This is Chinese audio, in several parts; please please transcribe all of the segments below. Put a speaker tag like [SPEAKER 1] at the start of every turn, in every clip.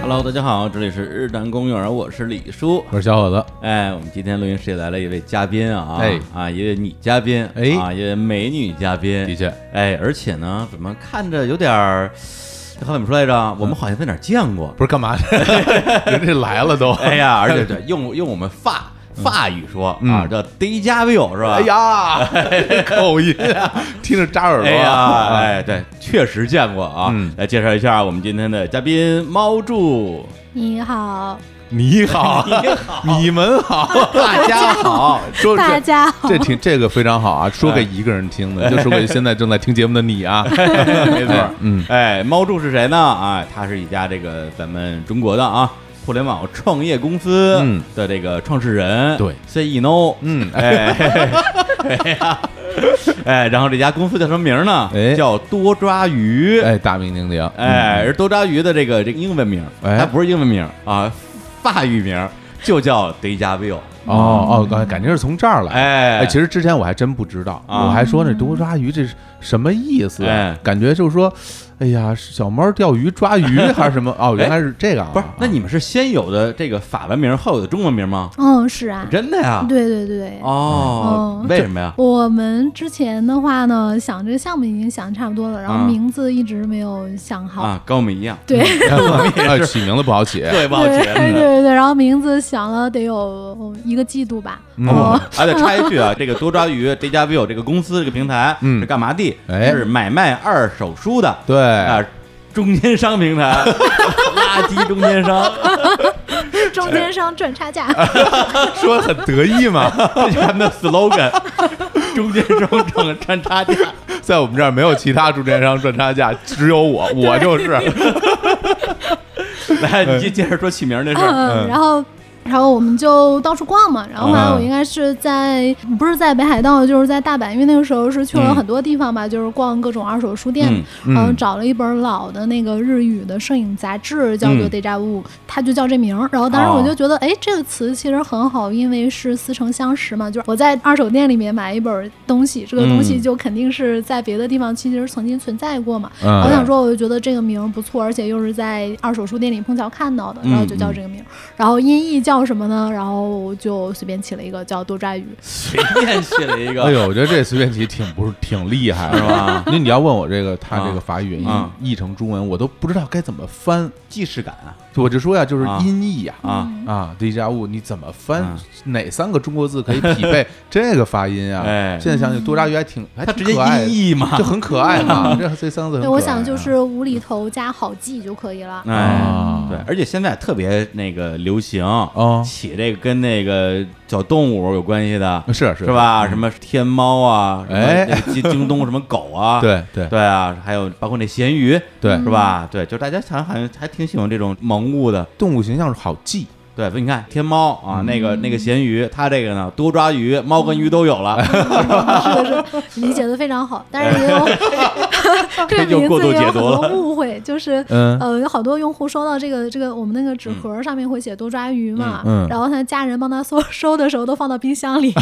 [SPEAKER 1] Hello，大家好，这里是日坛公园，我是李叔。
[SPEAKER 2] 我是小伙子，
[SPEAKER 1] 哎，我们今天录音室也来了一位嘉宾啊，
[SPEAKER 2] 哎
[SPEAKER 1] 啊，一位女嘉宾，
[SPEAKER 2] 哎
[SPEAKER 1] 啊，一位美女嘉宾，
[SPEAKER 2] 的确，
[SPEAKER 1] 哎，而且呢，怎么看着有点儿，这话怎么说来
[SPEAKER 2] 嗯
[SPEAKER 1] 着？我们好像在哪儿见 过？
[SPEAKER 2] 不是干嘛？ 人这来了都，
[SPEAKER 1] 哎呀，而且这用用我们法法语说、啊，
[SPEAKER 2] 嗯
[SPEAKER 1] 叫 dejavu 是吧？
[SPEAKER 2] 哎，呀，口音啊，听着扎耳朵
[SPEAKER 1] 哎呀，
[SPEAKER 2] 啊，
[SPEAKER 1] 哎，对，确实见过啊。
[SPEAKER 2] 嗯
[SPEAKER 1] 来介绍一下我们今天的嘉宾猫柱，
[SPEAKER 3] 你好，
[SPEAKER 2] 你好，
[SPEAKER 1] 你好，
[SPEAKER 2] 你们好，
[SPEAKER 1] 大家好，
[SPEAKER 2] 说
[SPEAKER 3] 大
[SPEAKER 2] 这
[SPEAKER 3] 家好
[SPEAKER 2] 这，挺这个非常好啊，说给一个人听的，就说给现在正在听节目的你 啊，
[SPEAKER 1] 没错，
[SPEAKER 2] 嗯，
[SPEAKER 1] 哎，猫柱是谁呢？啊，他是一家这个咱们中国的啊互联网创业公司
[SPEAKER 2] 嗯
[SPEAKER 1] 的这个创始人，
[SPEAKER 2] 对
[SPEAKER 1] ，CEO，
[SPEAKER 2] 嗯
[SPEAKER 1] 哎， 哎呀哎，然后这家公司叫什么名呢？
[SPEAKER 2] 哎
[SPEAKER 1] 叫多抓鱼，
[SPEAKER 2] 哎，大名鼎鼎，
[SPEAKER 1] 哎，而多抓鱼的这个这个英文名，
[SPEAKER 2] 哎
[SPEAKER 1] 它不是英文名啊，法语名就叫 Dejavu，
[SPEAKER 2] 嗯，哦哦，感情是从这儿来，
[SPEAKER 1] 哎
[SPEAKER 2] 哎，其实之前我还真不知道，
[SPEAKER 1] 啊
[SPEAKER 2] 我还说那多抓鱼这是什么意思？啊
[SPEAKER 1] 哎
[SPEAKER 2] 感觉就是说，哎呀，是小猫钓鱼 抓鱼还是什么？哦，原来是这个啊！
[SPEAKER 1] 不是？那你们是先有的这个法文名，后有的中文名吗？
[SPEAKER 3] 嗯，是啊，
[SPEAKER 1] 真的呀？
[SPEAKER 3] 对对对。
[SPEAKER 1] 哦
[SPEAKER 3] 嗯，
[SPEAKER 1] 为什么呀？
[SPEAKER 3] 我们之前的话呢，想这个项目已经想差不多了，然
[SPEAKER 1] 啊
[SPEAKER 3] 后名字一直没有想好。
[SPEAKER 1] 啊，跟我们一样，
[SPEAKER 3] 对对
[SPEAKER 2] 哎起名字不好起，
[SPEAKER 1] 对不好
[SPEAKER 3] 对
[SPEAKER 1] 学。
[SPEAKER 3] 对对，然后名字想了得有一个季度吧。
[SPEAKER 2] 嗯
[SPEAKER 1] 哦
[SPEAKER 3] 哦，
[SPEAKER 1] 还得插一句啊，这个多抓鱼 Dejavu 这个公司这个平台
[SPEAKER 2] 嗯
[SPEAKER 1] 是干嘛的？
[SPEAKER 2] 哎
[SPEAKER 1] 是买卖二手书的
[SPEAKER 2] 对，
[SPEAKER 1] 啊，中间商平台， 垃圾中间商。嗯
[SPEAKER 3] 中间商赚差价。
[SPEAKER 2] 说得很得意 嘛，
[SPEAKER 1] 这就是他们的 slogan，中间商挣赚差价。
[SPEAKER 2] 在我们这儿没有其他中间商赚差价，只有我，我就是。
[SPEAKER 1] 来，
[SPEAKER 2] 哎
[SPEAKER 1] 你接接着说起名儿那事儿。
[SPEAKER 2] 嗯
[SPEAKER 3] 嗯，然后。然后我们就到处逛嘛，然后后来
[SPEAKER 2] 嗯
[SPEAKER 3] 我应该是在、嗯不是在北海道，就是在大阪，因为那个时候是去了
[SPEAKER 1] 嗯
[SPEAKER 3] 很多地方吧，就是逛各种二手书店，
[SPEAKER 2] 嗯
[SPEAKER 3] 然后
[SPEAKER 2] 嗯
[SPEAKER 3] 找了一本老的那个日语的摄影杂志，叫
[SPEAKER 1] 嗯
[SPEAKER 3] 做《Deja Vu》，它就叫这名儿。然后当时
[SPEAKER 1] 哦
[SPEAKER 3] 我就觉得，哎、这个词其实很好，因为是似曾相识嘛，就是我在二手店里面买一本东西，这个东西
[SPEAKER 1] 嗯
[SPEAKER 3] 就肯定是在别的地方其实曾经存在过嘛，
[SPEAKER 2] 嗯
[SPEAKER 3] 我想说，我就觉得这个名儿不错，而且又是在二手书店里碰巧看到的，然后就叫这个名儿。然后音译叫什么呢？然后我就随便起了一个叫多抓鱼。
[SPEAKER 1] 随便起了一
[SPEAKER 2] 哎
[SPEAKER 1] 个，
[SPEAKER 2] 呦，我觉得这随便起挺不是挺厉害
[SPEAKER 1] 是？吧？
[SPEAKER 2] 因啊为你要问我这个，他这个法语
[SPEAKER 1] 啊
[SPEAKER 2] 译译成中文，我都不知道该怎么翻。
[SPEAKER 1] 既视感啊
[SPEAKER 2] 我就说呀，就是
[SPEAKER 1] 啊
[SPEAKER 2] 音译呀，
[SPEAKER 1] 啊！
[SPEAKER 2] 啊，迪迦物你怎么翻
[SPEAKER 1] 嗯？
[SPEAKER 2] 哪三个中国字可以 匹配这个发音啊？
[SPEAKER 1] 哎
[SPEAKER 2] 现在想起多抓鱼还挺，还
[SPEAKER 1] 他
[SPEAKER 2] 挺
[SPEAKER 1] 直接
[SPEAKER 2] 可爱
[SPEAKER 1] 音
[SPEAKER 2] 的，
[SPEAKER 1] 译嘛
[SPEAKER 2] 就，很可爱嘛。这这三个字很可爱
[SPEAKER 3] 对，
[SPEAKER 2] 啊，
[SPEAKER 3] 我想就是无厘头加好记就可 以了。
[SPEAKER 1] 哎。
[SPEAKER 2] 啊，
[SPEAKER 1] 对，而且现在特别那个流行
[SPEAKER 2] 哦
[SPEAKER 1] 起这个跟那个小动物有关系的，
[SPEAKER 2] 啊是
[SPEAKER 1] 是？
[SPEAKER 2] 是
[SPEAKER 1] 吧？什么天猫啊，什么
[SPEAKER 2] 哎
[SPEAKER 1] 那个京京东什么狗啊，
[SPEAKER 2] 对对
[SPEAKER 1] 对啊，还有包括那咸鱼，
[SPEAKER 2] 对
[SPEAKER 1] 是吧？对，就大家好像好像还挺喜欢这种萌物的，
[SPEAKER 2] 动物形象是好记，
[SPEAKER 1] 对，你看天猫啊，
[SPEAKER 2] 嗯
[SPEAKER 1] 那个那个咸鱼，它这个呢多抓鱼，猫跟鱼都有了，
[SPEAKER 3] 是的，是的，理解的非常好。但是也有这个
[SPEAKER 1] 又
[SPEAKER 3] 名
[SPEAKER 1] 过
[SPEAKER 3] 字
[SPEAKER 1] 度
[SPEAKER 3] 也有
[SPEAKER 1] 解
[SPEAKER 3] 很
[SPEAKER 1] 读了
[SPEAKER 3] 多误会，就是
[SPEAKER 2] 嗯
[SPEAKER 3] 呃，有好多用户收到这个这个我们那个纸盒上面会写多抓鱼嘛，
[SPEAKER 2] 嗯嗯
[SPEAKER 3] 然后他家人帮他搜 收的时候都放到冰箱里。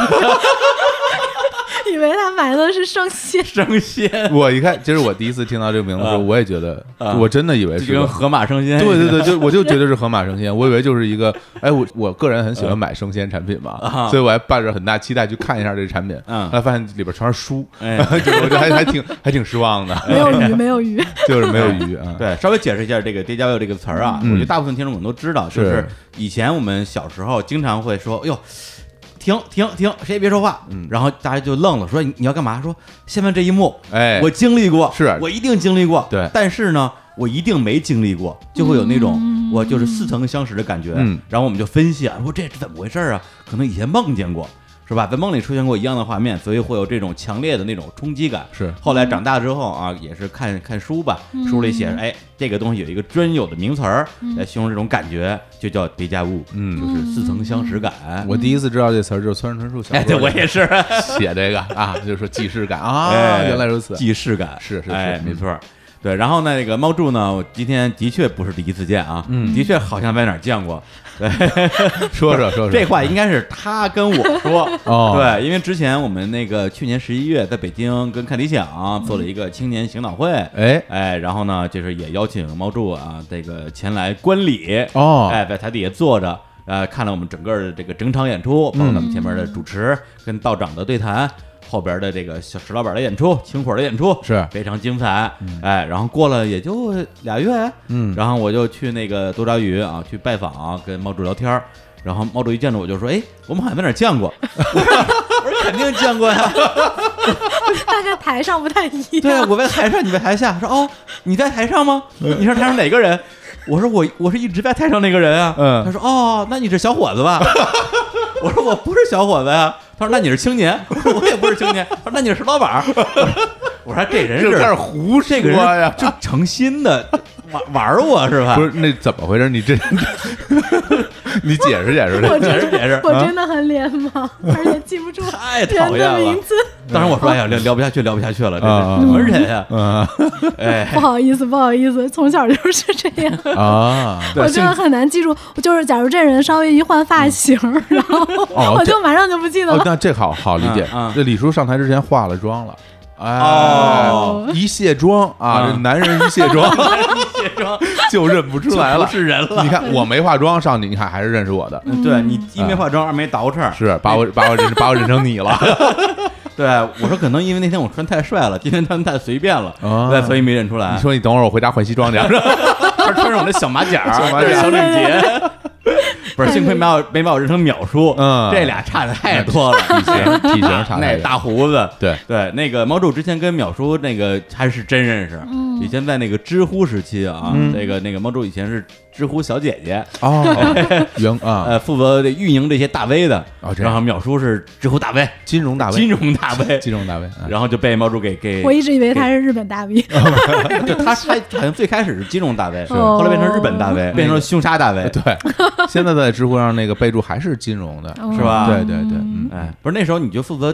[SPEAKER 3] 以为他买的是生鲜，
[SPEAKER 1] 生鲜，
[SPEAKER 2] 我一看，这是我第一次听到这个名字的时候，
[SPEAKER 1] 啊
[SPEAKER 2] 我也觉得
[SPEAKER 1] 啊，
[SPEAKER 2] 我真的以为
[SPEAKER 1] 就是跟
[SPEAKER 2] 个。
[SPEAKER 1] 河马生鲜，
[SPEAKER 2] 对对，对， 就我就觉得是河马生鲜，我以为就是一个，哎，我我个人很喜欢买生鲜产品嘛，
[SPEAKER 1] 嗯啊
[SPEAKER 2] 所以我还抱着很大期待去看一下这个产品，
[SPEAKER 1] 嗯
[SPEAKER 2] 后来发现里边全是书，
[SPEAKER 1] 哎
[SPEAKER 2] 就我觉得还还挺还挺失望 的，
[SPEAKER 3] 没有鱼，没有鱼。
[SPEAKER 2] 就是没有鱼啊，
[SPEAKER 1] 对，稍微解释一下这个叠加 u 这个词儿啊，
[SPEAKER 2] 嗯
[SPEAKER 1] 我觉得大部分听众可能都知道，就是
[SPEAKER 2] 是
[SPEAKER 1] 以前我们小时候经常会说，哎呦。停停停！谁也别说话。嗯，然后大家就愣了，说你你要干嘛？说现在这一幕，
[SPEAKER 2] 哎
[SPEAKER 1] 我经历过，
[SPEAKER 2] 是
[SPEAKER 1] 我一定经历过。
[SPEAKER 2] 对
[SPEAKER 1] 但是呢，我一定没经历过，就会有那种、我就是似曾相识的感觉。
[SPEAKER 2] 嗯
[SPEAKER 1] 然后我们就分析啊，说这是怎么回事儿啊？可能以前梦见过，是吧？在梦里出现过一样的画面，所以会有这种强烈的那种冲击感。
[SPEAKER 2] 是嗯
[SPEAKER 1] 后来长大之后啊，也是看看书吧，书里写着，哎，这个东西有一个专有的名词儿来形容这种感觉，就叫叠加物，
[SPEAKER 2] 嗯
[SPEAKER 1] 就是似曾相识感。
[SPEAKER 2] 我第一次知道这词儿就是村上春树小
[SPEAKER 1] 哎，对
[SPEAKER 2] 说
[SPEAKER 1] 我
[SPEAKER 2] 里
[SPEAKER 1] 也是，
[SPEAKER 2] 写这个啊，就是说既视感啊，
[SPEAKER 1] 哎
[SPEAKER 2] 原来如此，
[SPEAKER 1] 既视感
[SPEAKER 2] 是是是
[SPEAKER 1] 哎，
[SPEAKER 2] 嗯
[SPEAKER 1] 没错儿。对，然后那个猫柱呢，我今天的确不是第一次见啊，嗯，的确好像在哪儿见过。
[SPEAKER 2] 说说说说，
[SPEAKER 1] 这话应该是他跟我说
[SPEAKER 2] 哦
[SPEAKER 1] 对，因为之前我们那个去年十一月在北京跟看理想啊做了一个青年行脑会，
[SPEAKER 2] 哎
[SPEAKER 1] 哎，然后呢，就是也邀请猫柱啊，这个前来观礼，
[SPEAKER 2] 哦
[SPEAKER 1] 哎，在台底下坐着。呃，看了我们整个的这个整场演出，
[SPEAKER 2] 嗯
[SPEAKER 1] 包括咱们前面的主持跟道长的对谈，后边的这个小石老板的演出、青火的演出
[SPEAKER 2] 是
[SPEAKER 1] 非常精彩。哎，然后过了也就俩月，
[SPEAKER 2] 嗯
[SPEAKER 1] 然后我就去那个多抓鱼啊，去拜访、跟猫主聊天儿然后猫主一见着我就说：“哎，我们好像在哪儿见过。” 我说：“肯定见过呀。”
[SPEAKER 3] 大概台上不太一样。
[SPEAKER 1] 对，啊我在台上，你在台下。说哦，你在台上吗？你是台上哪个人？我说我我是一直在台上那个人啊。
[SPEAKER 2] 嗯
[SPEAKER 1] 他说哦，那你是小伙子吧？ 我说我不是小伙子呀、他说那你是青年？ 我说我也不是青年。他说那你是石老板儿？ 我说这人
[SPEAKER 2] 这开始
[SPEAKER 1] 是
[SPEAKER 2] 胡说
[SPEAKER 1] 这个人
[SPEAKER 2] 呀，
[SPEAKER 1] 就诚心的玩玩我是吧？
[SPEAKER 2] 不是那怎么回事？你这 你解释解释
[SPEAKER 3] 我
[SPEAKER 2] 这。
[SPEAKER 1] 解
[SPEAKER 3] 真
[SPEAKER 1] 释解释
[SPEAKER 3] 的，我真的很脸盲，而且记不住
[SPEAKER 1] 嗯 太讨
[SPEAKER 3] 人
[SPEAKER 1] 厌
[SPEAKER 3] 的
[SPEAKER 1] 了
[SPEAKER 3] 名。 字，
[SPEAKER 1] 当时我说哎呀聊聊不下去聊不下去了，这
[SPEAKER 2] 啊
[SPEAKER 1] 是什么人呀？
[SPEAKER 2] 嗯
[SPEAKER 1] 哎，
[SPEAKER 3] 不好意思，不好意思，从小就是这 样。
[SPEAKER 2] 啊，
[SPEAKER 3] 我
[SPEAKER 2] 对，
[SPEAKER 3] 真
[SPEAKER 2] 性
[SPEAKER 3] 的很难记住，就是假如这人稍微一换发型，
[SPEAKER 1] 嗯
[SPEAKER 3] 然后
[SPEAKER 2] 哦
[SPEAKER 3] 我
[SPEAKER 2] 这
[SPEAKER 3] 就马上就不记得
[SPEAKER 2] 哦，
[SPEAKER 3] 了。
[SPEAKER 2] 那这好好理解
[SPEAKER 1] 嗯嗯。
[SPEAKER 2] 这李叔上台之前化了妆了，哎
[SPEAKER 1] 哦，
[SPEAKER 2] 一卸妆啊，
[SPEAKER 1] 嗯
[SPEAKER 2] 这男人一卸妆
[SPEAKER 1] 卸妆
[SPEAKER 2] 就认不出来
[SPEAKER 1] 就
[SPEAKER 2] 了
[SPEAKER 1] 不。是人嗯了
[SPEAKER 2] 你。看我没化妆上去，你看还是认识我的，
[SPEAKER 1] 对你一没化妆，二没捯饬，
[SPEAKER 2] 是把我把我认把我认成你了。
[SPEAKER 1] 对，我说可能因为那天我穿太帅了，今天穿太随便了，
[SPEAKER 2] 啊
[SPEAKER 1] 对，所以没认出来
[SPEAKER 2] 你。说你等会儿我回家换西装去，
[SPEAKER 1] 他穿上我的 小马甲儿，
[SPEAKER 2] 小马甲儿
[SPEAKER 1] 这是小领结。 不是，幸亏没把我没把我认成淼叔，
[SPEAKER 2] 嗯
[SPEAKER 1] 这俩差的太多了，体
[SPEAKER 2] 型 体型差太
[SPEAKER 1] 那
[SPEAKER 2] 远
[SPEAKER 1] 大胡子，
[SPEAKER 2] 对
[SPEAKER 1] 对，那个猫柱之前跟淼叔那个还是真认识，
[SPEAKER 3] 嗯
[SPEAKER 1] 以前在那个知乎时期啊，
[SPEAKER 2] 嗯
[SPEAKER 1] 那个那个猫柱以前是知乎小姐姐，
[SPEAKER 2] 哦，员啊，
[SPEAKER 1] 呃，负责这运营这些大 V 的，
[SPEAKER 2] 哦这
[SPEAKER 1] 然
[SPEAKER 2] 样
[SPEAKER 1] 后淼叔是知乎大 V，
[SPEAKER 2] 金融大 V，
[SPEAKER 1] 金融大嗯 V，
[SPEAKER 2] 金融大 V，啊
[SPEAKER 1] 然后就被猫柱给给
[SPEAKER 3] 我一直以为他是日本大 V，
[SPEAKER 1] 嗯 就他开好像最开始是金融大 V，
[SPEAKER 3] 哦
[SPEAKER 1] 后来变成日本大 V，变成了凶杀大 V，
[SPEAKER 2] 啊对， 现在在知乎上那个备注还是金融的，
[SPEAKER 1] 是
[SPEAKER 3] 哦
[SPEAKER 1] 吧？
[SPEAKER 2] 对对对，嗯，
[SPEAKER 1] 哎，不是那时候你就负责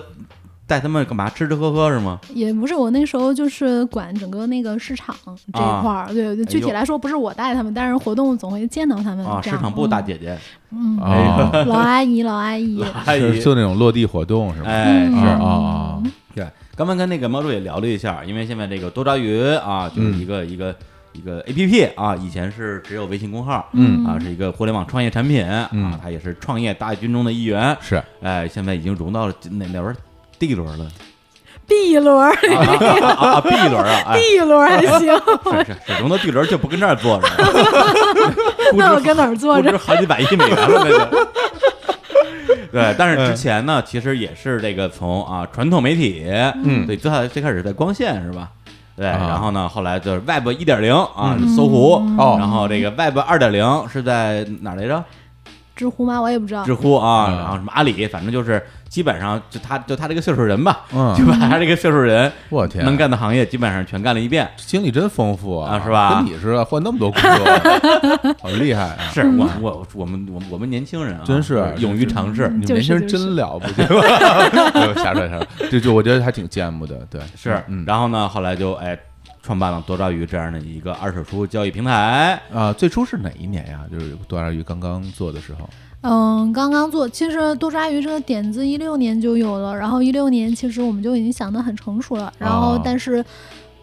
[SPEAKER 1] 带他们干嘛吃吃喝喝是吗？
[SPEAKER 3] 也不是我那时候就是管整个那个市场这一块
[SPEAKER 1] 啊
[SPEAKER 3] 儿，对，对具体来说不是我带他们，但是活动总会见到他们
[SPEAKER 1] 哎啊，
[SPEAKER 3] 嗯这
[SPEAKER 1] 市
[SPEAKER 3] 样
[SPEAKER 1] 场部大姐姐，
[SPEAKER 3] 嗯，
[SPEAKER 1] 哎
[SPEAKER 2] 哦，
[SPEAKER 3] 嗯老阿姨，老阿 姨，
[SPEAKER 1] 阿
[SPEAKER 2] 是
[SPEAKER 1] 姨，
[SPEAKER 2] 做那种落地活动是吗？
[SPEAKER 1] 哎，
[SPEAKER 3] 嗯
[SPEAKER 2] 是
[SPEAKER 1] 是
[SPEAKER 2] 啊啊，
[SPEAKER 1] 对，刚刚跟那个猫叔也聊了一下，因为现在这个多抓鱼啊，就是
[SPEAKER 2] 嗯
[SPEAKER 1] 一个、一个一个 A P P 啊，以前是只有微信公号，
[SPEAKER 2] 嗯
[SPEAKER 1] 啊，是一个互联网创业产品啊，
[SPEAKER 2] 嗯
[SPEAKER 1] 它也是创业大军中的一员，
[SPEAKER 2] 是
[SPEAKER 1] 哎，现在已经融到了哪哪轮儿 D 轮了
[SPEAKER 3] B 轮
[SPEAKER 1] 啊啊啊啊 B 轮啊，哎，
[SPEAKER 3] ，B 轮还行，
[SPEAKER 1] 是是是，融到 B 轮就不跟这儿坐着 了，估
[SPEAKER 3] 那我
[SPEAKER 1] 值
[SPEAKER 3] 跟哪儿坐
[SPEAKER 1] 估
[SPEAKER 3] 着
[SPEAKER 1] 值？好几百亿美元了，那就。对，但是
[SPEAKER 2] 嗯
[SPEAKER 1] 之前呢，其实也是这个从啊传统媒体，
[SPEAKER 2] 嗯
[SPEAKER 1] 对，最开最开始在光线是吧？对，
[SPEAKER 2] 啊
[SPEAKER 1] 然后呢，后来就是 Web 一点零啊，是搜狐
[SPEAKER 2] 哦
[SPEAKER 1] 然后这个 Web 二点零是在哪儿来着？
[SPEAKER 3] 知乎吗？我也不知道
[SPEAKER 1] 知。乎啊，
[SPEAKER 2] 嗯
[SPEAKER 1] 然后什么阿里，反正就是基本上就他就他这个岁数人吧，
[SPEAKER 2] 嗯
[SPEAKER 1] 就把他这个岁数人
[SPEAKER 2] 我天，嗯
[SPEAKER 1] 能干的行业基本上全干了一遍。
[SPEAKER 2] 经历真丰富
[SPEAKER 1] 啊是吧
[SPEAKER 2] 跟你似的，换那么多工作，好厉害 啊！
[SPEAKER 1] 是我我我们我们我们年轻人啊，
[SPEAKER 2] 真是
[SPEAKER 1] 勇于尝试，
[SPEAKER 2] 你们年轻人真了不起， 没有瞎说瞎说，就就我觉得还挺羡慕的，对，
[SPEAKER 1] 是，
[SPEAKER 2] 嗯
[SPEAKER 1] 然后呢，后来就哎创办了多抓鱼这样的一个二手书交易平台，
[SPEAKER 2] 啊，最初是哪一年呀？就是多抓鱼刚刚做的时候，
[SPEAKER 3] 嗯，刚刚做，其实多抓鱼这个点子一六年就有了，然后一六年其实我们就已经想得很成熟了，然后
[SPEAKER 2] 哦
[SPEAKER 3] 但是。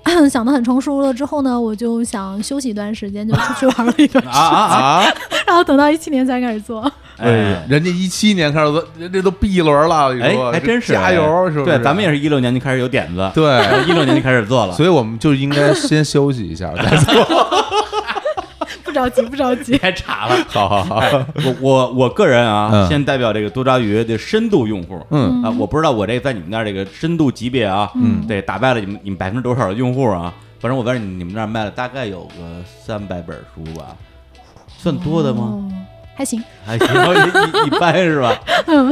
[SPEAKER 3] 想得很成熟了之后呢，我就想休息一段时间，就出去玩了一段
[SPEAKER 1] 啊 啊啊！
[SPEAKER 3] 然后等到一七年才开始做。
[SPEAKER 1] 哎
[SPEAKER 2] 人家一七年开始做，人家都 B 轮了，你
[SPEAKER 1] 哎
[SPEAKER 2] 说，
[SPEAKER 1] 还真是
[SPEAKER 2] 加油，是不是？
[SPEAKER 1] 对，咱们也是一六年就开始有点子，
[SPEAKER 2] 对，
[SPEAKER 1] 一六年就开始做了。
[SPEAKER 2] 所以我们就应该先休息一下， 再做。
[SPEAKER 3] 不着急，不着急。
[SPEAKER 1] 别查了，
[SPEAKER 2] 好好
[SPEAKER 1] 哎
[SPEAKER 2] 好，
[SPEAKER 1] 我我我个人啊，
[SPEAKER 2] 嗯
[SPEAKER 1] 先代表这个多抓鱼的深度用户，
[SPEAKER 2] 嗯
[SPEAKER 1] 啊，我不知道我这在你们那儿这个深度级别啊，
[SPEAKER 3] 嗯
[SPEAKER 1] 对，打败了你们你们百分之多少的用户啊？反正我在你们那儿卖了大概有个三百本书吧，算 多的吗？
[SPEAKER 3] 哦？还行，
[SPEAKER 1] 还行， 一一般是吧？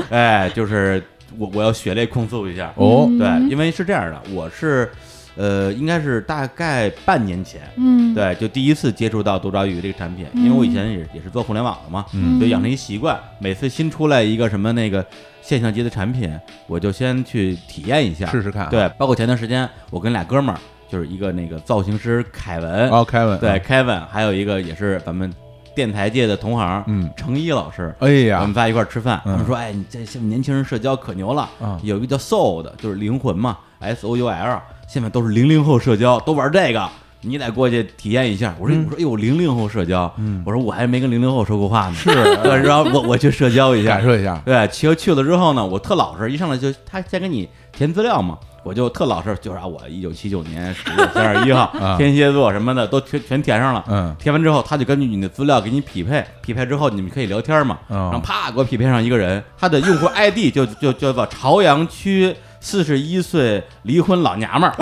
[SPEAKER 1] 哎，就是我我要血泪控诉一下，
[SPEAKER 2] 哦，
[SPEAKER 1] 对，因为是这样的，我是呃，应该是大概半年前，
[SPEAKER 3] 嗯，
[SPEAKER 1] 对，就第一次接触到多抓鱼这个产品，因为我以前也也是做互联网的嘛，
[SPEAKER 2] 嗯
[SPEAKER 1] 就养成一习惯，每次新出来一个什么那个现象级的产品，我就先去体验一下，
[SPEAKER 2] 试试看啊
[SPEAKER 1] 对，包括前段时间我跟俩哥们儿。就是一个那个造型师凯文，
[SPEAKER 2] 哦，凯文，
[SPEAKER 1] 对，Kevin，还有一个也是咱们电台界的同行，
[SPEAKER 2] 嗯
[SPEAKER 1] 程一老师。
[SPEAKER 2] 哎
[SPEAKER 1] 我们
[SPEAKER 2] 呀，
[SPEAKER 1] 仨一块儿吃饭，
[SPEAKER 2] 嗯
[SPEAKER 1] 他们说：“哎，你这现在年轻人社交可牛了，
[SPEAKER 2] 嗯
[SPEAKER 1] 有一个叫 soul 的，就是灵魂嘛，S O U L，现在都是零零后社交，都玩这个，你得过去体验一下。”我说：“
[SPEAKER 2] 嗯
[SPEAKER 1] 我说，哎呦，零零后社交，我说我还没跟零零后说过话呢，是， 然后我我去社交一下，
[SPEAKER 2] 感受一下，
[SPEAKER 1] 对，去去了之后呢，我特老实，一上来就他先给你填资料嘛，我就特老实，就是啊，我一九七九年十月三十一号
[SPEAKER 2] 啊，
[SPEAKER 1] 天蝎座什么的都全全填上了。
[SPEAKER 2] 嗯
[SPEAKER 1] 填完之后，他就根据你的资料给你匹配，匹配之后你们可以聊天嘛。
[SPEAKER 2] 哦
[SPEAKER 1] 然后啪给我匹配上一个人，他 的用户 ID 就就叫做朝阳区四十一岁离婚老娘们儿。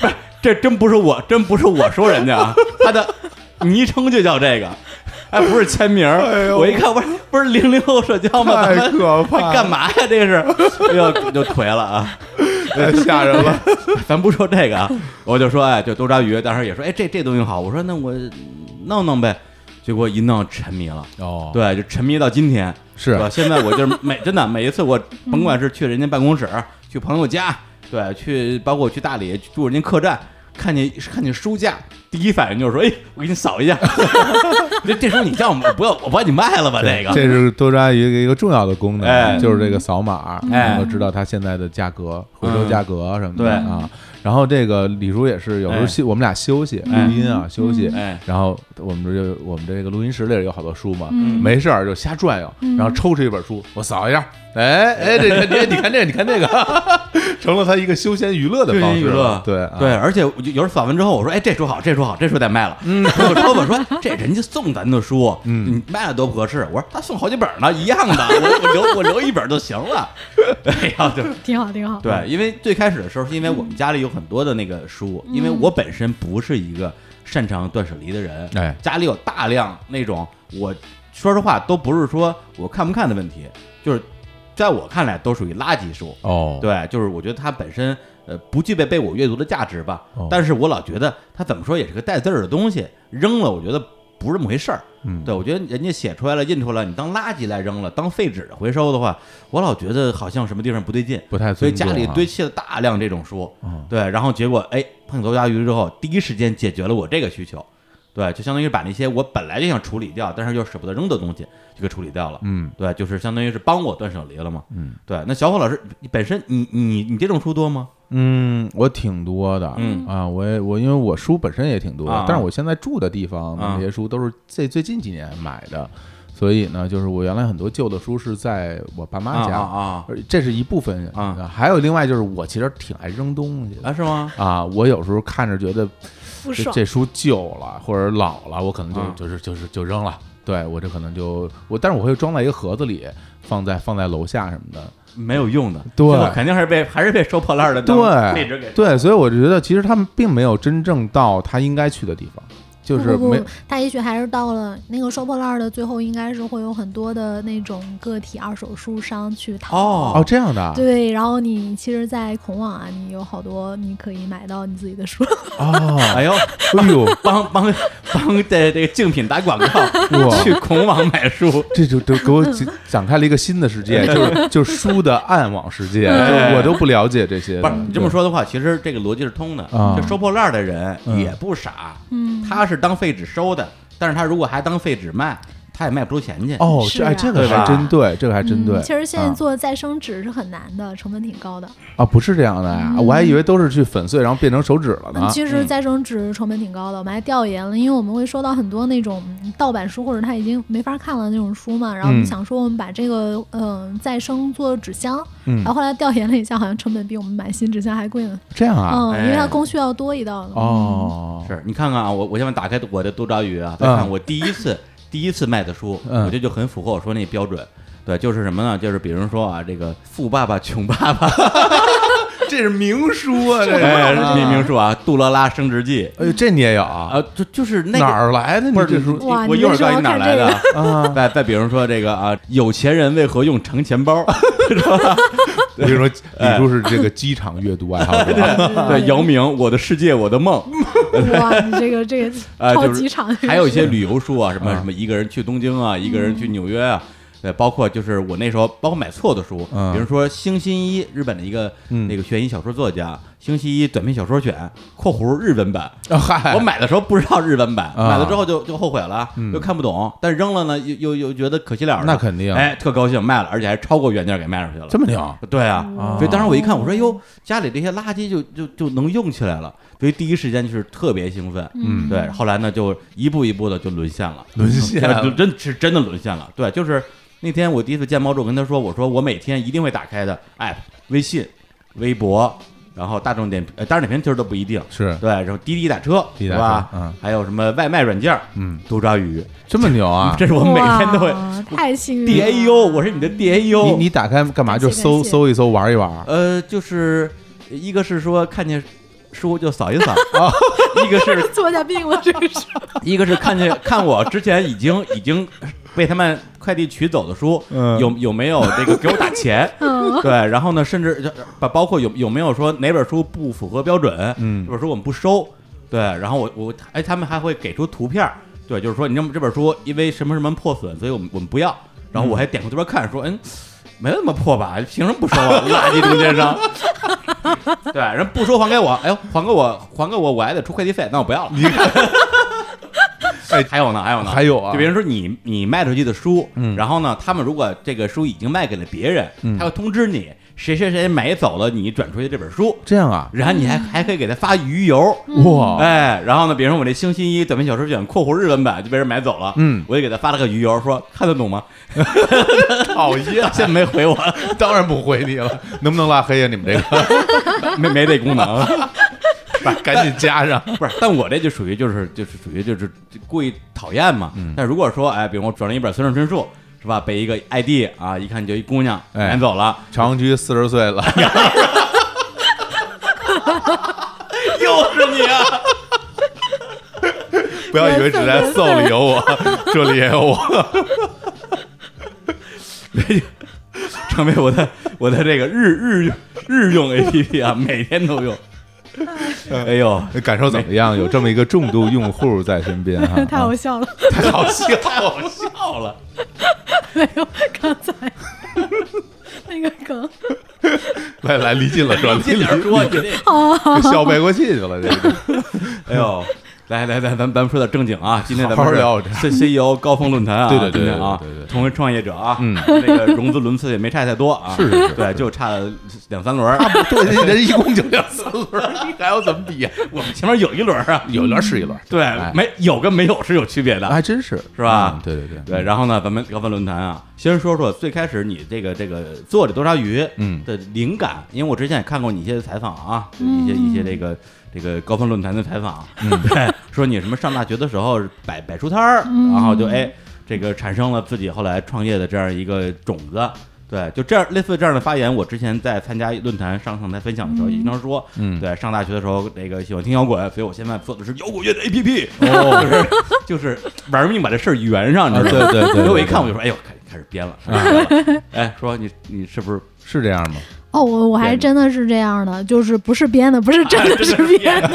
[SPEAKER 1] 不是，这真不是我，真不是我说人家啊，他的 昵称就叫这个，还不是签名儿。
[SPEAKER 2] 哎呦
[SPEAKER 1] 我一看，不是不是零零后社交吗？
[SPEAKER 2] 太
[SPEAKER 1] 咱们
[SPEAKER 2] 可怕了
[SPEAKER 1] 干嘛呀？这是，哎呦，就颓了啊！
[SPEAKER 2] 太吓人了，
[SPEAKER 1] 咱不说这个啊，我就说，哎，就多抓鱼，当时也说，哎，这这东西好，我说那我弄弄呗，结果一弄沉迷了，
[SPEAKER 2] 哦，
[SPEAKER 1] 对，就沉迷到今天。
[SPEAKER 2] 是
[SPEAKER 1] 对吧？现在我就是每真的每一次我甭管是去人家办公室、去朋友家，对，去包括我去大理住人家客栈，看见看见书架，第一反应就是说，哎，我给你扫一下。 这这时候你叫我们不要，我把你卖了吧，这个。
[SPEAKER 2] 这是多抓鱼的一个重要的功能，
[SPEAKER 1] 哎
[SPEAKER 2] 就是这个扫码，
[SPEAKER 1] 哎
[SPEAKER 2] 能够知道它现在的价格、回收价格什么
[SPEAKER 1] 嗯
[SPEAKER 2] 的、
[SPEAKER 1] 对
[SPEAKER 2] 啊。然后这个李叔也是有时候休，我们俩休息录
[SPEAKER 1] 哎
[SPEAKER 2] 音啊，休息。
[SPEAKER 1] 哎
[SPEAKER 2] 然后我们这就我们这个录音室里有好多书嘛，
[SPEAKER 3] 嗯
[SPEAKER 2] 没事儿就瞎转悠，然后抽出一本书，我扫一下，哎哎，这这这，你看这，你看这个， 成了他一个休闲娱乐的方式
[SPEAKER 1] 娱乐
[SPEAKER 2] 了，对啊
[SPEAKER 1] 对，而且我就有时候扫完之后，我说：“哎，这书好，这书好，这书得卖了。”嗯，我说吧，说这人家送咱的书，
[SPEAKER 2] 嗯
[SPEAKER 1] 你卖了多不合适。我说他送好几本呢，一样的，我我留我留一本就行了。 哎呀，就
[SPEAKER 3] 挺好，挺好。
[SPEAKER 1] 对，因为最开始的时候，是因为我们家里有很多的那个书，因为我本身不是一个擅长断舍离的人，
[SPEAKER 2] 哎
[SPEAKER 1] 家里有大量那种，我说实话都不是说我看不看的问题，就是在我看来都属于垃圾书。
[SPEAKER 2] 哦，
[SPEAKER 1] 对，就是我觉得它本身呃不具备被我阅读的价值吧，
[SPEAKER 2] 哦
[SPEAKER 1] 但是我老觉得它怎么说也是个带字儿的东西，扔了我觉得不是那么回事儿。
[SPEAKER 2] 嗯
[SPEAKER 1] 对我觉得人家写出来了、印出来，你当垃圾来扔了，当废纸回收的话，我老觉得好像什么地方不对劲，
[SPEAKER 2] 不太
[SPEAKER 1] 所以
[SPEAKER 2] 尊
[SPEAKER 1] 家
[SPEAKER 2] 重
[SPEAKER 1] 里
[SPEAKER 2] 啊
[SPEAKER 1] 堆砌了大量这种书，
[SPEAKER 2] 哦
[SPEAKER 1] 对，然后结果哎碰头家鱼之后，第一时间解决了我这个需求，对，就相当于把那些我本来就想处理掉，但是又舍不得扔的东西，就给处理掉了，
[SPEAKER 2] 嗯，
[SPEAKER 1] 对，就是相当于是帮我断舍离了嘛，
[SPEAKER 2] 嗯，
[SPEAKER 1] 对。那小火老师，你本身你你你这种书多吗？
[SPEAKER 2] 嗯，我挺多的，
[SPEAKER 1] 嗯
[SPEAKER 2] 啊，我也我因为我书本身也挺多的，
[SPEAKER 1] 啊
[SPEAKER 2] 但是我现在住的地方
[SPEAKER 1] 啊
[SPEAKER 2] 那些书都是最最近几年买的，所以呢，就是我原来很多旧的书是在我爸妈家，
[SPEAKER 1] 啊啊
[SPEAKER 2] 而这是一部分
[SPEAKER 1] 啊，
[SPEAKER 2] 还有另外就是我其实挺爱扔东西
[SPEAKER 1] 啊
[SPEAKER 2] 的。
[SPEAKER 1] 啊，是吗？
[SPEAKER 2] 啊，我有时候看着觉得
[SPEAKER 3] 不
[SPEAKER 2] 这
[SPEAKER 3] 爽。
[SPEAKER 2] 这书旧了或者老了，我可能就、
[SPEAKER 1] 啊
[SPEAKER 2] 就是就是就扔了。对我这可能就我，但是我会装在一个盒子里，放在放在楼下什么的。
[SPEAKER 1] 没有用的，
[SPEAKER 2] 对
[SPEAKER 1] 最后肯定还是被还是被收破烂的当配置
[SPEAKER 2] 对
[SPEAKER 1] 给
[SPEAKER 2] 对，所以我就觉得其实他们并没有真正到他应该去的地方，就是
[SPEAKER 3] 不不
[SPEAKER 2] 没
[SPEAKER 3] 不，他也许还是到了那个收破烂儿的最后，应该是会有很多的那种个体二手书商去淘。
[SPEAKER 1] 哦
[SPEAKER 2] 哦这样的啊
[SPEAKER 3] 对，然后你其实，在孔网啊，你有好多你可以买到你自己的书。
[SPEAKER 2] 哦，
[SPEAKER 1] 哎呦，
[SPEAKER 2] 哎呦，
[SPEAKER 1] 帮帮帮这这个竞品打广告，
[SPEAKER 2] 哇
[SPEAKER 1] 去孔网买书，
[SPEAKER 2] 这就都给我展展开了一个新的世 界，就是就是书的暗网世界，
[SPEAKER 1] 哎
[SPEAKER 2] 就我都不了解这些
[SPEAKER 1] 不
[SPEAKER 2] 的。
[SPEAKER 1] 是你这么说的话，其实这个逻辑是通的。
[SPEAKER 2] 啊
[SPEAKER 1] 这收破烂的人
[SPEAKER 2] 嗯
[SPEAKER 1] 也不傻，
[SPEAKER 3] 嗯，
[SPEAKER 1] 他是当废纸收的，但是他如果还当废纸卖，他也卖不出钱去。
[SPEAKER 2] 对哦，
[SPEAKER 3] 是
[SPEAKER 2] 这哎
[SPEAKER 3] 啊
[SPEAKER 2] 这个
[SPEAKER 1] 对吧
[SPEAKER 2] 还真对，这个还真对。
[SPEAKER 3] 嗯其实现在
[SPEAKER 2] 啊
[SPEAKER 3] 做再生纸是很难的，成本挺高的。
[SPEAKER 2] 啊不是这样的呀，我还以为都是去粉碎然后变成手指了呢
[SPEAKER 3] 嗯，。其实
[SPEAKER 1] 嗯
[SPEAKER 3] 再生纸成本挺高的，我们还调研了，因为我们会收到很多那种嗯盗版书，或者他已经没法看了那种书嘛。然后我们
[SPEAKER 2] 嗯
[SPEAKER 3] 想说，我们把这个嗯、呃再生做纸箱，
[SPEAKER 2] 嗯
[SPEAKER 3] 然后后来调研了一下，好像成本比我们买新纸箱还贵呢。
[SPEAKER 2] 这样啊，
[SPEAKER 3] 嗯，因为它
[SPEAKER 1] 哎
[SPEAKER 3] 工序要多一道。
[SPEAKER 2] 哦，
[SPEAKER 1] 是你看看啊，我我现在打开我的多抓鱼啊，再看
[SPEAKER 2] 嗯
[SPEAKER 1] 我第一次第一次卖的书，
[SPEAKER 2] 嗯
[SPEAKER 1] 我觉得就很符合我说那标准。对，就是什么呢？就是比如说啊，这个富爸爸穷爸爸，
[SPEAKER 2] 这是明书啊，这
[SPEAKER 1] 哎，
[SPEAKER 2] 是
[SPEAKER 1] 明明说啊，杜拉拉升职记
[SPEAKER 2] 哎呦，这你也有啊？
[SPEAKER 1] 啊，就就是那
[SPEAKER 2] 哪
[SPEAKER 1] 个
[SPEAKER 2] 儿来的？你
[SPEAKER 1] 不是
[SPEAKER 2] 这书
[SPEAKER 1] 你
[SPEAKER 3] 哇
[SPEAKER 1] 我
[SPEAKER 3] 你
[SPEAKER 1] 一会儿
[SPEAKER 3] 为什
[SPEAKER 1] 告
[SPEAKER 3] 么
[SPEAKER 1] 诉你哪儿
[SPEAKER 3] 要
[SPEAKER 1] 来
[SPEAKER 3] 看
[SPEAKER 1] 的啊。
[SPEAKER 2] 啊？
[SPEAKER 1] 再再比如说这个啊，有钱人为何用长钱 包？
[SPEAKER 2] 我跟你说，李叔是这个机场阅读爱好者啊，
[SPEAKER 1] 哎对，姚明，我的世界，我的梦，
[SPEAKER 3] 哇，你这个 这个
[SPEAKER 1] 呃
[SPEAKER 3] 超
[SPEAKER 1] 就是
[SPEAKER 3] 级长，
[SPEAKER 1] 还有一些旅游书啊，什么
[SPEAKER 2] 啊
[SPEAKER 1] 什么一个人去东京
[SPEAKER 2] 嗯
[SPEAKER 1] 啊，一个人去纽约啊，对，包括就是我那时候包括买错的书，
[SPEAKER 2] 嗯
[SPEAKER 1] 比如说星新一，日本的一个
[SPEAKER 2] 嗯哎
[SPEAKER 1] 那个悬疑小说作家，星期一短篇小说选（括弧日文版
[SPEAKER 2] 啊 嗨，）。
[SPEAKER 1] 我买的时候不知道日文版，
[SPEAKER 2] 啊
[SPEAKER 1] 买了之后就就后悔了，
[SPEAKER 2] 嗯
[SPEAKER 1] 又看不懂，但是扔了呢，又又又觉得可惜了了。
[SPEAKER 2] 那肯定
[SPEAKER 1] 哎，特高兴卖了，而且还超过原价给卖出去了。
[SPEAKER 2] 这么牛，
[SPEAKER 1] 对啊，
[SPEAKER 2] 啊
[SPEAKER 3] 哦
[SPEAKER 1] 所以当时我一看，我说哟，家里这些垃圾就就就能用起来了，所以第一时间就是特别兴奋。
[SPEAKER 2] 嗯
[SPEAKER 1] 对，后来呢，就一步一步的就沦陷了，
[SPEAKER 2] 沦 陷
[SPEAKER 1] 呃就真是真的沦陷了。对，就是那天我第一次见猫之后，我跟他说，我说我每天一定会打开的 app，微信、微博，然后大众点评，呃，大众点评其实都不一定，
[SPEAKER 2] 是，
[SPEAKER 1] 对，然后滴滴打车，
[SPEAKER 2] 滴滴打
[SPEAKER 1] 是吧？
[SPEAKER 2] 车嗯
[SPEAKER 1] 还有什么外卖软件儿，
[SPEAKER 2] 嗯，
[SPEAKER 1] 多抓鱼，
[SPEAKER 2] 这么牛啊！
[SPEAKER 1] 这是我每天都会
[SPEAKER 3] 哇嗯太幸运了
[SPEAKER 1] D A U，我是你的 D A U，
[SPEAKER 2] 你你打开干嘛？就搜
[SPEAKER 3] 感谢感谢
[SPEAKER 2] 搜一搜，玩一玩。
[SPEAKER 1] 呃，就是一个是说看见书就扫一 扫，一个是
[SPEAKER 3] 坐下病了，这是？
[SPEAKER 1] 一个是看见看我之前已经已经被他们快递取走的书，
[SPEAKER 2] 嗯
[SPEAKER 1] 有有没有这个给我打钱
[SPEAKER 3] 嗯
[SPEAKER 1] 对，然后呢，甚至就把包括有有没有说哪本书不符合标准，
[SPEAKER 2] 嗯
[SPEAKER 1] 这本书我们不收，对，然后我我哎，他们还会给出图片儿，对，就是说你这这本书因为什么什么破损，所以我们我们不要，然后我还点过这边看说，嗯，没那么破吧，凭什么不收啊？垃圾中间商， 对，人不收还给我，哎呦，还给我还给我，我还得出快递费，那我不要了。 哎，还有呢，还有呢，
[SPEAKER 2] 还有啊
[SPEAKER 1] 就比如说你你卖出去的书，
[SPEAKER 2] 嗯
[SPEAKER 1] 然后呢，他们如果这个书已经卖给了别人，
[SPEAKER 2] 嗯
[SPEAKER 1] 他会通知你谁谁谁买走了你转出去这本书，
[SPEAKER 2] 这样啊，
[SPEAKER 1] 然后你还还可以给他发鱼油，
[SPEAKER 2] 嗯
[SPEAKER 3] 嗯
[SPEAKER 2] 哇，
[SPEAKER 1] 哎，然后呢，比如说我这星期一短篇小说卷（括弧日文版）就被人买走了，
[SPEAKER 2] 嗯
[SPEAKER 1] 我就给他发了个鱼油，说看得懂吗？
[SPEAKER 2] 讨 厌，
[SPEAKER 1] 现在没回我，
[SPEAKER 2] 当然不回你了，能不能拉黑呀？你们这个，
[SPEAKER 1] 没没这功能，
[SPEAKER 2] 赶紧加上。
[SPEAKER 1] 不是，但我这就属于就是就是属于就是故意讨厌嘛。但如果说哎，比如我转了一本村上春树。是吧？被一个 ID 啊，一看就一姑娘
[SPEAKER 2] 哎
[SPEAKER 1] 买走了，
[SPEAKER 2] 长居四十岁了，
[SPEAKER 1] 又是你 啊！
[SPEAKER 2] 不要以为只在 SO 里有我，这里也有我。
[SPEAKER 1] 成为我的我的这个日日日用 APP 啊，每天都用。哎呦，
[SPEAKER 2] 感受怎么样？有这么一个重度用户在身边哈，
[SPEAKER 3] 太好笑了，
[SPEAKER 2] 太好笑了。
[SPEAKER 1] 我笑了。
[SPEAKER 3] 没有刚才那个梗，
[SPEAKER 2] 来来，离近了说，
[SPEAKER 1] 近
[SPEAKER 2] 离
[SPEAKER 1] 点
[SPEAKER 2] 离
[SPEAKER 1] 说，你这，
[SPEAKER 2] 笑背过气去了，这个
[SPEAKER 1] 哎呦。来来来，咱咱们说点正经啊！今天咱们
[SPEAKER 2] 好好聊
[SPEAKER 1] 是 C C E O 高峰论坛啊，
[SPEAKER 2] 对对对
[SPEAKER 1] 今天啊
[SPEAKER 2] 对对对，对
[SPEAKER 1] 同为创业者啊，
[SPEAKER 2] 嗯
[SPEAKER 1] 那个融资轮次也没差太多啊，
[SPEAKER 2] 是是是啊
[SPEAKER 1] 对，就差两三轮儿，
[SPEAKER 2] 对，人一共就两三轮，你还要怎么 比呀？啊
[SPEAKER 1] 我们前面有一轮儿啊，
[SPEAKER 2] 有一轮是一轮，
[SPEAKER 1] 对，没有跟没有是有区别的，
[SPEAKER 2] 还真啊是
[SPEAKER 1] 是吧
[SPEAKER 2] 哎嗯对对对
[SPEAKER 1] 对，然后呢，咱们高分论坛啊，先说说最开始你这个这个做这多抓鱼
[SPEAKER 2] 嗯
[SPEAKER 1] 的灵感，因为我之前也看过你一些采访啊，一些一些这个这个高分论坛的采访，
[SPEAKER 2] 嗯
[SPEAKER 1] 对，说你什么上大学的时候摆摆书摊儿，然后就哎这个产生了自己后来创业的这样一个种子。对，就这样类似这样的发言，我之前在参加论坛上上台分享的时候也经常说，
[SPEAKER 2] 嗯
[SPEAKER 1] 对，上大学的时候那个喜欢听摇滚，所以我现在做的是摇滚乐的 APP，
[SPEAKER 2] 哦，
[SPEAKER 1] 就是玩命把这事儿圆上，你
[SPEAKER 2] 啊
[SPEAKER 1] 知
[SPEAKER 2] 对
[SPEAKER 1] 道吗？
[SPEAKER 2] 对对对，
[SPEAKER 1] 所以 我一
[SPEAKER 2] 对
[SPEAKER 1] 看我就说，哎呦，开开始编了，
[SPEAKER 3] 啊
[SPEAKER 1] 开始编了 哎，说你你是不是
[SPEAKER 2] 是这样吗？
[SPEAKER 3] 哦，我我还
[SPEAKER 1] 编的
[SPEAKER 3] 真的是这样的，就是不是编的，不是真的是编的，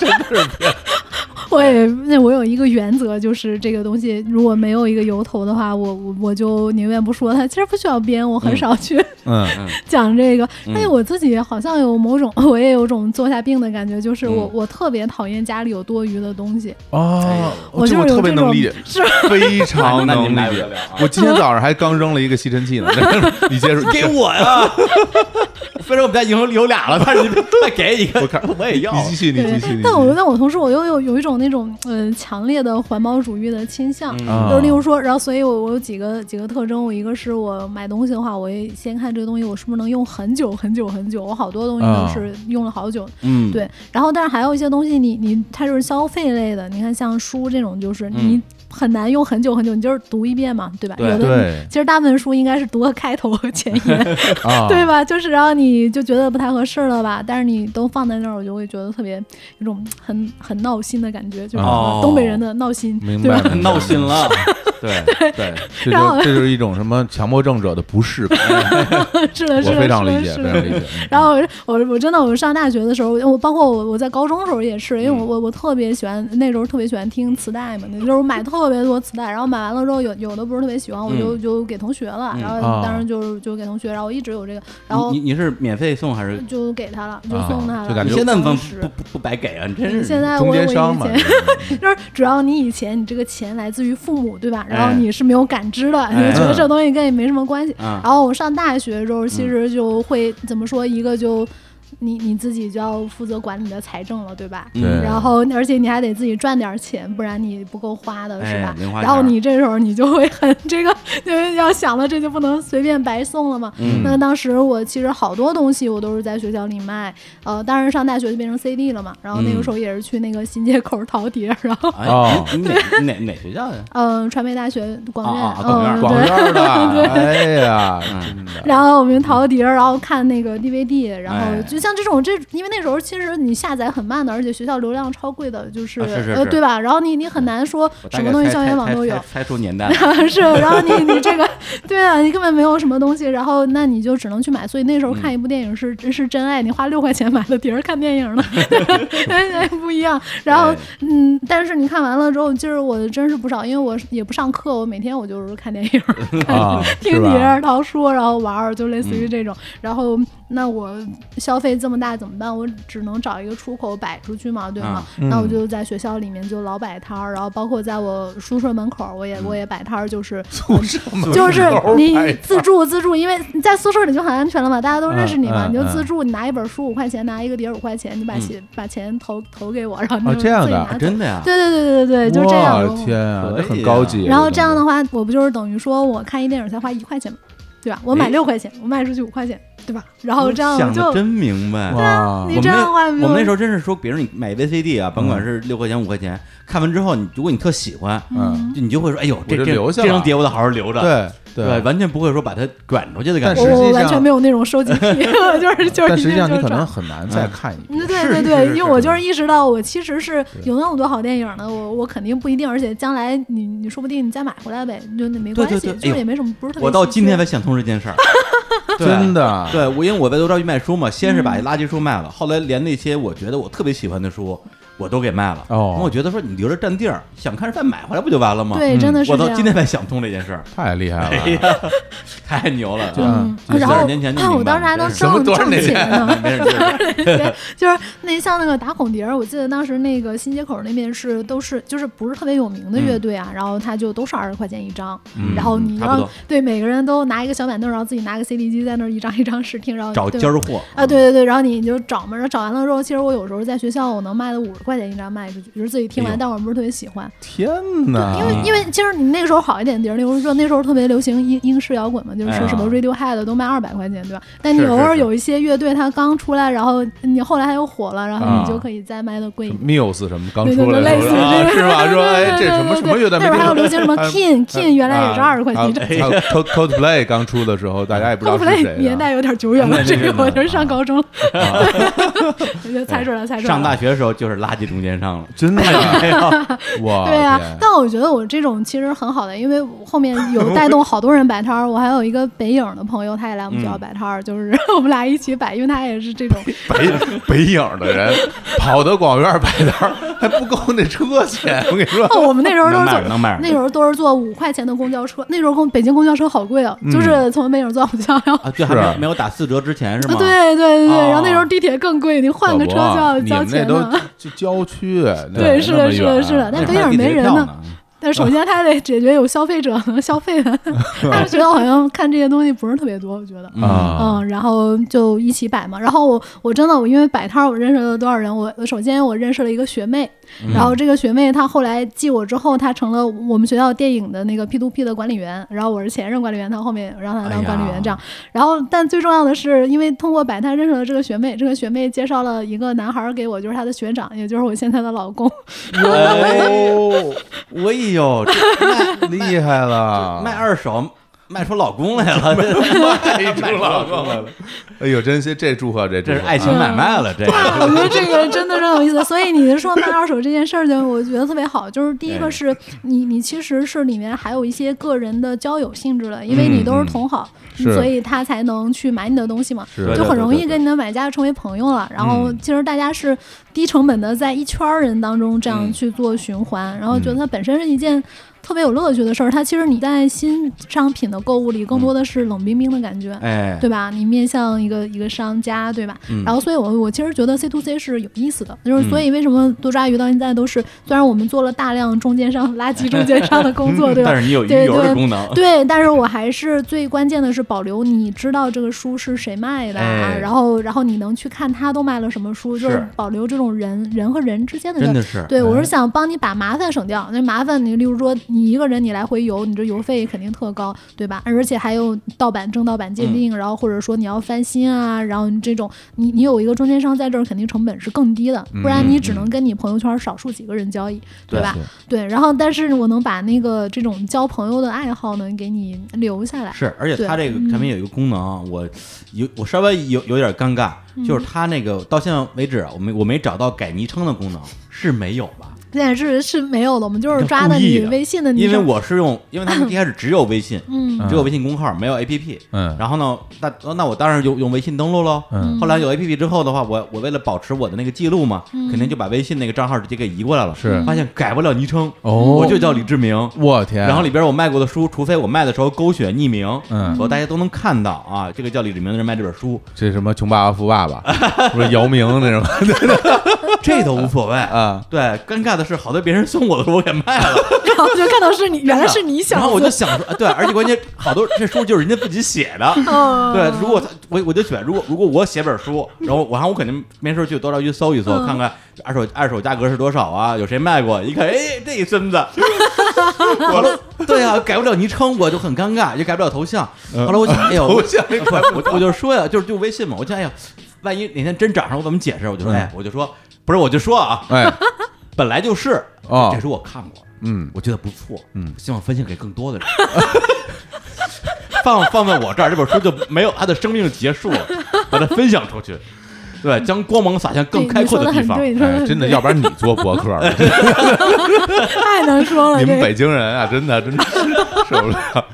[SPEAKER 3] 真的是编。 我也那我有一个原则，就是这个东西如果没有一个由头的话，我我我就宁愿不说它。其实不需要编，我很少去
[SPEAKER 2] 嗯，
[SPEAKER 3] 讲这个。
[SPEAKER 1] 嗯
[SPEAKER 3] 但是我自己好像有某种，我也有种坐下病的感觉，就是我、
[SPEAKER 1] 嗯
[SPEAKER 3] 我特别讨厌家里有多余的东西。
[SPEAKER 2] 哦，
[SPEAKER 3] 我
[SPEAKER 2] 这
[SPEAKER 3] 就是有
[SPEAKER 2] 特别
[SPEAKER 3] 这
[SPEAKER 2] 能
[SPEAKER 3] 种
[SPEAKER 2] 理 解，
[SPEAKER 3] 是
[SPEAKER 2] 非
[SPEAKER 1] 那
[SPEAKER 2] 常
[SPEAKER 1] 那你们
[SPEAKER 2] 能
[SPEAKER 1] 俩
[SPEAKER 2] 理
[SPEAKER 1] 有
[SPEAKER 2] 解
[SPEAKER 1] 得。聊啊？
[SPEAKER 2] 我今天早上还刚扔了一个吸尘 器呢，你接着，
[SPEAKER 1] 给我 呀！虽然我们家已经有俩了，但是你 再给一个，
[SPEAKER 2] 我看
[SPEAKER 1] 我也要。
[SPEAKER 2] 你继续，你继续，
[SPEAKER 3] 对
[SPEAKER 2] 你，
[SPEAKER 3] 但我但我同时我又有有一种那种呃强烈的环保主义的倾向，
[SPEAKER 1] 嗯
[SPEAKER 2] 啊
[SPEAKER 3] 就是例如说，然后所以我我有几个几个特征，我一个是我买东西的话，我会先看这个东西我是不是能用很久很久很久，我好多东西
[SPEAKER 2] 啊
[SPEAKER 3] 都是用了好久。
[SPEAKER 1] 嗯，
[SPEAKER 3] 对，然后但是还有一些东西你，你它就是消费类的，你看像书这种，就是你
[SPEAKER 1] 嗯
[SPEAKER 3] 很难用很久很久，你就是读一遍嘛，对吧？
[SPEAKER 1] 对
[SPEAKER 3] 有的
[SPEAKER 2] 对
[SPEAKER 3] 其实大部分书应该是读个开头 和前言，
[SPEAKER 2] 啊，
[SPEAKER 3] 对吧？就是然后你就觉得不太合适了吧，但是你都放在那儿，我就会觉得特别有种很很闹心的感觉，就是
[SPEAKER 1] 哦
[SPEAKER 3] 东北人的闹心，
[SPEAKER 2] 明
[SPEAKER 3] 对
[SPEAKER 2] 白
[SPEAKER 3] 吧？
[SPEAKER 2] 了，
[SPEAKER 1] 闹心了。对对，
[SPEAKER 2] 这
[SPEAKER 3] 然后
[SPEAKER 2] 就这就是一种什么强迫症者的不适感，
[SPEAKER 3] 是 的，是
[SPEAKER 2] 我
[SPEAKER 3] 的，
[SPEAKER 2] 非常
[SPEAKER 3] 是的
[SPEAKER 2] 理解，
[SPEAKER 3] 是
[SPEAKER 2] 非
[SPEAKER 3] 的
[SPEAKER 2] 常理解。嗯
[SPEAKER 3] 然后我我真的我上大学的时候，我包括我我在高中的时候也是，因为
[SPEAKER 2] 嗯
[SPEAKER 3] 我我我特别喜欢那时候特别喜欢听磁带嘛，那时候买特别多磁带，然后买完了之后有有的不是特别喜欢，我
[SPEAKER 2] 嗯
[SPEAKER 3] 就就给同学了，然
[SPEAKER 2] 啊
[SPEAKER 3] 后当时就是就给同学，然后我一直有这个，然后
[SPEAKER 1] 嗯你你你是免费送还是？
[SPEAKER 3] 就给他了，就送他了。
[SPEAKER 2] 啊就感
[SPEAKER 1] 你
[SPEAKER 2] 觉
[SPEAKER 1] 现在不
[SPEAKER 3] 当
[SPEAKER 1] 不
[SPEAKER 3] 时嗯
[SPEAKER 1] 不不白给啊！你真是
[SPEAKER 3] 现在我
[SPEAKER 2] 中
[SPEAKER 3] 我以
[SPEAKER 2] 间商嘛，
[SPEAKER 3] 前就是只要你以前你这个钱来自于父母，对吧？然后
[SPEAKER 1] 哎
[SPEAKER 3] 你是没有感知的，你
[SPEAKER 1] 哎
[SPEAKER 3] 就觉得这东西跟你没什么关系。
[SPEAKER 1] 嗯
[SPEAKER 3] 然后我上大学的时候，其实就会、怎么说，一个就你你自己就要负责管你的财政了，对吧？
[SPEAKER 1] 嗯
[SPEAKER 2] 对
[SPEAKER 3] 然后，而且你还得自己赚点钱，不然你不够花的是吧
[SPEAKER 1] 哎？零花钱
[SPEAKER 3] 然后你这时候你就会很这个，就是要想了，这就不能随便白送了嘛。
[SPEAKER 1] 嗯
[SPEAKER 3] 那当时我其实好多东西我都是在学校里卖，呃，当然上大学就变成 CD 了嘛。然后那
[SPEAKER 1] 嗯
[SPEAKER 3] 个时候也是去那个新街口淘碟，然后
[SPEAKER 1] 哎
[SPEAKER 2] 哦，
[SPEAKER 1] 你你哪哪哪学校呀？
[SPEAKER 3] 嗯、呃传媒大学广院，
[SPEAKER 1] 啊啊广院
[SPEAKER 3] 嗯
[SPEAKER 2] 广
[SPEAKER 3] 对
[SPEAKER 2] 院儿的，哎呀，真的
[SPEAKER 3] 然后我们淘碟，然后看那个 DVD，然后
[SPEAKER 1] 哎
[SPEAKER 3] 就像这种这，因为那时候其实你下载很慢的，而且学校流量超贵的，就是,、
[SPEAKER 1] 啊是是
[SPEAKER 3] 呃
[SPEAKER 1] 是
[SPEAKER 3] 对吧？然后你你很难说
[SPEAKER 1] 我大
[SPEAKER 3] 什
[SPEAKER 1] 概
[SPEAKER 3] 么东西
[SPEAKER 1] 猜
[SPEAKER 3] 校园网都有
[SPEAKER 1] 猜。猜猜出年代了。
[SPEAKER 3] 是，然后你你这个，对啊，你根本没有什么东西，然后那你就只能去买。所以那时候看一部电影是、 是真爱，你花六块钱买的碟儿看电 影了，哎不一样。 然
[SPEAKER 1] 哎
[SPEAKER 3] 后嗯，但是你看完了之后，就是我真是不少，因为我也不上课，我每天我就是看电影儿、
[SPEAKER 2] 啊，
[SPEAKER 3] 听
[SPEAKER 2] 是
[SPEAKER 3] 碟
[SPEAKER 2] 吧？嗯
[SPEAKER 3] 儿、淘书，然后玩儿，就类似于这种。然后那我消费这么大怎么办？我只能找一个出口摆出去嘛，对
[SPEAKER 2] 啊
[SPEAKER 3] 吗？那我就在学校里面就老摆摊儿，然后包括在我宿舍门口，我也、我也摆摊儿，就是
[SPEAKER 2] 嗯宿舍门
[SPEAKER 3] 就是
[SPEAKER 2] 口
[SPEAKER 3] 你
[SPEAKER 2] 摆
[SPEAKER 3] 自助自助，因为你在宿舍里就很安全了嘛，大家都认识你嘛，
[SPEAKER 2] 嗯嗯
[SPEAKER 3] 你就自助，你拿一本书五块钱，拿一个碟五块钱，你把钱、把钱投投给我，然后你
[SPEAKER 2] 哦
[SPEAKER 3] 就
[SPEAKER 2] 这样
[SPEAKER 3] 自己
[SPEAKER 2] 的
[SPEAKER 3] 拿走。
[SPEAKER 1] 啊真的呀？
[SPEAKER 3] 对对对对对对，就这样。
[SPEAKER 2] 哇天啊，
[SPEAKER 1] 可
[SPEAKER 2] 这
[SPEAKER 1] 以
[SPEAKER 2] 很高
[SPEAKER 1] 啊
[SPEAKER 2] 级。
[SPEAKER 3] 然后这样的话，我不就是等于说我看一电影才花一块钱嘛，对吧？我买
[SPEAKER 1] 哎
[SPEAKER 3] 六块钱，我卖出去五块钱，对吧？然后这样我
[SPEAKER 1] 想
[SPEAKER 3] 就
[SPEAKER 1] 的真明白。
[SPEAKER 2] 哇
[SPEAKER 3] 啊你
[SPEAKER 1] 我
[SPEAKER 3] 这
[SPEAKER 1] 们那
[SPEAKER 3] 样的话
[SPEAKER 1] 我
[SPEAKER 3] 没有
[SPEAKER 1] 们那时候真是说，比如你买 VCD 啊，甭管是六块钱五块钱，看完之后，你如果你特喜欢，
[SPEAKER 2] 嗯
[SPEAKER 1] 就你就会说，哎呦，这
[SPEAKER 2] 我就
[SPEAKER 1] 这
[SPEAKER 2] 留下
[SPEAKER 1] 这张
[SPEAKER 2] 了
[SPEAKER 1] 碟我得好好留着。
[SPEAKER 2] 对
[SPEAKER 1] 对， 完全不会说把它转出去的感
[SPEAKER 2] 但
[SPEAKER 1] 觉
[SPEAKER 2] 实。
[SPEAKER 3] 我
[SPEAKER 2] 际
[SPEAKER 3] 我完
[SPEAKER 2] 上
[SPEAKER 3] 全没有那 种收集癖，我就是就是
[SPEAKER 2] 但实际上
[SPEAKER 3] 就
[SPEAKER 2] 你可
[SPEAKER 3] 是
[SPEAKER 2] 能
[SPEAKER 3] 找
[SPEAKER 2] 很难再看一遍。
[SPEAKER 3] 嗯，对
[SPEAKER 1] 是
[SPEAKER 3] 对
[SPEAKER 1] 是
[SPEAKER 3] 对，
[SPEAKER 1] 是
[SPEAKER 3] 因为我就是意识到，我其实是有那么多好电影的，我我肯定不一定，而且将来你你说不定你再买回来呗，就那没
[SPEAKER 1] 对
[SPEAKER 3] 关
[SPEAKER 1] 对
[SPEAKER 3] 系，
[SPEAKER 1] 对哎
[SPEAKER 3] 就
[SPEAKER 1] 呦
[SPEAKER 3] 是也没什么，不是特别稀缺。
[SPEAKER 1] 我到今天才想通这件事儿，对
[SPEAKER 2] 真。的，
[SPEAKER 1] 对，我因为我在罗州去卖书嘛，先是把
[SPEAKER 2] 嗯
[SPEAKER 1] 垃圾书卖了，后来连那些我觉得我特别喜欢的书，我都给卖了。
[SPEAKER 2] 哦
[SPEAKER 1] 然后我觉得说你留着占地儿，想看再买回来不就完了吗？
[SPEAKER 3] 对，真的
[SPEAKER 1] 嗯
[SPEAKER 3] 是
[SPEAKER 1] 我
[SPEAKER 3] 这
[SPEAKER 1] 到
[SPEAKER 3] 样。
[SPEAKER 1] 今天才想通这件事儿，
[SPEAKER 2] 太厉害
[SPEAKER 1] 哎
[SPEAKER 2] 了，
[SPEAKER 1] 呀， 太牛了！
[SPEAKER 2] 就
[SPEAKER 3] 嗯，
[SPEAKER 1] 啊就
[SPEAKER 3] 然
[SPEAKER 1] 四
[SPEAKER 3] 后
[SPEAKER 1] 十年前就
[SPEAKER 3] 哎
[SPEAKER 1] 明白
[SPEAKER 3] 我当时
[SPEAKER 1] 了
[SPEAKER 3] 还能
[SPEAKER 1] 真是
[SPEAKER 2] 什么
[SPEAKER 3] 挣
[SPEAKER 2] 多少
[SPEAKER 3] 挣
[SPEAKER 2] 年
[SPEAKER 3] 钱呢，
[SPEAKER 1] 嗯没事， 就是
[SPEAKER 3] 对，就是那像那个打孔碟儿，我记得当时那个新街口那边是都是就是不是特别有名的乐队啊，然后他就都是二十块钱一张，
[SPEAKER 1] 嗯
[SPEAKER 3] 然后你
[SPEAKER 1] 差不
[SPEAKER 3] 让
[SPEAKER 1] 多
[SPEAKER 3] 对每个人都拿一个小板凳，然后自己拿个 CD 机在那儿一张一张试听，然后
[SPEAKER 1] 找
[SPEAKER 3] 对
[SPEAKER 1] 尖儿货
[SPEAKER 3] 啊，对对对，然后你就找嘛，然后找完了之后，其实我有时候在学校我能卖到五十块钱一张卖出去，就是自己听
[SPEAKER 1] 哎
[SPEAKER 3] 完，
[SPEAKER 1] 呦
[SPEAKER 3] 但我不是特别喜欢，
[SPEAKER 2] 天哪！
[SPEAKER 3] 因为因为其实你那个时候好一点碟儿，例如说那时候特别流行英英式摇滚嘛，就是
[SPEAKER 1] 哎
[SPEAKER 3] 说什么
[SPEAKER 2] 啊
[SPEAKER 3] Radiohead 都卖二百块钱，对吧？但你
[SPEAKER 1] 是
[SPEAKER 3] 偶
[SPEAKER 1] 是
[SPEAKER 3] 尔
[SPEAKER 1] 是
[SPEAKER 3] 有一些乐队它刚出来，然后你后来它又火了，然后
[SPEAKER 2] 啊
[SPEAKER 3] 你就可以再卖的贵一点。
[SPEAKER 2] Muse 什么刚
[SPEAKER 3] 对
[SPEAKER 2] 出
[SPEAKER 3] 对
[SPEAKER 2] 来
[SPEAKER 3] 对
[SPEAKER 2] 的时候啊，
[SPEAKER 3] 类似
[SPEAKER 2] 是吧？说哎，这
[SPEAKER 3] 对对对
[SPEAKER 2] 什么
[SPEAKER 3] 对
[SPEAKER 2] 什么乐队没
[SPEAKER 3] 那会
[SPEAKER 2] 听过？啊
[SPEAKER 3] 儿还有流 行什么 King King，原来也是二十块钱一张。
[SPEAKER 2] 还有 Cold Coldplay 刚出的时候，大家也不知哎道 是
[SPEAKER 3] Coldplay
[SPEAKER 2] 谁啊
[SPEAKER 3] 年
[SPEAKER 2] 的。
[SPEAKER 3] 代有点久远了，
[SPEAKER 1] 对对
[SPEAKER 3] 这
[SPEAKER 1] 对
[SPEAKER 3] 个
[SPEAKER 1] 对
[SPEAKER 2] 啊
[SPEAKER 3] 我就是上高中了， 我就猜出来，猜出来了。
[SPEAKER 1] 上大学的时候就是垃圾中间商了。
[SPEAKER 2] 真的
[SPEAKER 1] 哎 呦
[SPEAKER 2] 哇！
[SPEAKER 3] 对啊
[SPEAKER 2] 天，
[SPEAKER 3] 但我觉得我这种其实很好的，因为我后面有带动好多人摆摊儿。我还有一个北影的朋友，他也来我
[SPEAKER 1] 嗯
[SPEAKER 3] 们学校摆摊儿，就是 我们俩一起摆，因为他也是 这种，
[SPEAKER 2] 北北影的人跑到广院摆摊儿，还不够那车钱。我跟你说，
[SPEAKER 3] 哦，我们那时候都
[SPEAKER 1] 能
[SPEAKER 3] 是
[SPEAKER 1] 卖
[SPEAKER 3] 坐。
[SPEAKER 1] 能卖
[SPEAKER 3] 那时候都是坐五块钱的公交车，那时候公北京公交车好贵啊，就是从北影坐五交，然后
[SPEAKER 1] 嗯啊，对，还
[SPEAKER 2] 是
[SPEAKER 1] 没有没有打四折之前是吗？
[SPEAKER 3] 啊对 对对对，
[SPEAKER 1] 哦啊
[SPEAKER 3] 然后那时候地铁更贵，你换个车就
[SPEAKER 2] 老
[SPEAKER 3] 要
[SPEAKER 2] 伯你
[SPEAKER 3] 交
[SPEAKER 2] 们那
[SPEAKER 3] 钱啊
[SPEAKER 2] 都
[SPEAKER 3] 了。
[SPEAKER 2] 就郊区，那
[SPEAKER 3] 对是的
[SPEAKER 2] 那么
[SPEAKER 3] 是的
[SPEAKER 2] 远
[SPEAKER 3] 是的
[SPEAKER 1] 那
[SPEAKER 3] 但
[SPEAKER 1] 时候哎
[SPEAKER 3] 北影
[SPEAKER 1] 还有地
[SPEAKER 3] 没
[SPEAKER 1] 铁
[SPEAKER 3] 人
[SPEAKER 1] 票
[SPEAKER 3] 呢
[SPEAKER 1] 呢。
[SPEAKER 3] 但首先他得解决有消费者能消 费的，他们学校好像看这些东西不是特别多，我觉得。
[SPEAKER 2] 啊，
[SPEAKER 3] 嗯，然后就一起摆嘛。然后我我真的我因为摆摊儿，我认识了多少人？我我首先我认识了一个学妹，
[SPEAKER 1] 嗯
[SPEAKER 3] 然后这个学妹她后来继我之后，她成了我们学校电影的那个 P to P 的管理员。然后我是前任管理员，她后面让她
[SPEAKER 1] 哎
[SPEAKER 3] 当
[SPEAKER 1] 呀
[SPEAKER 3] 管理员这样。然后但最重要的是，因为通过摆摊认识了这个学妹，这个学妹介绍了一个男孩儿给我，就是她的学长，也就是我现在的老公。
[SPEAKER 1] 哎，我哎呦，这
[SPEAKER 3] 嗯
[SPEAKER 1] 啊
[SPEAKER 2] 厉害了！
[SPEAKER 1] 卖二手卖出老公来 了，
[SPEAKER 2] 太出老公来了，哎呦，真是这祝贺这
[SPEAKER 1] 这
[SPEAKER 2] 祝
[SPEAKER 1] 是
[SPEAKER 2] 贺
[SPEAKER 1] 爱情
[SPEAKER 2] 啊
[SPEAKER 1] 买卖了，这
[SPEAKER 3] 啊我
[SPEAKER 1] 个
[SPEAKER 3] 觉得这个真的是很有意思。所以你说卖二手这件事儿，就我觉得特别好。就是第一个是你，你其实是里面还有一些个人的交友性质的，因为你都是同好，
[SPEAKER 2] 嗯是
[SPEAKER 3] 所以他才能去买你的东西嘛，
[SPEAKER 2] 是
[SPEAKER 3] 就很容
[SPEAKER 1] 对对对
[SPEAKER 3] 易
[SPEAKER 1] 对
[SPEAKER 3] 跟你的买家成为朋友了。然后
[SPEAKER 2] 嗯
[SPEAKER 3] 其实大家是低成本的在一圈儿人当中这样去做循环，然后觉得它本身是一件。特别有乐趣的事儿，它其实你在新商品的购物里，更多的是冷冰冰的感觉。
[SPEAKER 1] 哎，
[SPEAKER 3] 嗯对吧？你面向一个一个商家，对吧？
[SPEAKER 1] 嗯
[SPEAKER 3] 然后，所以我我其实觉得 C to C 是有意思的，就是
[SPEAKER 1] 嗯
[SPEAKER 3] 所以为什么多抓鱼到现在都是，虽然我们做了大量中间商、垃圾中间商的工作，对吧
[SPEAKER 1] 但？是你有鱼
[SPEAKER 3] 对
[SPEAKER 1] 油的
[SPEAKER 3] 对
[SPEAKER 1] 功能，
[SPEAKER 3] 对，但是我还是最关键的是保留你知道这个书是谁卖的，啊
[SPEAKER 1] 哎，
[SPEAKER 3] 然后然后你能去看他都卖了什么书，就是
[SPEAKER 1] 是
[SPEAKER 3] 保留这种人人和人之间的这
[SPEAKER 1] 真
[SPEAKER 3] 个
[SPEAKER 1] 的是
[SPEAKER 3] 对，我
[SPEAKER 2] 哎
[SPEAKER 3] 是想帮你把麻烦省掉。那麻烦你，例如说你一个人你来回游，你这邮费肯定特高，对吧？而且还有盗版、正盗版
[SPEAKER 1] 嗯
[SPEAKER 3] 鉴定，然后或者说你要翻新啊，然后你这种，你你有一个中间商在这儿，肯定成本是更低的，
[SPEAKER 1] 嗯
[SPEAKER 3] 不然你只能跟你朋友圈少数几个人交易，对吧？对，然后但是我能把那个这种交朋友的爱好呢，给你留下来。
[SPEAKER 1] 是，而且
[SPEAKER 3] 对嗯
[SPEAKER 1] 它这个产品有一个功能啊，我有我稍微有有点尴尬，
[SPEAKER 3] 嗯
[SPEAKER 1] 就是它那个到现在为止啊，我没我没找到改昵称的功能，是没有吧？
[SPEAKER 3] 现在是是没有了，我们就是抓
[SPEAKER 1] 故
[SPEAKER 3] 的
[SPEAKER 1] 意
[SPEAKER 3] 你
[SPEAKER 1] 的
[SPEAKER 3] 微信 的你
[SPEAKER 1] 因为
[SPEAKER 3] 手
[SPEAKER 1] 我是用，因为 他们一开始只有微信，
[SPEAKER 3] 嗯
[SPEAKER 2] 嗯
[SPEAKER 1] 只有微信公号，没有 APP。
[SPEAKER 2] 嗯
[SPEAKER 1] 然后呢，那那我当然用用微信登录喽。
[SPEAKER 2] 嗯
[SPEAKER 1] 后来有 APP 之后的话，我我为了保持我的那个记录嘛，
[SPEAKER 3] 嗯
[SPEAKER 1] 肯定就把微信那个账号直接给移过来了。
[SPEAKER 2] 是
[SPEAKER 1] 发现改不了昵称，
[SPEAKER 2] 哦
[SPEAKER 1] 我就叫李志明。
[SPEAKER 2] 我天，
[SPEAKER 1] 然后里边我卖过的书，除非我卖的时候勾选匿名，
[SPEAKER 2] 嗯
[SPEAKER 1] 我大家都能看到啊，这个叫李志明的人卖这本书，
[SPEAKER 2] 这什么穷爸爸富爸爸，不是姚明那什么
[SPEAKER 1] 这都无所谓。
[SPEAKER 2] 啊，
[SPEAKER 1] 对，尴尬的是，好多别人送我的书我给卖 了，
[SPEAKER 3] 然后就看到 是你，原来是你想
[SPEAKER 1] 啊然
[SPEAKER 3] 的，
[SPEAKER 1] 后我就想说，啊对，而且关键好多这书就是人家自己写 的，
[SPEAKER 3] 嗯
[SPEAKER 2] 哦
[SPEAKER 1] 对，如果他我我就选，如果如果我写本 书，然后我还我肯定没事儿去多少去搜一搜，
[SPEAKER 3] 嗯
[SPEAKER 1] 看看二手二手价格是多少啊，有谁卖过？一看，哎，这孙子， 我 说对啊，改不了昵称，我就很尴尬，也改不了头像。后来我想，哎呦，
[SPEAKER 2] 嗯 头像
[SPEAKER 1] 我我我就说呀，就是就微信嘛，我想，哎呀，万一哪天真找上，我怎么解释？我就说，
[SPEAKER 2] 嗯
[SPEAKER 1] 哎，我就说不是，我就说啊，
[SPEAKER 2] 哎，
[SPEAKER 1] 本来就是，
[SPEAKER 2] 哦
[SPEAKER 1] 这书我看过，
[SPEAKER 2] 嗯，
[SPEAKER 1] 我觉得不错，
[SPEAKER 2] 嗯
[SPEAKER 1] 希望分享给更多的人。放放在我这儿，这本书就没有它的生命就结束了，把它分享出去，对， 将光芒洒向更
[SPEAKER 3] 对
[SPEAKER 1] 开
[SPEAKER 3] 你
[SPEAKER 1] 阔
[SPEAKER 3] 说的
[SPEAKER 1] 地
[SPEAKER 3] 很
[SPEAKER 1] 方。
[SPEAKER 3] 对，你说得
[SPEAKER 2] 哎
[SPEAKER 3] 很
[SPEAKER 2] 真的，
[SPEAKER 3] 对
[SPEAKER 2] 要不然你做博客 吧，
[SPEAKER 3] 太能说了，
[SPEAKER 2] 你
[SPEAKER 3] 这
[SPEAKER 2] 们
[SPEAKER 3] 个
[SPEAKER 2] 北京人啊，真的真的受不了。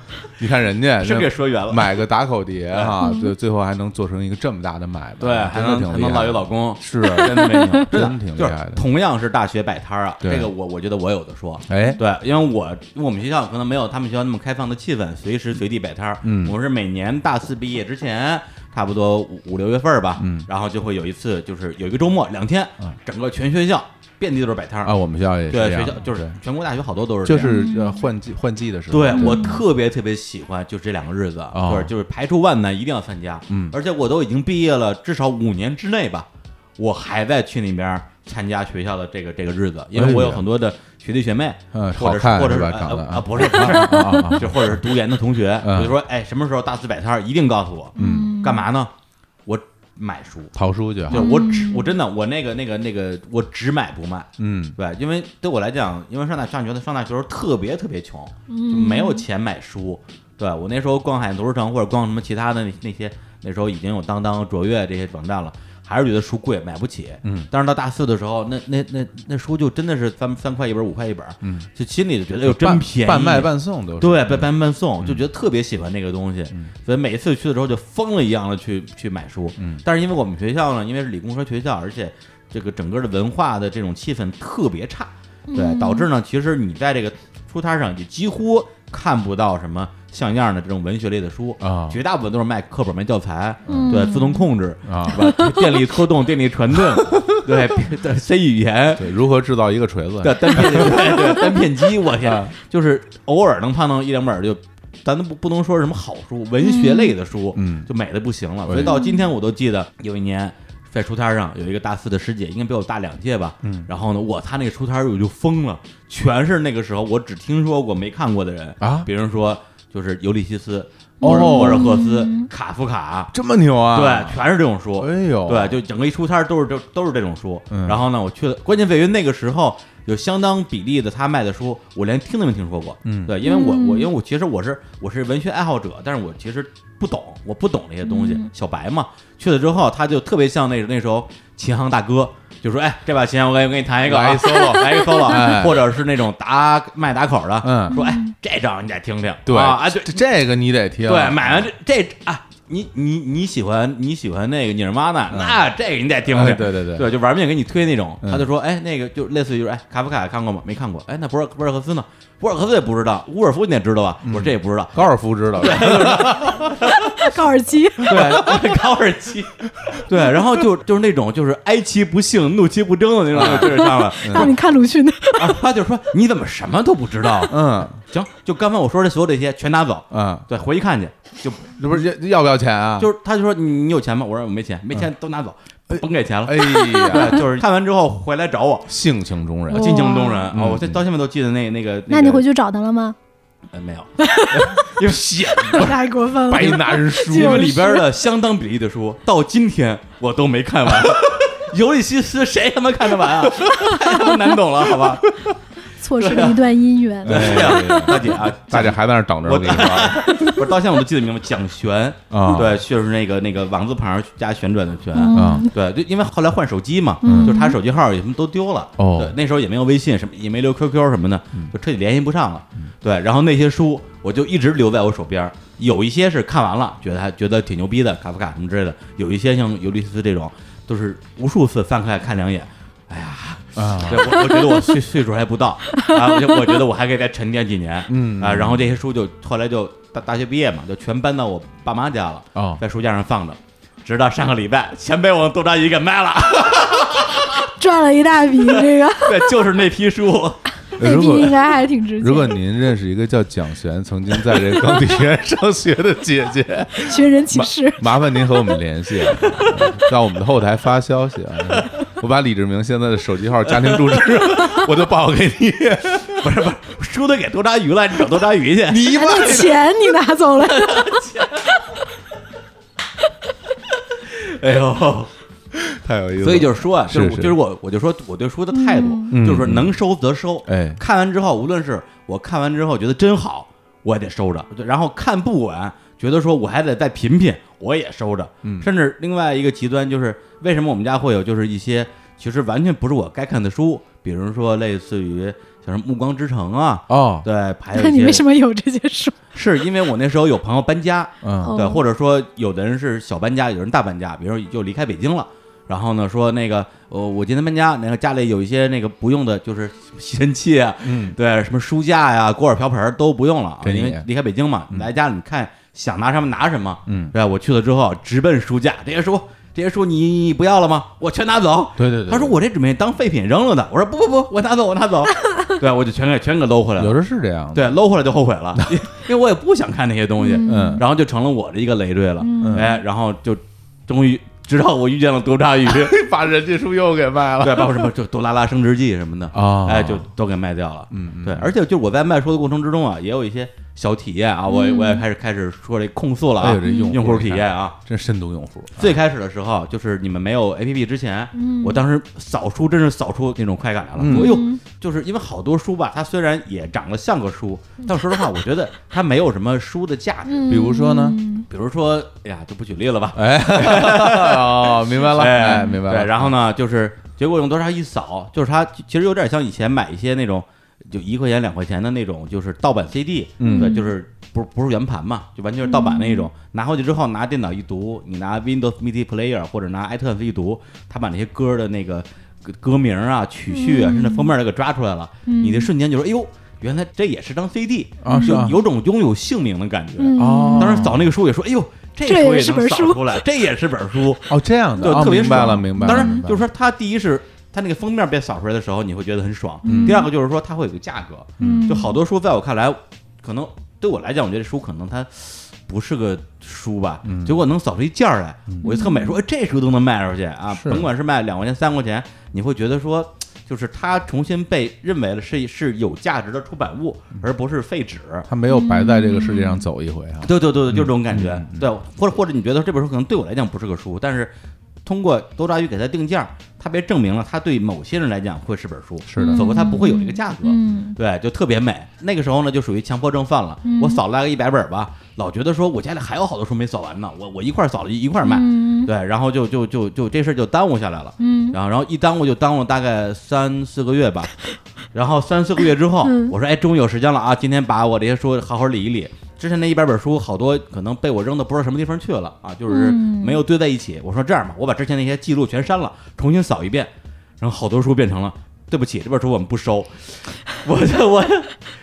[SPEAKER 2] 你看人家
[SPEAKER 1] 是给说圆了，
[SPEAKER 2] 买个打口碟哈，
[SPEAKER 3] 嗯
[SPEAKER 2] 最最后还能做成一个这么大的买卖，
[SPEAKER 1] 对，还
[SPEAKER 2] 真的
[SPEAKER 1] 能
[SPEAKER 2] 挺
[SPEAKER 1] 还
[SPEAKER 2] 厉害
[SPEAKER 1] 能
[SPEAKER 2] 的。
[SPEAKER 1] 落一老公，
[SPEAKER 2] 是
[SPEAKER 1] 真 的没有，
[SPEAKER 2] 真
[SPEAKER 1] 真
[SPEAKER 2] 挺厉
[SPEAKER 1] 就是
[SPEAKER 2] 害的
[SPEAKER 1] 同样是大学摆摊儿啊，
[SPEAKER 2] 对
[SPEAKER 1] 这个我我觉得我有的说。
[SPEAKER 2] 哎，
[SPEAKER 1] 对，因为我因为我们学校可能没有他们学校那么开放的气氛，随时随地摆摊儿。
[SPEAKER 2] 嗯
[SPEAKER 1] 我们是每年大四毕业之前，差不多五五六月份儿吧，
[SPEAKER 2] 嗯
[SPEAKER 1] 然后就会有一次，就是有一个周末两天，
[SPEAKER 2] 嗯
[SPEAKER 1] 整个全学校遍地都是摆摊儿。
[SPEAKER 2] 啊，我们学校也是
[SPEAKER 1] 对，
[SPEAKER 2] 这样
[SPEAKER 1] 学校就是
[SPEAKER 2] 对
[SPEAKER 1] 全国大学好多都是这
[SPEAKER 2] 就
[SPEAKER 1] 样。
[SPEAKER 2] 是呃换季换季的时候，
[SPEAKER 1] 对我特别特别喜欢，就这两个日子，
[SPEAKER 2] 哦
[SPEAKER 1] 就是就是排除万难一定要参加。
[SPEAKER 2] 嗯
[SPEAKER 1] 而且我都已经毕业了，至少五年之内吧，我还在去那边参加学校的这个这个日子，因
[SPEAKER 2] 哎
[SPEAKER 1] 为我有很多的学弟学妹，
[SPEAKER 2] 嗯
[SPEAKER 1] 或者
[SPEAKER 2] 好看
[SPEAKER 1] 是或者是
[SPEAKER 2] 是吧
[SPEAKER 1] 呃
[SPEAKER 2] 长得
[SPEAKER 1] 呃啊不是不
[SPEAKER 2] 啊
[SPEAKER 1] 是，
[SPEAKER 2] 啊啊 啊
[SPEAKER 1] 就或者是读研的同学，
[SPEAKER 2] 嗯
[SPEAKER 1] 我就说哎，什么时候大四摆摊儿一定告诉我，
[SPEAKER 2] 嗯，
[SPEAKER 1] 干嘛呢？我买书，
[SPEAKER 2] 淘书去啊
[SPEAKER 1] 就
[SPEAKER 2] 哈，
[SPEAKER 1] 我只我真的我那个那个那个我只买不卖。
[SPEAKER 2] 嗯
[SPEAKER 1] 对，因为对我来讲，因为上大上学的上大学的时候特别特别穷，就没有钱买书。对我那时候逛海淀图书城或者逛什么其他的那那些，那时候已经有当当、卓越这些网站了，还是觉得书贵，买不起。
[SPEAKER 2] 嗯，
[SPEAKER 1] 但是到大四的时候，那那那那书就真的是三三块一本，五块一本，
[SPEAKER 2] 嗯，
[SPEAKER 1] 就心里就觉得哟，真
[SPEAKER 2] 半
[SPEAKER 1] 便宜，嗯
[SPEAKER 2] 半卖半送都是
[SPEAKER 1] 对，半半半送，就觉得特别喜欢这个东西，所以每一次去的时候就疯了一样的去去买书。
[SPEAKER 2] 嗯
[SPEAKER 1] 但是因为我们学校呢，因为是理工科学校，而且这个整个的文化的这种气氛特别差，
[SPEAKER 3] 嗯
[SPEAKER 1] 对，导致呢，其实你在这个书摊上也几乎看不到什么像样的这种文学类的书，呃
[SPEAKER 2] 啊
[SPEAKER 1] 绝大部分都是卖课本、卖教材，
[SPEAKER 3] 嗯
[SPEAKER 1] 对，自动控制。
[SPEAKER 2] 啊，
[SPEAKER 1] 是吧？电力拖动、电力传 动，对对，C 语言，
[SPEAKER 2] 对，如何制造一个锤子？
[SPEAKER 1] 对单片 对对 单片机，我天
[SPEAKER 2] 啊，
[SPEAKER 1] 就是偶尔能碰到一两本儿就。咱都不不能说是什么好书，文学类的书，
[SPEAKER 2] 嗯
[SPEAKER 1] 就美的不行了。
[SPEAKER 2] 嗯
[SPEAKER 1] 所以到今天我都记得有一年在书摊上有一个大四的师姐，应该比我大两届吧。
[SPEAKER 2] 嗯
[SPEAKER 1] 然后呢，我她那个书摊儿我就疯了，全是那个时候我只听说过没看过的人
[SPEAKER 2] 啊
[SPEAKER 1] 比如说就是尤利西斯，莫尔
[SPEAKER 2] 哦
[SPEAKER 1] 莫尔赫斯、卡夫卡，
[SPEAKER 2] 这么牛啊！
[SPEAKER 1] 对，全是这种书。
[SPEAKER 2] 哎呦，
[SPEAKER 1] 对，就整个一书摊儿都是这都是这种书。
[SPEAKER 2] 嗯
[SPEAKER 1] 然后呢，我去了，关键在于那个时候有相当比例的他卖的书，我连听都没听说过。
[SPEAKER 2] 嗯
[SPEAKER 1] 对，因为我我
[SPEAKER 3] 嗯
[SPEAKER 1] 因为我其实我是我是文学爱好者，但是我其实不懂，我不懂这些东西。
[SPEAKER 3] 嗯
[SPEAKER 1] 小白嘛，去了之后他就特别像那那时候琴行大哥。就说哎，这把琴我给我给你弹一个、啊，
[SPEAKER 2] 来一 solo
[SPEAKER 1] 来一个 solo，、啊
[SPEAKER 2] 哎
[SPEAKER 1] 或者是那种打卖打口的，
[SPEAKER 2] 嗯
[SPEAKER 1] 说哎，这张你得听听，
[SPEAKER 2] 对
[SPEAKER 1] 啊，哎对，
[SPEAKER 2] 这这个你得听，
[SPEAKER 1] 对，买完这这啊，你你你喜欢你喜欢那个尼尔玛纳，那这个你得听
[SPEAKER 2] 嗯哎
[SPEAKER 1] 听。
[SPEAKER 2] 对对对
[SPEAKER 1] 对，就玩命给你推那种，
[SPEAKER 2] 嗯
[SPEAKER 1] 他就说，哎，那个就类似于就是，哎，卡夫卡看过吗？没看过。哎，那博尔博尔赫斯呢？博尔赫斯也不知道，伍尔夫你也知道吧？我
[SPEAKER 2] 嗯
[SPEAKER 1] 说这也不知 道。
[SPEAKER 2] 高尔夫知道，对，
[SPEAKER 3] 高尔基，
[SPEAKER 1] 嗯对，高尔 基，对，然后就就是那种就是哀其不幸，怒其不争的那
[SPEAKER 2] 嗯
[SPEAKER 1] 种，就是上了。
[SPEAKER 3] 让你看 鲁迅的，
[SPEAKER 1] 啊，他就说你怎么什么都不知道？啊
[SPEAKER 2] 嗯
[SPEAKER 1] 行，就刚才我说的所有这些全拿走，
[SPEAKER 2] 嗯，
[SPEAKER 1] 对，回去看去，就
[SPEAKER 2] 这不是要要不要钱啊？
[SPEAKER 1] 就是他就说你你有钱吗？我说我没钱，没钱都拿走，甭给 钱了。
[SPEAKER 2] 嗯哎呀，
[SPEAKER 1] 对， 就是看完之后回来找我，
[SPEAKER 2] 性情中人
[SPEAKER 3] 哇，
[SPEAKER 1] 进京东人啊，
[SPEAKER 2] 嗯
[SPEAKER 1] 我这到现在都记得那那个。
[SPEAKER 3] 那你回去找他 了吗？
[SPEAKER 1] 呃没有？因为写
[SPEAKER 3] 太过 分了
[SPEAKER 2] 白，拿人书，
[SPEAKER 1] 因为里边的相当比例的书，到今天我都没看 完。尤利西斯谁他妈看得完啊？ 太他妈难懂了，好吧？
[SPEAKER 3] 错失了一段姻缘。
[SPEAKER 2] 哎 呀，
[SPEAKER 1] 大姐啊，
[SPEAKER 2] 大家还在那儿等着，
[SPEAKER 1] 我
[SPEAKER 2] 我跟你说，
[SPEAKER 1] 不是到现在我都记得明白，蒋璇
[SPEAKER 2] 啊
[SPEAKER 1] 对，就是那个那个王字旁加旋转的旋，
[SPEAKER 2] 啊，
[SPEAKER 1] 对，就因为后来换手机嘛，
[SPEAKER 3] 嗯
[SPEAKER 1] 就是他手机号也什么都丢了，
[SPEAKER 2] 哦
[SPEAKER 1] 对，那时候也没有微信，什么也没留 QQ 什么的，就彻底联系不上了。
[SPEAKER 2] 嗯
[SPEAKER 1] 对，然后那些书我就一直留在我手边儿，有一些是看完了，觉得还觉得挺牛逼的，卡夫卡什么之类的；有一些像尤利西斯这种，都是无数次翻开看两眼。
[SPEAKER 2] 啊，
[SPEAKER 1] 对，我我觉得我岁岁数还不 到啊，我就我觉得我还可以再沉淀几年，
[SPEAKER 2] 嗯
[SPEAKER 1] 啊，然后这些书就后来就大大学毕业嘛，就全搬到我爸妈家了，
[SPEAKER 2] 哦
[SPEAKER 1] 在书架上放着，直到上个礼拜全被我豆渣姨给卖了，
[SPEAKER 3] 赚了一大笔，这 个
[SPEAKER 1] 对，就是那批书，
[SPEAKER 3] 那
[SPEAKER 2] 如
[SPEAKER 3] 笔
[SPEAKER 2] 果
[SPEAKER 3] 应该还挺值
[SPEAKER 2] 如果
[SPEAKER 3] 钱。
[SPEAKER 2] 您认识一个叫蒋璇，曾经在这钢铁学院上学的姐姐，
[SPEAKER 3] 寻人 启事，
[SPEAKER 2] 麻烦您和我们联系，啊， 让我们的后台发消息啊。我把李志明现在的手机号、家庭住址， 我都报给你。
[SPEAKER 1] 不是不是，书都给豆渣鱼了，你找豆渣鱼去，
[SPEAKER 2] 你一万
[SPEAKER 3] 那钱你拿走了，
[SPEAKER 1] 哎呦，
[SPEAKER 2] 太有意思 了，
[SPEAKER 1] 所以就是说啊，就是
[SPEAKER 2] 是
[SPEAKER 1] 就是我我就说我对书的态度，
[SPEAKER 3] 嗯
[SPEAKER 1] 就是说能收则收，
[SPEAKER 2] 哎
[SPEAKER 1] 看完之后，无论是我看完之后觉得真好，我也得收着，对然后看不完，觉得说我还得再品品，我也收着，甚至另外一个极端就是为什么我们家会有就是一些其实完全不是我该看的书，比如说类似于像什么《暮光之城》啊，
[SPEAKER 2] 哦，
[SPEAKER 1] 对，还有
[SPEAKER 3] 那
[SPEAKER 1] 一
[SPEAKER 3] 你
[SPEAKER 1] 些
[SPEAKER 3] 为什么有这些书？
[SPEAKER 1] 是因为我那时候有朋友搬家，
[SPEAKER 2] 嗯
[SPEAKER 3] 哦
[SPEAKER 1] 对，或者说有的人是小搬家，有人大搬家，比如说就离开北京了。然后呢，说那个，呃，我今天搬家，那个家里有一些那个不用的，就是吸尘器啊，
[SPEAKER 2] 嗯，
[SPEAKER 1] 对，什么书架呀、锅碗瓢盆儿都不用了啊，
[SPEAKER 2] 给你
[SPEAKER 1] 因为离开北京嘛，你来家里你看想拿什么拿什么，
[SPEAKER 2] 嗯
[SPEAKER 1] 对吧，我去了之后直奔书架，这些书这些书你你不要了吗？我全拿走。
[SPEAKER 2] 对对对，
[SPEAKER 1] 他说我这准备当废品扔了的，我说不不不，我拿走我拿走，对，我就全给全给搂回来了
[SPEAKER 2] 有，时候是这样，，
[SPEAKER 1] 对，搂回来就后悔了，因 因为我也不想看那些东西，
[SPEAKER 2] 嗯，
[SPEAKER 1] 然后就成了我的一个累赘了，
[SPEAKER 2] 嗯
[SPEAKER 1] 哎，然后就终于直到我遇见了多抓鱼，
[SPEAKER 2] 把人家书又给卖了，
[SPEAKER 1] 对，包括什么就多拉拉升职记什么的
[SPEAKER 2] 哦
[SPEAKER 1] 哎，就都给卖掉了，
[SPEAKER 2] 嗯嗯
[SPEAKER 1] 对，而且就我在卖书的过程之中啊，也有一些小体验啊，我也
[SPEAKER 2] 嗯
[SPEAKER 1] 我也开始开始说这控诉了
[SPEAKER 2] 哎
[SPEAKER 1] 啊
[SPEAKER 2] 呦，这用户
[SPEAKER 1] 用户体验啊。
[SPEAKER 2] 真深度用户，
[SPEAKER 1] 最开始的时候，就是你们没有 A P P 之前，我当时扫书真是扫出那种快感来了。
[SPEAKER 2] 嗯
[SPEAKER 1] 哎呦，就是因为好多书吧，它虽然也长得像个书，但说实话，我觉得它没有什么书的价
[SPEAKER 3] 嗯
[SPEAKER 1] 值。
[SPEAKER 2] 比如说呢，
[SPEAKER 1] 比如说，哎呀，就不举例了吧。
[SPEAKER 2] 哎，哦，明白了，哎，明白了，
[SPEAKER 1] 对，然后呢，就是结果用多少一扫，就是它其实有点像以前买一些那种就一块钱两块钱的那种，就是盗版 CD，
[SPEAKER 2] 嗯
[SPEAKER 1] 对，就是不不是圆盘嘛，就完全是盗版那
[SPEAKER 3] 嗯
[SPEAKER 1] 种。拿回去之后，拿电脑一读，你拿 Windows Media Player 或者拿 iTunes 一读，它把那些歌的那个歌歌名啊、曲序啊，甚至封面都给抓出来了，
[SPEAKER 3] 嗯
[SPEAKER 1] 你的瞬间就说，哎呦。原来这也是张 CD
[SPEAKER 2] 啊是
[SPEAKER 1] 就
[SPEAKER 2] 啊
[SPEAKER 1] 有种拥有姓名的感觉。
[SPEAKER 3] 嗯
[SPEAKER 1] 啊
[SPEAKER 2] 哦，
[SPEAKER 1] 当时扫那个书也说，哎呦，这
[SPEAKER 3] 这
[SPEAKER 1] 书
[SPEAKER 3] 也
[SPEAKER 1] 也
[SPEAKER 3] 是
[SPEAKER 1] 能
[SPEAKER 3] 本
[SPEAKER 1] 扫
[SPEAKER 3] 书
[SPEAKER 1] 出来，这也是本书。
[SPEAKER 2] 哦这样的，
[SPEAKER 1] 对，
[SPEAKER 2] 哦
[SPEAKER 1] 特别
[SPEAKER 2] 明白了，
[SPEAKER 1] 爽
[SPEAKER 2] 明白了，
[SPEAKER 1] 当然
[SPEAKER 2] 明，白
[SPEAKER 1] 就是
[SPEAKER 2] 了
[SPEAKER 1] 说它第一是它那个封面被扫出来的时候，你会觉得很爽；
[SPEAKER 2] 嗯
[SPEAKER 1] 第二个就是说它会有个价格，嗯就好多书在我看来，可能对我来讲，我觉得这书可能它不是个书吧，
[SPEAKER 2] 嗯
[SPEAKER 1] 结果能扫出一件儿来，我一特美说哎这书都能卖出去啊，
[SPEAKER 2] 是
[SPEAKER 1] 甭管是卖两块钱、三块钱，你会觉得说。就是它重新被认为了是是有价值的出版物，而不是废纸。
[SPEAKER 2] 他没有白在这个世界上走一回啊。
[SPEAKER 1] 对对对对，就这种感觉。
[SPEAKER 2] 嗯
[SPEAKER 1] 对，或者或者你觉得这本书可能对我来讲不是个书，但是通过多抓鱼给它定价，它被证明了它对某些人来讲会是本书，
[SPEAKER 2] 是的
[SPEAKER 1] 否则它不会有这个价格。
[SPEAKER 3] 嗯
[SPEAKER 1] 对，就特别美。那个时候呢，就属于强迫症犯了。我扫了个一百本吧，老觉得说我家里还有好多书没扫完呢，我我一块儿扫了一一块儿卖。
[SPEAKER 3] 嗯
[SPEAKER 1] 对，然后就就就就这事儿就耽误下来了。
[SPEAKER 3] 嗯
[SPEAKER 1] 然后，然后一耽误就耽误大概三四个 月吧，然后三四个月之后，
[SPEAKER 3] 嗯
[SPEAKER 1] 我说，哎，终于有时间了啊！今天把我这些书好好理一理。之前那一百本书，好多可能被我扔到不知道什么地方去了啊，就是
[SPEAKER 3] 嗯
[SPEAKER 1] 没有堆在一起。我说这样吧，我把之前那些记录全删了，重新扫一遍，然后好多书变成了。对不起，这本书我们不 收。我我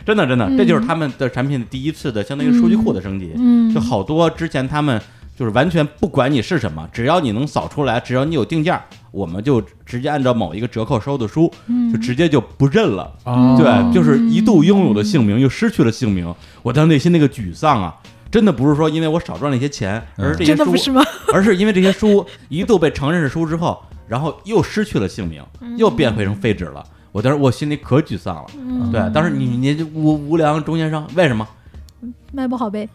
[SPEAKER 1] 真的真的，这就是他们的产品的第一次的，相当于数据库的升级。
[SPEAKER 3] 嗯，
[SPEAKER 1] 就好多之前他们就是完全不管你是什么，只要你能扫出来，只要你有定价，我们就直接按照某一个折扣收的书，
[SPEAKER 3] 嗯
[SPEAKER 1] 就直接就不认了。
[SPEAKER 2] 哦
[SPEAKER 1] 对，就是一度拥有的姓
[SPEAKER 3] 嗯
[SPEAKER 1] 名又失去了姓名，我当时内心那个沮丧啊，真的不是说因为我少赚了一些钱，而是这些
[SPEAKER 3] 嗯真的
[SPEAKER 1] 书
[SPEAKER 3] 不是吗？
[SPEAKER 1] 而是因为这些书一度被承认是书之后，然后又失去了姓名，
[SPEAKER 3] 嗯
[SPEAKER 1] 又变回成废纸了。我当时我心里可沮丧了，
[SPEAKER 3] 嗯
[SPEAKER 1] 对，当时你你这无无良中间商为什么？
[SPEAKER 3] 卖不好呗。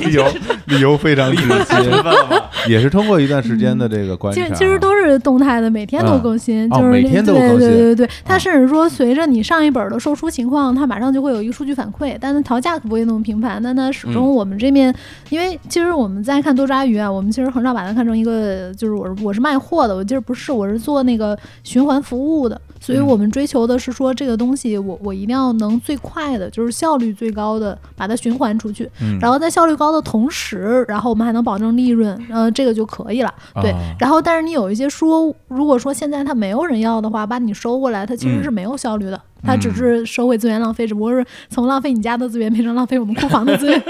[SPEAKER 2] 理由理由非常直接，
[SPEAKER 1] 了吧？
[SPEAKER 2] 也是通过一段时间的这个观
[SPEAKER 3] 其
[SPEAKER 2] 察
[SPEAKER 3] 实，其实都是动态的，每天都
[SPEAKER 2] 嗯
[SPEAKER 3] 更新，
[SPEAKER 2] 哦
[SPEAKER 3] 就是
[SPEAKER 2] 每
[SPEAKER 3] 那
[SPEAKER 2] 天都有
[SPEAKER 3] 对
[SPEAKER 2] 更
[SPEAKER 3] 对
[SPEAKER 2] 新嗯
[SPEAKER 3] 对对，它甚至说随着你上一本的售出情况，它马上就会有一个数据反馈，但是调价可不会那么频繁。但它始
[SPEAKER 2] 嗯
[SPEAKER 3] 终我们这边，因为其实我们在看多抓鱼啊，我们其实很少把它看成一个，就是我是我是卖货的，我其实不是，我是做那个循环服务的，所
[SPEAKER 2] 嗯
[SPEAKER 3] 以我们追求的是说这个东西我我一定要能最快的，就是效率最高的把它循环出去，
[SPEAKER 2] 嗯
[SPEAKER 3] 然后在效率高的同时，然后我们还能保证利润，呃，这个就可以了。对，
[SPEAKER 2] 啊
[SPEAKER 3] 然后但是你有一些书，如果说现在它没有人要的话，把你收过来，它其实是没有效率
[SPEAKER 2] 嗯
[SPEAKER 3] 的，它只是收回资源浪费，只不过是从浪费你家的资源变成浪费我们库房的资 源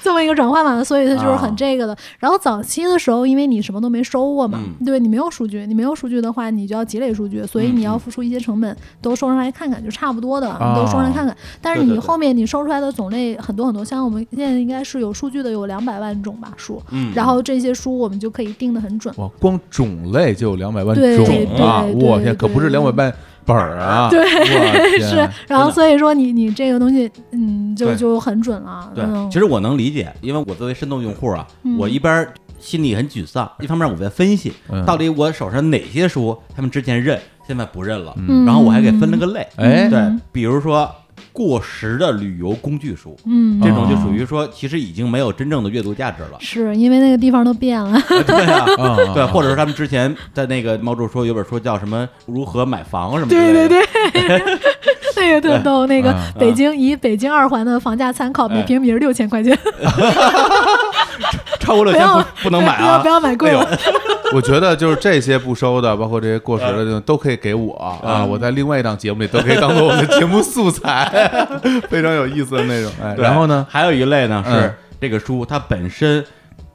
[SPEAKER 3] 这么一个转换嘛，所以它就是很这个的。
[SPEAKER 2] 啊
[SPEAKER 3] 然后早期的时候，因为你什么都没收过嘛，
[SPEAKER 1] 嗯
[SPEAKER 3] 对你没有数据，你没有数据的话，你就要积累数据，所以你要付出一些成本，都收上来看看，就差不多的，
[SPEAKER 2] 嗯啊
[SPEAKER 3] 你都收上来看看。但是
[SPEAKER 1] 对对
[SPEAKER 3] 你
[SPEAKER 1] 对
[SPEAKER 3] 后面你收出来的种类很多很多，像我们现在应该是有数据的，有两百万种吧书，
[SPEAKER 1] 嗯
[SPEAKER 3] 然后这些书我们就可以定得很准。
[SPEAKER 2] 哇，光种类就有两百万
[SPEAKER 3] 对
[SPEAKER 2] 种啊！
[SPEAKER 3] 对
[SPEAKER 2] 我
[SPEAKER 3] 对
[SPEAKER 2] 天，可不是
[SPEAKER 3] 对
[SPEAKER 2] 两百万本儿啊！
[SPEAKER 3] 对
[SPEAKER 2] 对
[SPEAKER 3] 是，然后
[SPEAKER 1] 嗯的
[SPEAKER 3] 所以说你你这个东西，嗯，就
[SPEAKER 1] 对
[SPEAKER 3] 就很准了。
[SPEAKER 1] 对，
[SPEAKER 3] 嗯
[SPEAKER 1] 其实我能理解，因为我作为深度用户啊，
[SPEAKER 3] 嗯
[SPEAKER 1] 我一边儿心里很沮丧，一方面我在分析、
[SPEAKER 2] 嗯
[SPEAKER 1] 到底我手上哪些书他们之前认，现在不认了，
[SPEAKER 3] 嗯
[SPEAKER 1] 然后我还给分了个类，
[SPEAKER 2] 哎，
[SPEAKER 1] 对，比如说过时的旅游工具书。
[SPEAKER 3] 嗯，。
[SPEAKER 1] 这
[SPEAKER 2] 哦
[SPEAKER 1] 种就属于说，其实已经没有真正的阅读价值了
[SPEAKER 3] 是因为那个地方都变了。
[SPEAKER 1] 对啊，
[SPEAKER 2] 啊啊
[SPEAKER 1] 对，
[SPEAKER 2] 啊
[SPEAKER 1] 或者是他们之前在那个猫柱说有本书叫什么“如何买房”什么之类的。
[SPEAKER 3] 对对对，那个特逗。那个
[SPEAKER 2] 啊
[SPEAKER 3] 北京以北京二环的房价参考，
[SPEAKER 1] 嗯
[SPEAKER 3] 每
[SPEAKER 1] 哎
[SPEAKER 3] 平米是六千块钱，
[SPEAKER 1] 超过六
[SPEAKER 3] 不
[SPEAKER 1] 千
[SPEAKER 3] 要
[SPEAKER 1] 不不能买
[SPEAKER 3] 不要
[SPEAKER 1] 啊
[SPEAKER 3] 不！要买贵了。
[SPEAKER 2] 我觉得就是这些不收的，包括这些过时的
[SPEAKER 1] 嗯
[SPEAKER 2] 这种，都可以给我啊！我在另外一档节目里都可以当做我们的节目素材， 非常有意思的那种。哎，
[SPEAKER 1] 对
[SPEAKER 2] 然后呢？
[SPEAKER 1] 还有一类呢
[SPEAKER 2] 嗯
[SPEAKER 1] 是这个书它本身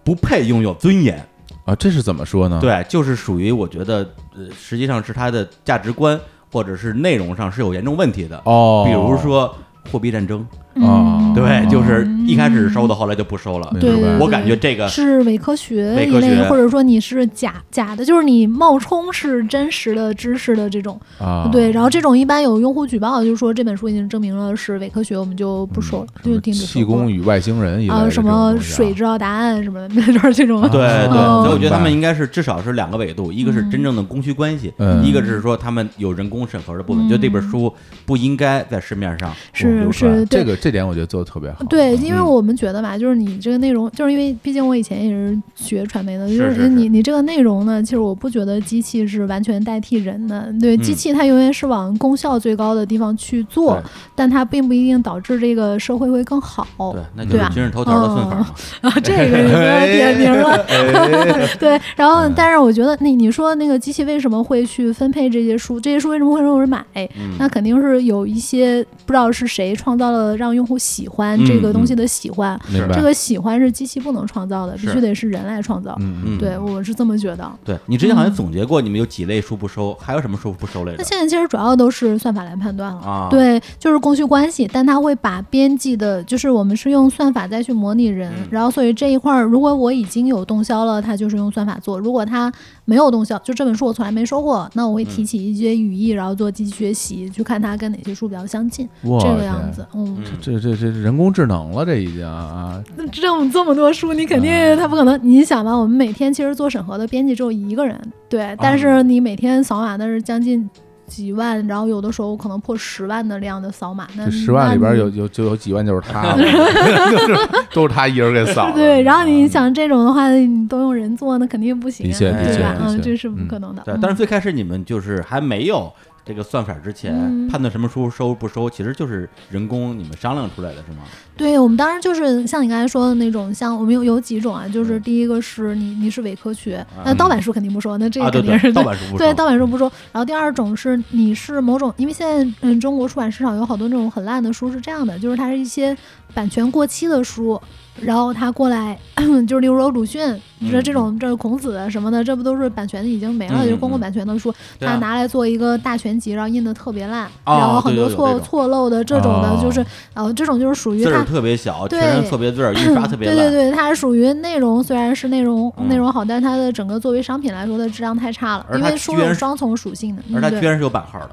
[SPEAKER 1] 不配拥有尊严，
[SPEAKER 2] 啊，这是怎么说呢？
[SPEAKER 1] 对，就是属于我觉得，呃，实际上是它的价值观或者是内容上是有严重问题的。
[SPEAKER 2] 哦，
[SPEAKER 1] 比如说货币战争，
[SPEAKER 3] 嗯
[SPEAKER 2] 啊，
[SPEAKER 1] 哦对，就是一开始收的，后来就不收了。
[SPEAKER 2] 对
[SPEAKER 3] 对对，
[SPEAKER 1] 我
[SPEAKER 3] 对
[SPEAKER 1] 感觉这个
[SPEAKER 3] 是伪科学
[SPEAKER 1] 伪
[SPEAKER 3] 一
[SPEAKER 1] 科
[SPEAKER 3] 类
[SPEAKER 1] 学，
[SPEAKER 3] 或者说你是假假的，就是你冒充是真实的知识的这种。
[SPEAKER 2] 啊，
[SPEAKER 3] 哦对，然后这种一般有用户举报，就是说这本书已经证明了是伪科学，我们就不收了，
[SPEAKER 2] 嗯什
[SPEAKER 3] 就
[SPEAKER 2] 么
[SPEAKER 3] 停止
[SPEAKER 2] 气
[SPEAKER 3] 收购
[SPEAKER 2] 功。与外星人一类的
[SPEAKER 3] 啊，
[SPEAKER 2] 这
[SPEAKER 3] 什
[SPEAKER 2] 种东西啊
[SPEAKER 3] 么水知道答案什么的， 就是这种。
[SPEAKER 2] 啊
[SPEAKER 1] 对对，
[SPEAKER 3] 哦嗯
[SPEAKER 1] 所以我觉
[SPEAKER 2] 明
[SPEAKER 1] 得
[SPEAKER 2] 白
[SPEAKER 1] 他们应该是至少是两个维度，一个是真正的供需关系，
[SPEAKER 2] 嗯
[SPEAKER 1] 一个是说他们有人工审核的部分，就这
[SPEAKER 3] 嗯
[SPEAKER 1] 本书不应该在市面上。
[SPEAKER 3] 是
[SPEAKER 2] 流出来
[SPEAKER 3] 是，
[SPEAKER 2] 这
[SPEAKER 3] 对
[SPEAKER 2] 个嗯这点我觉得做的特别好。
[SPEAKER 3] 对，因为我们觉得吧，就是你这个内容，就是因为毕竟我以前也是学传媒的，就是
[SPEAKER 1] 是是
[SPEAKER 3] 你你这个内容呢，其实我不觉得机器是完全代替人的，对，机
[SPEAKER 1] 嗯
[SPEAKER 3] 器它永远是往功效最高的地方去做
[SPEAKER 2] 对，
[SPEAKER 3] 但它并不一定导致这个社会会更好。
[SPEAKER 1] 对，那就
[SPEAKER 3] 对
[SPEAKER 1] 是
[SPEAKER 3] 啊
[SPEAKER 1] 今日头条的算法嘛。
[SPEAKER 3] 啊， 这个有点点名了。
[SPEAKER 2] 哎
[SPEAKER 3] 对，然后但是我觉得你你说那个机器为什么会去分配这些书？这些书为什么会有人买？
[SPEAKER 2] 嗯
[SPEAKER 3] 那肯定是有一些不知道是谁创造了让用户喜欢这个东西的喜欢。
[SPEAKER 2] 嗯明白
[SPEAKER 3] 这个喜欢是机器不能创造的，必须
[SPEAKER 1] 是
[SPEAKER 3] 得是人来创造。
[SPEAKER 2] 嗯
[SPEAKER 1] 嗯，
[SPEAKER 2] 嗯
[SPEAKER 3] 对，我是这么觉得。
[SPEAKER 1] 对你之前好像总结过，你们有几类书不收，还有什么书不收来
[SPEAKER 3] 那
[SPEAKER 1] 着？
[SPEAKER 3] 现在其实主要都是算法来判断了，
[SPEAKER 1] 啊
[SPEAKER 3] 对，就是供需关系，但它会把编辑的，就是我们是用算法再去模拟人，然后所以这一块儿，如果我已经有动销了，它就是用算法做；如果它没有东西，就这本书我从来没收过，那我会提起一些语义，然后做继续学习，去看它跟哪些书比较相近，
[SPEAKER 2] 哇
[SPEAKER 3] 这个
[SPEAKER 2] 天
[SPEAKER 3] 样子。嗯，
[SPEAKER 1] 嗯
[SPEAKER 2] 这这这人工智能了，这已经啊，
[SPEAKER 3] 那这么这么多书，你肯定他不可能。你想吧，我们每天其实做审核的编辑只有一个人，对，但是你每天扫码那是将近几万，然后有的时候可能破十万的量的扫码，那
[SPEAKER 2] 这十万里边
[SPEAKER 3] 嗯那你
[SPEAKER 2] 有有就有几万就是他了， 就是都是他一人给扫了。
[SPEAKER 3] 对，然后你想这种的话，你都用人做，那肯定不行
[SPEAKER 2] 的
[SPEAKER 3] 啊，
[SPEAKER 2] 确
[SPEAKER 1] 的
[SPEAKER 3] 对
[SPEAKER 1] 确
[SPEAKER 3] 吧？
[SPEAKER 2] 的
[SPEAKER 3] 嗯，
[SPEAKER 2] 确
[SPEAKER 3] 这是不
[SPEAKER 2] 嗯
[SPEAKER 3] 可能的。
[SPEAKER 1] 对，但是
[SPEAKER 3] 嗯
[SPEAKER 1] 最开始你们就是还没有这个算法之前，
[SPEAKER 3] 嗯
[SPEAKER 1] 判断什么书收不收，其实就是人工你们商量出来的，是吗？
[SPEAKER 3] 对我们当时就是像你刚才说的那种，像我们有有几种啊，就是第一个是你你是伪科学，那
[SPEAKER 1] 嗯
[SPEAKER 3] 盗版书肯定不说，那这
[SPEAKER 1] 啊，对
[SPEAKER 3] 个肯定
[SPEAKER 1] 对，
[SPEAKER 3] 是
[SPEAKER 1] 盗版书不收
[SPEAKER 3] 对，盗版书不说。然后第二种是你是某种，因为现在嗯，中国出版市场有好多那种很烂的书是这样的，就是它是一些版权过期的书，然后他过来 就是例如说鲁迅，这这种这是孔子什么的，这不都是版权已经没了，
[SPEAKER 1] 嗯
[SPEAKER 3] 就是公共
[SPEAKER 1] 嗯
[SPEAKER 3] 版权的书，
[SPEAKER 1] 对
[SPEAKER 3] 他
[SPEAKER 1] 啊
[SPEAKER 3] 拿来做一个大全集，然后印的特别烂，
[SPEAKER 1] 哦
[SPEAKER 3] 然后很
[SPEAKER 1] 对
[SPEAKER 3] 多
[SPEAKER 1] 有有
[SPEAKER 3] 错
[SPEAKER 1] 这种
[SPEAKER 3] 错漏的这种的，
[SPEAKER 2] 哦
[SPEAKER 3] 就是呃，这种就是属于
[SPEAKER 1] 字
[SPEAKER 3] 他
[SPEAKER 1] 儿特别小，
[SPEAKER 3] 对嗯
[SPEAKER 1] 全是错别字儿，印刷特别
[SPEAKER 3] 对
[SPEAKER 1] 烂。
[SPEAKER 3] 对对，它是属于内容，虽然是内容、
[SPEAKER 1] 嗯
[SPEAKER 3] 内容好，但是它的整个作为商品来说的质量太差了，
[SPEAKER 1] 而
[SPEAKER 3] 因
[SPEAKER 1] 它
[SPEAKER 3] 为书
[SPEAKER 1] 居然
[SPEAKER 3] 有
[SPEAKER 1] 是
[SPEAKER 3] 双重属性的，
[SPEAKER 1] 而
[SPEAKER 3] 嗯
[SPEAKER 1] 它
[SPEAKER 3] 对
[SPEAKER 1] 居然是有版号的，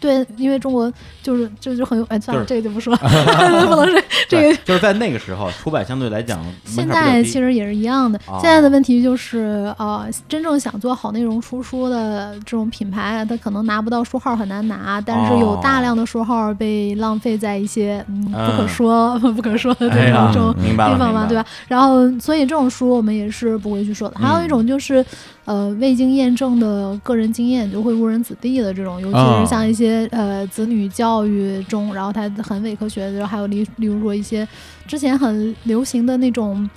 [SPEAKER 3] 对，因为中国就是这就很有哎，算了，
[SPEAKER 1] 就
[SPEAKER 3] 这个就 不说了，不能说 这
[SPEAKER 1] 对
[SPEAKER 3] 个。
[SPEAKER 1] 就是在那个时候，出版相对来讲门槛
[SPEAKER 3] 现在
[SPEAKER 1] 比较低。
[SPEAKER 3] 其实也是一样的，
[SPEAKER 1] 哦
[SPEAKER 3] 现在的问题就是，呃，真正想做好内容出书的这种品牌，它可能拿不到书号很难拿，但是有大
[SPEAKER 1] 哦
[SPEAKER 3] 量的书号被浪费在一些嗯不可
[SPEAKER 1] 嗯
[SPEAKER 3] 说 不可说的
[SPEAKER 1] 哎呀
[SPEAKER 3] 这种
[SPEAKER 1] 明白了，明
[SPEAKER 3] 地方
[SPEAKER 1] 白
[SPEAKER 3] 嘛，
[SPEAKER 1] 了
[SPEAKER 3] 对吧？？然后，所以这种书我们也是不会去说的。还有
[SPEAKER 1] 嗯
[SPEAKER 3] 一种就是，呃，未经验证的个人经验就会误人子弟的这种，尤其
[SPEAKER 2] 啊
[SPEAKER 3] 是像一些、呃子女教育中，然后它很伪科学的，还有例例如说一些之前很流行的那种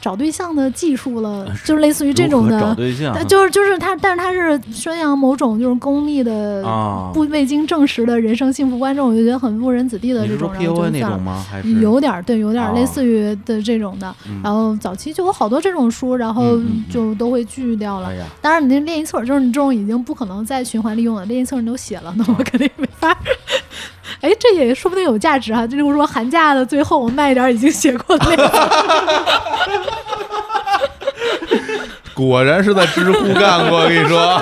[SPEAKER 3] 找对象的技术了，就是类似于这种
[SPEAKER 1] 啊如何找
[SPEAKER 3] 的。
[SPEAKER 1] 对象啊
[SPEAKER 3] 但就是就是他，但是他是宣扬某种就是功利的、
[SPEAKER 1] 啊
[SPEAKER 3] 不，未经证实的人生幸福观，这种我就觉得很误人子弟的
[SPEAKER 1] 你
[SPEAKER 3] 这
[SPEAKER 1] 是说
[SPEAKER 3] 种，然
[SPEAKER 1] PUA
[SPEAKER 3] 后就
[SPEAKER 1] 那
[SPEAKER 3] 算了
[SPEAKER 1] 种。吗？还是
[SPEAKER 3] 有点儿，对，有点儿类
[SPEAKER 1] 哦
[SPEAKER 3] 似于的这种的。
[SPEAKER 1] 嗯
[SPEAKER 3] 然后早期就有好多这种书，然后
[SPEAKER 1] 嗯嗯嗯
[SPEAKER 3] 就都会拒掉了。
[SPEAKER 1] 哎呀，
[SPEAKER 3] 当然，你那练习册就是你这种已经不可能再循环利用了，练习册你都写了，那我
[SPEAKER 1] 哦
[SPEAKER 3] 肯定没法儿。 哎，这也说不定有价值啊哈、就例如说寒假的最后，我卖一点儿已经写过的那个
[SPEAKER 2] 果然是在知乎干 过，我跟你说，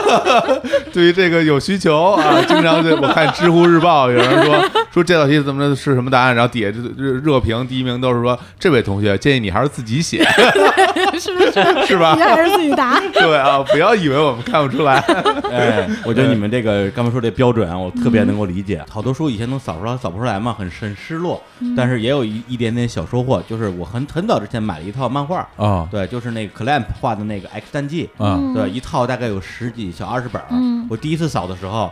[SPEAKER 2] 对于这个有需求啊，经常就我看知乎日报有人说 说这道题怎么着是什么答案，然后底下就热热评第一名都是说这位同学建议你还是自己写，
[SPEAKER 3] 是不 是？
[SPEAKER 2] 是 吧
[SPEAKER 3] 你？还是自己答。
[SPEAKER 2] 对啊，不要以为我们看不出 来，
[SPEAKER 1] 哎，我觉得你们这个刚才说这标准啊，我特别能够理解。好多书以前能扫出来，扫不出来嘛，很很失落。但是也有一一点点小收获，就是我很很早之前买了一套漫画，
[SPEAKER 2] 啊
[SPEAKER 1] 对，就是那个 Clamp 画的那个《X 战记》，
[SPEAKER 2] 啊
[SPEAKER 1] 嗯对，一套大概有十几小二十本儿。啊
[SPEAKER 3] 嗯
[SPEAKER 1] 我第一次扫的时候，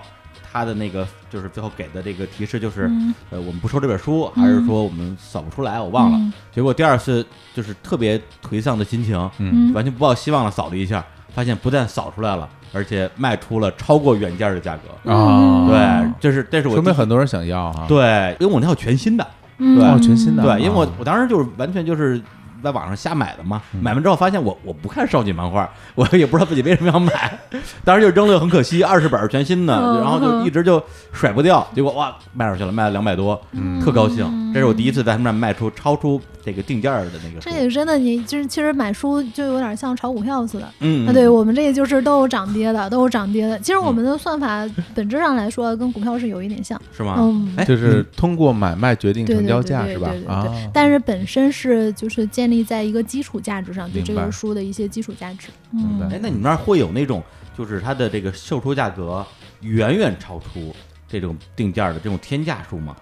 [SPEAKER 1] 他的那个就是最后给的这个提示就是，
[SPEAKER 3] 嗯
[SPEAKER 1] 呃，我们不收这本书，还是说我们扫不出来，我忘了。
[SPEAKER 3] 嗯
[SPEAKER 1] 结果第二次就是特别颓丧的心情，
[SPEAKER 3] 嗯
[SPEAKER 1] 完全不抱希望了，扫了一下，发现不但扫出来了，而且卖出了超过原价的价格。
[SPEAKER 3] 嗯
[SPEAKER 2] 啊，
[SPEAKER 3] 哦
[SPEAKER 1] 对，这是这是我
[SPEAKER 2] 说明
[SPEAKER 1] 第
[SPEAKER 2] 很多人想要啊，
[SPEAKER 1] 对，因为我那套全新的，
[SPEAKER 3] 嗯
[SPEAKER 1] 对
[SPEAKER 2] 哦，全新的，
[SPEAKER 1] 对，因为我我当时就是完全就是。在网上瞎买的嘛，买完之后发现我我不看少女漫画，我也不知道自己为什么要买， 当时就扔了，很可惜，二十本全新的，
[SPEAKER 3] 嗯
[SPEAKER 1] 然后就一直就甩不掉，结果哇卖出去了，卖了两百多，特高兴，这是我第一次在他们那儿卖出超出这个定价儿的那个书
[SPEAKER 3] 嗯这，也真的，你就是其实买书就有点像炒股票似的，
[SPEAKER 1] 嗯，
[SPEAKER 3] 啊，对我们这个就是都有涨跌的，都有涨跌的。其实我们的算法本质上来说跟股票是有一点像，
[SPEAKER 1] 是
[SPEAKER 2] 啊
[SPEAKER 1] 吗？
[SPEAKER 3] 嗯
[SPEAKER 1] 哎，
[SPEAKER 2] 就是通过买卖决定
[SPEAKER 3] 对
[SPEAKER 2] 成
[SPEAKER 3] 对
[SPEAKER 2] 交
[SPEAKER 3] 对
[SPEAKER 2] 价
[SPEAKER 3] 对
[SPEAKER 2] 是吧
[SPEAKER 3] 对对？
[SPEAKER 2] 啊
[SPEAKER 3] 对，但是本身是就是建立在一个基础价值上，就
[SPEAKER 2] 明
[SPEAKER 3] 这
[SPEAKER 2] 白
[SPEAKER 3] 本书的一些基础价值。
[SPEAKER 2] 明
[SPEAKER 3] 嗯
[SPEAKER 2] 白
[SPEAKER 1] 哎，那你们那儿会有那种，就是它的这个售出价格远远超出这种定价的这种天价数吗？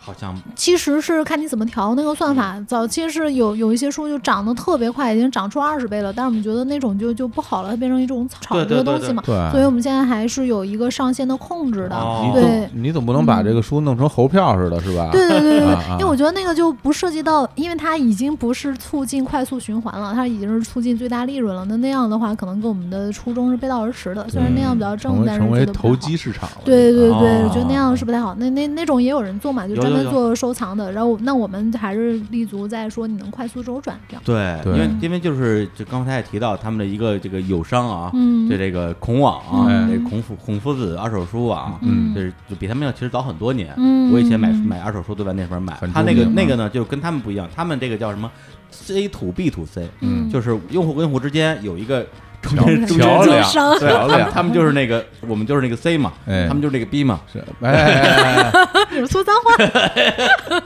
[SPEAKER 1] 好像
[SPEAKER 3] 其实是看你怎么调那个算
[SPEAKER 2] 嗯
[SPEAKER 3] 法。早期是有有一些书就涨得特别快，已经涨出二十倍了，但是我们觉得那种就就不好了，它变成一种炒
[SPEAKER 1] 对
[SPEAKER 3] 这
[SPEAKER 1] 对
[SPEAKER 3] 个
[SPEAKER 1] 对
[SPEAKER 3] 东西
[SPEAKER 1] 对
[SPEAKER 3] 嘛。
[SPEAKER 2] 啊对，
[SPEAKER 3] 所以我们现在还是有一个上限的控制的。
[SPEAKER 1] 哦
[SPEAKER 2] 你
[SPEAKER 3] 对
[SPEAKER 2] 总你总不能把这个书弄成猴票似的，是吧？
[SPEAKER 3] 对对对对，
[SPEAKER 2] 啊
[SPEAKER 3] 对，因为我觉得那个就不涉及到，因为它已经不是促进快速循环了，它已经是促进最大利润了。那那样的话，可能跟我们的初衷是背道而驰的。虽然那样比较
[SPEAKER 2] 成
[SPEAKER 3] 正，
[SPEAKER 2] 为
[SPEAKER 3] 但
[SPEAKER 2] 嗯
[SPEAKER 3] 是
[SPEAKER 2] 成
[SPEAKER 3] 觉
[SPEAKER 2] 为
[SPEAKER 3] 得不
[SPEAKER 2] 投
[SPEAKER 3] 太好
[SPEAKER 2] 机。市场了。
[SPEAKER 3] 对对对，
[SPEAKER 1] 哦
[SPEAKER 3] 我觉得那样是不太好。那那那种也有人做嘛，就
[SPEAKER 1] 有
[SPEAKER 3] 专
[SPEAKER 1] 有
[SPEAKER 3] 门
[SPEAKER 1] 有
[SPEAKER 3] 做收藏的。然后那我们还是立足在说你能快速周转这样。
[SPEAKER 1] 对，
[SPEAKER 2] 对
[SPEAKER 1] 因为因为就是就刚才也提到他们的一个这个友商啊，
[SPEAKER 3] 嗯
[SPEAKER 1] 对这个孔网啊，
[SPEAKER 2] 嗯
[SPEAKER 1] 这孔夫孔夫子二手书啊，
[SPEAKER 3] 嗯
[SPEAKER 1] 就是就比他们要其实早很多年。
[SPEAKER 3] 嗯，
[SPEAKER 1] 我以前买买二手书都在那边买
[SPEAKER 2] 很，
[SPEAKER 1] 他
[SPEAKER 2] 著
[SPEAKER 1] 那个
[SPEAKER 2] 名啊
[SPEAKER 1] 那个呢，就是跟他们不一样，他们这个叫什么 C to B to C，
[SPEAKER 3] 嗯
[SPEAKER 1] 就是用户跟用户之间有一个。
[SPEAKER 3] 中
[SPEAKER 2] 桥
[SPEAKER 3] 间 中
[SPEAKER 2] 桥
[SPEAKER 3] 间
[SPEAKER 2] 梁
[SPEAKER 3] 商，
[SPEAKER 1] 对，
[SPEAKER 2] 聊
[SPEAKER 1] 他
[SPEAKER 2] 聊
[SPEAKER 1] 们他们就是那个，我们就是那个 C 嘛，
[SPEAKER 2] 哎
[SPEAKER 1] 他们就是那个 B 嘛，
[SPEAKER 2] 是哎哎哎哎
[SPEAKER 3] 有说脏话，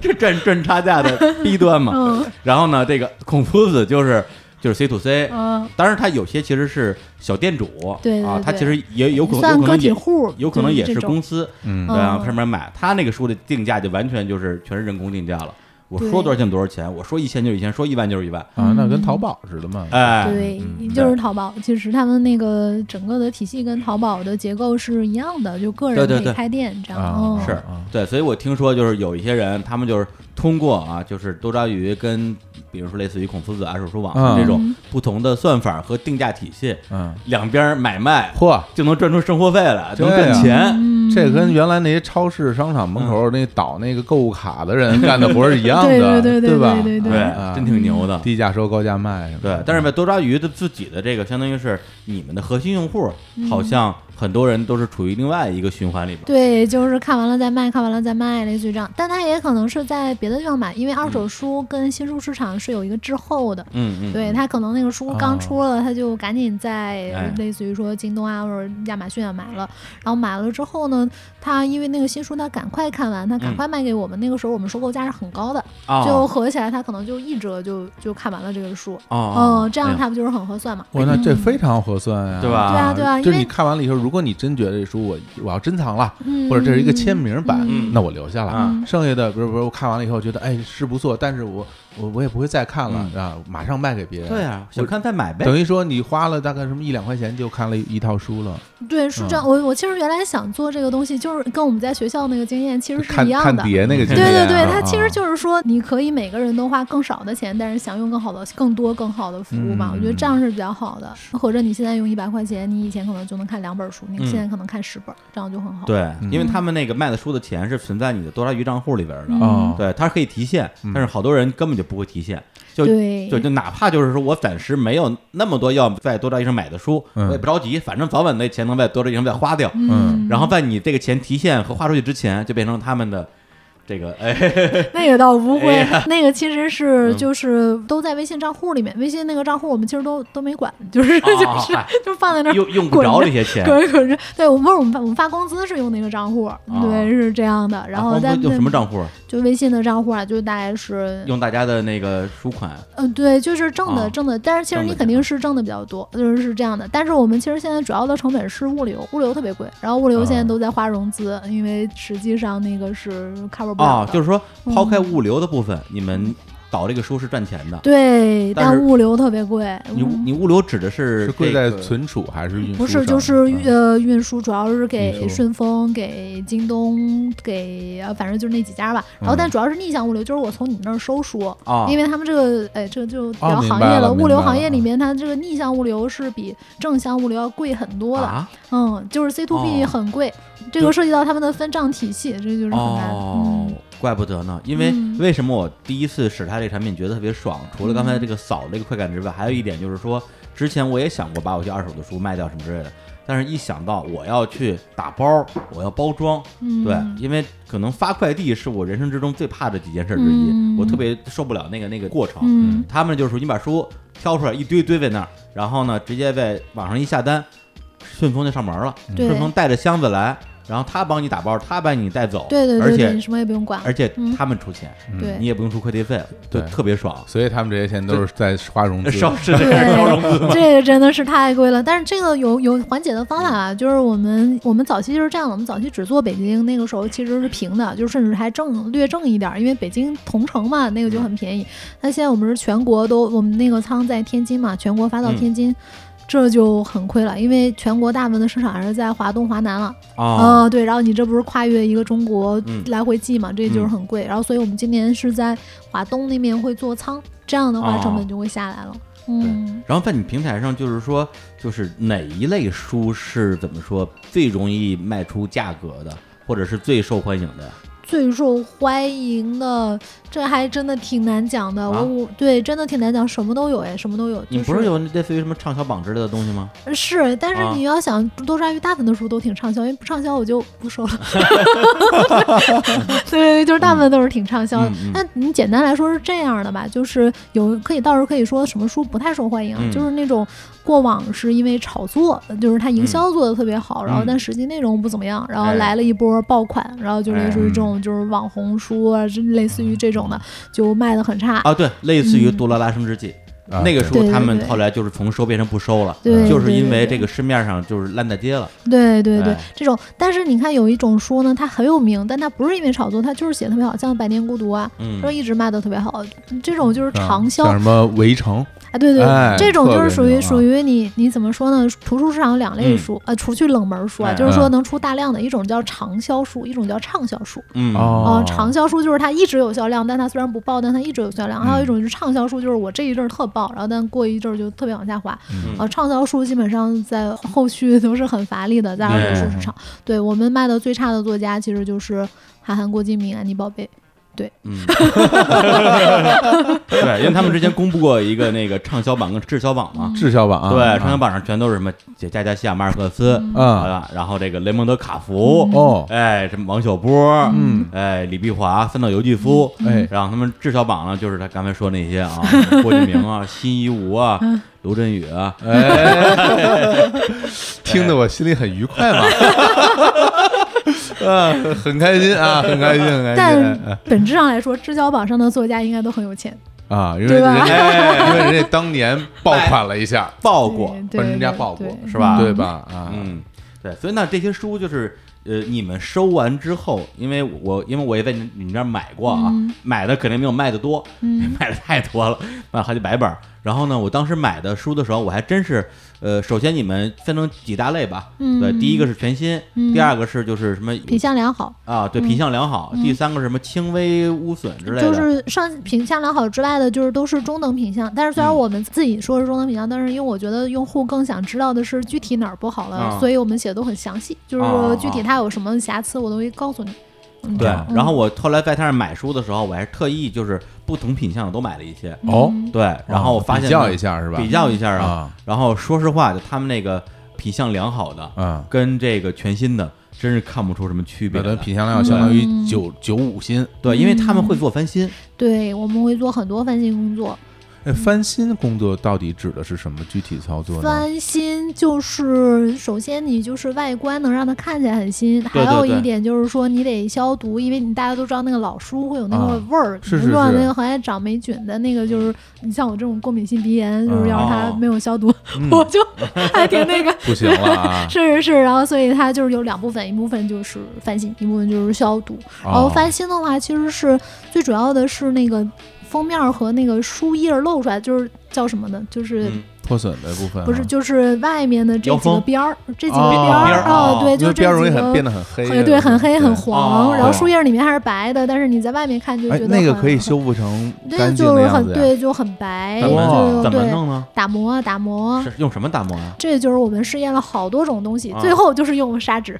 [SPEAKER 1] 这赚赚差价的 B 端嘛
[SPEAKER 3] 嗯。
[SPEAKER 1] 然后呢，这个孔夫子就是就是 C to C，
[SPEAKER 3] 嗯，
[SPEAKER 1] 当然他有些其实是小店主，
[SPEAKER 3] 对对
[SPEAKER 1] 啊，他
[SPEAKER 3] 对
[SPEAKER 1] 其实也 有可能
[SPEAKER 3] 算
[SPEAKER 1] 有可
[SPEAKER 3] 个
[SPEAKER 1] 能
[SPEAKER 3] 体
[SPEAKER 1] 也
[SPEAKER 3] 户，
[SPEAKER 1] 有可能
[SPEAKER 3] 就
[SPEAKER 1] 也
[SPEAKER 3] 这
[SPEAKER 1] 是
[SPEAKER 3] 种
[SPEAKER 1] 公司
[SPEAKER 2] 嗯
[SPEAKER 1] 对啊
[SPEAKER 3] 嗯
[SPEAKER 1] 上面买，他那个书的定价就完全就是全是人工定价了。我
[SPEAKER 3] 对
[SPEAKER 1] 说多少钱多少钱，我说一千就是一千，说一万就是一万，
[SPEAKER 2] 啊，那跟淘宝似的嘛，
[SPEAKER 1] 哎，
[SPEAKER 3] 嗯对
[SPEAKER 2] 嗯，
[SPEAKER 3] 就是淘宝，其实他们那个整个的体系跟淘宝的结构是一样的，就个
[SPEAKER 1] 对
[SPEAKER 3] 人
[SPEAKER 1] 对
[SPEAKER 3] 可以
[SPEAKER 1] 对
[SPEAKER 3] 开店这样。
[SPEAKER 2] 啊
[SPEAKER 3] 嗯
[SPEAKER 1] 是
[SPEAKER 2] 啊
[SPEAKER 1] 对，所以我听说就是有一些人，他们就是通过啊，就是多抓鱼跟比如说类似于孔夫子啊、手书网
[SPEAKER 2] 嗯
[SPEAKER 1] 这种不同的算法和定价体系，
[SPEAKER 2] 嗯，
[SPEAKER 1] 两边买卖
[SPEAKER 2] 嚯，
[SPEAKER 1] 就能赚出生活费来，
[SPEAKER 2] 对
[SPEAKER 1] 能
[SPEAKER 2] 啊
[SPEAKER 1] 赚钱。
[SPEAKER 3] 嗯，
[SPEAKER 2] 这跟原来那些超市、商场门口那倒那个购物卡的人干的活儿一样的，
[SPEAKER 3] 对对对对
[SPEAKER 2] 吧？
[SPEAKER 3] 对对
[SPEAKER 1] 对
[SPEAKER 2] 啊，
[SPEAKER 1] 真挺牛的。
[SPEAKER 2] 低价收、高价卖什么
[SPEAKER 1] 对
[SPEAKER 2] 的，，
[SPEAKER 1] 但是吧，多抓鱼的自己的这个，相当于是你们的核心用户，好像很多人都是处于另外一个循环里边。
[SPEAKER 3] 嗯对，就是看完了再卖，看完了再卖，类似于这样。但它也可能是在别的地方买，因为二
[SPEAKER 2] 嗯
[SPEAKER 3] 手书跟新书市场是有一个滞后的。
[SPEAKER 1] 嗯嗯，
[SPEAKER 3] 对，他可能那个书
[SPEAKER 2] 哦
[SPEAKER 3] 刚出了，他就赶紧在
[SPEAKER 1] 哎
[SPEAKER 3] 类似于说京东啊或者亚马逊啊买了，然后买了之后呢，他因为那个新书他赶快看完，他赶
[SPEAKER 1] 嗯
[SPEAKER 3] 快卖给我们，那个时候我们收购价是很高的，
[SPEAKER 2] 哦
[SPEAKER 1] 啊，
[SPEAKER 3] 就合起来他可能就一折就就看完了这个书，
[SPEAKER 1] 哦
[SPEAKER 3] 嗯，这
[SPEAKER 1] 哎
[SPEAKER 3] 样
[SPEAKER 1] 呀
[SPEAKER 3] 他不就是很合算嘛？嗯
[SPEAKER 2] 哇，那这非常合算呀，
[SPEAKER 1] 对吧
[SPEAKER 3] 对啊对啊因为
[SPEAKER 2] 就是你看完了以后，如果你真觉得这书我我要珍藏了，
[SPEAKER 3] 嗯
[SPEAKER 2] 或者这是一个签名版，
[SPEAKER 1] 嗯
[SPEAKER 2] 那我留下了。
[SPEAKER 1] 嗯
[SPEAKER 2] 剩下的不是不是，我看完了以后觉得哎是不错，但是我我我也不会再看了、啊，马上卖给别人。
[SPEAKER 1] 对啊，想看再买
[SPEAKER 3] 哎
[SPEAKER 1] 呗。
[SPEAKER 2] 等于说你花了大概什么一两块钱就看了一套书了，
[SPEAKER 3] 对，是
[SPEAKER 2] 嗯
[SPEAKER 3] 这样。我我其实原来想做这个东西，就是跟我们在学校那个经验其实是
[SPEAKER 2] 看
[SPEAKER 3] 一样
[SPEAKER 2] 看
[SPEAKER 3] 的。
[SPEAKER 2] 碟那个经
[SPEAKER 3] 对
[SPEAKER 2] 验啊。
[SPEAKER 3] 对对，它其
[SPEAKER 2] 啊
[SPEAKER 3] 实就是说，你可以每个人都花更少的钱，但是享用更好的、更多、更好的服务嘛。
[SPEAKER 2] 嗯
[SPEAKER 3] 我觉得这样是比较好的。或者你现在用一百块钱，你以前可能就能看两本书，你
[SPEAKER 1] 嗯
[SPEAKER 3] 现在可能看十本，这样就很好。
[SPEAKER 1] 对，因为
[SPEAKER 3] 嗯
[SPEAKER 1] 他们那个卖的书的钱是存在你的多抓鱼账户里边的，
[SPEAKER 2] 哦
[SPEAKER 1] 对，它是可以提现，但是好多人根本就不会提现，就
[SPEAKER 3] 对
[SPEAKER 1] 就就哪怕就是说我暂时没有那么多要在多抓鱼上买的书，
[SPEAKER 2] 嗯
[SPEAKER 1] 我也不着急，反正早晚那钱能在多抓鱼上再花掉，
[SPEAKER 2] 嗯
[SPEAKER 1] 然后在你这个钱提现和花出去之前，就变成他们的这个哎，
[SPEAKER 3] 那个倒不
[SPEAKER 1] 哎
[SPEAKER 3] 会，那个其实是
[SPEAKER 1] 嗯
[SPEAKER 3] 就是都在微信账户里面，微信那个账户我们其实都都没管，就是
[SPEAKER 1] 哦
[SPEAKER 3] 就
[SPEAKER 1] 哦
[SPEAKER 3] 是
[SPEAKER 1] 嗨
[SPEAKER 3] 就放在那儿
[SPEAKER 1] 用用不
[SPEAKER 3] 滚
[SPEAKER 1] 着
[SPEAKER 3] 着
[SPEAKER 1] 这些钱，
[SPEAKER 3] 可是可是，对我们不是我们发我们发工资是用那个账户，
[SPEAKER 1] 哦
[SPEAKER 3] 对是这样的。然后
[SPEAKER 1] 啊
[SPEAKER 3] 在
[SPEAKER 1] 用什么账户？
[SPEAKER 3] 就微信的账户啊，就大概是
[SPEAKER 1] 用大家的那个书款，
[SPEAKER 3] 嗯、对，就是挣的
[SPEAKER 1] 啊
[SPEAKER 3] 挣的，但是其实
[SPEAKER 1] 挣的
[SPEAKER 3] 你肯定是挣的比较多，就是是这样的。但是我们其实现在主要的成本是物流，物流特别贵，然后物流
[SPEAKER 1] 嗯
[SPEAKER 3] 现在都在花融资，因为实际上那个是 cover 不了
[SPEAKER 1] 哦
[SPEAKER 3] 的。，
[SPEAKER 1] 就是说
[SPEAKER 3] 嗯
[SPEAKER 1] 抛开物流的部分，你们导这个书是赚钱的。
[SPEAKER 3] 对，
[SPEAKER 1] 但是
[SPEAKER 3] 但物流特别贵。
[SPEAKER 1] 你
[SPEAKER 3] 嗯
[SPEAKER 1] 你物流指的是
[SPEAKER 2] 是贵
[SPEAKER 1] 这
[SPEAKER 2] 在
[SPEAKER 1] 个
[SPEAKER 2] 存储还是运输上？
[SPEAKER 3] 不是，就是
[SPEAKER 2] 嗯
[SPEAKER 3] 呃，运输主要是
[SPEAKER 2] 运
[SPEAKER 3] 给
[SPEAKER 2] 输
[SPEAKER 3] 顺丰、给京东、给呃，反正就是那几家吧。然后，但主要是逆向物流，就是我从你那儿收书，
[SPEAKER 1] 啊，
[SPEAKER 3] 因为他们这个哎，这个就比较
[SPEAKER 2] 哦明
[SPEAKER 3] 行
[SPEAKER 2] 白
[SPEAKER 3] 业
[SPEAKER 2] 了明
[SPEAKER 3] 物流
[SPEAKER 2] 白
[SPEAKER 3] 行
[SPEAKER 2] 了
[SPEAKER 3] 业里面，它这个逆向物流是比正向物流要贵很多的。
[SPEAKER 1] 啊
[SPEAKER 3] 嗯，就是 C to
[SPEAKER 1] 哦
[SPEAKER 3] B 很贵，这
[SPEAKER 1] 就
[SPEAKER 3] 个涉及到他们的分账体系，这就是很难。
[SPEAKER 1] 哦
[SPEAKER 3] 嗯，
[SPEAKER 1] 怪不得呢，因为
[SPEAKER 3] 嗯
[SPEAKER 1] 为什么我第一次使它这个产品觉得特别爽？除了刚才这个扫这个快感之外，还有一点就是说，之前我也想过把我去二手的书卖掉什么之类的，但是一想到我要去打包，我要包装，
[SPEAKER 3] 嗯，
[SPEAKER 1] 对，因为可能发快递是我人生之中最怕的几件事之一，
[SPEAKER 3] 嗯
[SPEAKER 1] 我特别受不了那个那个过程。
[SPEAKER 3] 嗯，
[SPEAKER 1] 他们就是你把书挑出来一堆堆在那儿，然后呢，直接在网上一下单，顺丰就上门了。
[SPEAKER 3] 对
[SPEAKER 1] 顺丰带着箱子来，然后他帮你打包，他把你带走，
[SPEAKER 3] 对对
[SPEAKER 1] 而
[SPEAKER 3] 对对，你
[SPEAKER 1] 且
[SPEAKER 3] 什么也不用管。
[SPEAKER 1] 而且
[SPEAKER 3] 嗯
[SPEAKER 1] 他们出钱，
[SPEAKER 3] 对
[SPEAKER 1] 你也不用出快递费，就
[SPEAKER 2] 对
[SPEAKER 1] 特别爽。
[SPEAKER 2] 所以他们这些钱都是在花融 资。
[SPEAKER 1] 烧是这样烧融资
[SPEAKER 3] 对， 这个真的是太贵了。但是这个有有缓解的方法
[SPEAKER 1] 嗯
[SPEAKER 3] 啊，就是我们我们早期就是这样的，我们早期只做北京，那个时候其实是平的，就是甚至还挣略挣一点儿，因为北京同城嘛，那个就很
[SPEAKER 1] 嗯
[SPEAKER 3] 便宜。那现在我们是全国都，我们那个仓在天津嘛，全国发到
[SPEAKER 1] 嗯
[SPEAKER 3] 天津。这就很亏了，因为全国大部分的市场还是在华东、华南了。
[SPEAKER 1] 啊，
[SPEAKER 3] 呃对，然后你这不是跨越一个中国
[SPEAKER 1] 嗯
[SPEAKER 3] 来回寄嘛，这就是很贵。然后，所以我们今年是在华东那边会做仓，这样的话
[SPEAKER 1] 哦
[SPEAKER 3] 成本就会下来了。嗯，
[SPEAKER 1] 然后在你平台上，就是说，就是哪一类书是怎么说最容易卖出价格的，或者是最受欢迎的？
[SPEAKER 3] 最受欢迎的，这还真的挺难讲的。
[SPEAKER 1] 啊
[SPEAKER 3] 我我对真的挺难讲，什么都有哎，什么都有。就
[SPEAKER 1] 你不是有类似于什么畅销榜之类的东西吗？
[SPEAKER 3] 是，但是
[SPEAKER 1] 啊
[SPEAKER 3] 你要想多抓鱼大部分的书都挺畅销，因为不畅销我就不收 了。对，就是大部分都是挺畅销的。
[SPEAKER 1] 嗯嗯
[SPEAKER 3] 那你简单来说是这样的吧，就是有可以到时候可以说什么书不太受欢迎，
[SPEAKER 1] 嗯
[SPEAKER 3] 就是那种过往是因为炒作，就是它营销做的特别好，然后但实际内容不怎么样，然后
[SPEAKER 1] 嗯哎
[SPEAKER 3] 来了一波爆款，然后就类似于这种就是网红书啊，这类似于这种的就卖的很差。
[SPEAKER 1] 啊，对，类似于《杜拉拉升职记》
[SPEAKER 2] 啊
[SPEAKER 1] 那个
[SPEAKER 3] 对
[SPEAKER 1] 书，
[SPEAKER 3] 对
[SPEAKER 1] 他们
[SPEAKER 3] 对
[SPEAKER 1] 后来就是从收变成不收了，
[SPEAKER 3] 对，
[SPEAKER 1] 就是因为
[SPEAKER 3] 个。对
[SPEAKER 1] 这个市面上就是烂大街了。
[SPEAKER 3] 对对对
[SPEAKER 1] 哎，
[SPEAKER 3] 这种，但是你看有一种书呢，它很有名，但它不是因为炒作，它就是写得特别好，像《百年孤独》啊，
[SPEAKER 1] 嗯
[SPEAKER 3] 说，一直卖的特别好，这种就是长销
[SPEAKER 2] 嗯啊像什么围城，
[SPEAKER 3] 啊，对对，
[SPEAKER 2] 哎
[SPEAKER 3] 这种就是
[SPEAKER 2] 特
[SPEAKER 3] 属
[SPEAKER 2] 别
[SPEAKER 3] 于
[SPEAKER 2] 牛啊
[SPEAKER 3] 属于你你怎么说呢？图书市场有两类
[SPEAKER 1] 嗯
[SPEAKER 3] 书，呃，除去冷门书啊，
[SPEAKER 1] 哎
[SPEAKER 3] 就是说
[SPEAKER 2] 嗯
[SPEAKER 3] 能出大量的，一种叫长销书，一种叫畅销书。
[SPEAKER 1] 嗯
[SPEAKER 2] 哦
[SPEAKER 3] 嗯，长销书就是它一直有销量，但它虽然不爆，但它一直有销量。还有
[SPEAKER 2] 嗯
[SPEAKER 3] 一种就是畅销书，就是我这一阵儿特爆，然后但过一阵儿就特别往下滑。
[SPEAKER 1] 嗯
[SPEAKER 3] 呃，畅销书基本上在后续都是很乏力的，在二手
[SPEAKER 2] 嗯
[SPEAKER 3] 书市场。对我们卖的最差的作家其实就是韩寒、郭敬明、安妮宝贝。
[SPEAKER 1] 嗯，对，因为他们之前公布过一个那个畅销榜跟滞销榜
[SPEAKER 3] 嗯
[SPEAKER 1] 嘛，
[SPEAKER 2] 滞销榜啊，
[SPEAKER 1] 对，畅销
[SPEAKER 2] 啊
[SPEAKER 1] 榜上全都是什么杰加加西亚马尔克斯，好
[SPEAKER 2] 啊
[SPEAKER 1] 吧，然后这个雷蒙德卡福，
[SPEAKER 2] 哦，
[SPEAKER 1] 哎，什么王小波，
[SPEAKER 2] 嗯，
[SPEAKER 1] 哎，李碧华、三岛由纪夫，
[SPEAKER 2] 哎
[SPEAKER 1] 然后他们滞销榜呢，就是他刚才说那些 啊，郭敬明啊、辛夷坞啊、刘震宇啊，
[SPEAKER 2] 嗯哎，听得我心里很愉 快嘛，啊，很开心啊，很开心，很开心
[SPEAKER 3] 但本质上来说，滞销榜上的作家应该都很有钱。
[SPEAKER 2] 啊，因为
[SPEAKER 3] 对
[SPEAKER 2] 人
[SPEAKER 3] 吧
[SPEAKER 2] 家 因为人家当年爆款了一下，
[SPEAKER 1] 爆过，
[SPEAKER 3] 对
[SPEAKER 2] 帮人家
[SPEAKER 3] 对
[SPEAKER 2] 爆过
[SPEAKER 3] 对嗯
[SPEAKER 1] 是吧
[SPEAKER 2] 对吧？啊，
[SPEAKER 1] 嗯，对，所以那这些书就是。呃，你们收完之后，因为我因为我也在你你们这儿买过啊，
[SPEAKER 3] 嗯
[SPEAKER 1] 买的肯定没有卖的多，
[SPEAKER 3] 嗯
[SPEAKER 1] 买的太多了，买了好几百本儿。然后呢，我当时买的书的时候，我还真是，呃，首先你们分成几大类吧，
[SPEAKER 3] 嗯
[SPEAKER 1] 对，第一个是全新，
[SPEAKER 3] 嗯
[SPEAKER 1] 第二个是就是什么
[SPEAKER 3] 品相良好，
[SPEAKER 1] 啊，对，品相良好，第三个是什么轻微污损之类的，
[SPEAKER 3] 就是上品相良好之外的，就是都是中等品相。但是虽然
[SPEAKER 1] 嗯
[SPEAKER 3] 我们自己说是中等品相，但是因为我觉得用户更想知道的是具体哪儿不好了，
[SPEAKER 1] 啊
[SPEAKER 3] 所以我们写的都很详细，就是
[SPEAKER 1] 啊啊
[SPEAKER 3] 说
[SPEAKER 1] 啊
[SPEAKER 3] 具体它有什么瑕疵，我都会告诉你。嗯
[SPEAKER 1] 对
[SPEAKER 3] 这样。
[SPEAKER 1] 然后我后来在他那儿买书的时候，我还特意就是不同品相的都买了一些，
[SPEAKER 2] 哦，
[SPEAKER 3] 嗯
[SPEAKER 1] 对，然后我发现
[SPEAKER 2] 啊比较一下是吧？
[SPEAKER 1] 比较一下啊，
[SPEAKER 2] 啊
[SPEAKER 1] 然后说实话，就他们那个品相良好的
[SPEAKER 2] 啊，
[SPEAKER 1] 跟这个全新的，真是看不出什么区别
[SPEAKER 2] 那咱
[SPEAKER 1] 来。
[SPEAKER 2] 品相量要相当于
[SPEAKER 3] 嗯
[SPEAKER 2] 九九五新。
[SPEAKER 1] 对，因为他们会做翻新，
[SPEAKER 3] 对，我们会做很多翻新工作。
[SPEAKER 2] 哎，翻新工作到底指的是什么具体操作呢？
[SPEAKER 3] 翻新就是首先你就是外观能让它看起来很新，还
[SPEAKER 1] 对对
[SPEAKER 3] 有
[SPEAKER 1] 对
[SPEAKER 3] 一点就是说你得消毒，因为你大家都知道那个老书会有那个
[SPEAKER 2] 啊
[SPEAKER 3] 味儿，
[SPEAKER 2] 是是
[SPEAKER 3] 你知道
[SPEAKER 2] 是
[SPEAKER 3] 那个很爱长霉菌的那个，就是你像我这种过敏性鼻炎，就是要是它
[SPEAKER 1] 哦
[SPEAKER 3] 没有消毒，
[SPEAKER 2] 嗯
[SPEAKER 3] 我就还挺那个。！
[SPEAKER 2] 不行了啊
[SPEAKER 3] 是是是，然后所以它就是有两部分，一部分就是翻新，一部分就是消毒。然后
[SPEAKER 2] 哦
[SPEAKER 3] 翻新的话，其实是最主要的是那个封面儿和那个书页儿露出来，就是叫什么呢？就是
[SPEAKER 1] 嗯
[SPEAKER 2] 破损的部分啊
[SPEAKER 3] 不是，就是外面的这
[SPEAKER 1] 腰
[SPEAKER 3] 几个
[SPEAKER 1] 封
[SPEAKER 3] 边儿，这几个
[SPEAKER 2] 哦
[SPEAKER 3] 边
[SPEAKER 1] 边儿
[SPEAKER 3] 儿啊，
[SPEAKER 1] 哦
[SPEAKER 3] 对，
[SPEAKER 2] 因
[SPEAKER 3] 就
[SPEAKER 2] 为
[SPEAKER 3] 这
[SPEAKER 2] 边儿容易
[SPEAKER 3] 几
[SPEAKER 2] 很变
[SPEAKER 3] 个，
[SPEAKER 2] 得很黑，啊
[SPEAKER 3] 很对，很黑很
[SPEAKER 1] 哦
[SPEAKER 3] 黄，然后
[SPEAKER 1] 对
[SPEAKER 3] 树叶里面还是白的，但是你在外面看就
[SPEAKER 2] 哎
[SPEAKER 3] 觉得，
[SPEAKER 2] 那个可以
[SPEAKER 3] 很，
[SPEAKER 2] 修复成
[SPEAKER 3] 对，
[SPEAKER 2] 干净
[SPEAKER 3] 就
[SPEAKER 2] 的
[SPEAKER 3] 是
[SPEAKER 2] 样
[SPEAKER 3] 很
[SPEAKER 2] 子呀。
[SPEAKER 3] 对，就很白，
[SPEAKER 1] 怎
[SPEAKER 2] 么
[SPEAKER 3] 哎就
[SPEAKER 1] 怎么
[SPEAKER 3] 对，啊
[SPEAKER 1] 弄呢？
[SPEAKER 3] 打磨打磨。
[SPEAKER 1] 是用什么啊打磨 呀？
[SPEAKER 3] 这就是我们试验了好多种东
[SPEAKER 2] 嗯
[SPEAKER 3] 西，
[SPEAKER 1] 啊
[SPEAKER 3] 最后就是用砂纸。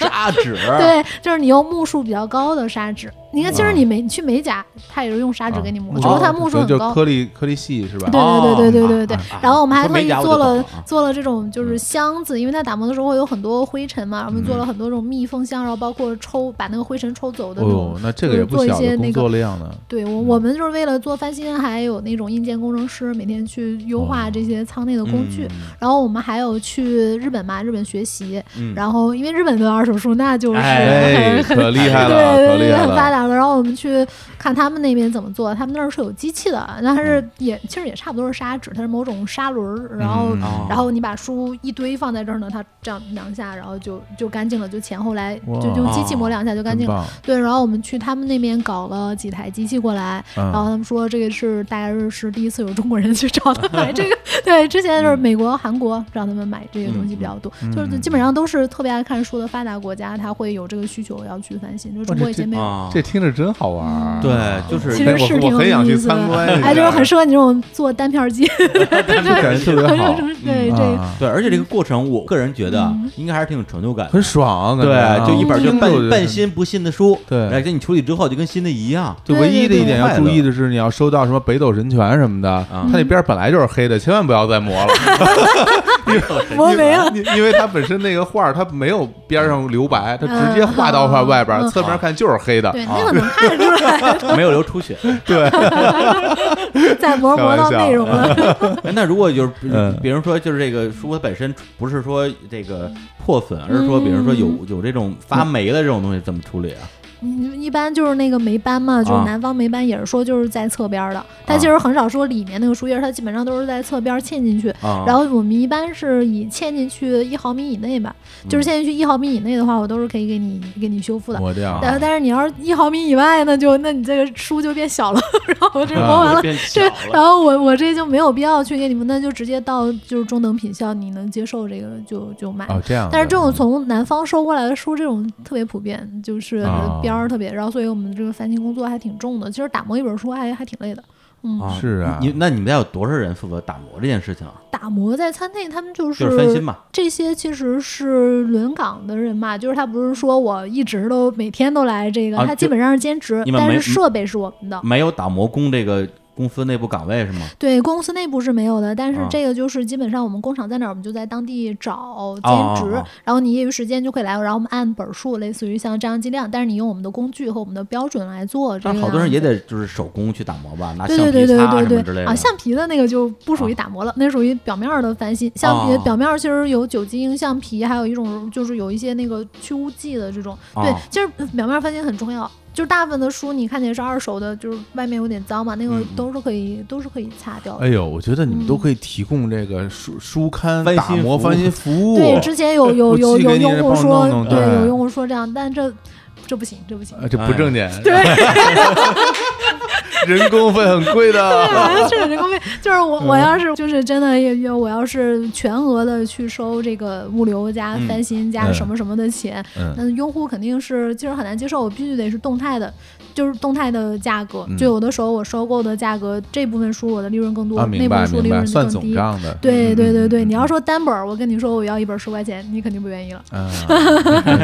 [SPEAKER 1] 砂纸，
[SPEAKER 3] 对，就是你用目数比较高的砂纸。你看，其实你美去美甲，它也是用砂纸
[SPEAKER 2] 啊
[SPEAKER 3] 给你磨，
[SPEAKER 2] 木
[SPEAKER 3] 只不过它
[SPEAKER 2] 头
[SPEAKER 3] 目数
[SPEAKER 2] 嗯就
[SPEAKER 3] 很
[SPEAKER 2] 就
[SPEAKER 3] 高。
[SPEAKER 2] 颗粒颗粒细是吧？
[SPEAKER 1] 哦
[SPEAKER 3] 对对对对对对对
[SPEAKER 1] 啊啊。
[SPEAKER 3] 然后我们还
[SPEAKER 1] 说
[SPEAKER 3] 特
[SPEAKER 1] 美
[SPEAKER 3] 意
[SPEAKER 1] 甲我就
[SPEAKER 3] 做
[SPEAKER 1] 懂
[SPEAKER 3] 了
[SPEAKER 1] 了啊
[SPEAKER 3] 做了这种就是箱子，因为它打磨的时候会有很多灰尘嘛，我们
[SPEAKER 1] 嗯
[SPEAKER 3] 做了很多这种密封箱，然后包括抽把那个灰尘抽走的
[SPEAKER 2] 哦
[SPEAKER 3] 那种
[SPEAKER 2] 呦，。那这个也不
[SPEAKER 3] 嗯做一
[SPEAKER 2] 小
[SPEAKER 3] 些
[SPEAKER 2] 的
[SPEAKER 3] 那
[SPEAKER 2] 工
[SPEAKER 3] 个
[SPEAKER 2] 作量呢。
[SPEAKER 3] 对
[SPEAKER 1] 嗯
[SPEAKER 3] 我我们就是为了做翻新，还有那种硬件工程师每天去优
[SPEAKER 1] 哦
[SPEAKER 3] 化这些舱内的工具。然后我们还有去日本嘛，日本学习，
[SPEAKER 1] 嗯，
[SPEAKER 3] 然后因为日本的二手书那就是
[SPEAKER 1] 哎
[SPEAKER 2] 哎，
[SPEAKER 3] 很很
[SPEAKER 2] 可厉害了，
[SPEAKER 3] 对
[SPEAKER 2] 可
[SPEAKER 3] 对
[SPEAKER 2] 厉
[SPEAKER 3] 对，
[SPEAKER 2] 害
[SPEAKER 3] 很
[SPEAKER 2] 了。
[SPEAKER 3] 发达的。然后我们去看他们那边怎么做，他们那儿是有机器的，但
[SPEAKER 2] 嗯
[SPEAKER 3] 是也其实也差不多是砂纸，它是某种砂轮儿，然后、
[SPEAKER 2] 嗯
[SPEAKER 1] 哦
[SPEAKER 3] 然后你把书一堆放在这儿呢，它这样两下，然后就就干净了，就前后来
[SPEAKER 2] 哇哦
[SPEAKER 3] 就用机器磨两下就干
[SPEAKER 2] 真
[SPEAKER 3] 净了。
[SPEAKER 2] 棒，
[SPEAKER 3] 对，然后我们去他们那边搞了几台机器过来，
[SPEAKER 2] 嗯
[SPEAKER 3] 然后他们说这个是大概是是第一次有中国人去找他 买这个，对，之前就是美国、韩国让他们买这些东西比较多，
[SPEAKER 2] 嗯
[SPEAKER 3] 就是
[SPEAKER 2] 哦
[SPEAKER 3] 基本上都是特别爱看书的发达国家，他会有这个需求要去翻新，就中国以前没有。
[SPEAKER 1] 啊，
[SPEAKER 2] 这挺听着真好玩儿。
[SPEAKER 1] 对，就是
[SPEAKER 3] 其实是
[SPEAKER 2] 我我
[SPEAKER 3] 挺有
[SPEAKER 2] 很想
[SPEAKER 3] 意
[SPEAKER 2] 去
[SPEAKER 3] 思的
[SPEAKER 2] 参观一下，
[SPEAKER 3] 哎，就是很适合你这种做单片机，
[SPEAKER 2] 感觉特别好，
[SPEAKER 3] 对
[SPEAKER 2] 嗯
[SPEAKER 3] 对，嗯
[SPEAKER 2] 啊
[SPEAKER 1] 对，而且这个过程我个人觉得啊应该还是挺有成就感的。
[SPEAKER 2] 很爽，感觉啊
[SPEAKER 1] 对，就一本就
[SPEAKER 2] 听着
[SPEAKER 1] 半
[SPEAKER 2] 就
[SPEAKER 1] 半新不新的书，
[SPEAKER 2] 对
[SPEAKER 1] 而且你处理之后就跟新的一样。
[SPEAKER 2] 就唯一的一点要
[SPEAKER 1] 对对
[SPEAKER 2] 注意的是，你要收到什么北斗神拳什么的，
[SPEAKER 1] 嗯
[SPEAKER 2] 它那边本来就是黑的，千万不要再磨了，
[SPEAKER 3] 我没了。
[SPEAKER 2] 因因为它本身那个画儿它没有边上留白，它直接画到画外边，
[SPEAKER 3] 嗯
[SPEAKER 2] 侧面看就是黑的。
[SPEAKER 3] 对，那个能看出来，
[SPEAKER 1] 没有流出 血。
[SPEAKER 3] 再磨磨到内容
[SPEAKER 2] 啊
[SPEAKER 3] 了。
[SPEAKER 1] 哎那如果就是比
[SPEAKER 2] 嗯
[SPEAKER 1] 比如说就是这个书它本身不是说这个破损，而是说比如说有有这种发霉的这种东西怎么处理啊？
[SPEAKER 3] 嗯一般就是那个梅班嘛，就是
[SPEAKER 1] 啊
[SPEAKER 3] 南方梅班也是说就是在侧边儿的，
[SPEAKER 2] 啊
[SPEAKER 3] 它其实很少说里面那个树叶，它基本上都是在侧边儿嵌进去。
[SPEAKER 1] 啊，
[SPEAKER 3] 然后我们一般是以嵌进去一毫米以内吧，就
[SPEAKER 1] 嗯
[SPEAKER 3] 是嵌进去一毫米以内的话，我都是可以给你给你修复的。
[SPEAKER 2] 磨掉
[SPEAKER 3] 但但是你要是一毫米以外，那就那你这个书就变小了， 然后我这磨完了
[SPEAKER 1] 啊 就。变小
[SPEAKER 3] 这，
[SPEAKER 1] 了。
[SPEAKER 3] 然后我我这就没有必要去给你们，那就直接到就是中等品校，你能接受这个就就
[SPEAKER 1] 啊
[SPEAKER 3] 买。
[SPEAKER 2] 哦，这样的。
[SPEAKER 3] 但是这种从南方收过来的书，这种特别普遍，就是
[SPEAKER 1] 啊
[SPEAKER 2] 哦
[SPEAKER 3] 边儿特别，然后所以我们这个烦心工作还挺重的。其实打磨一本书还还挺累的，嗯，
[SPEAKER 1] 啊
[SPEAKER 2] 是啊
[SPEAKER 1] 你那你们家有多少人负责打磨这件事情啊？
[SPEAKER 3] 打磨在餐内他们就
[SPEAKER 1] 就是翻新嘛，
[SPEAKER 3] 这些其实是轮岗的人嘛，就是他不是说我一直都每天都来这个，
[SPEAKER 1] 啊
[SPEAKER 3] 他
[SPEAKER 1] 就
[SPEAKER 3] 基本上是兼职
[SPEAKER 1] 你，们
[SPEAKER 3] 但
[SPEAKER 1] 没嗯
[SPEAKER 3] 是设备是我们的。
[SPEAKER 1] 没有打磨工这个公司内部岗位是吗？
[SPEAKER 3] 对公司内部是没有的，但是
[SPEAKER 1] 啊
[SPEAKER 3] 这个就是基本上我们工厂在哪儿，我们就在当地找兼
[SPEAKER 1] 哦
[SPEAKER 3] 职，
[SPEAKER 1] 哦哦
[SPEAKER 3] 然后你业余时间就可以来，然后我们按本数，类似于像这样计量，但是你用我们的工具和我们的标准来做。这
[SPEAKER 1] 但
[SPEAKER 3] 个
[SPEAKER 1] 是好多人也
[SPEAKER 3] 样子
[SPEAKER 1] 得就是手工去打磨吧，拿
[SPEAKER 3] 对
[SPEAKER 1] 橡
[SPEAKER 3] 对
[SPEAKER 1] 皮
[SPEAKER 3] 对
[SPEAKER 1] 擦啊
[SPEAKER 3] 对
[SPEAKER 1] 什
[SPEAKER 3] 对
[SPEAKER 1] 么之类
[SPEAKER 3] 对
[SPEAKER 1] 的啊
[SPEAKER 3] 啊，橡皮的那个就不属于打磨了，那属于表面儿的翻新。橡皮
[SPEAKER 1] 哦
[SPEAKER 3] 表面儿其实有酒精、橡皮，还有一种就是有一些那个去污剂的这种。对
[SPEAKER 1] 哦，
[SPEAKER 3] 其实表面儿翻新很重要。就是大部分的书你看见是二手的，就是外面有点脏嘛，那个
[SPEAKER 1] 嗯嗯
[SPEAKER 3] 都是可以都是可以擦掉的
[SPEAKER 2] 哎。呦，我觉得你们
[SPEAKER 3] 嗯
[SPEAKER 2] 都可以提供这个书书刊
[SPEAKER 1] 翻
[SPEAKER 2] 打
[SPEAKER 1] 新
[SPEAKER 2] 磨
[SPEAKER 1] 服务
[SPEAKER 2] 翻新服务。
[SPEAKER 3] 对，之前有有有
[SPEAKER 2] 我哎寄给
[SPEAKER 3] 有
[SPEAKER 2] 你
[SPEAKER 3] 用户说
[SPEAKER 2] 帮我弄弄，
[SPEAKER 3] 对，
[SPEAKER 2] 对
[SPEAKER 3] 有用户说这样，但这这不行，这不行。
[SPEAKER 1] 哎
[SPEAKER 2] 啊，这不挣钱，
[SPEAKER 3] 对，
[SPEAKER 2] 人工费很贵
[SPEAKER 1] 啊
[SPEAKER 2] 的。
[SPEAKER 3] 这个人工费就是啊我，
[SPEAKER 2] 嗯
[SPEAKER 3] 我要是就是真的也也，我要是全额的去收这个物流加
[SPEAKER 1] 嗯
[SPEAKER 3] 翻新加
[SPEAKER 2] 嗯
[SPEAKER 3] 什么什么的钱，
[SPEAKER 2] 嗯，
[SPEAKER 3] 那用户肯定是其实很难接受，我必须得是动态的，就是动态的价格
[SPEAKER 2] 嗯。
[SPEAKER 3] 就有的时候我收购的价格这部分书我的利润更多
[SPEAKER 2] 啊，，
[SPEAKER 3] 那
[SPEAKER 2] 明
[SPEAKER 3] 部
[SPEAKER 2] 白
[SPEAKER 3] 分书利
[SPEAKER 2] 明
[SPEAKER 3] 润
[SPEAKER 2] 白，
[SPEAKER 3] 就
[SPEAKER 2] 算
[SPEAKER 3] 更
[SPEAKER 2] 总
[SPEAKER 3] 低。
[SPEAKER 2] 账的。
[SPEAKER 3] 对对对对，
[SPEAKER 2] 嗯
[SPEAKER 3] 你要说单本儿，我跟你说我要一本十块钱，你肯定不愿意了。
[SPEAKER 2] 啊，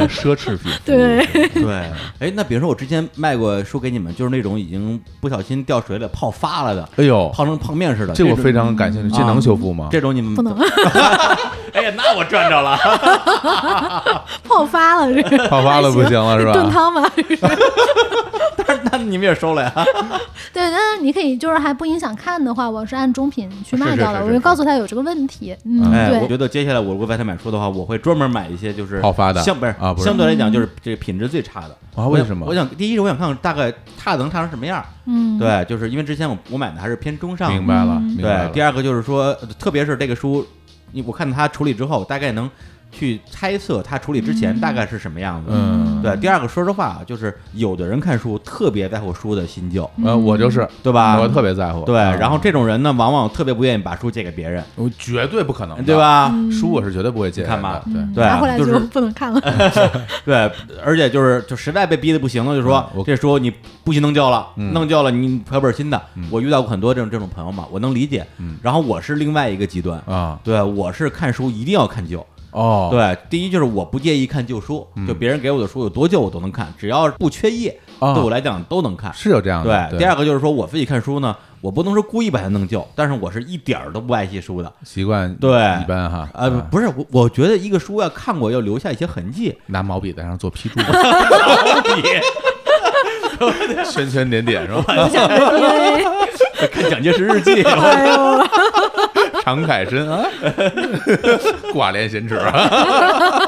[SPEAKER 2] 奢侈品。
[SPEAKER 3] 对，
[SPEAKER 1] 对，哎，那比如说我之前卖过书给你们，就是那种已经不小心掉水里泡发了的，
[SPEAKER 2] 哎呦，
[SPEAKER 1] 泡成泡面似的，
[SPEAKER 2] 这我
[SPEAKER 1] 种
[SPEAKER 2] 非常感兴趣，这
[SPEAKER 1] 啊
[SPEAKER 2] 能修复吗？
[SPEAKER 1] 这种你们
[SPEAKER 3] 不能 啊
[SPEAKER 1] 哎呀，那我赚着了，
[SPEAKER 3] 泡发 了这个。
[SPEAKER 2] 泡发了不行了是
[SPEAKER 3] 炖
[SPEAKER 2] 吧？
[SPEAKER 3] 汤吧，
[SPEAKER 1] 那你们也收了呀？
[SPEAKER 3] 对，但是你可以就是还不影响看的话，我是按中品
[SPEAKER 1] 是
[SPEAKER 3] 去卖
[SPEAKER 1] 是
[SPEAKER 3] 掉的，
[SPEAKER 1] 是
[SPEAKER 3] 我
[SPEAKER 1] 是
[SPEAKER 3] 就告诉他有这个问题。嗯，
[SPEAKER 1] 哎，我
[SPEAKER 3] 对，
[SPEAKER 1] 觉得接下来我如果在他买书的话，我会专门买一些就是
[SPEAKER 2] 泡发的
[SPEAKER 1] 相不是
[SPEAKER 2] 啊不是
[SPEAKER 1] 相对来讲就是这品质最差的
[SPEAKER 2] 啊
[SPEAKER 1] 我想
[SPEAKER 2] 为什么
[SPEAKER 1] 我想第一是我想看看大概差能差成什么样，
[SPEAKER 3] 嗯，
[SPEAKER 1] 对，就是因为之前我我买的还是偏中上的
[SPEAKER 2] 明白了，
[SPEAKER 3] 嗯
[SPEAKER 2] 明白
[SPEAKER 1] 对，
[SPEAKER 2] 了。
[SPEAKER 1] 第二个就是说，呃特别是这个书，你我看它处理之后，大概能去猜测它处理之前大概是什么样子。
[SPEAKER 2] 嗯，
[SPEAKER 1] 对，第二个说实话，就是有的人看书特别在乎书的新旧，
[SPEAKER 2] 呃，我就是，
[SPEAKER 1] 对吧？
[SPEAKER 2] 我特别在乎。
[SPEAKER 1] 嗯对，
[SPEAKER 2] 啊
[SPEAKER 1] 然后这种人呢，往往特别不愿意把书借给别人，
[SPEAKER 2] 我绝对不可能的，
[SPEAKER 1] 对吧？
[SPEAKER 3] 嗯
[SPEAKER 2] 书我是绝对不会借人的。
[SPEAKER 1] 你看吧
[SPEAKER 3] 嗯
[SPEAKER 2] 对，
[SPEAKER 1] 对
[SPEAKER 2] 啊
[SPEAKER 3] 拿回来
[SPEAKER 1] 就
[SPEAKER 3] 就是不能 看了。
[SPEAKER 1] 对，而且就是就实在被逼的不行了，就说
[SPEAKER 2] 嗯我
[SPEAKER 1] 这书你不许弄旧了，
[SPEAKER 2] 嗯
[SPEAKER 1] 弄旧了你买本新的
[SPEAKER 2] 嗯。
[SPEAKER 1] 我遇到过很多这种这种朋友嘛，我能理解
[SPEAKER 2] 嗯。
[SPEAKER 1] 然后我是另外一个极端，
[SPEAKER 2] 啊，
[SPEAKER 1] 对我是看书一定要看旧，
[SPEAKER 2] 哦，，
[SPEAKER 1] 对，第一就是我不介意看旧书，就
[SPEAKER 2] 嗯
[SPEAKER 1] 别人给我的书有多旧我都能看，只要不缺页，
[SPEAKER 2] 啊
[SPEAKER 1] 对我来讲都能看。
[SPEAKER 2] 是啊有这样的。
[SPEAKER 1] 对，第二个就是说我自己看书呢，我不能说故意把它弄旧，但是我是一点儿都不爱惜书的。
[SPEAKER 2] 习惯
[SPEAKER 1] 对
[SPEAKER 2] 一般哈，
[SPEAKER 1] 呃，
[SPEAKER 2] 啊
[SPEAKER 1] 不是，我我觉得一个书要看过要留下一些痕 迹，
[SPEAKER 2] 拿毛笔在上做批 注，
[SPEAKER 1] 你
[SPEAKER 2] 圈圈点点是吧？
[SPEAKER 1] 看蒋介石日记，
[SPEAKER 3] 哎呦，
[SPEAKER 2] 常凯申啊，挂帘闲尺啊，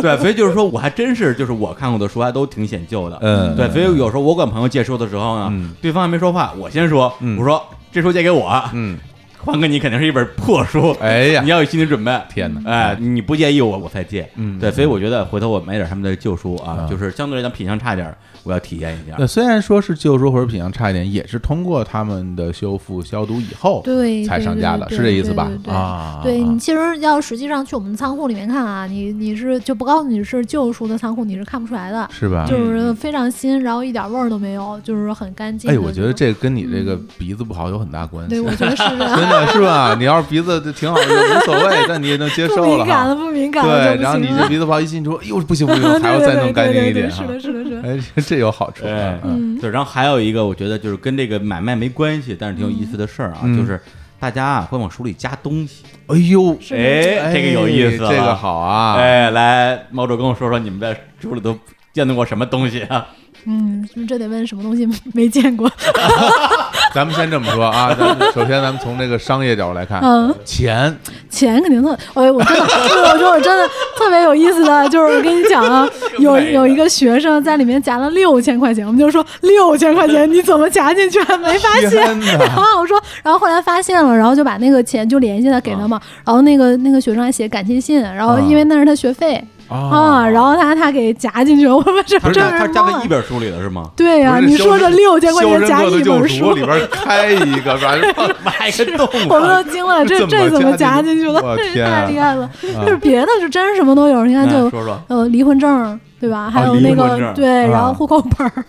[SPEAKER 1] 对，所以就是说我还真是就是我看过的书还都挺显旧的，
[SPEAKER 2] 嗯
[SPEAKER 1] 对，所以有时候我管朋友借书的时候呢，
[SPEAKER 2] 嗯
[SPEAKER 1] 对方还没说话，我先说，
[SPEAKER 2] 嗯
[SPEAKER 1] 我说这书借给我，
[SPEAKER 2] 嗯，
[SPEAKER 1] 还给你肯定是一本破书，
[SPEAKER 2] 哎呀
[SPEAKER 1] 你，要有心理准备。
[SPEAKER 2] 天哪！
[SPEAKER 1] 哎，你不介意我，我才借。
[SPEAKER 2] 嗯
[SPEAKER 1] 对，所以我觉得回头我买点他们的旧书啊，
[SPEAKER 2] 嗯
[SPEAKER 1] 就是相对来讲品相差点儿，我要体验一下
[SPEAKER 2] 那。虽然说是旧书或者品相差一点，也是通过他们的修复、消毒以后
[SPEAKER 3] 对
[SPEAKER 2] 才
[SPEAKER 3] 对
[SPEAKER 2] 上
[SPEAKER 3] 对
[SPEAKER 2] 架的，
[SPEAKER 3] 对
[SPEAKER 2] 是这意
[SPEAKER 3] 对
[SPEAKER 2] 思吧
[SPEAKER 3] 对？对
[SPEAKER 2] 啊，
[SPEAKER 3] 对你其实要实际上去我们仓库里面看啊，你你是就不告诉你是旧书的仓库，你是看不出来的，
[SPEAKER 2] 是啊吧？
[SPEAKER 3] 就是非常新，然后一点味儿都没有，就是很干净。
[SPEAKER 2] 哎，我觉得。这跟你这个鼻子不好有很大关
[SPEAKER 3] 嗯对，
[SPEAKER 2] 系。
[SPEAKER 3] 我觉得是啊这样
[SPEAKER 2] 真的是吧？你要是鼻子挺好，就无所谓，但你也能 接
[SPEAKER 3] 不
[SPEAKER 2] 受
[SPEAKER 3] 敏
[SPEAKER 2] 了
[SPEAKER 3] 感
[SPEAKER 2] 哈
[SPEAKER 3] 了，。不敏感了，
[SPEAKER 2] 对，
[SPEAKER 3] 就不
[SPEAKER 2] 然后你
[SPEAKER 3] 行
[SPEAKER 2] 这
[SPEAKER 3] 了
[SPEAKER 2] 鼻子不好一进去说，哟，不行不行，
[SPEAKER 3] 对
[SPEAKER 2] 还要
[SPEAKER 3] 对
[SPEAKER 2] 再弄
[SPEAKER 3] 对
[SPEAKER 2] 干净
[SPEAKER 3] 对
[SPEAKER 2] 一
[SPEAKER 3] 对
[SPEAKER 2] 点哈
[SPEAKER 3] 是。的，是的，是的。
[SPEAKER 2] 哎，这有好处。
[SPEAKER 1] 对
[SPEAKER 2] 嗯，
[SPEAKER 3] 嗯，
[SPEAKER 1] 对，然后还有一个我觉得就是跟这个买卖没关系，但是挺有意思的事儿啊，
[SPEAKER 2] 嗯
[SPEAKER 1] 就是大家啊会往书里加东西。哎
[SPEAKER 2] 哎呦，
[SPEAKER 3] 是的
[SPEAKER 1] 这个有意思了
[SPEAKER 2] 哎这个好啊。
[SPEAKER 1] 哎，来，猫主跟我说说你们在书里都见到过什么东西啊？
[SPEAKER 3] 嗯，这得问什么东西没见过？
[SPEAKER 2] 咱们先这么说 啊，咱们首先咱们从这个商业角度来看，
[SPEAKER 3] 嗯，
[SPEAKER 2] 钱
[SPEAKER 3] 钱肯定特，哎，我真的，我说我真的特别有意思的，就是我跟你讲啊，有有一个学生在里面夹了六千块钱，我们就说六千块钱你怎么夹进去还没发现？
[SPEAKER 2] 天
[SPEAKER 3] 然
[SPEAKER 2] 哪，
[SPEAKER 3] 后我说，然后后来发现了，然后就把那个钱就联系他给他嘛，然后那个那个学生还写感谢信，然后因为那是他学费啊，然后他他给夹进去，我们这
[SPEAKER 1] 不是，
[SPEAKER 3] 这
[SPEAKER 1] 他他
[SPEAKER 3] 人
[SPEAKER 1] 加
[SPEAKER 3] 懵
[SPEAKER 1] 在一
[SPEAKER 3] 了。
[SPEAKER 1] 本书里了是吗？
[SPEAKER 3] 对呀、
[SPEAKER 2] 不是
[SPEAKER 3] 你说这
[SPEAKER 2] 修
[SPEAKER 3] 六千块
[SPEAKER 2] 修
[SPEAKER 3] 钱
[SPEAKER 2] 身
[SPEAKER 3] 夹
[SPEAKER 2] 刻的
[SPEAKER 3] 一
[SPEAKER 2] 救
[SPEAKER 3] 本
[SPEAKER 2] 赎
[SPEAKER 3] 书，
[SPEAKER 2] 里边开一个， 反正放
[SPEAKER 1] 买个洞
[SPEAKER 3] 我们都惊了，这
[SPEAKER 2] 这
[SPEAKER 3] 这
[SPEAKER 2] 怎
[SPEAKER 3] 怎
[SPEAKER 2] 么
[SPEAKER 3] 么
[SPEAKER 2] 夹
[SPEAKER 3] 夹
[SPEAKER 2] 进
[SPEAKER 3] 进
[SPEAKER 2] 去
[SPEAKER 3] 去了
[SPEAKER 2] 我？
[SPEAKER 3] 这
[SPEAKER 2] 天啊 哎
[SPEAKER 3] 太厉害了！就是别的是真是什么都有，你看就
[SPEAKER 1] 说说，
[SPEAKER 3] 呃离婚证
[SPEAKER 2] 哦
[SPEAKER 3] 对吧？还有
[SPEAKER 1] 离
[SPEAKER 3] 那
[SPEAKER 1] 婚
[SPEAKER 3] 个
[SPEAKER 1] 证
[SPEAKER 3] 对，然
[SPEAKER 2] 啊
[SPEAKER 3] 后户口本儿。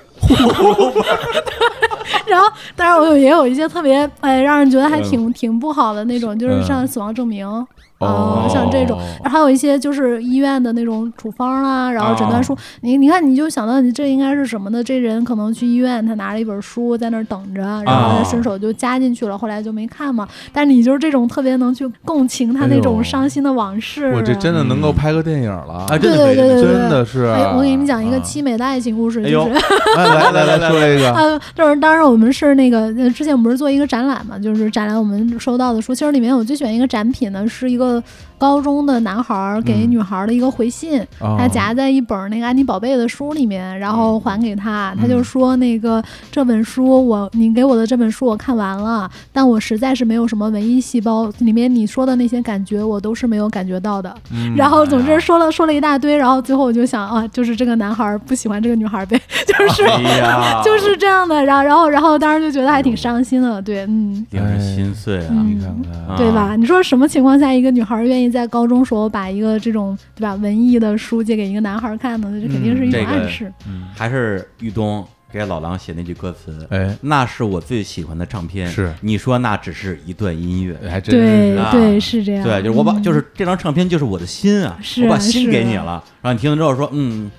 [SPEAKER 3] 然后， 当然我有也有一些特别哎，让人觉得还
[SPEAKER 2] 嗯
[SPEAKER 3] 挺挺不好的那种，就是像死亡证明啊，
[SPEAKER 2] 哦
[SPEAKER 3] 像这种，然后还有一些就是医院的那种处方啦，然后诊断书。
[SPEAKER 2] 哦
[SPEAKER 3] 你你看，你就想到你这应该是什么呢？这人可能去医院，他拿了一本书在那儿等着，然后
[SPEAKER 1] 啊
[SPEAKER 3] 他伸手就夹进去了，后来就没看嘛。但你就是这种特别能去共情他
[SPEAKER 2] 哎
[SPEAKER 3] 那
[SPEAKER 2] 呦
[SPEAKER 3] 种伤心的往事啊。
[SPEAKER 2] 我这真的能够拍个电影了
[SPEAKER 1] 啊，，真
[SPEAKER 3] 对
[SPEAKER 1] 的可
[SPEAKER 3] 对
[SPEAKER 1] 以
[SPEAKER 3] 对对对，
[SPEAKER 2] 真的是。
[SPEAKER 3] 哎，我给你们讲一个
[SPEAKER 2] 啊
[SPEAKER 3] 凄美的爱情故事，
[SPEAKER 1] 哎
[SPEAKER 3] 就
[SPEAKER 1] 呦
[SPEAKER 3] 是。
[SPEAKER 2] 哎来来来来说一个，
[SPEAKER 3] 呃，就是当时我们是那个，呃之前我们不是做一个展览嘛，就是展览我们收到的书，其实里面我最喜欢一个展品呢，是一个高中的男孩儿给
[SPEAKER 2] 嗯
[SPEAKER 3] 女孩儿的一个回信，
[SPEAKER 2] 哦嗯
[SPEAKER 3] 他夹在一本那个安妮宝贝的书里面，然后还给他，他就说那个这本书我你给我的这本书我看完了，但我实在是没有什么文艺细胞，里面你说的那些感觉我都是没有感觉到的。
[SPEAKER 2] 嗯
[SPEAKER 3] 然后总之说了说了一大堆，然后最后我就想啊，就是这个男孩儿不喜欢这个女孩儿呗， 就是。
[SPEAKER 1] 哎呀，
[SPEAKER 3] 就是这样的，然后然后然后当时就觉得还挺伤心的，对，嗯，
[SPEAKER 1] 令人心碎啊。
[SPEAKER 3] 嗯
[SPEAKER 2] 你看看，
[SPEAKER 1] 啊
[SPEAKER 3] 对吧？？你说什么情况下一个女孩愿意在高中时候把一个这种对吧文艺的书借给一个男孩看呢？这肯定是一种
[SPEAKER 1] 嗯这个
[SPEAKER 3] 暗示。
[SPEAKER 1] 还是玉东给老狼写那句歌词，
[SPEAKER 2] 哎，
[SPEAKER 1] 那是我最喜欢的唱片。
[SPEAKER 2] 是哎
[SPEAKER 1] 你说那只是一段音乐，
[SPEAKER 2] 还真
[SPEAKER 3] 对
[SPEAKER 2] 是
[SPEAKER 1] 啊
[SPEAKER 3] 对，是这样。
[SPEAKER 1] 对，就是我把
[SPEAKER 3] 嗯
[SPEAKER 1] 就是这张唱片就是我的心啊，
[SPEAKER 3] 是
[SPEAKER 1] 我把
[SPEAKER 3] 啊
[SPEAKER 1] 心
[SPEAKER 3] 是
[SPEAKER 1] 给你
[SPEAKER 3] 啊
[SPEAKER 1] 了，然后你听了之后说，嗯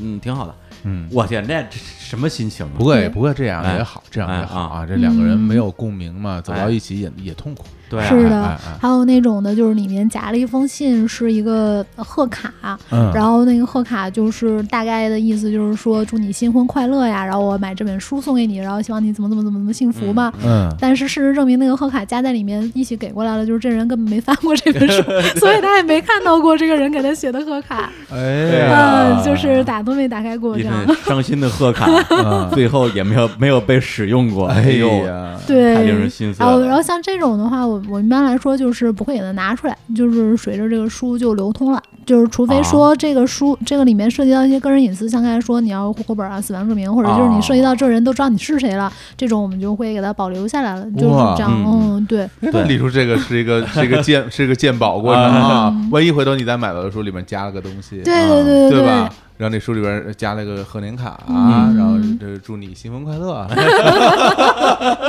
[SPEAKER 1] 嗯，挺好的。
[SPEAKER 2] 嗯。
[SPEAKER 1] 我天，这这什么心情啊？
[SPEAKER 2] 不过也
[SPEAKER 3] 对
[SPEAKER 2] 不过这样
[SPEAKER 1] 哎
[SPEAKER 2] 也好，这样也好
[SPEAKER 1] 哎
[SPEAKER 2] 啊。这两个人
[SPEAKER 3] 嗯
[SPEAKER 2] 没有共鸣嘛，走到
[SPEAKER 1] 哎
[SPEAKER 2] 一起也也痛苦。
[SPEAKER 1] 对啊，
[SPEAKER 3] 是
[SPEAKER 2] 哎哎
[SPEAKER 3] 的
[SPEAKER 2] 哎，
[SPEAKER 3] 还有那种的，就是里面夹了一封信，是一个贺卡，
[SPEAKER 2] 嗯，
[SPEAKER 3] 然后那个贺卡就是大概的意思，就是说祝你新婚快乐呀，然后我买这本书送给你，然后希望你怎么怎么怎么怎么幸福吧。
[SPEAKER 2] 嗯，
[SPEAKER 3] 但是事实证明，那个贺卡夹在里面一起给过来了，就是这人根本没翻过这 本书，所以他也没看到过这个人给他写的贺卡，
[SPEAKER 2] 哎
[SPEAKER 1] 对啊
[SPEAKER 2] 呀，
[SPEAKER 3] 嗯，就是打都没打开过
[SPEAKER 1] 一
[SPEAKER 3] 这样。
[SPEAKER 1] 份伤心的贺 卡，
[SPEAKER 2] 嗯
[SPEAKER 1] 最后也没有没有被使用过。
[SPEAKER 2] 哎
[SPEAKER 1] 呦，
[SPEAKER 2] 呀，
[SPEAKER 3] 对，
[SPEAKER 1] 太令人心碎
[SPEAKER 3] 然后，
[SPEAKER 1] 了。
[SPEAKER 3] 然后像这种的话，我我一般来说就是不会给它拿出来，就是随着这个书就流通了，就是除
[SPEAKER 1] 啊
[SPEAKER 3] 非说这个书、这个里面涉及到一些个人隐私，像刚才说你要户口本啊、死亡证明，或者就是
[SPEAKER 1] 啊
[SPEAKER 3] 你涉及到这人都知道你是谁了，这种我们就会给它保留下来了，就是
[SPEAKER 2] 哇
[SPEAKER 3] 这样。
[SPEAKER 1] 嗯
[SPEAKER 3] 嗯对，
[SPEAKER 2] 哎那
[SPEAKER 1] 对
[SPEAKER 2] 李叔这个是 一个是一个鉴是一个鉴宝过程啊，万一回头你在买到的书里面加了个东西，
[SPEAKER 3] 对
[SPEAKER 2] 啊
[SPEAKER 3] 对对对
[SPEAKER 2] 对
[SPEAKER 3] 对
[SPEAKER 2] 吧？然后那书里边加了个贺年卡啊，
[SPEAKER 3] 嗯
[SPEAKER 2] 然后这祝你新婚快乐。啊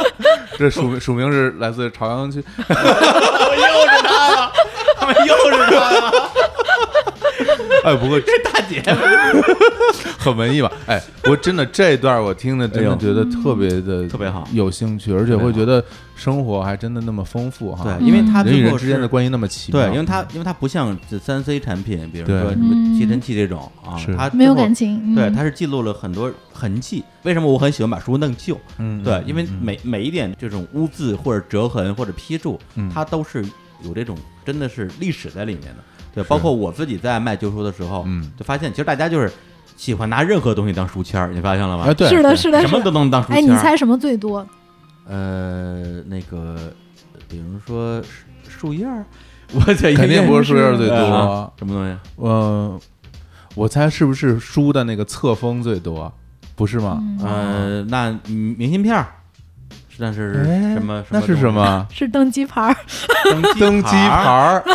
[SPEAKER 2] 这署署名是来自朝阳区，
[SPEAKER 1] 他们又是他呀，
[SPEAKER 2] 哎，不过
[SPEAKER 1] 大姐，
[SPEAKER 2] 很文艺吧？哎，我真的这段我听的真
[SPEAKER 1] 哎
[SPEAKER 2] 的
[SPEAKER 1] 呦
[SPEAKER 2] 觉得特别的
[SPEAKER 1] 特别好
[SPEAKER 2] 有兴趣，而且会觉得生活还真的那么丰富哈。嗯
[SPEAKER 1] 对，因为他
[SPEAKER 2] 人与
[SPEAKER 1] 最
[SPEAKER 2] 人
[SPEAKER 1] 后
[SPEAKER 2] 之间的
[SPEAKER 1] 是
[SPEAKER 2] 关系那么奇妙，
[SPEAKER 1] 对，因为它因为它不像这三 C 产品，比如
[SPEAKER 2] 对
[SPEAKER 1] 说什么
[SPEAKER 3] 嗯
[SPEAKER 1] 吸尘器这种啊
[SPEAKER 2] 是，
[SPEAKER 1] 它
[SPEAKER 3] 没有
[SPEAKER 1] 最后
[SPEAKER 3] 感。情。嗯、
[SPEAKER 1] 对，它是记录了很多痕迹。为什么我很喜欢把书弄旧？
[SPEAKER 2] 嗯
[SPEAKER 1] 对，因为每每一点这种污渍或者折痕或者批注
[SPEAKER 2] 嗯，
[SPEAKER 1] 它都是有这种真的是历史在里面的。对，包括我自己在卖旧书的时候
[SPEAKER 2] 嗯，
[SPEAKER 1] 就发现其实大家就是喜欢拿任何东西当书签儿，你发现了
[SPEAKER 2] 哎
[SPEAKER 1] 吗？
[SPEAKER 2] 对
[SPEAKER 3] 是的，
[SPEAKER 2] 对
[SPEAKER 3] 是的，
[SPEAKER 1] 什
[SPEAKER 3] 是
[SPEAKER 1] 么都
[SPEAKER 3] 的。
[SPEAKER 1] 能当书
[SPEAKER 3] 哎，
[SPEAKER 1] 签
[SPEAKER 3] 你
[SPEAKER 1] 儿。
[SPEAKER 3] 猜什么最多？
[SPEAKER 1] 呃，那个比如说树树叶 儿，我在
[SPEAKER 2] 肯定不是树叶最
[SPEAKER 1] 对啊
[SPEAKER 2] 多。
[SPEAKER 1] 什么东西，
[SPEAKER 2] 嗯，我猜是不是书的那个册封最多？不是吗？
[SPEAKER 3] 嗯
[SPEAKER 1] 呃，那嗯明信片儿，是那是
[SPEAKER 2] 哎
[SPEAKER 1] 什么？
[SPEAKER 2] 那是什么？
[SPEAKER 3] 是登机牌儿，
[SPEAKER 1] 东西？
[SPEAKER 2] 登
[SPEAKER 1] 登
[SPEAKER 2] 机牌
[SPEAKER 1] 牌儿。
[SPEAKER 2] 儿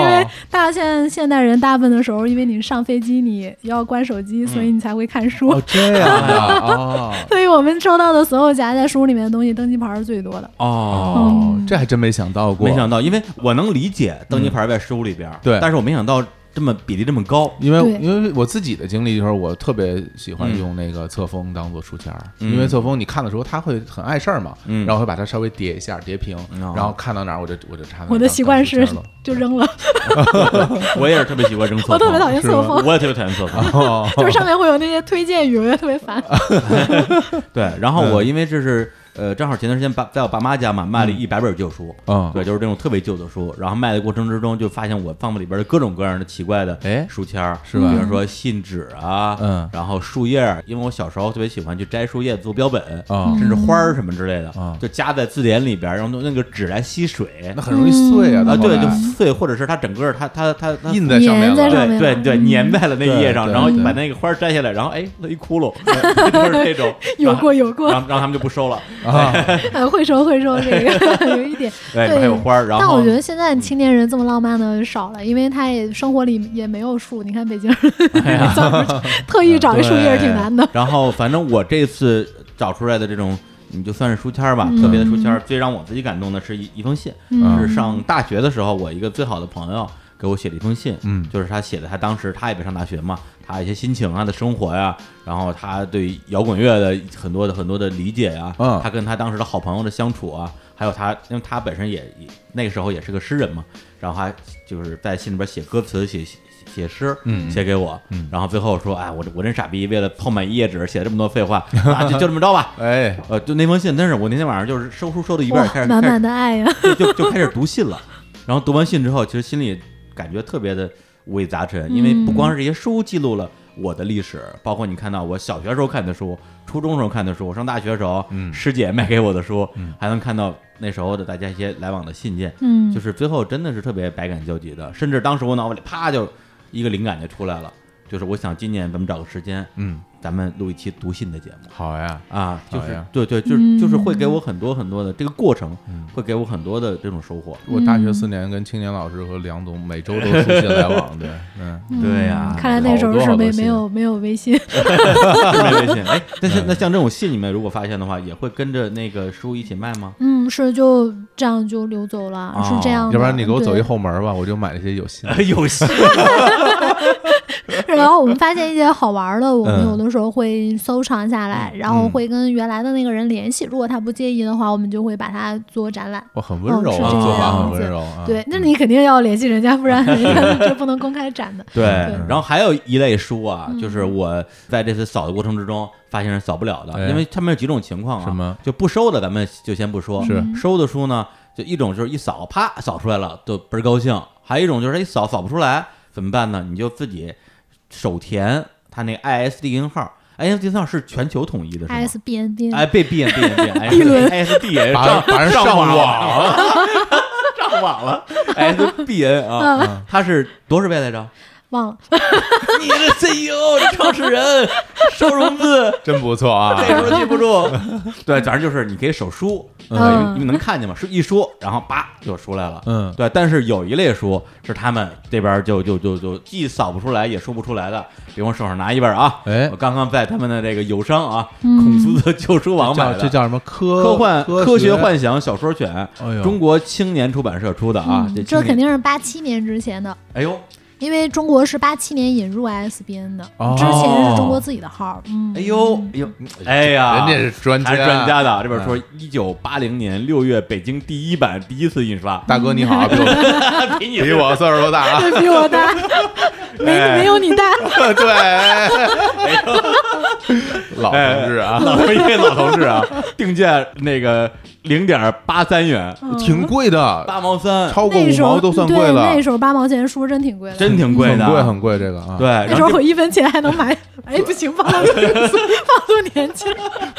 [SPEAKER 3] 因为
[SPEAKER 2] 哦，
[SPEAKER 3] 大家现在现代人大部分的时候，因为你上飞机你要关手机，所以你才会看书。
[SPEAKER 2] 嗯哦这样的哦
[SPEAKER 3] 所以我们收到的所有夹在书里面的东西，登机牌儿是最多的。
[SPEAKER 1] 哦，
[SPEAKER 2] 哦
[SPEAKER 3] 嗯，
[SPEAKER 2] 这还真没想到过，
[SPEAKER 1] 没想到，因为我能理解登机牌在书里边儿，
[SPEAKER 2] 嗯对
[SPEAKER 1] 但是我没想到这么比例这么高。
[SPEAKER 2] 因为
[SPEAKER 3] 对
[SPEAKER 2] 因为我自己的经历就是，我特别喜欢
[SPEAKER 1] 嗯
[SPEAKER 2] 用那个册封当做书签儿，
[SPEAKER 1] 嗯
[SPEAKER 2] 因为册封你看的时候，它会很碍事儿嘛，
[SPEAKER 1] 嗯
[SPEAKER 2] 然后会把它稍微叠一下，叠平，
[SPEAKER 1] 哦
[SPEAKER 2] 然后看到哪儿我就我就插哪儿。
[SPEAKER 3] 我的
[SPEAKER 2] 当
[SPEAKER 3] 习惯是
[SPEAKER 2] 当书 签儿了
[SPEAKER 3] 就扔了，
[SPEAKER 1] 我也是特别喜欢扔册
[SPEAKER 3] 我特别
[SPEAKER 1] 封
[SPEAKER 3] 讨厌
[SPEAKER 2] 是
[SPEAKER 3] 册
[SPEAKER 2] 吗
[SPEAKER 3] 封，
[SPEAKER 1] 我也特别讨厌册封。
[SPEAKER 2] 哦，
[SPEAKER 3] 就是上面会有那些推荐语，我也特别烦。
[SPEAKER 2] 啊
[SPEAKER 1] 对，然后
[SPEAKER 2] 嗯
[SPEAKER 1] 我因为这是呃，正好前段时间爸在我爸妈家嘛，卖了一百本旧书，
[SPEAKER 2] 嗯
[SPEAKER 1] 对，就是这种特别旧的书。然后卖的过程之中，就发现我放里边的各种各样的奇怪的
[SPEAKER 2] 哎
[SPEAKER 1] 书签儿，
[SPEAKER 2] 是吧
[SPEAKER 1] 比如说信纸啊，
[SPEAKER 2] 嗯
[SPEAKER 1] 然后树叶儿，因为我小时候特别喜欢去摘树叶做标本
[SPEAKER 2] 啊
[SPEAKER 1] 甚至花儿什么之类的
[SPEAKER 2] 啊，
[SPEAKER 1] 就夹在字典里边，然后用那个纸来吸水
[SPEAKER 2] 那很容易碎啊，
[SPEAKER 1] 啊，
[SPEAKER 2] 到后
[SPEAKER 1] 对，
[SPEAKER 2] 来
[SPEAKER 1] 就碎，或者是它整个它它它它
[SPEAKER 2] 印在上面
[SPEAKER 3] 粘在
[SPEAKER 2] 了。
[SPEAKER 3] 上
[SPEAKER 1] 对
[SPEAKER 3] 面
[SPEAKER 1] 对
[SPEAKER 3] 了
[SPEAKER 1] 对，
[SPEAKER 3] 嗯
[SPEAKER 1] 粘在了那
[SPEAKER 2] 对
[SPEAKER 1] 页上，
[SPEAKER 2] 对
[SPEAKER 1] 然后
[SPEAKER 2] 对
[SPEAKER 1] 把那个花儿摘下来，然后哎，勒一窟 窿，就是这种，
[SPEAKER 3] 有过有 过
[SPEAKER 1] 然，后然后他们就不收了。
[SPEAKER 2] 啊，
[SPEAKER 3] 呃，会收会收这个 有一点。
[SPEAKER 2] 哎
[SPEAKER 1] 对，
[SPEAKER 3] 对
[SPEAKER 1] 还有花儿，然后
[SPEAKER 3] 但我觉得现在青年人这么浪漫的少了，因为他也生活里也没有树。你看北京 人
[SPEAKER 2] 哎
[SPEAKER 3] 造不出特意找一树叶儿挺难的。
[SPEAKER 1] 然后反正我这次找出来的这种，你就算是书签儿吧，
[SPEAKER 3] 嗯
[SPEAKER 1] 特别的书签儿，最让我自己感动的是一一封信，
[SPEAKER 3] 嗯
[SPEAKER 1] 是上大学的时候，我一个最好的朋友给我写了一封信，
[SPEAKER 2] 嗯
[SPEAKER 1] 就是他写的，他当时他也没上大学嘛，他一些心情啊，他的生活呀、然后他对摇滚乐的很多的很多的理解呀、
[SPEAKER 2] 嗯
[SPEAKER 1] 他跟他当时的好朋友的相处啊，还有他，因为他本身也也那个时候也是个诗人嘛，然后他就是在信里边写歌词，写写写诗，
[SPEAKER 2] 嗯
[SPEAKER 1] 写给我，
[SPEAKER 2] 嗯
[SPEAKER 1] 然后最后说，哎，我这我真傻逼，为了泡满一页纸写了这么多废话，啊，就就这么着吧。
[SPEAKER 2] 哎，
[SPEAKER 1] 呃，就那封信，真是我那天晚上就是收书收到一半，
[SPEAKER 3] 哇
[SPEAKER 1] 开始，
[SPEAKER 3] 满
[SPEAKER 1] 开始
[SPEAKER 3] 满的爱呀！
[SPEAKER 1] 就就就开始读信了。然后读完信之后，其实心里感觉特别的五味杂陈，因为不光是这些书记录了我的历史，包括你看到我小学时候看的书、初中时候看的书、上大学时候、
[SPEAKER 2] 嗯
[SPEAKER 1] 师姐卖给我的书，
[SPEAKER 2] 嗯
[SPEAKER 1] 还能看到那时候的大家一些来往的信件，
[SPEAKER 3] 嗯，
[SPEAKER 1] 就是最后真的是特别百感交集的。甚至当时我脑子里啪就一个灵感就出来了，就是我想今年咱们找个时间，
[SPEAKER 2] 嗯，
[SPEAKER 1] 咱们录一期读信的节目。
[SPEAKER 2] 好呀，
[SPEAKER 1] 啊，就
[SPEAKER 2] 好
[SPEAKER 1] 是
[SPEAKER 2] 呀
[SPEAKER 1] 对对，就是就是会给
[SPEAKER 3] 嗯
[SPEAKER 1] 我很多很多的这个过程
[SPEAKER 2] 嗯，
[SPEAKER 1] 会给我很多的这种收获。
[SPEAKER 2] 我大学四年跟青年老师和梁总每周都书信来往，对，嗯，
[SPEAKER 3] 嗯
[SPEAKER 1] 对呀
[SPEAKER 3] 看来那时候
[SPEAKER 2] 好多
[SPEAKER 3] 是
[SPEAKER 2] 好多
[SPEAKER 3] 没
[SPEAKER 2] 信
[SPEAKER 3] 没有没有微信。
[SPEAKER 1] 没 微信。哎，但是那像这种信，你们如果发现的话，也会跟着那个书一起卖吗？
[SPEAKER 3] 嗯，是就这样就溜走了，
[SPEAKER 1] 哦
[SPEAKER 3] 是这样的。
[SPEAKER 2] 啊要不然你给我走一
[SPEAKER 3] 对
[SPEAKER 2] 后门儿吧，我就买那些有信的。
[SPEAKER 1] 有信，
[SPEAKER 3] 然后我们发现一些好玩儿的，我们
[SPEAKER 2] 嗯
[SPEAKER 3] 有的时候会收藏下来，然后会跟原来的那个人联系。如果他不介意的话，我们就会把它做展览。
[SPEAKER 2] 我很温柔
[SPEAKER 3] 嗯
[SPEAKER 2] 啊，
[SPEAKER 1] 是这
[SPEAKER 2] 做
[SPEAKER 1] 样
[SPEAKER 2] 法很
[SPEAKER 3] 子
[SPEAKER 2] 温柔啊。
[SPEAKER 3] 对，那你肯定要联系人家，不然人家就不能公开展的。
[SPEAKER 1] 对，
[SPEAKER 3] 嗯
[SPEAKER 1] 然后还有一类书啊，
[SPEAKER 3] 嗯
[SPEAKER 1] 就是我在这次扫的过程之中发现是扫不了的，
[SPEAKER 2] 哎
[SPEAKER 1] 因为他们有几种情况啊。
[SPEAKER 2] 什么？
[SPEAKER 1] 就不收的，咱们就先不说。
[SPEAKER 2] 是
[SPEAKER 1] 收的书呢，就一种就是一扫，啪扫出来了，就倍儿高兴；还有一种就是一哎扫扫不出来，怎么办呢？你就自己手填他那个 ISD 银号，ISD 号是全球统一的，是吗？
[SPEAKER 3] ISBN 边
[SPEAKER 1] 哎，被闭眼闭眼闭眼，
[SPEAKER 3] 一轮
[SPEAKER 1] S D
[SPEAKER 2] 把人把人
[SPEAKER 1] 上
[SPEAKER 2] 上
[SPEAKER 1] 网
[SPEAKER 2] 网
[SPEAKER 1] 了， 上网了，S B N 啊，他是多少位来着？
[SPEAKER 3] 忘了，
[SPEAKER 1] 你是 CEO，你创始人，收融资，
[SPEAKER 2] 真不错啊
[SPEAKER 1] 这！时候记不住。 对，反正就是你可以手书，对
[SPEAKER 3] 嗯
[SPEAKER 1] 因为能看见嘛，是一说，然后叭就出来了。
[SPEAKER 2] 嗯
[SPEAKER 1] 对，但是有一类书是他们这边就就就就既扫不出来也说不出来的，比如我手上拿一本啊，
[SPEAKER 2] 哎
[SPEAKER 1] 我刚刚在他们的这个友商啊，
[SPEAKER 3] 嗯
[SPEAKER 1] 孔夫子旧书网买
[SPEAKER 2] 叫
[SPEAKER 1] 的，
[SPEAKER 2] 这叫什么科
[SPEAKER 1] 科幻科
[SPEAKER 2] 学
[SPEAKER 1] 学幻想小说选
[SPEAKER 2] 哎呦，
[SPEAKER 1] 中国青年出版社出的啊
[SPEAKER 3] 嗯，
[SPEAKER 1] 这
[SPEAKER 3] 这
[SPEAKER 1] 青
[SPEAKER 3] 肯
[SPEAKER 1] 年，
[SPEAKER 3] 定是八七年之前的，
[SPEAKER 1] 哎呦，
[SPEAKER 3] 因为中国是八七年引入 ISBN 的，
[SPEAKER 2] 哦
[SPEAKER 3] 之前是中国自己的号儿。嗯，
[SPEAKER 1] 哎呦，哎呦，哎呀，
[SPEAKER 2] 人家是专家，
[SPEAKER 1] 还是专家的，这本书一九八零年六月北京第一版第一次印刷
[SPEAKER 2] 大哥你好啊，比我
[SPEAKER 1] 比你
[SPEAKER 2] 比我岁数都大 啊！
[SPEAKER 3] 比我大，没
[SPEAKER 1] 哎
[SPEAKER 3] 没有 你大。
[SPEAKER 2] 对，哎老同志
[SPEAKER 3] 哎
[SPEAKER 2] 啊，
[SPEAKER 1] 老一位老同志啊，定价那个零点八三元，
[SPEAKER 2] 挺贵的，
[SPEAKER 1] 八毛三，
[SPEAKER 2] 超过
[SPEAKER 3] 嗯那
[SPEAKER 2] 五
[SPEAKER 3] 时候
[SPEAKER 2] 毛都算
[SPEAKER 3] 对
[SPEAKER 2] 贵了
[SPEAKER 3] 那，时候八毛钱书真挺贵的，
[SPEAKER 1] 真挺贵的，
[SPEAKER 2] 很贵很贵这个啊
[SPEAKER 1] 对。然
[SPEAKER 3] 那时候
[SPEAKER 1] 后
[SPEAKER 3] 我一分钱还能买
[SPEAKER 1] 这
[SPEAKER 3] 哎，不行，暴 露暴露年纪了。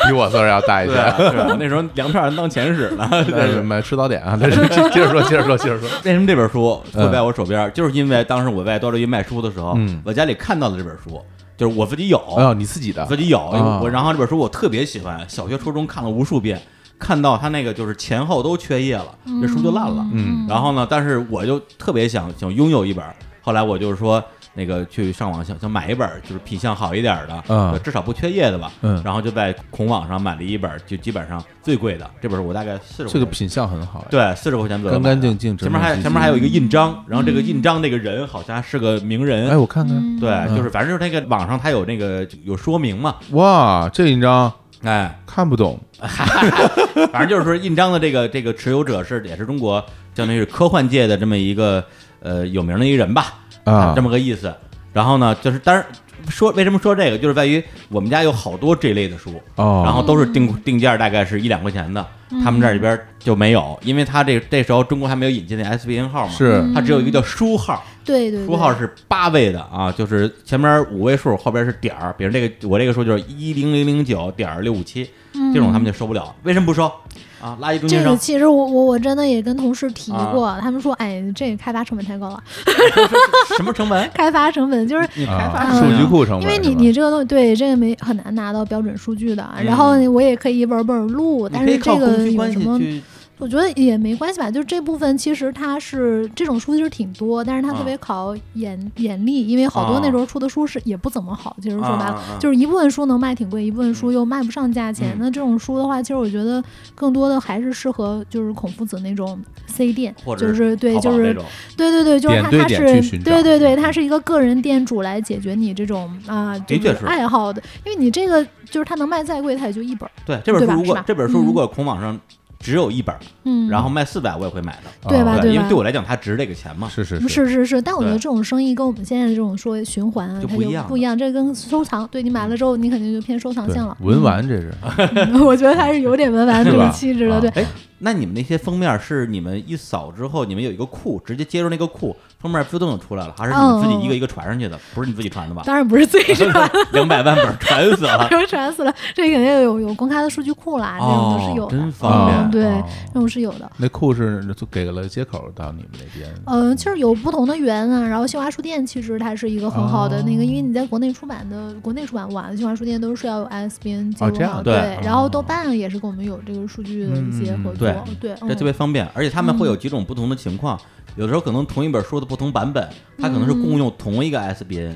[SPEAKER 2] 比我岁数要大一
[SPEAKER 1] 对
[SPEAKER 2] 些
[SPEAKER 1] 啊，。是吧那时候粮票还当钱使呢。
[SPEAKER 2] 但是买吃早点啊， 但是接着说，接着说，接着说。
[SPEAKER 1] 为什么这本书会在我手边儿？就是因为当时我在多乐一卖书的时候，
[SPEAKER 2] 嗯
[SPEAKER 1] 我家里看到了这本书，就是我自己有，
[SPEAKER 2] 哎呦，你自己的
[SPEAKER 1] 我自己有
[SPEAKER 2] 啊。
[SPEAKER 1] 我然后这本书我特别喜欢，小学、初中看了无数遍，看到它那个就是前后都缺页了， 这书就烂了。
[SPEAKER 2] 嗯
[SPEAKER 1] 然后呢，但是我就特别想想拥有一本儿，后来我就是说那个去上网想想买一本儿，就是品相好一点儿的，
[SPEAKER 2] 嗯
[SPEAKER 1] 就至少不缺页的吧。
[SPEAKER 2] 嗯
[SPEAKER 1] 然后就在孔网上买了一本儿，就基本上最贵的这本，我大概四十。
[SPEAKER 2] 这个品相很好，，
[SPEAKER 1] 对四十块钱左右
[SPEAKER 2] 干
[SPEAKER 1] 买的，
[SPEAKER 2] 干净净，
[SPEAKER 1] 前面还
[SPEAKER 2] 整整齐齐嗯
[SPEAKER 1] 前面还有一个印章，然后这个印章那个人好像是个名
[SPEAKER 2] 哎，
[SPEAKER 1] 人，
[SPEAKER 2] 我看
[SPEAKER 3] 嗯
[SPEAKER 2] 看，
[SPEAKER 1] 对，就是反正就是那个网上它有那个有说明嘛，
[SPEAKER 2] 哇，这印章
[SPEAKER 1] 哎，
[SPEAKER 2] 看不懂，
[SPEAKER 1] 反正就是说，印章的这个这个持有者是也是中国相当于是科幻界的这么一个呃有名的一人吧，
[SPEAKER 2] 啊
[SPEAKER 1] 这么个意思。然后呢，就是当然说为什么说这个，就是在于我们家有好多这类的书，
[SPEAKER 2] 哦，
[SPEAKER 1] 然后都是定定价大概是一两块钱的，他们这里边就没有，因为他这这时候中国还没有引进那 SBN 号嘛，
[SPEAKER 2] 是
[SPEAKER 1] 它只有一个叫书号，
[SPEAKER 3] 对对对，
[SPEAKER 1] 书号是八位的啊，就是前面五位数，后边是点儿，比如这个我这个数就是一零零零九点儿六五七，这种他们就收不了，为什么不收啊？垃圾中间
[SPEAKER 3] 这
[SPEAKER 1] 商啊
[SPEAKER 3] 个其实我我我真的也跟同事提过，他们说，哎，这个开发成本太高了，
[SPEAKER 1] 什么成 本？
[SPEAKER 3] 开发成本就是。
[SPEAKER 1] 你开发
[SPEAKER 2] 啊，
[SPEAKER 1] 成
[SPEAKER 2] 数
[SPEAKER 1] 本
[SPEAKER 2] 据库成本，
[SPEAKER 3] 嗯因为你
[SPEAKER 2] 是吧
[SPEAKER 3] 你这个东西对这个没很难拿到标准数据的，然后我也可以一本本录，
[SPEAKER 1] 嗯你
[SPEAKER 3] 但
[SPEAKER 1] 可以
[SPEAKER 3] 是
[SPEAKER 1] 靠
[SPEAKER 3] 这
[SPEAKER 1] 供
[SPEAKER 3] 个
[SPEAKER 1] 需
[SPEAKER 3] 有
[SPEAKER 1] 关
[SPEAKER 3] 什
[SPEAKER 1] 系
[SPEAKER 3] 么？
[SPEAKER 1] 去
[SPEAKER 3] 我觉得也没关系吧，就是这部分其实它是这种书其实挺多，但是它特
[SPEAKER 1] 啊
[SPEAKER 3] 别考眼、眼力，因为好多那时候出的书是也不怎么好，其实说白了，
[SPEAKER 1] 啊啊啊
[SPEAKER 3] 就是一部分书能卖挺贵，一部分书又卖不上价钱。
[SPEAKER 1] 嗯
[SPEAKER 3] 那这种书的话，其实我觉得更多的还是适合就是孔夫子那种 C 店，
[SPEAKER 1] 或者
[SPEAKER 3] 就是对，
[SPEAKER 1] 淘宝
[SPEAKER 3] 就
[SPEAKER 1] 那
[SPEAKER 3] 是
[SPEAKER 1] 种
[SPEAKER 3] 对对对，就是
[SPEAKER 2] 点
[SPEAKER 3] 他
[SPEAKER 2] 对
[SPEAKER 3] 他
[SPEAKER 2] 点
[SPEAKER 3] 是
[SPEAKER 2] 去寻找
[SPEAKER 3] 对对对，他是一个个人店主来解决你这种啊，
[SPEAKER 1] 的
[SPEAKER 3] 就
[SPEAKER 1] 确是
[SPEAKER 3] 爱好的，因为你这个就是他能卖再贵，他也就一本儿，
[SPEAKER 1] 对这本
[SPEAKER 3] 对
[SPEAKER 1] 书
[SPEAKER 3] 吧
[SPEAKER 1] 如
[SPEAKER 3] 是
[SPEAKER 1] 果
[SPEAKER 3] 吧
[SPEAKER 1] 这本书如果孔网上只有一本，
[SPEAKER 3] 嗯，
[SPEAKER 1] 然后卖四百，我也会买的。
[SPEAKER 3] 对吧
[SPEAKER 2] 啊
[SPEAKER 1] 对，因为
[SPEAKER 3] 吧
[SPEAKER 1] 对我来讲，它值这个钱嘛。
[SPEAKER 2] 是是
[SPEAKER 3] 嗯是是是，但我觉得
[SPEAKER 1] 对
[SPEAKER 3] 这种生意跟我们现在这种说循环啊，
[SPEAKER 1] 就
[SPEAKER 3] 它
[SPEAKER 1] 不一
[SPEAKER 3] 就
[SPEAKER 1] 样
[SPEAKER 3] 不一样，这跟收藏，对你买了之后，你肯定就偏收藏
[SPEAKER 2] 对
[SPEAKER 3] 性了，
[SPEAKER 2] 文玩这是，
[SPEAKER 3] 嗯，我觉得还是有点文玩
[SPEAKER 2] 是
[SPEAKER 3] 这
[SPEAKER 2] 吧
[SPEAKER 3] 个气质
[SPEAKER 2] 啊
[SPEAKER 3] 的，对，
[SPEAKER 1] 哎，那你们那些封面是你们一扫之后，你们有一个库，直接接入那个库，封面自动就出来了，还是你们自
[SPEAKER 3] 嗯
[SPEAKER 1] 己一个一个传上去的？不是你自己传的吧？
[SPEAKER 3] 当然不是最这
[SPEAKER 1] 两百万本传死 了，
[SPEAKER 3] 流传死了，这肯定有有公开的数据库啦，这种都是有
[SPEAKER 1] 哦
[SPEAKER 3] 的，
[SPEAKER 1] 真方便
[SPEAKER 3] 嗯，对，
[SPEAKER 2] 哦
[SPEAKER 3] 这种是有的。
[SPEAKER 2] 那库是就给了接口到你们那边，
[SPEAKER 3] 嗯，其实有不同的源啊，然后新华书店其实它是一个很好的那个，
[SPEAKER 2] 哦
[SPEAKER 3] 因为你在国内出版的，国内出版晚的新华书店都是要有 ISBN
[SPEAKER 2] 哦
[SPEAKER 3] 记
[SPEAKER 2] 这
[SPEAKER 3] 录
[SPEAKER 2] 样
[SPEAKER 3] 好，
[SPEAKER 1] 对
[SPEAKER 3] 然后
[SPEAKER 2] 哦
[SPEAKER 3] 豆瓣也是跟我们有这个数据的一些合作，
[SPEAKER 1] 嗯
[SPEAKER 3] 对，
[SPEAKER 1] 这
[SPEAKER 3] 嗯
[SPEAKER 1] 特别方便，而且他们会有几种不同的情况，有的时候可能同一本书的不同版本，它可能是共用同一个 SBN，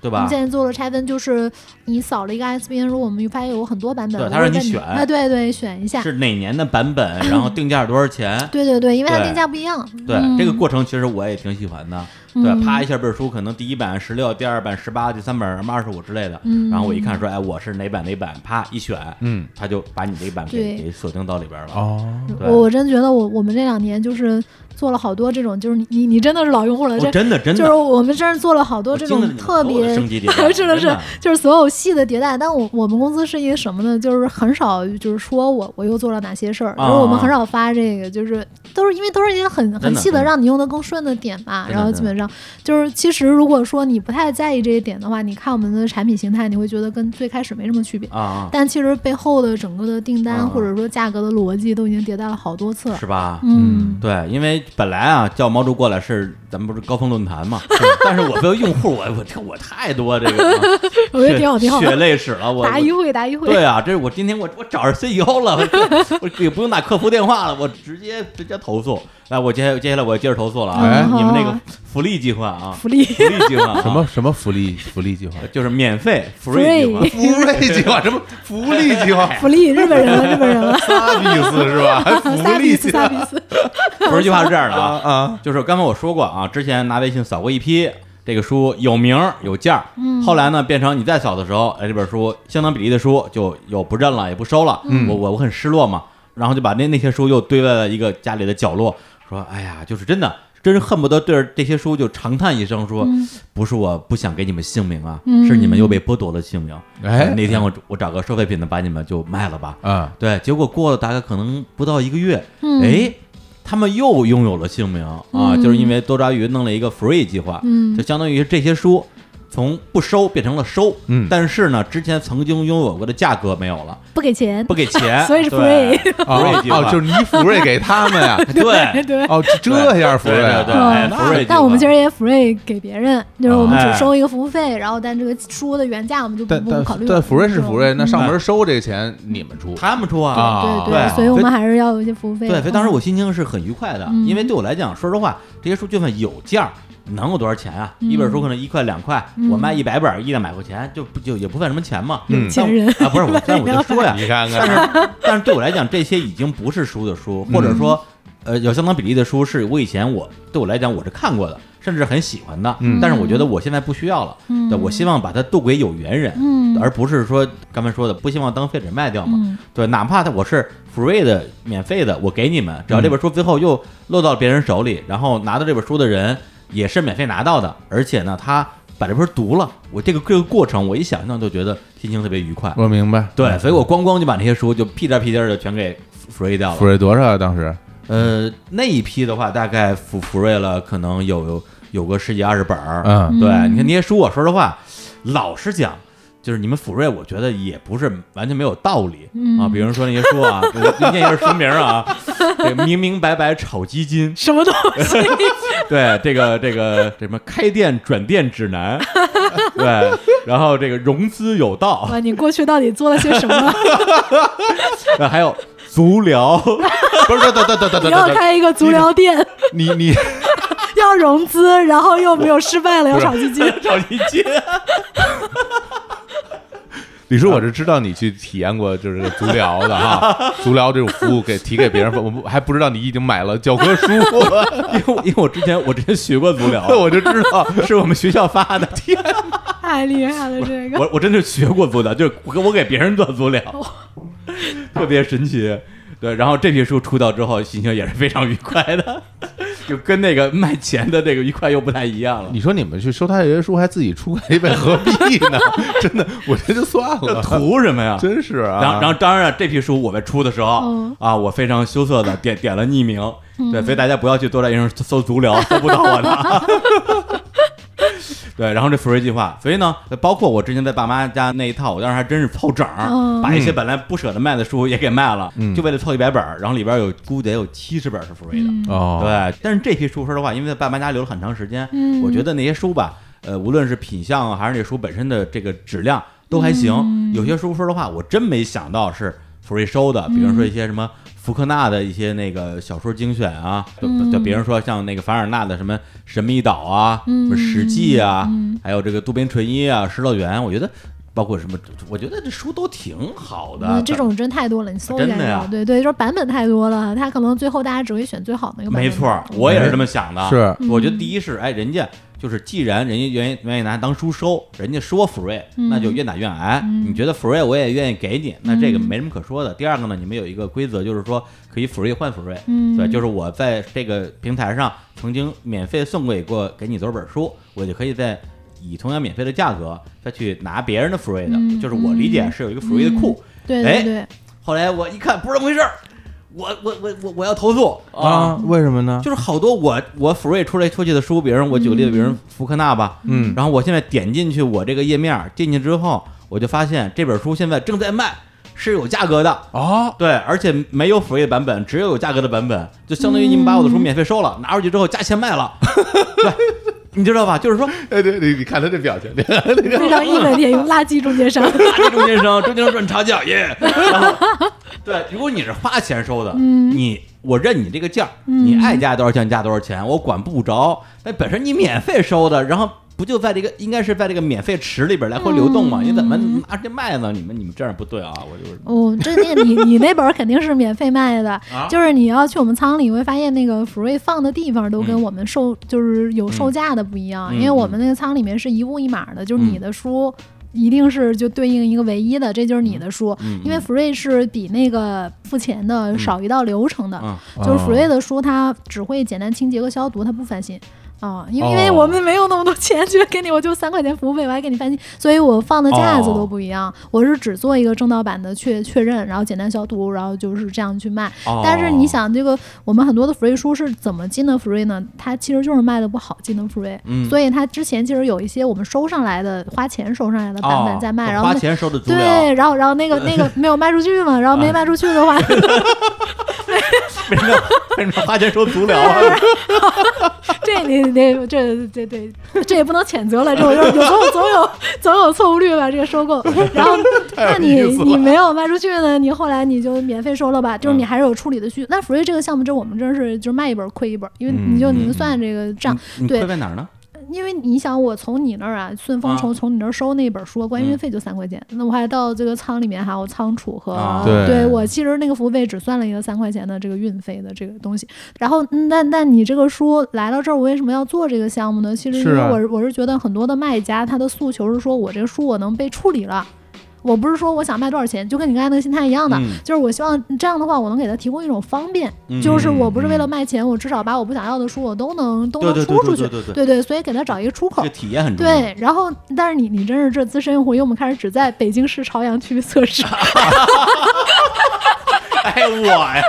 [SPEAKER 1] 对
[SPEAKER 3] 我
[SPEAKER 1] 吧
[SPEAKER 3] 们？现在做了拆分，就是你扫了一个 ISBN，如果我们发现有很多版本，
[SPEAKER 1] 对
[SPEAKER 3] 我
[SPEAKER 1] 它
[SPEAKER 3] 会
[SPEAKER 1] 让你
[SPEAKER 3] 问
[SPEAKER 1] 选
[SPEAKER 3] 哎，对对，选一下，
[SPEAKER 1] 是哪年的版 本，然后定价是多少钱？
[SPEAKER 3] 对对对，因为它
[SPEAKER 1] 对
[SPEAKER 3] 定价不一样，
[SPEAKER 1] 对
[SPEAKER 3] 嗯
[SPEAKER 1] 这个过程，其实我也挺喜欢的。对，啪一下，这本书可能第一版十六，第二版十八，第三版什么二十五之类的。
[SPEAKER 3] 嗯
[SPEAKER 1] 然后我一看说，哎，我是哪版哪版，啪一选，
[SPEAKER 2] 嗯，
[SPEAKER 1] 他就把你这一版给
[SPEAKER 3] 对
[SPEAKER 1] 给锁定到里边了。
[SPEAKER 2] 哦，
[SPEAKER 1] 对
[SPEAKER 3] 我我真觉得我我们这两年就是做了好多这种，就是你你你真的是老用户了，
[SPEAKER 1] 我
[SPEAKER 3] 这
[SPEAKER 1] 哦真的真
[SPEAKER 3] 就是
[SPEAKER 1] 的，
[SPEAKER 3] 我们真是做了好多
[SPEAKER 1] 我
[SPEAKER 3] 这
[SPEAKER 1] 经历了你们
[SPEAKER 3] 种特
[SPEAKER 1] 所有的
[SPEAKER 3] 别
[SPEAKER 1] 升 级迭代，
[SPEAKER 3] 是的
[SPEAKER 1] 啊真
[SPEAKER 3] 是，就是所有系的迭代。但我我们公司是一个什么呢？就是很少，就是说我我又做了哪些事儿，
[SPEAKER 1] 啊
[SPEAKER 3] 就是我们很少发这个，就是都是因为都是一些很
[SPEAKER 1] 真
[SPEAKER 3] 很
[SPEAKER 1] 的
[SPEAKER 3] 细
[SPEAKER 1] 真的
[SPEAKER 3] 的，让你用的更顺的点嘛。
[SPEAKER 1] 真的
[SPEAKER 3] 然后基本上就是，其实如果说你不太在意这一点的话，你看我们的产品形态，你会觉得跟最开始没什么区别。
[SPEAKER 1] 啊啊，
[SPEAKER 3] 但其实背后的整个的订单
[SPEAKER 1] 啊
[SPEAKER 3] 或者说价格的逻辑都已经迭代了好多次了。
[SPEAKER 1] 是吧？
[SPEAKER 3] 嗯，
[SPEAKER 1] 对，因为本来啊叫毛竹过来是咱们不是高峰论坛嘛，嗯但是我作为用户，我我我太多这个啊
[SPEAKER 3] 我觉得挺好，挺好
[SPEAKER 1] 血。泪史了，我
[SPEAKER 3] 答
[SPEAKER 1] 我
[SPEAKER 3] 疑会，答疑会。
[SPEAKER 1] 对啊，这是我今天我我找着 CEO 了，我我也不用打客服电话了，我直接直接投诉。来，我接接下来我接着投诉了啊！
[SPEAKER 2] 哎
[SPEAKER 1] 你们那个
[SPEAKER 3] 好
[SPEAKER 1] 福利计划啊，
[SPEAKER 3] 福利
[SPEAKER 1] 福利计划、啊
[SPEAKER 2] 什么？什么福利福利计划，
[SPEAKER 1] 就是免费 free 计划
[SPEAKER 2] 福
[SPEAKER 3] Free
[SPEAKER 2] 利计划什么福利计 划，
[SPEAKER 3] 福利，日本人了，日本人了。
[SPEAKER 2] 啥意思是吧？福
[SPEAKER 3] 萨
[SPEAKER 2] 利
[SPEAKER 3] 比
[SPEAKER 2] 计
[SPEAKER 3] 斯，
[SPEAKER 2] 划
[SPEAKER 3] 萨比斯。
[SPEAKER 1] ，free 计划是这样的
[SPEAKER 2] 啊
[SPEAKER 1] 啊，
[SPEAKER 2] 啊，
[SPEAKER 1] 就是刚才我说过啊，之前拿微信扫过一批这个书，有名儿有价儿。后来呢，变成你再扫的时候，哎，这本书相当比例的书就有不认了，也不收了。
[SPEAKER 2] 嗯
[SPEAKER 1] 我我我很失落嘛，然后就把那那些书又堆在了一个家里的角落，说，哎呀，就是真的。真是恨不得对着这些书就长叹一声说，不是我不想给你们姓名啊，
[SPEAKER 3] 嗯
[SPEAKER 1] 是你们又被剥夺了姓名。
[SPEAKER 2] 哎
[SPEAKER 1] 那天我我找个收废品的把你们就卖了吧。
[SPEAKER 2] 啊，
[SPEAKER 1] 对，结果过了大概可能不到一个月，
[SPEAKER 3] 嗯
[SPEAKER 1] 哎，他们又拥有了姓名啊，就是因为多抓鱼弄了一个 free 计划，
[SPEAKER 3] 嗯
[SPEAKER 1] 就相当于这些书从不收变成了收，
[SPEAKER 2] 嗯
[SPEAKER 1] 但是呢，之前曾经拥有过的价格没有了，
[SPEAKER 3] 不给钱，
[SPEAKER 1] 不给钱，
[SPEAKER 3] 所以是
[SPEAKER 1] 对
[SPEAKER 3] free
[SPEAKER 1] 瑞
[SPEAKER 2] 哦
[SPEAKER 1] 计划
[SPEAKER 2] 哦，就是你福瑞给他们 呀，
[SPEAKER 1] 对
[SPEAKER 3] 对。
[SPEAKER 2] 哦，这样福
[SPEAKER 1] 对
[SPEAKER 2] 瑞
[SPEAKER 1] 对
[SPEAKER 2] 啊，
[SPEAKER 1] 对，
[SPEAKER 3] 嗯
[SPEAKER 1] 哎福瑞计划，
[SPEAKER 3] 但我们其实也 free 给别人，就是我们
[SPEAKER 1] 哎
[SPEAKER 3] 只收一个服务费，然后但这个书的原价我们就不
[SPEAKER 2] 但
[SPEAKER 3] 不考
[SPEAKER 2] 但
[SPEAKER 3] 虑了。
[SPEAKER 2] 但福瑞是福瑞，那
[SPEAKER 3] 嗯
[SPEAKER 2] 上门收这个钱你们出
[SPEAKER 1] 他们出啊，
[SPEAKER 2] 啊？
[SPEAKER 3] 对
[SPEAKER 1] 对
[SPEAKER 3] 所以我们还是要有一些服务费的。
[SPEAKER 1] 对，所以当时
[SPEAKER 3] 嗯
[SPEAKER 1] 我心情是很愉快的，
[SPEAKER 3] 嗯
[SPEAKER 1] 因为对我来讲，说实话，这些书就算有价儿，能有多少钱啊？
[SPEAKER 3] 嗯
[SPEAKER 1] 一本书可能一块两块，
[SPEAKER 3] 嗯
[SPEAKER 1] 我卖一百本儿一两百块钱，就不就也不算什么钱嘛。
[SPEAKER 2] 嗯
[SPEAKER 3] 有钱人，
[SPEAKER 1] 啊，不 是我，但我就说呀，
[SPEAKER 2] 你看
[SPEAKER 1] 但
[SPEAKER 2] 看，
[SPEAKER 1] 是但是对我来讲，这些已经不是书的书，或
[SPEAKER 2] 嗯
[SPEAKER 1] 者说，呃，有相当比例的书是我以前我对我来讲我是看过的，甚至很喜欢的，
[SPEAKER 2] 嗯
[SPEAKER 1] 但是我觉得我现在不需要了，
[SPEAKER 3] 嗯
[SPEAKER 1] 对，我希望把它渡给有缘人，
[SPEAKER 3] 嗯
[SPEAKER 1] 而不是说刚才说的不希望当废纸卖掉嘛，
[SPEAKER 3] 嗯
[SPEAKER 1] 对，哪怕它我是 free 的、免费的，我给你们，只要这本书最后又落到别人手里，然后拿到这本书的人也是免费拿到的，而且呢，他把这本书读了，我这个这个过程，我一想象就觉得心情特别愉快。
[SPEAKER 2] 我明白。嗯
[SPEAKER 1] 对，所以我咣咣就把那些书就屁颠屁颠的全给 free 掉
[SPEAKER 2] 福
[SPEAKER 1] 了。
[SPEAKER 2] 瑞多少啊？当时
[SPEAKER 1] 呃，那一批的话，大概 f free 了，可能有有有个十几二十本儿。
[SPEAKER 2] 嗯
[SPEAKER 1] 对，
[SPEAKER 3] 嗯
[SPEAKER 1] 你看那些书，我说实话，老实讲，就是你们 free，我觉得也不是完全没有道理、
[SPEAKER 3] 嗯
[SPEAKER 1] 啊。比如说那些书啊，我我念一下书名啊，这个明明白白炒基金，
[SPEAKER 3] 什么都
[SPEAKER 1] 对，这个这个这什么开店转店指南，对，然后这个融资有道，
[SPEAKER 3] 哇，你过去到底做了些什 么？
[SPEAKER 1] 呃还有足疗。
[SPEAKER 2] 不是，等等等等等
[SPEAKER 3] 你要
[SPEAKER 2] 等，
[SPEAKER 3] 开一个足疗店，
[SPEAKER 2] 你你
[SPEAKER 3] 要融资，然后又没有失败了，要炒基金。
[SPEAKER 1] 找一金，
[SPEAKER 2] 李叔，我是知道你去体验过就是这个足疗的 哈，足疗这种服务给提给别人，我不还不知道你已经买了教 科书，
[SPEAKER 1] 因为我因为我之前我之前学过足疗，
[SPEAKER 2] 我就知道
[SPEAKER 1] 是我们学校发 的。天，
[SPEAKER 3] 太厉害了，这个
[SPEAKER 1] 我我真的学过足疗，就是我给我给别人做足疗，
[SPEAKER 2] 哦
[SPEAKER 1] 特别神奇。对，然后这批书出道之后，心情也是非常愉快的， 就跟那个卖钱的这个愉快又不太一样了。
[SPEAKER 2] 你说你们去收他这些书，还自己出一本，何必呢？ 真的，我这就算了，
[SPEAKER 1] 图什么呀？
[SPEAKER 2] 真是啊。
[SPEAKER 1] 然后，然后，当然了，这批书我们出的时候、
[SPEAKER 3] 嗯
[SPEAKER 1] 啊，我非常羞涩的点点了匿名，对，所以大家不要去多在英上 搜足疗，搜不到我的。 对，然后这福瑞计划，所以呢，包括我之前在爸妈家那一套，我当时还真是凑整儿，
[SPEAKER 3] 嗯
[SPEAKER 1] 把一些本来不舍得卖的书也给卖了，
[SPEAKER 2] 嗯
[SPEAKER 1] 就为了凑一百本儿，然后里边有估计得有七十本儿是福瑞
[SPEAKER 3] 嗯
[SPEAKER 1] 的，
[SPEAKER 2] 哦，
[SPEAKER 1] 对，但是这批书，说实话，因为在爸妈家留了很长时间，
[SPEAKER 3] 嗯
[SPEAKER 1] 我觉得那些书吧，呃，无论是品相啊，还是那书本身的这个质量，都还行。
[SPEAKER 3] 嗯
[SPEAKER 1] 有些书，说实话，我真没想到是福瑞收
[SPEAKER 3] 嗯
[SPEAKER 1] 的，比如说一些什么。福克纳的一些那个小说精选啊，就
[SPEAKER 3] 嗯
[SPEAKER 1] 就比如说像那个凡尔纳的什么《神秘岛》啊，什
[SPEAKER 3] 嗯
[SPEAKER 1] 么《史记》啊，
[SPEAKER 3] 嗯
[SPEAKER 1] 还有这个渡边淳一啊，《石乐园》，我觉得包括什么，我觉得这书都挺好的。
[SPEAKER 3] 嗯这种真太多了，你搜一
[SPEAKER 1] 真
[SPEAKER 3] 下
[SPEAKER 1] 的
[SPEAKER 3] 就
[SPEAKER 1] 呀
[SPEAKER 3] 好。对对，就是版本太多了，他可能最后大家只会选最好的那个版本。嗯
[SPEAKER 1] 没错儿，我也是这么想的。
[SPEAKER 2] 是
[SPEAKER 1] 我觉得第一是，哎，人家就是既然人家愿意愿意拿当书收，人家说福瑞，
[SPEAKER 3] 嗯
[SPEAKER 1] 那就愿打愿挨。你觉得福瑞，我也愿意给你，那这个
[SPEAKER 3] 嗯
[SPEAKER 1] 没什么可说的。第二个呢，你们有一个规则，就是说可以福瑞换福瑞，
[SPEAKER 3] 嗯
[SPEAKER 1] 对，就是我在这个平台上曾经免费送给过给你多少本书，我就可以在。以同样免费的价格再去拿别人的福瑞的，
[SPEAKER 3] 嗯
[SPEAKER 1] 就是我理解是有一个福瑞的库，
[SPEAKER 3] 对
[SPEAKER 1] 哎
[SPEAKER 3] 对对，
[SPEAKER 1] 后来我一看不是这么回事儿，我我我我我要投诉
[SPEAKER 2] 啊，为什么呢？
[SPEAKER 1] 就是好多我我 free 出来出去的书，比如我举个例子，比如福克纳吧，
[SPEAKER 2] 嗯
[SPEAKER 1] 然后我现在点进去我这个页面，进去之后我就发现这本书现在正在卖，是有价格的。
[SPEAKER 2] 哦，
[SPEAKER 1] 对，而且没有 free 的版本，只有有价格的版本，就相当于你们把我的书免费收了，拿出去之后加钱卖了， 对，你知道吧？就是说，
[SPEAKER 2] 哎，对，你你看他这表情， 这
[SPEAKER 3] 非常一本也用垃圾中间商。
[SPEAKER 1] 垃圾中间商，中间商赚差价耶。然后，对，如果你是花钱收的，
[SPEAKER 3] 嗯
[SPEAKER 1] 你我认你这个价儿，你爱加多少钱加多少钱，我管不着。那本身你免费收的，然后不就在这个应该是在这个免费池里边来回流动
[SPEAKER 3] 嗯
[SPEAKER 1] 嘛？你怎么啊拿着卖呢？你们你们这样不对啊！我就是
[SPEAKER 3] 哦，这那你你那本儿肯定是免费卖的，就是你要去我们仓里，你会发现那个福瑞放的地方都跟我们售、就是有售价的不一样，
[SPEAKER 1] 嗯
[SPEAKER 3] 因为我们那个仓里面是一物一码的，就是你的书。一定是就对应一个唯一的，这就是你的书，因为福瑞是比那个付钱的少一道流程的，
[SPEAKER 1] 啊，
[SPEAKER 3] 就是
[SPEAKER 2] 哦
[SPEAKER 3] 福瑞的书它只会简单清洁和消毒，它不翻新。啊，因为因为
[SPEAKER 1] 哦
[SPEAKER 3] 我们没有那么多 钱去给你，我就三块钱服务费，我还给你翻新，所以我放的架子
[SPEAKER 1] 哦
[SPEAKER 3] 都不一样。我是只做一个正盗版的确确认，然后简单消毒，然后就是这样去卖。
[SPEAKER 1] 哦
[SPEAKER 3] 但是你，想，这个我们很多的 free 书是怎么进的 free 呢？它其实就是卖的不好进的 free，、
[SPEAKER 1] 嗯
[SPEAKER 3] 所以它之前其实有一些我们收上来的，花钱收上来的版本
[SPEAKER 1] 哦
[SPEAKER 3] 在卖，然后
[SPEAKER 1] 花
[SPEAKER 3] 那
[SPEAKER 1] 钱收的资
[SPEAKER 3] 对，
[SPEAKER 1] 料，
[SPEAKER 3] 然后然后那个那个没有卖出去嘛，然后
[SPEAKER 1] 啊
[SPEAKER 3] 没卖出去 的话，
[SPEAKER 1] 为什么为什么花钱收足疗啊？
[SPEAKER 3] 这你得这这这这也不能谴责了，这我就有时候总有总有错误率吧，这个收购。然后那你
[SPEAKER 2] 有意思了
[SPEAKER 3] 你没有卖出去呢，你后来你就免费收了吧，就是你还是有处理的需。那 free 这个项目，这我们真是就是卖一本亏一本，因为
[SPEAKER 1] 嗯
[SPEAKER 3] 你就
[SPEAKER 1] 嗯
[SPEAKER 3] 能
[SPEAKER 1] 嗯
[SPEAKER 3] 算这个账。
[SPEAKER 1] 你
[SPEAKER 3] 对
[SPEAKER 1] 亏在哪儿呢？
[SPEAKER 3] 因为你想，我从你那儿啊，顺丰
[SPEAKER 1] 啊
[SPEAKER 3] 从从你那儿收那本书，关于运
[SPEAKER 1] 嗯
[SPEAKER 3] 费就三块钱，那我还到这个仓里面还有仓储和，
[SPEAKER 1] 啊
[SPEAKER 2] 对
[SPEAKER 3] 我其实那个服务费只算了一个三块钱的这个运费的这个东西。然后，嗯但但你这个书来到这儿，我为什么要做这个项目呢？其实因
[SPEAKER 2] 是
[SPEAKER 3] 为
[SPEAKER 2] 啊
[SPEAKER 3] 我是我是觉得很多的卖家他的诉求是说我这个书我能被处理了。我不是说我想卖多少钱，就跟你刚才那个心态一样的，
[SPEAKER 1] 嗯
[SPEAKER 3] 就是我希望这样的话，我能给他提供一种方便，
[SPEAKER 1] 嗯
[SPEAKER 3] 就是我不是为了卖钱，我至少把我不想要的书我都能都能
[SPEAKER 1] 对对
[SPEAKER 3] 出出
[SPEAKER 1] 对
[SPEAKER 3] 去
[SPEAKER 1] 对，对对对，
[SPEAKER 3] 对对，所以给他找一个出
[SPEAKER 1] 这
[SPEAKER 3] 口
[SPEAKER 1] 个。体验很重要。
[SPEAKER 3] 对，然后但是你你真是这资深用户，因为我们开始只在北京市朝阳区 测试，
[SPEAKER 1] 哎，我呀，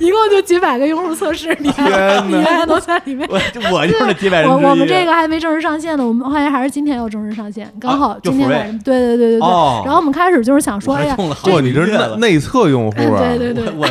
[SPEAKER 3] 一共就几百个用户测试，你还
[SPEAKER 2] 天
[SPEAKER 3] 你
[SPEAKER 2] 哪
[SPEAKER 3] 还能在 里面？
[SPEAKER 1] 我我就是那几百人
[SPEAKER 3] 我
[SPEAKER 1] 之一。
[SPEAKER 3] 我们这个还没正式上线呢，我们好像还是今天要正式上线，刚好
[SPEAKER 1] 啊就
[SPEAKER 3] 今天
[SPEAKER 1] Free
[SPEAKER 3] 晚上，对对对对对。
[SPEAKER 1] 哦
[SPEAKER 3] 然后我们开始就是想
[SPEAKER 1] 我
[SPEAKER 3] 说，哎
[SPEAKER 1] 还
[SPEAKER 3] 呀，
[SPEAKER 1] 中了好
[SPEAKER 2] 哇，
[SPEAKER 1] 几
[SPEAKER 2] 你
[SPEAKER 1] 个月
[SPEAKER 2] 这是内
[SPEAKER 1] 了。
[SPEAKER 2] 内测用户啊，
[SPEAKER 3] 对对对，
[SPEAKER 1] 我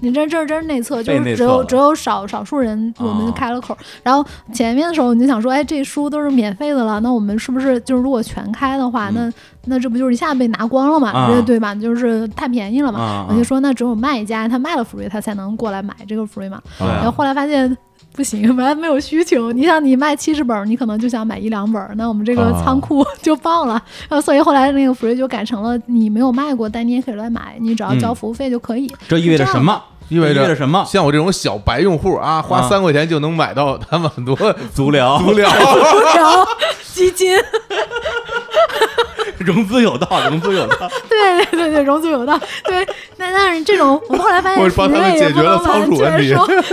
[SPEAKER 3] 你这这这是内测，就
[SPEAKER 1] 被内
[SPEAKER 3] 是只
[SPEAKER 1] 测
[SPEAKER 3] 有
[SPEAKER 1] 了
[SPEAKER 3] 只有少少数人我们
[SPEAKER 1] 哦
[SPEAKER 3] 开了口。然后前面的时候你就想说，哎，这书都是免费的了，那我们是不是就是如果全开的话，
[SPEAKER 1] 嗯
[SPEAKER 3] 那那这不就是一下被拿光了嘛？
[SPEAKER 1] 啊
[SPEAKER 3] 这对吧？就是太便宜了嘛。
[SPEAKER 1] 啊
[SPEAKER 3] 我就说，那只有卖家他卖了 free，他才能过来买这个 free 嘛。
[SPEAKER 1] 对
[SPEAKER 3] 然后后来发现。不行， 完全没有需求。你想，你卖七十本儿，你可能就想买一两本儿，那我们这个
[SPEAKER 2] 啊
[SPEAKER 3] 仓库 就爆了。然后，所以后来那个 free 就改成了，你没有卖过，但你也可以来买，你只要交
[SPEAKER 1] 嗯
[SPEAKER 3] 服务费就可以。
[SPEAKER 1] 这意味着什么？
[SPEAKER 2] 意味
[SPEAKER 1] 意味着
[SPEAKER 2] 着
[SPEAKER 1] 什么？
[SPEAKER 2] 像我这种小白用户啊，花
[SPEAKER 1] 啊哦
[SPEAKER 2] 三块钱就能买到他们很多足
[SPEAKER 1] 足 疗
[SPEAKER 2] 疗。
[SPEAKER 3] 然后基金，
[SPEAKER 1] 融资有道，融资有 道。
[SPEAKER 3] 对对对对，融资有道，对。那但是这种，我后来发现，
[SPEAKER 2] 我帮他们解决了仓储问 题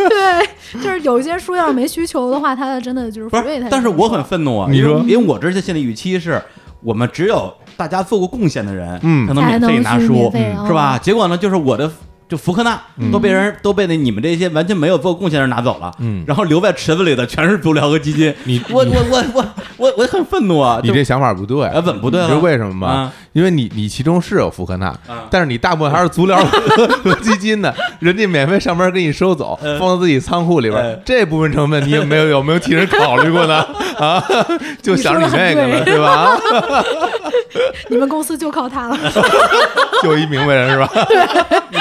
[SPEAKER 3] 对，就是有些书要是没需求的话，它真的就是
[SPEAKER 1] 不
[SPEAKER 3] 付费
[SPEAKER 1] 是
[SPEAKER 3] 它，
[SPEAKER 1] 但是
[SPEAKER 3] 就
[SPEAKER 1] 我很愤怒啊！
[SPEAKER 2] 你
[SPEAKER 1] 因为
[SPEAKER 2] 说
[SPEAKER 1] 因为我之前心理预期是我们只有大家做过贡献的人，
[SPEAKER 2] 嗯
[SPEAKER 1] 才能免
[SPEAKER 3] 才
[SPEAKER 1] 费
[SPEAKER 3] 能
[SPEAKER 1] 拿
[SPEAKER 3] 去
[SPEAKER 1] 书嗯
[SPEAKER 3] 免，费哦
[SPEAKER 1] 是吧？结果呢，就是我的就福克纳都被人都被那你们这些完全没有做过贡献的人拿走了，
[SPEAKER 2] 嗯
[SPEAKER 1] 然后留在池子里的全是足疗和基金，
[SPEAKER 2] 你
[SPEAKER 1] 我
[SPEAKER 2] 你
[SPEAKER 1] 我我我我我很愤怒啊！
[SPEAKER 2] 你
[SPEAKER 1] 就
[SPEAKER 2] 这想法不对，
[SPEAKER 1] 哎怎么不对
[SPEAKER 2] 你知道
[SPEAKER 1] 了
[SPEAKER 2] 为什么吗
[SPEAKER 1] 啊？
[SPEAKER 2] 因为你你其中是有福克纳
[SPEAKER 1] 啊，
[SPEAKER 2] 但是你大部分还是足疗 和和基金的，人家免费上班给你收走，
[SPEAKER 1] 嗯
[SPEAKER 2] 放到自己仓库里
[SPEAKER 1] 哎
[SPEAKER 2] 边，这部分成本你有没有有没有替人考虑过呢？ 啊，就想你那个
[SPEAKER 3] 你说得很
[SPEAKER 2] 了，对吧？ 啊
[SPEAKER 3] 你们公司就靠它了。
[SPEAKER 2] 就一明白人是吧？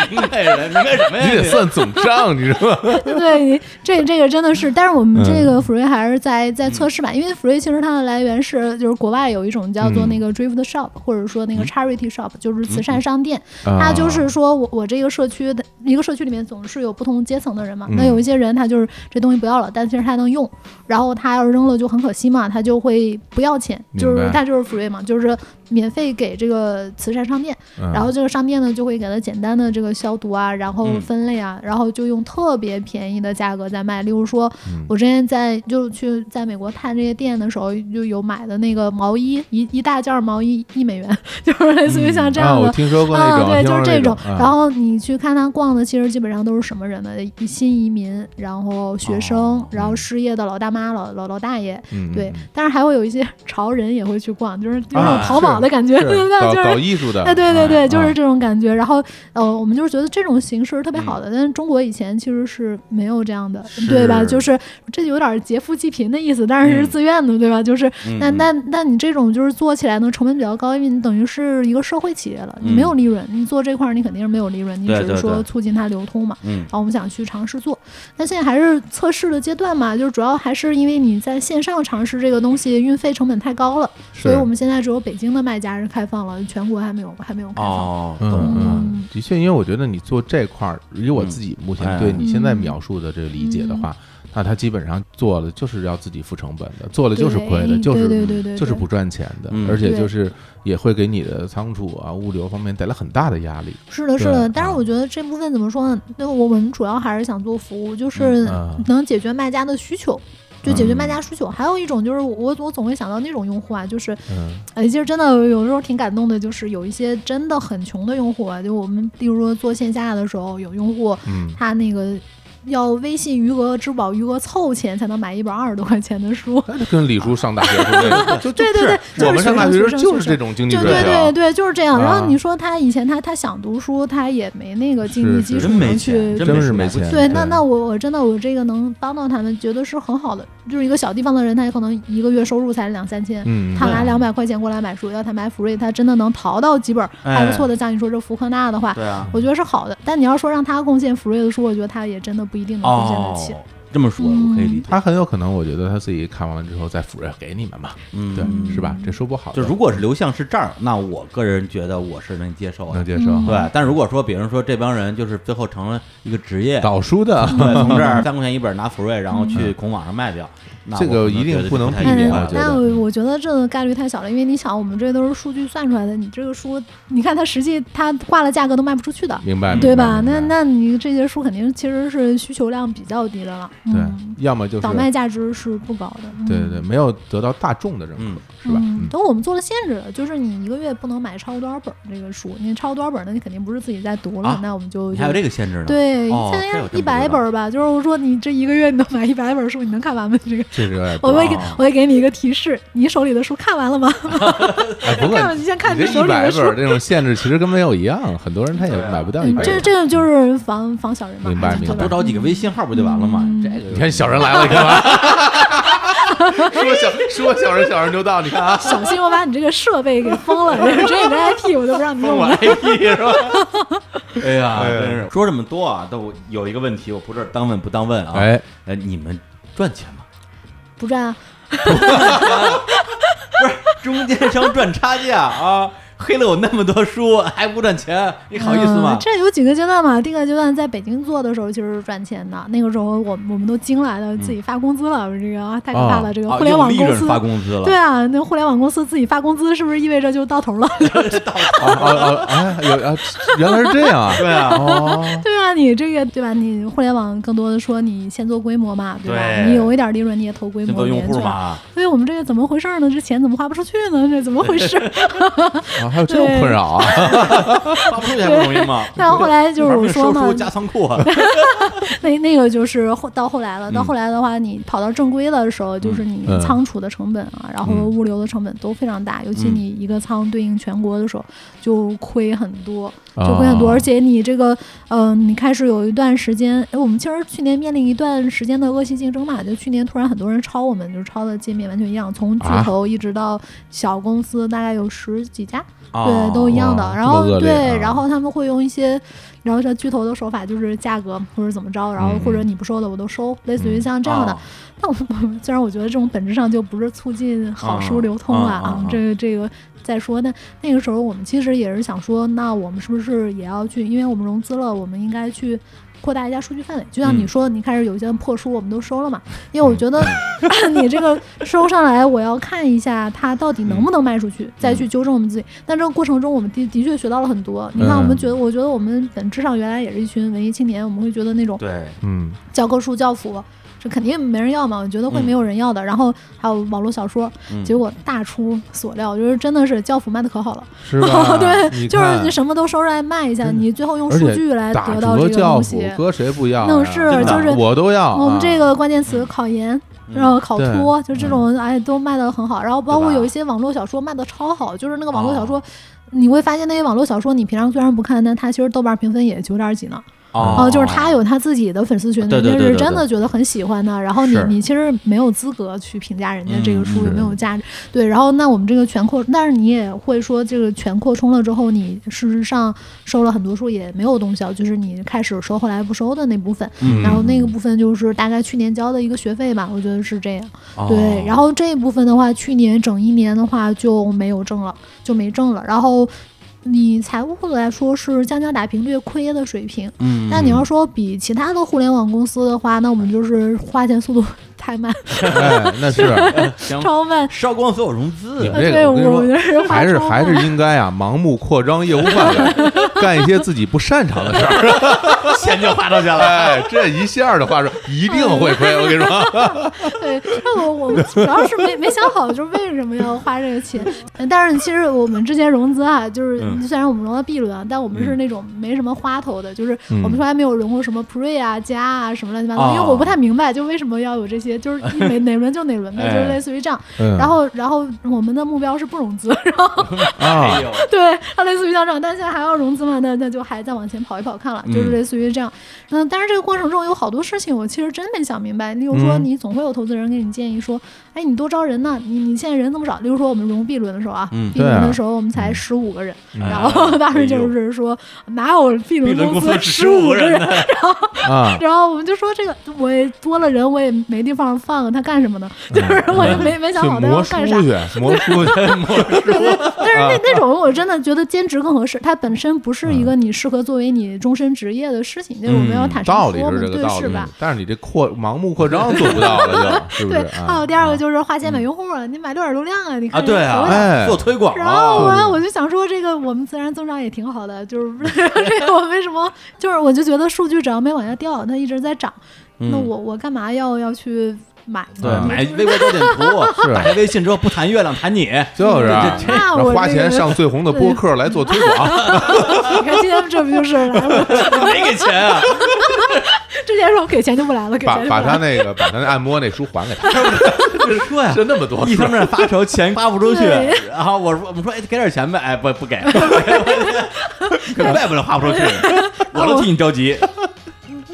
[SPEAKER 1] 明白人，明白什么呀？
[SPEAKER 2] 你得算总账，你知道吗？
[SPEAKER 3] 对，你这这个真的是，但是我们这
[SPEAKER 2] 嗯
[SPEAKER 3] 个 free 还是在在测试版，因为 free 其实它的来源是就是国外有一种叫做
[SPEAKER 2] 嗯
[SPEAKER 3] 那个 drift shop，或者说那个 charity shop，就是慈善商店，
[SPEAKER 2] 啊
[SPEAKER 3] 他就是说我我这个社区的一个社区里面总是有不同阶层的人嘛，
[SPEAKER 2] 嗯
[SPEAKER 3] 那有一些人他就是这东西不要了，但其实他能用，然后他要是扔了就很可惜嘛，他就会不要钱，就
[SPEAKER 2] 明
[SPEAKER 3] 是
[SPEAKER 2] 白
[SPEAKER 3] 他就是 free 嘛，就是免费给这个慈善商店，
[SPEAKER 2] 嗯
[SPEAKER 3] 然后这个商店呢就会给他简单的这个消毒啊，然后
[SPEAKER 1] 嗯
[SPEAKER 3] 分类啊，然后就用特别便宜的价格在卖，例如说
[SPEAKER 2] 嗯
[SPEAKER 3] 我之前在就去在美国探这些店的时候，就有买的那个毛衣一一大件儿毛衣一美元， 就是类似于像这样
[SPEAKER 2] 啊，
[SPEAKER 3] 的
[SPEAKER 2] 我。听说过那
[SPEAKER 3] 啊，
[SPEAKER 2] 种，
[SPEAKER 3] 对，
[SPEAKER 2] 听
[SPEAKER 3] 就
[SPEAKER 2] 说
[SPEAKER 3] 是
[SPEAKER 2] 过
[SPEAKER 3] 这
[SPEAKER 2] 那种。啊
[SPEAKER 3] 然后你去看他逛的，其实基本上都是什么人呢？一新移民，然后学生，
[SPEAKER 1] 哦
[SPEAKER 3] 然后失业的老大妈、老老老大爷，
[SPEAKER 2] 嗯嗯
[SPEAKER 3] 对
[SPEAKER 2] 嗯。
[SPEAKER 3] 但是还会有一些潮人也会去逛，就是有种
[SPEAKER 2] 啊
[SPEAKER 3] 淘宝
[SPEAKER 2] 是
[SPEAKER 3] 的感觉，
[SPEAKER 2] 是
[SPEAKER 3] 对不对？
[SPEAKER 2] 搞
[SPEAKER 3] 就是
[SPEAKER 2] 搞艺术的，
[SPEAKER 3] 哎，对对对，
[SPEAKER 2] 啊
[SPEAKER 3] 就是
[SPEAKER 2] 啊
[SPEAKER 3] 这种感觉。然后，呃，我们就是觉得这种形式是特
[SPEAKER 2] 嗯
[SPEAKER 3] 别好的，但是中国以前其实是没有这样的，对吧？
[SPEAKER 2] 是
[SPEAKER 3] 就是这有点劫富济贫的意思，但是
[SPEAKER 1] 嗯
[SPEAKER 3] 是自愿的，对吧？就是，
[SPEAKER 1] 嗯
[SPEAKER 3] 那那那你这种就是做起来呢，成本比较高，因为你等于是一个社会企业了，你没
[SPEAKER 2] 嗯
[SPEAKER 3] 有利润，你做这块儿你肯定是没有利润，你
[SPEAKER 1] 对
[SPEAKER 3] 只是
[SPEAKER 1] 对
[SPEAKER 3] 说
[SPEAKER 1] 对
[SPEAKER 3] 促进它流通嘛。
[SPEAKER 1] 嗯
[SPEAKER 3] 然后我们想去尝试做，但现在还是测试的阶段嘛，就是主要还是因为你在线上尝试这个东西，运费成本太高了，所以
[SPEAKER 2] 是
[SPEAKER 3] 我们现在只有北京的卖家是开放了，全国还没有还没有开放。
[SPEAKER 1] 哦，懂
[SPEAKER 2] 嗯
[SPEAKER 1] 了。
[SPEAKER 2] 嗯，的确，因为我觉得你做这块儿，以我自己目前对你现
[SPEAKER 3] 嗯
[SPEAKER 2] 在描述的这个理解的话，那他基本上做了就是要自己付成本的，做了就是亏的，
[SPEAKER 3] 对
[SPEAKER 2] 就
[SPEAKER 3] 对对
[SPEAKER 2] 是
[SPEAKER 3] 对对
[SPEAKER 2] 就是
[SPEAKER 3] 对
[SPEAKER 2] 不赚钱的
[SPEAKER 1] 嗯，
[SPEAKER 2] 而且
[SPEAKER 3] 对
[SPEAKER 2] 就是也会给你的仓储啊、物流方面带来很大的压力。
[SPEAKER 3] 是的，是
[SPEAKER 2] 对
[SPEAKER 3] 的，但是
[SPEAKER 2] 啊
[SPEAKER 3] 我觉得这部分怎么说呢？那我们主要还是想做服务，就是
[SPEAKER 2] 嗯啊嗯
[SPEAKER 3] 能解决卖家的需求。就解决卖家需求。还有一种就是我我总会想到那种用户啊，就是
[SPEAKER 2] 嗯
[SPEAKER 3] 哎，其实真的有时候挺感动的，就是有一些真的很穷的用户啊，就我们例如说做线下的时候，有用户
[SPEAKER 2] 嗯
[SPEAKER 3] 他那个要微信余额、支付宝余额凑钱才能买一本二十多块钱的书。
[SPEAKER 2] 那就跟李叔上大学似的，就就
[SPEAKER 3] 对对对
[SPEAKER 2] 是我们上大学时候就是这种经济
[SPEAKER 3] 就
[SPEAKER 2] 规
[SPEAKER 3] 对对
[SPEAKER 2] 条，
[SPEAKER 3] 对，就是这样。然
[SPEAKER 2] 啊
[SPEAKER 3] 后你说他以前他他想读书，他也没那个经济
[SPEAKER 2] 是
[SPEAKER 3] 基
[SPEAKER 2] 是
[SPEAKER 3] 础
[SPEAKER 1] 真没
[SPEAKER 3] 能
[SPEAKER 1] 钱，
[SPEAKER 3] 去
[SPEAKER 1] 没
[SPEAKER 4] 真是没
[SPEAKER 1] 钱
[SPEAKER 4] 钱。
[SPEAKER 3] 对，那那我我真的我这个能帮到他们，觉得是很好的。就是一个小地方的人，他可能一个月收入才两三千，
[SPEAKER 2] 嗯
[SPEAKER 3] 他
[SPEAKER 1] 对
[SPEAKER 3] 拿两百块钱过来买书，要他买福瑞，他真的能淘到几本还不错的。像你说这福克纳的话，
[SPEAKER 1] 对啊，
[SPEAKER 3] 我觉得是好的。但你要说让他贡献福瑞的书，我觉得他也真的嗯不一定能贡献得起。
[SPEAKER 1] 哦，
[SPEAKER 3] 嗯
[SPEAKER 1] 这么说我可以理解，
[SPEAKER 2] 他很有可能，我觉得他自己看完了之后再抚慰给你们嘛，
[SPEAKER 1] 嗯，
[SPEAKER 2] 对，是吧？这说不好的，
[SPEAKER 1] 就如果是流向是这儿，那我个人觉得我是能接受的，
[SPEAKER 2] 能接受
[SPEAKER 3] 嗯
[SPEAKER 2] 哈，
[SPEAKER 1] 对。但如果说，比如说这帮人就是最后成了一个职 业，
[SPEAKER 2] 导书 的
[SPEAKER 1] 对，从这儿三块钱一本拿福瑞，然后去孔网上卖 掉，那
[SPEAKER 2] 这个
[SPEAKER 1] 我可能
[SPEAKER 2] 一定
[SPEAKER 1] 觉得
[SPEAKER 2] 不能
[SPEAKER 1] 太
[SPEAKER 2] 避
[SPEAKER 1] 一
[SPEAKER 2] 免
[SPEAKER 1] 样
[SPEAKER 2] 我
[SPEAKER 3] 但
[SPEAKER 2] 觉得
[SPEAKER 3] 嗯但我我觉得这个概率太小了，因为你想，我们这都是数据算出来的，你这个书，你看它实际它挂了价格都卖不出去的，
[SPEAKER 2] 明白
[SPEAKER 3] 对吧？那。
[SPEAKER 2] 明白明白
[SPEAKER 3] 那你这些书肯定其实是需求量比较低的了，嗯，
[SPEAKER 2] 对，要么就是
[SPEAKER 3] 倒卖价值是不高的。嗯
[SPEAKER 2] 对对对，，没有得到大众的认
[SPEAKER 1] 嗯
[SPEAKER 2] 可，是吧？
[SPEAKER 3] 嗯
[SPEAKER 2] 嗯，
[SPEAKER 3] 等我们做了限制了，就是你一个月不能买超过多少本儿这个书，你超过多少本儿，那你肯定不是自己在读了，
[SPEAKER 1] 啊
[SPEAKER 3] 那我们就
[SPEAKER 1] 你还有这个限制呢，
[SPEAKER 3] 对，
[SPEAKER 1] 哦
[SPEAKER 3] 现
[SPEAKER 1] 这
[SPEAKER 3] 在
[SPEAKER 1] 我真不
[SPEAKER 3] 一
[SPEAKER 1] 知道
[SPEAKER 3] 百本儿吧，就是我说你这一个月你能买一百本儿书，你能看完吗？这个
[SPEAKER 2] 这是有点
[SPEAKER 3] 我
[SPEAKER 2] 多
[SPEAKER 3] 会
[SPEAKER 2] 啊
[SPEAKER 3] 给我会给你一个提示，你手里的书看完了吗？
[SPEAKER 2] 哎，不过
[SPEAKER 3] 看完你先看
[SPEAKER 2] 你
[SPEAKER 3] 你
[SPEAKER 2] 这
[SPEAKER 3] 手
[SPEAKER 2] 一
[SPEAKER 3] 里
[SPEAKER 2] 百
[SPEAKER 3] 的书
[SPEAKER 2] 本。儿这种限制其实跟没有一样，很多人他也
[SPEAKER 1] 啊
[SPEAKER 2] 买不到一
[SPEAKER 3] 嗯
[SPEAKER 2] 百本
[SPEAKER 3] 这
[SPEAKER 2] 儿。
[SPEAKER 3] 这个就是防防小人嘛，
[SPEAKER 2] 明白
[SPEAKER 3] 还是
[SPEAKER 2] 明
[SPEAKER 3] 对
[SPEAKER 2] 白
[SPEAKER 1] 多
[SPEAKER 3] 吧嗯
[SPEAKER 1] 找几个微信号不就完了吗？这个
[SPEAKER 2] 你看小人来了，你干嘛？说小说小人小人就到，你看 啊，
[SPEAKER 3] 小心我把你这个设备给封了，这个 IP 我都不让你
[SPEAKER 1] 封
[SPEAKER 3] 用
[SPEAKER 1] 我
[SPEAKER 3] 了。
[SPEAKER 1] IP 是 吧？哎呀，
[SPEAKER 2] 哎呀
[SPEAKER 1] 真是说这么多啊，但我有一个问题，我不知道当问不当问啊。
[SPEAKER 2] 哎，
[SPEAKER 1] 哎，你们赚钱吗？
[SPEAKER 3] 不赚啊，
[SPEAKER 1] 中间商赚差价啊， 黑了我那么多书还不赚钱，你好意思吗
[SPEAKER 3] 嗯？这有几个阶段嘛，第一个阶段在北京做的时候其实是赚钱的，那个时候我我们都惊来了，自己发工资了，这个啊太可怕
[SPEAKER 2] 哦
[SPEAKER 3] 了，这个
[SPEAKER 1] 啊
[SPEAKER 3] 互联
[SPEAKER 1] 嗯用
[SPEAKER 3] 网
[SPEAKER 1] 利
[SPEAKER 3] 公
[SPEAKER 1] 润
[SPEAKER 3] 司
[SPEAKER 1] 发工资了，
[SPEAKER 3] 对啊，那互联网公司自己发工资，是不是意味着就到 头了？
[SPEAKER 2] 哦哦哦，哎，有啊，原来是这样啊，
[SPEAKER 1] 对啊，
[SPEAKER 2] 哦，
[SPEAKER 3] 对啊，你这个对吧？你互联网更多的说你先做规模嘛，吧？
[SPEAKER 1] 对
[SPEAKER 3] 你有一点利润你也投规
[SPEAKER 1] 先
[SPEAKER 3] 模
[SPEAKER 1] 做
[SPEAKER 3] 里
[SPEAKER 1] 用
[SPEAKER 3] 面去
[SPEAKER 1] 户
[SPEAKER 3] 了。
[SPEAKER 1] 嘛，
[SPEAKER 3] 所以我们这个怎么回事呢？这钱怎么花不出去呢？这怎么 回事？
[SPEAKER 2] 啊还有这种困扰啊，
[SPEAKER 1] 发不出去还不容易吗？
[SPEAKER 3] 但后来就是我说
[SPEAKER 1] 收
[SPEAKER 3] 嘛
[SPEAKER 1] 书，加仓 库啊，
[SPEAKER 3] 那那个就是后到后来了，到
[SPEAKER 1] 嗯
[SPEAKER 3] 后来的话，你跑到正规的时候，就是你
[SPEAKER 2] 嗯
[SPEAKER 3] 仓储的成本啊，然后
[SPEAKER 2] 嗯
[SPEAKER 3] 物流的成本都非常大，尤其
[SPEAKER 1] 嗯
[SPEAKER 3] 你一个仓对应全国的时候，就亏很多。就
[SPEAKER 2] 啊
[SPEAKER 3] 会很多，而且你这个，嗯、你开始有一段时间，哎，我们其实去年面临一段时间的恶性竞争嘛，就去年突然很多人抄我们，就是抄的界面完全一样，从巨
[SPEAKER 2] 啊
[SPEAKER 3] 头一直到小公司，大概有十几家，
[SPEAKER 1] 哦
[SPEAKER 3] 对，都一样的。
[SPEAKER 2] 啊哇
[SPEAKER 3] 然
[SPEAKER 2] 这么
[SPEAKER 3] 后
[SPEAKER 2] 恶劣啊
[SPEAKER 3] 对，然后他们会用一些，然后像巨头的手法，就是价格或者怎么着，然后
[SPEAKER 2] 嗯
[SPEAKER 3] 或者你不收的我都收，类似于像这样的
[SPEAKER 1] 哦。
[SPEAKER 3] 那我我 虽然我觉得这种本质上就不是促进好
[SPEAKER 1] 啊
[SPEAKER 3] 书流通了
[SPEAKER 1] 啊啊
[SPEAKER 3] 啊
[SPEAKER 1] 啊，
[SPEAKER 3] 这个这个再说。但那个时候我们其实也是想说，那我们是不是也要去？因为我们融资了，我们应该去。扩大一下数据范围，就像你
[SPEAKER 1] 嗯
[SPEAKER 3] 说，你开始有一些破书我们都收了嘛， 因为我觉得你这个收上来，我要看一下它到底能不能卖出
[SPEAKER 1] 嗯
[SPEAKER 3] 去，再去纠正我们自己。但这个过程中，我们的的确学到了很多。你看，我们觉得，我觉得我们本质上原来也是一群文艺青年，我们会觉得那种
[SPEAKER 1] 对，
[SPEAKER 2] 嗯，
[SPEAKER 3] 教科书、教辅。这肯定没人要嘛，我觉得会
[SPEAKER 1] 嗯
[SPEAKER 3] 没有人要的。然后还有网络小说，
[SPEAKER 1] 嗯
[SPEAKER 3] 结果大出所料，就是真的是教辅卖的可好了，
[SPEAKER 2] 是吧？
[SPEAKER 3] 对，
[SPEAKER 2] 啊你
[SPEAKER 3] 就是
[SPEAKER 2] 看
[SPEAKER 3] 什么都收出来卖一下，
[SPEAKER 2] 真的
[SPEAKER 3] 你最后用
[SPEAKER 2] 而
[SPEAKER 3] 数
[SPEAKER 2] 且
[SPEAKER 3] 据来
[SPEAKER 2] 打
[SPEAKER 3] 得
[SPEAKER 2] 主
[SPEAKER 3] 到
[SPEAKER 2] 播
[SPEAKER 3] 这个
[SPEAKER 2] 教辅
[SPEAKER 3] 东西。
[SPEAKER 2] 搁谁不要呀？
[SPEAKER 3] 那是
[SPEAKER 2] 真的
[SPEAKER 1] 就是
[SPEAKER 2] 我都要
[SPEAKER 3] 我
[SPEAKER 2] 啊，
[SPEAKER 3] 们这个关键词考研，
[SPEAKER 1] 嗯
[SPEAKER 3] 然后考
[SPEAKER 2] 对嗯
[SPEAKER 3] 托，就这种哎都卖的很好。然后包括
[SPEAKER 1] 对吧
[SPEAKER 3] 有一些网络小说卖的超好，就是那个网络小说，你会发现那些网络小说你平常虽然不看，但它其实豆瓣评分也九点几呢。
[SPEAKER 1] 哦，
[SPEAKER 3] 就是他有他自己的粉丝群，
[SPEAKER 1] 对
[SPEAKER 3] 人
[SPEAKER 1] 对
[SPEAKER 3] 家
[SPEAKER 1] 对
[SPEAKER 3] 是
[SPEAKER 1] 对
[SPEAKER 3] 真
[SPEAKER 1] 对
[SPEAKER 3] 的觉得很喜欢的。然后你
[SPEAKER 1] 是
[SPEAKER 3] 你其实没有资格去评价人家这个
[SPEAKER 1] 嗯
[SPEAKER 3] 书有没有
[SPEAKER 2] 是
[SPEAKER 3] 价值。对，然后那我们这个全扩，但是你也会说，这个全扩充了之后，你事实上收了很多书也没有动效，就是你开始收后来不收的那部分。
[SPEAKER 1] 嗯
[SPEAKER 3] 然后那个部分就是大概去年交的一个学费吧，我觉得是这样。
[SPEAKER 1] 哦
[SPEAKER 3] 对，然后这一部分的话，去年整一年的话就没有挣了，就没挣了。然后你财务来说是将将打平略亏的水平，
[SPEAKER 1] 嗯，
[SPEAKER 3] 但你要说比其他的互联网公司的话，那我们就是花钱速度太慢，
[SPEAKER 2] 哎，那是
[SPEAKER 1] 行，
[SPEAKER 3] 超慢。
[SPEAKER 1] 烧光所有融资
[SPEAKER 2] 你
[SPEAKER 3] 呃
[SPEAKER 2] 们这
[SPEAKER 3] 对，
[SPEAKER 2] 个，我跟
[SPEAKER 3] 我
[SPEAKER 2] 你
[SPEAKER 3] 觉
[SPEAKER 2] 说，
[SPEAKER 3] 得是
[SPEAKER 2] 还是
[SPEAKER 3] 花超
[SPEAKER 2] 还是
[SPEAKER 3] 慢
[SPEAKER 2] 应该啊，盲目扩张业务范 围，干一些自己不擅长的事儿。
[SPEAKER 1] 钱就花出去 了。
[SPEAKER 2] 哎，这一下的话说，一定会亏。我跟你说，
[SPEAKER 3] 对，那我我们主要是没没想好，就是为什么要花这个钱。呃但是其实我们之前融资啊，就是
[SPEAKER 1] 嗯
[SPEAKER 3] 虽然我们融了 B 轮啊，但我们是
[SPEAKER 1] 嗯
[SPEAKER 3] 那种没什么花头的，就是
[SPEAKER 2] 嗯
[SPEAKER 3] 我们从来没有融过什么 Pre 啊、加啊什么乱七八糟。因为
[SPEAKER 1] 哦
[SPEAKER 3] 我不太明白，就为什么要有这些，就是一哪哪轮就哪轮呗，就是类似于这样。
[SPEAKER 2] 嗯
[SPEAKER 3] 然后然后我们的目标是不融资，然后
[SPEAKER 2] 啊
[SPEAKER 1] 哎，呦，
[SPEAKER 3] 对，它类似于像这样，但现在还要融资嘛，那那就还再往前跑一跑看了，就是
[SPEAKER 1] 嗯
[SPEAKER 3] 类似于这样。嗯，但是这个过程中有好多事情，我其实真没想明白。例如说，
[SPEAKER 2] 嗯
[SPEAKER 3] 你总会有投资人给你建议说，哎，你多招人呢，你你现在人这么少。例如说，我们融 B 轮的时候啊、
[SPEAKER 1] 嗯
[SPEAKER 3] b 轮
[SPEAKER 2] 对啊
[SPEAKER 3] 的时候我们才十五个人，
[SPEAKER 2] 嗯
[SPEAKER 3] 然后 当时
[SPEAKER 1] 哎
[SPEAKER 3] 就
[SPEAKER 1] 呦
[SPEAKER 3] 是说，哪有 B
[SPEAKER 1] 一
[SPEAKER 3] 轮
[SPEAKER 1] 轮公
[SPEAKER 3] 司
[SPEAKER 1] 司
[SPEAKER 3] 十
[SPEAKER 1] 十
[SPEAKER 3] 五
[SPEAKER 1] 五
[SPEAKER 3] 个
[SPEAKER 1] 人
[SPEAKER 3] 人
[SPEAKER 1] 呢？
[SPEAKER 2] 啊，
[SPEAKER 3] 然后我们就说这个我也多了人，我也没地方放，他干什么呢？
[SPEAKER 1] 哎
[SPEAKER 3] 就是我也没没想
[SPEAKER 2] 去
[SPEAKER 3] 好他要
[SPEAKER 2] 磨
[SPEAKER 3] 干
[SPEAKER 2] 书
[SPEAKER 3] 啥。
[SPEAKER 2] 去，磨书去，
[SPEAKER 3] 但是
[SPEAKER 2] 啊
[SPEAKER 3] 那那种我真的觉得兼职更合适，它本身不是
[SPEAKER 2] 嗯
[SPEAKER 3] 一个你适合作为你终身职业的事情，那我们要坦
[SPEAKER 2] 道
[SPEAKER 3] 诚
[SPEAKER 2] 理
[SPEAKER 3] 说嘛，
[SPEAKER 2] 是这个
[SPEAKER 3] 对
[SPEAKER 2] 道
[SPEAKER 3] 是
[SPEAKER 2] 理
[SPEAKER 3] 吧？，
[SPEAKER 2] 但是你这扩盲目扩张做不到了，就是不
[SPEAKER 3] 对
[SPEAKER 2] 是？，
[SPEAKER 3] 还有
[SPEAKER 2] 啊
[SPEAKER 3] 第二个就是花钱买用户了，你买多少流量啊？你
[SPEAKER 1] 啊，
[SPEAKER 3] 看
[SPEAKER 1] 对
[SPEAKER 3] 投
[SPEAKER 1] 啊，
[SPEAKER 3] 了
[SPEAKER 2] 哎
[SPEAKER 1] 做推广
[SPEAKER 3] 然后嗯
[SPEAKER 1] 啊，
[SPEAKER 3] 我、
[SPEAKER 2] 哦
[SPEAKER 3] 我就想说，这个我们自然增长也挺好的，就是 这个我为什么就是我就觉得数据只要没往下掉，它一直在涨，那
[SPEAKER 1] 嗯
[SPEAKER 3] 我我干嘛要要去买呢？
[SPEAKER 1] 对
[SPEAKER 2] 啊
[SPEAKER 1] 买微博焦点 图，
[SPEAKER 2] 是
[SPEAKER 1] 打开微信之后不谈月亮谈你，
[SPEAKER 2] 就是啊
[SPEAKER 1] 这，
[SPEAKER 3] 那
[SPEAKER 2] 然后
[SPEAKER 3] 我
[SPEAKER 2] 花
[SPEAKER 3] 这
[SPEAKER 2] 钱
[SPEAKER 3] 个
[SPEAKER 2] 上最红的播客来做推 广，
[SPEAKER 3] 你看今天这不就是来了？
[SPEAKER 1] 没给钱啊，
[SPEAKER 3] 之前说我给钱就不来了，给
[SPEAKER 2] 把
[SPEAKER 3] 钱就不
[SPEAKER 2] 把
[SPEAKER 3] 来
[SPEAKER 2] 他
[SPEAKER 3] 了。
[SPEAKER 2] 那个把他那按摩那书还给他，
[SPEAKER 1] 就是说呀，
[SPEAKER 2] 真那么多
[SPEAKER 1] 一
[SPEAKER 2] 书
[SPEAKER 1] 方面发愁钱发不出去，
[SPEAKER 3] 对
[SPEAKER 1] 然后我说我们说哎给点钱呗，哎不不 给，怪不得花不 出去，我都替你着急。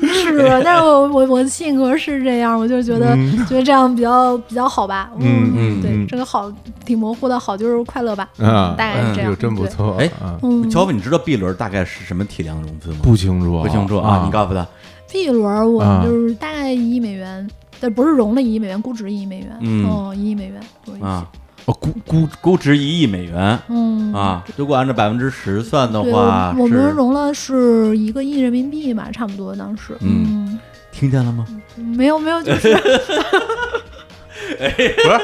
[SPEAKER 3] 是，但是我我我的性格是这样，我就觉得、
[SPEAKER 2] 嗯
[SPEAKER 3] 觉得这样比较比较好吧。
[SPEAKER 2] 嗯嗯
[SPEAKER 3] 对，
[SPEAKER 2] 嗯
[SPEAKER 3] 这个好挺模糊的，好就是快乐吧，
[SPEAKER 2] 啊，
[SPEAKER 3] 嗯大概是这样。
[SPEAKER 2] 就真不
[SPEAKER 3] 对。
[SPEAKER 2] 错，
[SPEAKER 1] 哎
[SPEAKER 2] 啊
[SPEAKER 3] 嗯
[SPEAKER 1] 乔夫，你知道 B 轮大概是什么体量融资吗？
[SPEAKER 2] 不清楚，
[SPEAKER 1] 不清楚啊，你告诉他，
[SPEAKER 3] ，B 轮我
[SPEAKER 2] 啊
[SPEAKER 3] 们就是大概一亿美元，但不是融了一亿美元，估值一亿美元，
[SPEAKER 1] 嗯
[SPEAKER 3] 哦，一亿美元多一些，
[SPEAKER 1] 啊，哦估估估值一亿美元
[SPEAKER 3] 嗯
[SPEAKER 1] 啊，如果按照百分之十算的
[SPEAKER 3] 对，
[SPEAKER 1] 话
[SPEAKER 3] 我，我们
[SPEAKER 1] 是
[SPEAKER 3] 融了是一个亿人民币吧，差不多当时，
[SPEAKER 1] 嗯听见了吗？
[SPEAKER 3] 嗯，没有没 有，就是，
[SPEAKER 2] 不是，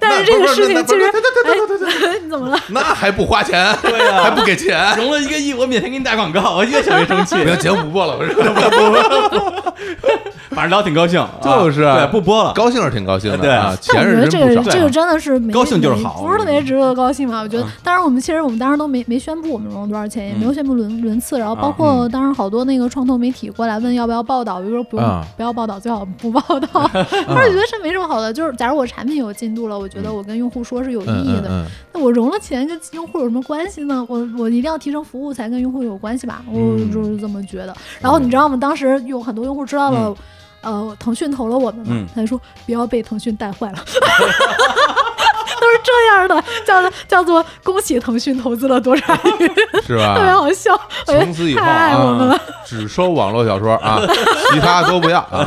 [SPEAKER 3] 但是这个事情其
[SPEAKER 2] 那不
[SPEAKER 3] 实，
[SPEAKER 2] 是那不是
[SPEAKER 3] 哎， 你怎么了？
[SPEAKER 2] 那还不花钱，
[SPEAKER 1] 对啊呀
[SPEAKER 2] 还不给 钱，
[SPEAKER 1] 融了一个亿，我每天给你打广告，我越想越生气
[SPEAKER 2] 不。行，节目不播了，不 是，
[SPEAKER 1] 反正聊挺高兴，啊
[SPEAKER 2] 就是
[SPEAKER 1] 对，不播了。
[SPEAKER 2] 高兴是挺高兴的，
[SPEAKER 1] 对
[SPEAKER 2] 啊，钱
[SPEAKER 3] 但我觉
[SPEAKER 2] 是
[SPEAKER 3] 得这
[SPEAKER 2] 真
[SPEAKER 3] 个
[SPEAKER 2] 不少，
[SPEAKER 3] 这个真的是没
[SPEAKER 1] 高兴就是好
[SPEAKER 3] 没不是特别值得高兴吧？我觉得，当然我们其实我们当时都没没宣布我们融了多少钱，也
[SPEAKER 1] 嗯
[SPEAKER 3] 没有宣布轮轮次，然后
[SPEAKER 1] 啊
[SPEAKER 3] 包
[SPEAKER 2] 嗯
[SPEAKER 3] 括当时好多那个创投媒体过来问要不要报道，我就说不用
[SPEAKER 2] 啊
[SPEAKER 3] 不要报道，最好不报 道。但是我觉得这没什么好的，就是假如我产品有进度了，我觉得我跟用户说是有意义
[SPEAKER 2] 嗯
[SPEAKER 3] 的。
[SPEAKER 2] 嗯
[SPEAKER 3] 那我融了钱跟用户有什么关系呢？我我一定要提升服务才跟用户有关系吧，我
[SPEAKER 1] 嗯
[SPEAKER 3] 就是这么觉得。然后你知道吗？当时有很多用户知道了。
[SPEAKER 2] 嗯
[SPEAKER 3] 呃，腾讯投了我们嘛，
[SPEAKER 1] 嗯
[SPEAKER 3] 他就说不要被腾讯带坏了，都 是这样的，叫做叫做恭喜腾讯投资了多少亿，
[SPEAKER 2] 嗯，是
[SPEAKER 3] 特别
[SPEAKER 2] 吧？
[SPEAKER 3] 好笑，我觉
[SPEAKER 2] 从
[SPEAKER 3] 得
[SPEAKER 2] 此以后
[SPEAKER 3] 啊太爱我们了。
[SPEAKER 2] 啊，只收网络小说啊，其他都不要啊，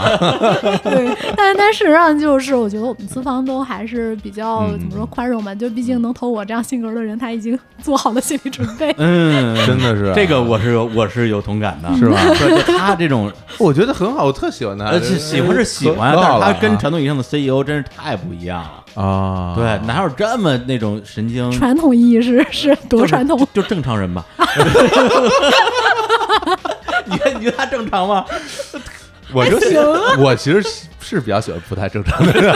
[SPEAKER 3] 对，但但事实上就是，我觉得我们资方都还是比较、
[SPEAKER 2] 嗯
[SPEAKER 3] 怎么说宽容吧，就毕竟能投我这样性格的人，他已经做好了心理准备。
[SPEAKER 1] 嗯，
[SPEAKER 2] 真的是啊
[SPEAKER 1] 这个，我是有我是有同感的，
[SPEAKER 2] 是吧
[SPEAKER 1] 对？ 就他这种，
[SPEAKER 2] 我觉得很好，我特喜欢他，
[SPEAKER 1] 呃，是喜欢是喜欢，
[SPEAKER 2] 啊可可
[SPEAKER 1] 但
[SPEAKER 2] 好
[SPEAKER 1] 是
[SPEAKER 2] 了
[SPEAKER 1] 他
[SPEAKER 2] 啊
[SPEAKER 1] 跟传统意义上的 CEO 真是太不一样了。
[SPEAKER 2] 啊，
[SPEAKER 1] 对，哪有这么那种神经？
[SPEAKER 3] 传统意义是是
[SPEAKER 1] 嗯
[SPEAKER 3] 多
[SPEAKER 1] 就是
[SPEAKER 3] 传统，
[SPEAKER 1] 就正常 人吧。你看，你觉得他正常吗？
[SPEAKER 2] 我就喜
[SPEAKER 3] 还，
[SPEAKER 2] 我其实是是比较喜欢不太正常的人，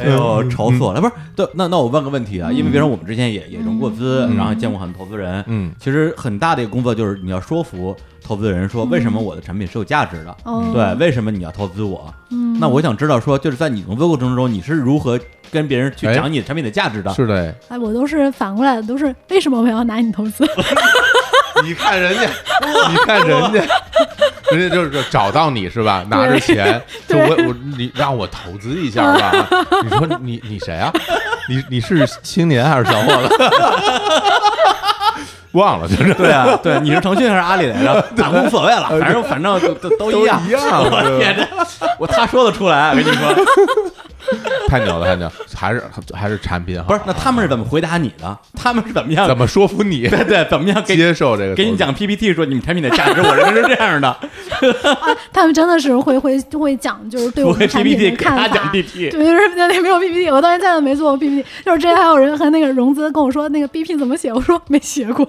[SPEAKER 1] 哎
[SPEAKER 2] 嗯
[SPEAKER 1] 呦，愁死我了！不是，对，那那我问个问题啊，因为比如说我们之前也也融过资，然后见过很多投资人，
[SPEAKER 2] 嗯
[SPEAKER 1] 其实很大的一个工作就是你要说服投资人说为什么我的产品是有价值的，
[SPEAKER 3] 嗯哦
[SPEAKER 1] 对，为什么你要投资我？
[SPEAKER 3] 嗯，
[SPEAKER 1] 那我想知道说，就是在你融资过程中，你是如何跟别人去
[SPEAKER 2] 哎
[SPEAKER 1] 讲你的产品的价值的？
[SPEAKER 2] 是的，
[SPEAKER 3] 哎，我都是反过来的，都是为什么我要拿你投 资？
[SPEAKER 2] 你看人家， 你看人家，人家就是找到你是吧？拿着 钱，就我我你让我投资一下 吧。你说你你谁啊？你你是青年还是小伙子？ 忘了，就是
[SPEAKER 1] 对啊，对，你是腾讯还是阿里来着？打工无所谓了，反正反正都都
[SPEAKER 2] 都
[SPEAKER 1] 一样
[SPEAKER 2] 一。样
[SPEAKER 1] 我的天，这我他说得出来，我跟你说，
[SPEAKER 2] 太牛了，太牛了，还是还是产品好，
[SPEAKER 1] 不是，那他们是怎么回答你的？他们是怎么样？
[SPEAKER 2] 怎么说服你
[SPEAKER 1] 对对，怎么样给
[SPEAKER 2] 接受这个？
[SPEAKER 1] 给你，讲 PPT 说你们产品的价值，我认为是这样的，
[SPEAKER 3] 啊，他们真的是会会会讲，就是对我
[SPEAKER 1] 我
[SPEAKER 3] 们产品
[SPEAKER 1] PPT 给
[SPEAKER 3] 的看
[SPEAKER 1] 他
[SPEAKER 3] 法
[SPEAKER 1] 讲。PPT，
[SPEAKER 3] 对，就是那没有 PPT，我到现在都没做过 PPT。就是之前还有人和那个融资跟我说那个 BP 怎么写，我说没写过，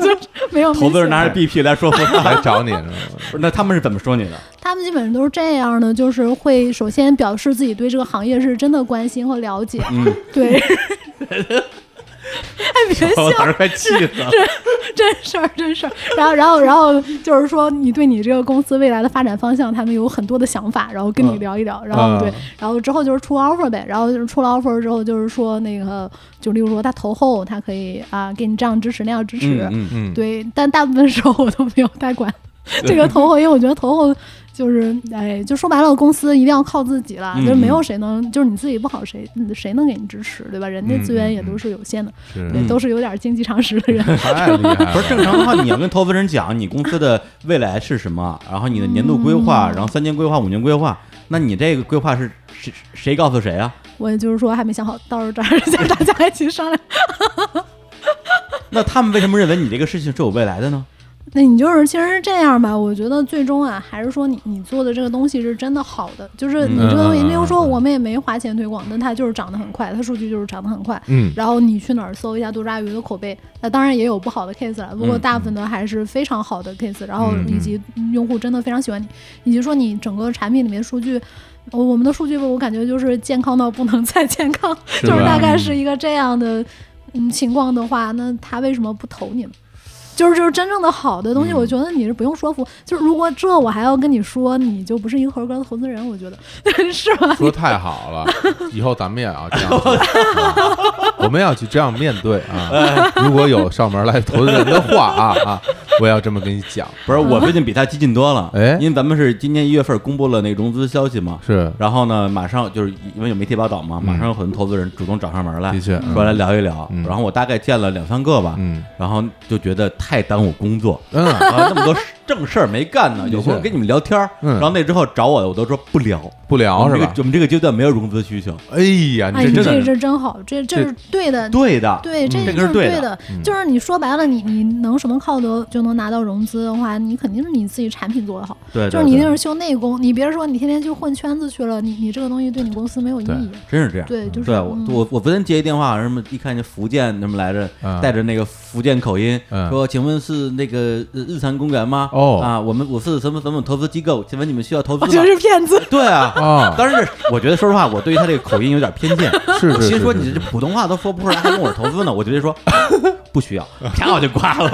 [SPEAKER 3] 就是没有。
[SPEAKER 1] 投资人
[SPEAKER 3] 没写
[SPEAKER 1] 拿着 BP 来说服他，
[SPEAKER 2] 来找你是吗？
[SPEAKER 1] 那他们是怎么说你的？
[SPEAKER 3] 他们基本上都是这样的，就是会首先表示自己对这个行业是真的关心和了解。
[SPEAKER 1] 嗯，
[SPEAKER 3] 对， 哎，别
[SPEAKER 1] 我
[SPEAKER 3] 笑
[SPEAKER 1] 当，时快气死了。
[SPEAKER 3] 真事儿，真事儿。然后，然后，然后就是说，你对你这个公司未来的发展方向，他们有很多的想法，然后跟你
[SPEAKER 1] 嗯
[SPEAKER 3] 聊一聊。然后对
[SPEAKER 2] 啊，
[SPEAKER 3] 然后之后就是出 offer 呗。然后就是出了 offer 之后，就是说那个，就例如说他投后，他可以啊给你这样支持那样支持。
[SPEAKER 1] 嗯
[SPEAKER 2] 嗯，
[SPEAKER 3] 对，但大部分时候我都没有太管 这个投后，因为我觉得投后就是，哎，就说白了，公司一定要靠自己了，
[SPEAKER 1] 嗯
[SPEAKER 3] 就是没有谁能，就是你自己不好谁，嗯谁能给你支持，对吧？人家
[SPEAKER 2] 嗯
[SPEAKER 3] 资源
[SPEAKER 2] 嗯
[SPEAKER 3] 也都是有限的，
[SPEAKER 2] 是
[SPEAKER 1] 嗯
[SPEAKER 3] 对，都是有点经济常识的人。
[SPEAKER 2] 太厉害了，
[SPEAKER 1] 不是正常的话，你要跟投资人讲你公司的未来是什么，然后你的年度规划，然后三年规划、五年规划，那你这个规划是谁谁告诉谁啊？
[SPEAKER 3] 我也就是说还没想好，到时候找人家大家一起商量。
[SPEAKER 1] 那他们为什么认为你这个事情是有未来 的呢？
[SPEAKER 3] 那你就是其实是这样吧，我觉得最终啊，还是说你你做的这个东西是真的好的，就是你这个东西，
[SPEAKER 2] 嗯
[SPEAKER 3] 例如说我们也没花钱推广，但它就是涨得很快，它数据就是涨得很快。
[SPEAKER 2] 嗯
[SPEAKER 3] 然后你去哪儿搜一下多抓鱼的口碑，那当然也有不好的 case 了，不过
[SPEAKER 1] 嗯
[SPEAKER 3] 大部分的还是非常好的 case，、然后
[SPEAKER 2] 嗯嗯
[SPEAKER 3] 以及用户真的非常喜欢你，以及说你整个产品里面数据，哦我我们的数据我感觉就是健康到不能再健康，
[SPEAKER 2] 是
[SPEAKER 3] 就是
[SPEAKER 2] 吧
[SPEAKER 3] 大概是一个这样的嗯情况的话，那他为什么不投你呢？就是就是真正的好的东西，
[SPEAKER 1] 嗯
[SPEAKER 3] 我觉得你是不用说服。就是如果这我还要跟你说，你就不是一个合格的投资人，我觉得 是吧？
[SPEAKER 2] 说太 好了，以后咱们也要这样做，啊我们要去这样面对
[SPEAKER 1] 哎
[SPEAKER 2] 啊！如果有上门来投资人的话啊啊，我也要这么跟你讲，
[SPEAKER 1] 不是，我最近比他激进多了，
[SPEAKER 2] 哎
[SPEAKER 1] 因为咱们是今年一月份公布了那个融资消息嘛，
[SPEAKER 2] 是嗯
[SPEAKER 1] 然后呢，马上就是因为有媒体报道嘛，马上有很多投资人主动找上门来，
[SPEAKER 2] 的确嗯
[SPEAKER 1] 说来聊一聊
[SPEAKER 2] 嗯，
[SPEAKER 1] 然后我大概见了两三个吧，
[SPEAKER 2] 嗯
[SPEAKER 1] 然后就觉得太耽误工 作，
[SPEAKER 2] 嗯，
[SPEAKER 1] 啊，那么多正事儿没干呢，有空跟你们聊天儿。
[SPEAKER 2] 嗯
[SPEAKER 1] 然后那之后找我的，我都说不聊，
[SPEAKER 2] 不
[SPEAKER 1] 我
[SPEAKER 2] 聊
[SPEAKER 1] 们
[SPEAKER 2] 是
[SPEAKER 1] 这
[SPEAKER 2] 吧
[SPEAKER 1] 个？我们这个阶段没有融资需求。
[SPEAKER 2] 哎呀，
[SPEAKER 3] 哎，
[SPEAKER 2] 你
[SPEAKER 3] 你
[SPEAKER 2] 这
[SPEAKER 1] 嗯真的
[SPEAKER 3] 这
[SPEAKER 1] 是
[SPEAKER 3] 这真好，这这是对的，
[SPEAKER 1] 对的，
[SPEAKER 3] 对，
[SPEAKER 2] 嗯
[SPEAKER 3] 这
[SPEAKER 1] 这
[SPEAKER 3] 一
[SPEAKER 1] 个
[SPEAKER 3] 定
[SPEAKER 1] 是
[SPEAKER 3] 是
[SPEAKER 1] 对
[SPEAKER 3] 对
[SPEAKER 1] 的嗯
[SPEAKER 3] 的。就是你说白了，你你能什么靠得就能拿到融资的话，你肯定是你自己产品做得好。
[SPEAKER 1] 对，
[SPEAKER 3] 就是你一定是修内功，你别说你天天去混圈子去了，你你这个东西对你公司没有意
[SPEAKER 2] 对
[SPEAKER 3] 义。
[SPEAKER 1] 真是这样。
[SPEAKER 3] 对，就是
[SPEAKER 1] 对我
[SPEAKER 3] 嗯
[SPEAKER 1] 我我昨天接一电话，什么一看见福建什么来着
[SPEAKER 2] 嗯，
[SPEAKER 1] 带着那个福建口音
[SPEAKER 2] 嗯，
[SPEAKER 1] 说请问是那个呃日坛公园吗？
[SPEAKER 2] 哦
[SPEAKER 1] 啊，我们我是什么什么投资机构，请问你们需要投资
[SPEAKER 3] 我觉
[SPEAKER 1] 吗
[SPEAKER 3] 得？哦是骗子。
[SPEAKER 1] 对啊。
[SPEAKER 2] 啊，
[SPEAKER 1] 当然是，我觉得说实话，我对于他这个口音有点偏 见。
[SPEAKER 2] 是
[SPEAKER 1] 我
[SPEAKER 2] 是
[SPEAKER 1] 心
[SPEAKER 2] 是
[SPEAKER 1] 说
[SPEAKER 2] 是
[SPEAKER 1] 你这
[SPEAKER 2] 是
[SPEAKER 1] 普通话都说不出来，还跟我投资呢？我直接说不需要，啪我就挂了。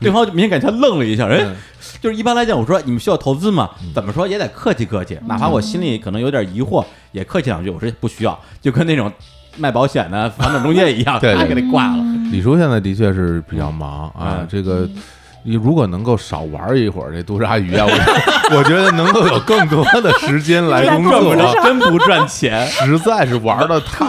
[SPEAKER 1] 对方就明显感觉他愣了一下，哎
[SPEAKER 2] 嗯，
[SPEAKER 1] 就是一般来讲，我说你们需要投资吗？怎么说也得客气客气，哪怕我心里可能有点疑惑，也客气两句。我说不需要，就跟那种卖保险的房产中介一样，
[SPEAKER 2] 对
[SPEAKER 1] 他给他挂了。
[SPEAKER 3] 嗯
[SPEAKER 2] 李叔现在的确是比较忙啊
[SPEAKER 1] 嗯，
[SPEAKER 2] 这个。你如果能够少玩一会儿这多抓鱼啊，我我觉得能够有更多的时间来
[SPEAKER 3] 在
[SPEAKER 2] 工
[SPEAKER 1] 赚
[SPEAKER 2] 作啊
[SPEAKER 1] 不着
[SPEAKER 2] 了，，，
[SPEAKER 1] 真不赚钱
[SPEAKER 2] 实在是玩的太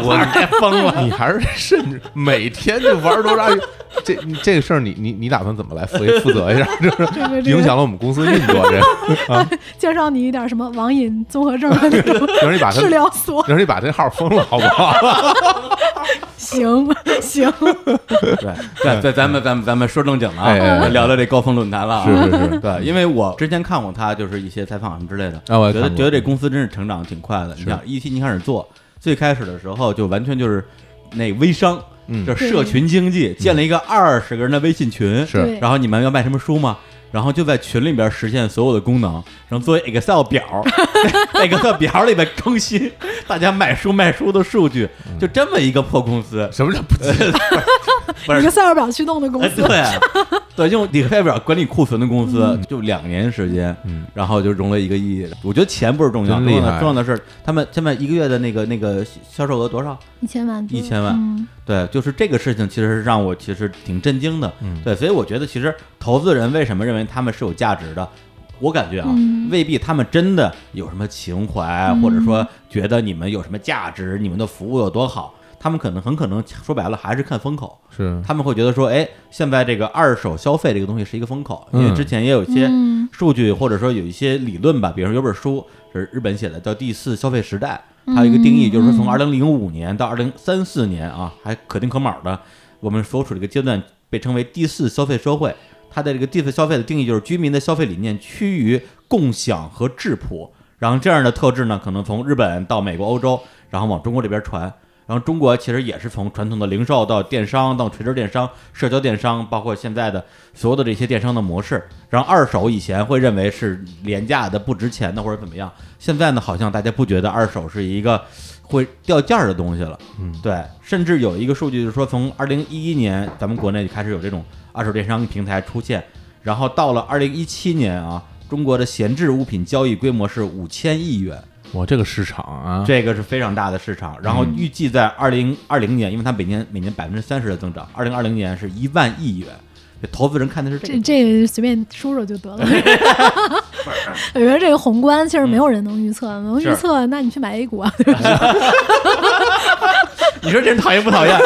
[SPEAKER 2] 多了，
[SPEAKER 1] 太疯了。
[SPEAKER 2] 你还是甚至每天就玩多抓鱼， 这这个事儿你你你打算怎么来负负责一下？就是
[SPEAKER 3] 这个这
[SPEAKER 2] 影
[SPEAKER 3] 个
[SPEAKER 2] 响了我们公司运作，这啊
[SPEAKER 3] 介绍你一点什么网瘾综合症的那种
[SPEAKER 2] 让你 把他
[SPEAKER 3] 治疗所，
[SPEAKER 2] 让你把这号封了，好不好？
[SPEAKER 3] 行行，
[SPEAKER 1] 对，对，对，咱们咱们咱们说正经了
[SPEAKER 2] 嗯哎哎
[SPEAKER 1] 啊，
[SPEAKER 2] 哎
[SPEAKER 1] 聊聊这高峰论坛了啊。
[SPEAKER 2] 是是 是
[SPEAKER 1] 对，因为我之前看过他，就是一些采访什么之类的，
[SPEAKER 2] 啊我也
[SPEAKER 1] 觉得
[SPEAKER 2] 看过
[SPEAKER 1] 觉得这公司真是成长挺快的。你想一七年开始做，最开始的时候就完全就是那微商，
[SPEAKER 2] 嗯
[SPEAKER 1] 就是社群经济，建了一个二十个人的微信群，
[SPEAKER 2] 是
[SPEAKER 3] 对
[SPEAKER 1] 然后你们要卖什么书吗？然后就在群里边实现所有的功能，然后作为 Excel 表在，Excel 表里边更新大家买书卖书的数据，
[SPEAKER 2] 嗯
[SPEAKER 1] 就这么一个破公司，
[SPEAKER 2] 什么叫不
[SPEAKER 1] 不是
[SPEAKER 3] 一个赛尔表驱动的 公
[SPEAKER 1] 哎，
[SPEAKER 3] 司，
[SPEAKER 1] 对对，用理财表管理库存的公司，就两年时间，
[SPEAKER 2] 嗯
[SPEAKER 1] 然后就融了一个亿。我觉得钱不是重要，
[SPEAKER 2] 真
[SPEAKER 1] 重
[SPEAKER 2] 厉
[SPEAKER 1] 要的
[SPEAKER 2] 害
[SPEAKER 1] 重要的是他们现在一个月的那个那个销售额多少？
[SPEAKER 3] 一千万多，
[SPEAKER 1] 一千万
[SPEAKER 3] 嗯
[SPEAKER 1] 对，就是这个事情，其实是让我其实挺震惊的。
[SPEAKER 2] 嗯
[SPEAKER 1] 对，所以我觉得其实投资人为什么认为他们是有价值的？我感觉啊，
[SPEAKER 3] 嗯
[SPEAKER 1] 未必他们真的有什么情怀，
[SPEAKER 3] 嗯
[SPEAKER 1] 或者说觉得你们有什么价值，你们的服务有多好。他们可能很可能说白了还是看风口，
[SPEAKER 2] 是
[SPEAKER 1] 他们会觉得说，哎，现在这个二手消费这个东西是一个风口，因为
[SPEAKER 2] 嗯
[SPEAKER 1] 之前也有一些
[SPEAKER 3] 嗯
[SPEAKER 1] 数据或者说有一些理论吧，比如说有本书是日本写的，叫《第四消费时代》，它有一个定义，
[SPEAKER 3] 嗯
[SPEAKER 1] 就是说从二
[SPEAKER 3] 嗯
[SPEAKER 1] 零零五年到二零三四年啊，还可丁可卯的，我们所处这个阶段被称为第四消费社会。它的这个第四消费的定义就是居民的消费理念趋于共享和质朴，然后这样的特质呢，可能从日本到美国、欧洲，然后往中国这边传。然后中国其实也是从传统的零售到电商，到垂直电商、社交电商，包括现在的所有的这些电商的模式。然后二手以前会认为是廉价的、不值钱的或者怎么样，现在呢，好像大家不觉得二手是一个会掉价儿的东西了。
[SPEAKER 2] 嗯
[SPEAKER 1] 对，甚至有一个数据就是说，从二零一一年咱们国内就开始有这种二手电商平台出现，然后到了二零一七年啊，中国的闲置物品交易规模是五千亿元。
[SPEAKER 2] 我这个市场啊，
[SPEAKER 1] 这个是非常大的市场。然后预计在二零二零年，因为它每年每年百分之三十的增长，二零二零年是一万亿元。这投资人看的是这
[SPEAKER 3] 这
[SPEAKER 1] 个，
[SPEAKER 3] 这个随便说说就得 了。我觉得这个宏观其实没有
[SPEAKER 2] 嗯
[SPEAKER 3] 人能预测，能预测那你去买 A 股啊，
[SPEAKER 1] 你说这人讨厌不讨厌？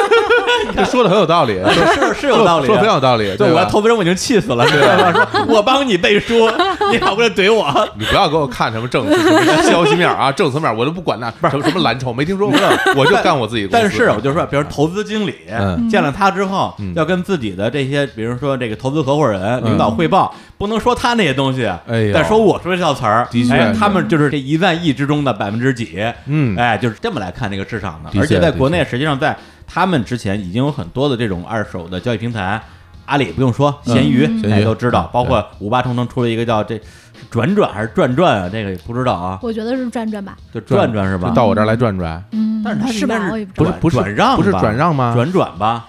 [SPEAKER 2] 这说的 很有道理，
[SPEAKER 1] 是是有道理
[SPEAKER 2] 说的很
[SPEAKER 1] 的。
[SPEAKER 2] 有道理。
[SPEAKER 1] 对，我要
[SPEAKER 2] 吧啊
[SPEAKER 1] 投资人我已经气死了，对吧？说我帮你背书，你跑过来怼我。
[SPEAKER 2] 你不要给我看什么正什么消息面啊，正层面我都不管那，什么什么蓝筹没听说过，我就干我自己公司。
[SPEAKER 1] 但是我就说，比如投资经理
[SPEAKER 2] 嗯
[SPEAKER 1] 见了他之后
[SPEAKER 2] 嗯，
[SPEAKER 1] 要跟自己的这些，比如说这个投资合伙人、
[SPEAKER 2] 嗯
[SPEAKER 1] 领导汇报，不能说他那些东西，
[SPEAKER 2] 哎呦
[SPEAKER 1] 但说我说这套词儿，
[SPEAKER 2] 的确
[SPEAKER 1] 哎
[SPEAKER 2] 是
[SPEAKER 1] 他们就是这一万亿之中的百分之几，
[SPEAKER 2] 嗯
[SPEAKER 1] 哎，就是这么来看这个市场的
[SPEAKER 2] 的。确
[SPEAKER 1] 而且在国内，实际上在他们之前已经有很多的这种二手的交易平台，阿里不用说，
[SPEAKER 2] 嗯
[SPEAKER 1] 闲鱼
[SPEAKER 2] 嗯
[SPEAKER 1] 大家都知道
[SPEAKER 2] 嗯，
[SPEAKER 1] 包括五八同城出了一个叫这是转转还是转转啊，这个也不知道啊，
[SPEAKER 3] 我觉得是转转吧，
[SPEAKER 1] 就转转是
[SPEAKER 2] 就
[SPEAKER 1] 吧？
[SPEAKER 2] 到我这儿来转转，
[SPEAKER 3] 嗯，
[SPEAKER 1] 但是它
[SPEAKER 3] 是
[SPEAKER 1] 应该
[SPEAKER 3] 吧？
[SPEAKER 1] 是
[SPEAKER 3] 我也不知
[SPEAKER 2] 不
[SPEAKER 3] 道
[SPEAKER 2] 是
[SPEAKER 1] 转
[SPEAKER 2] 不是
[SPEAKER 1] 转让吧
[SPEAKER 2] 不是转让吗？
[SPEAKER 1] 转转 吧，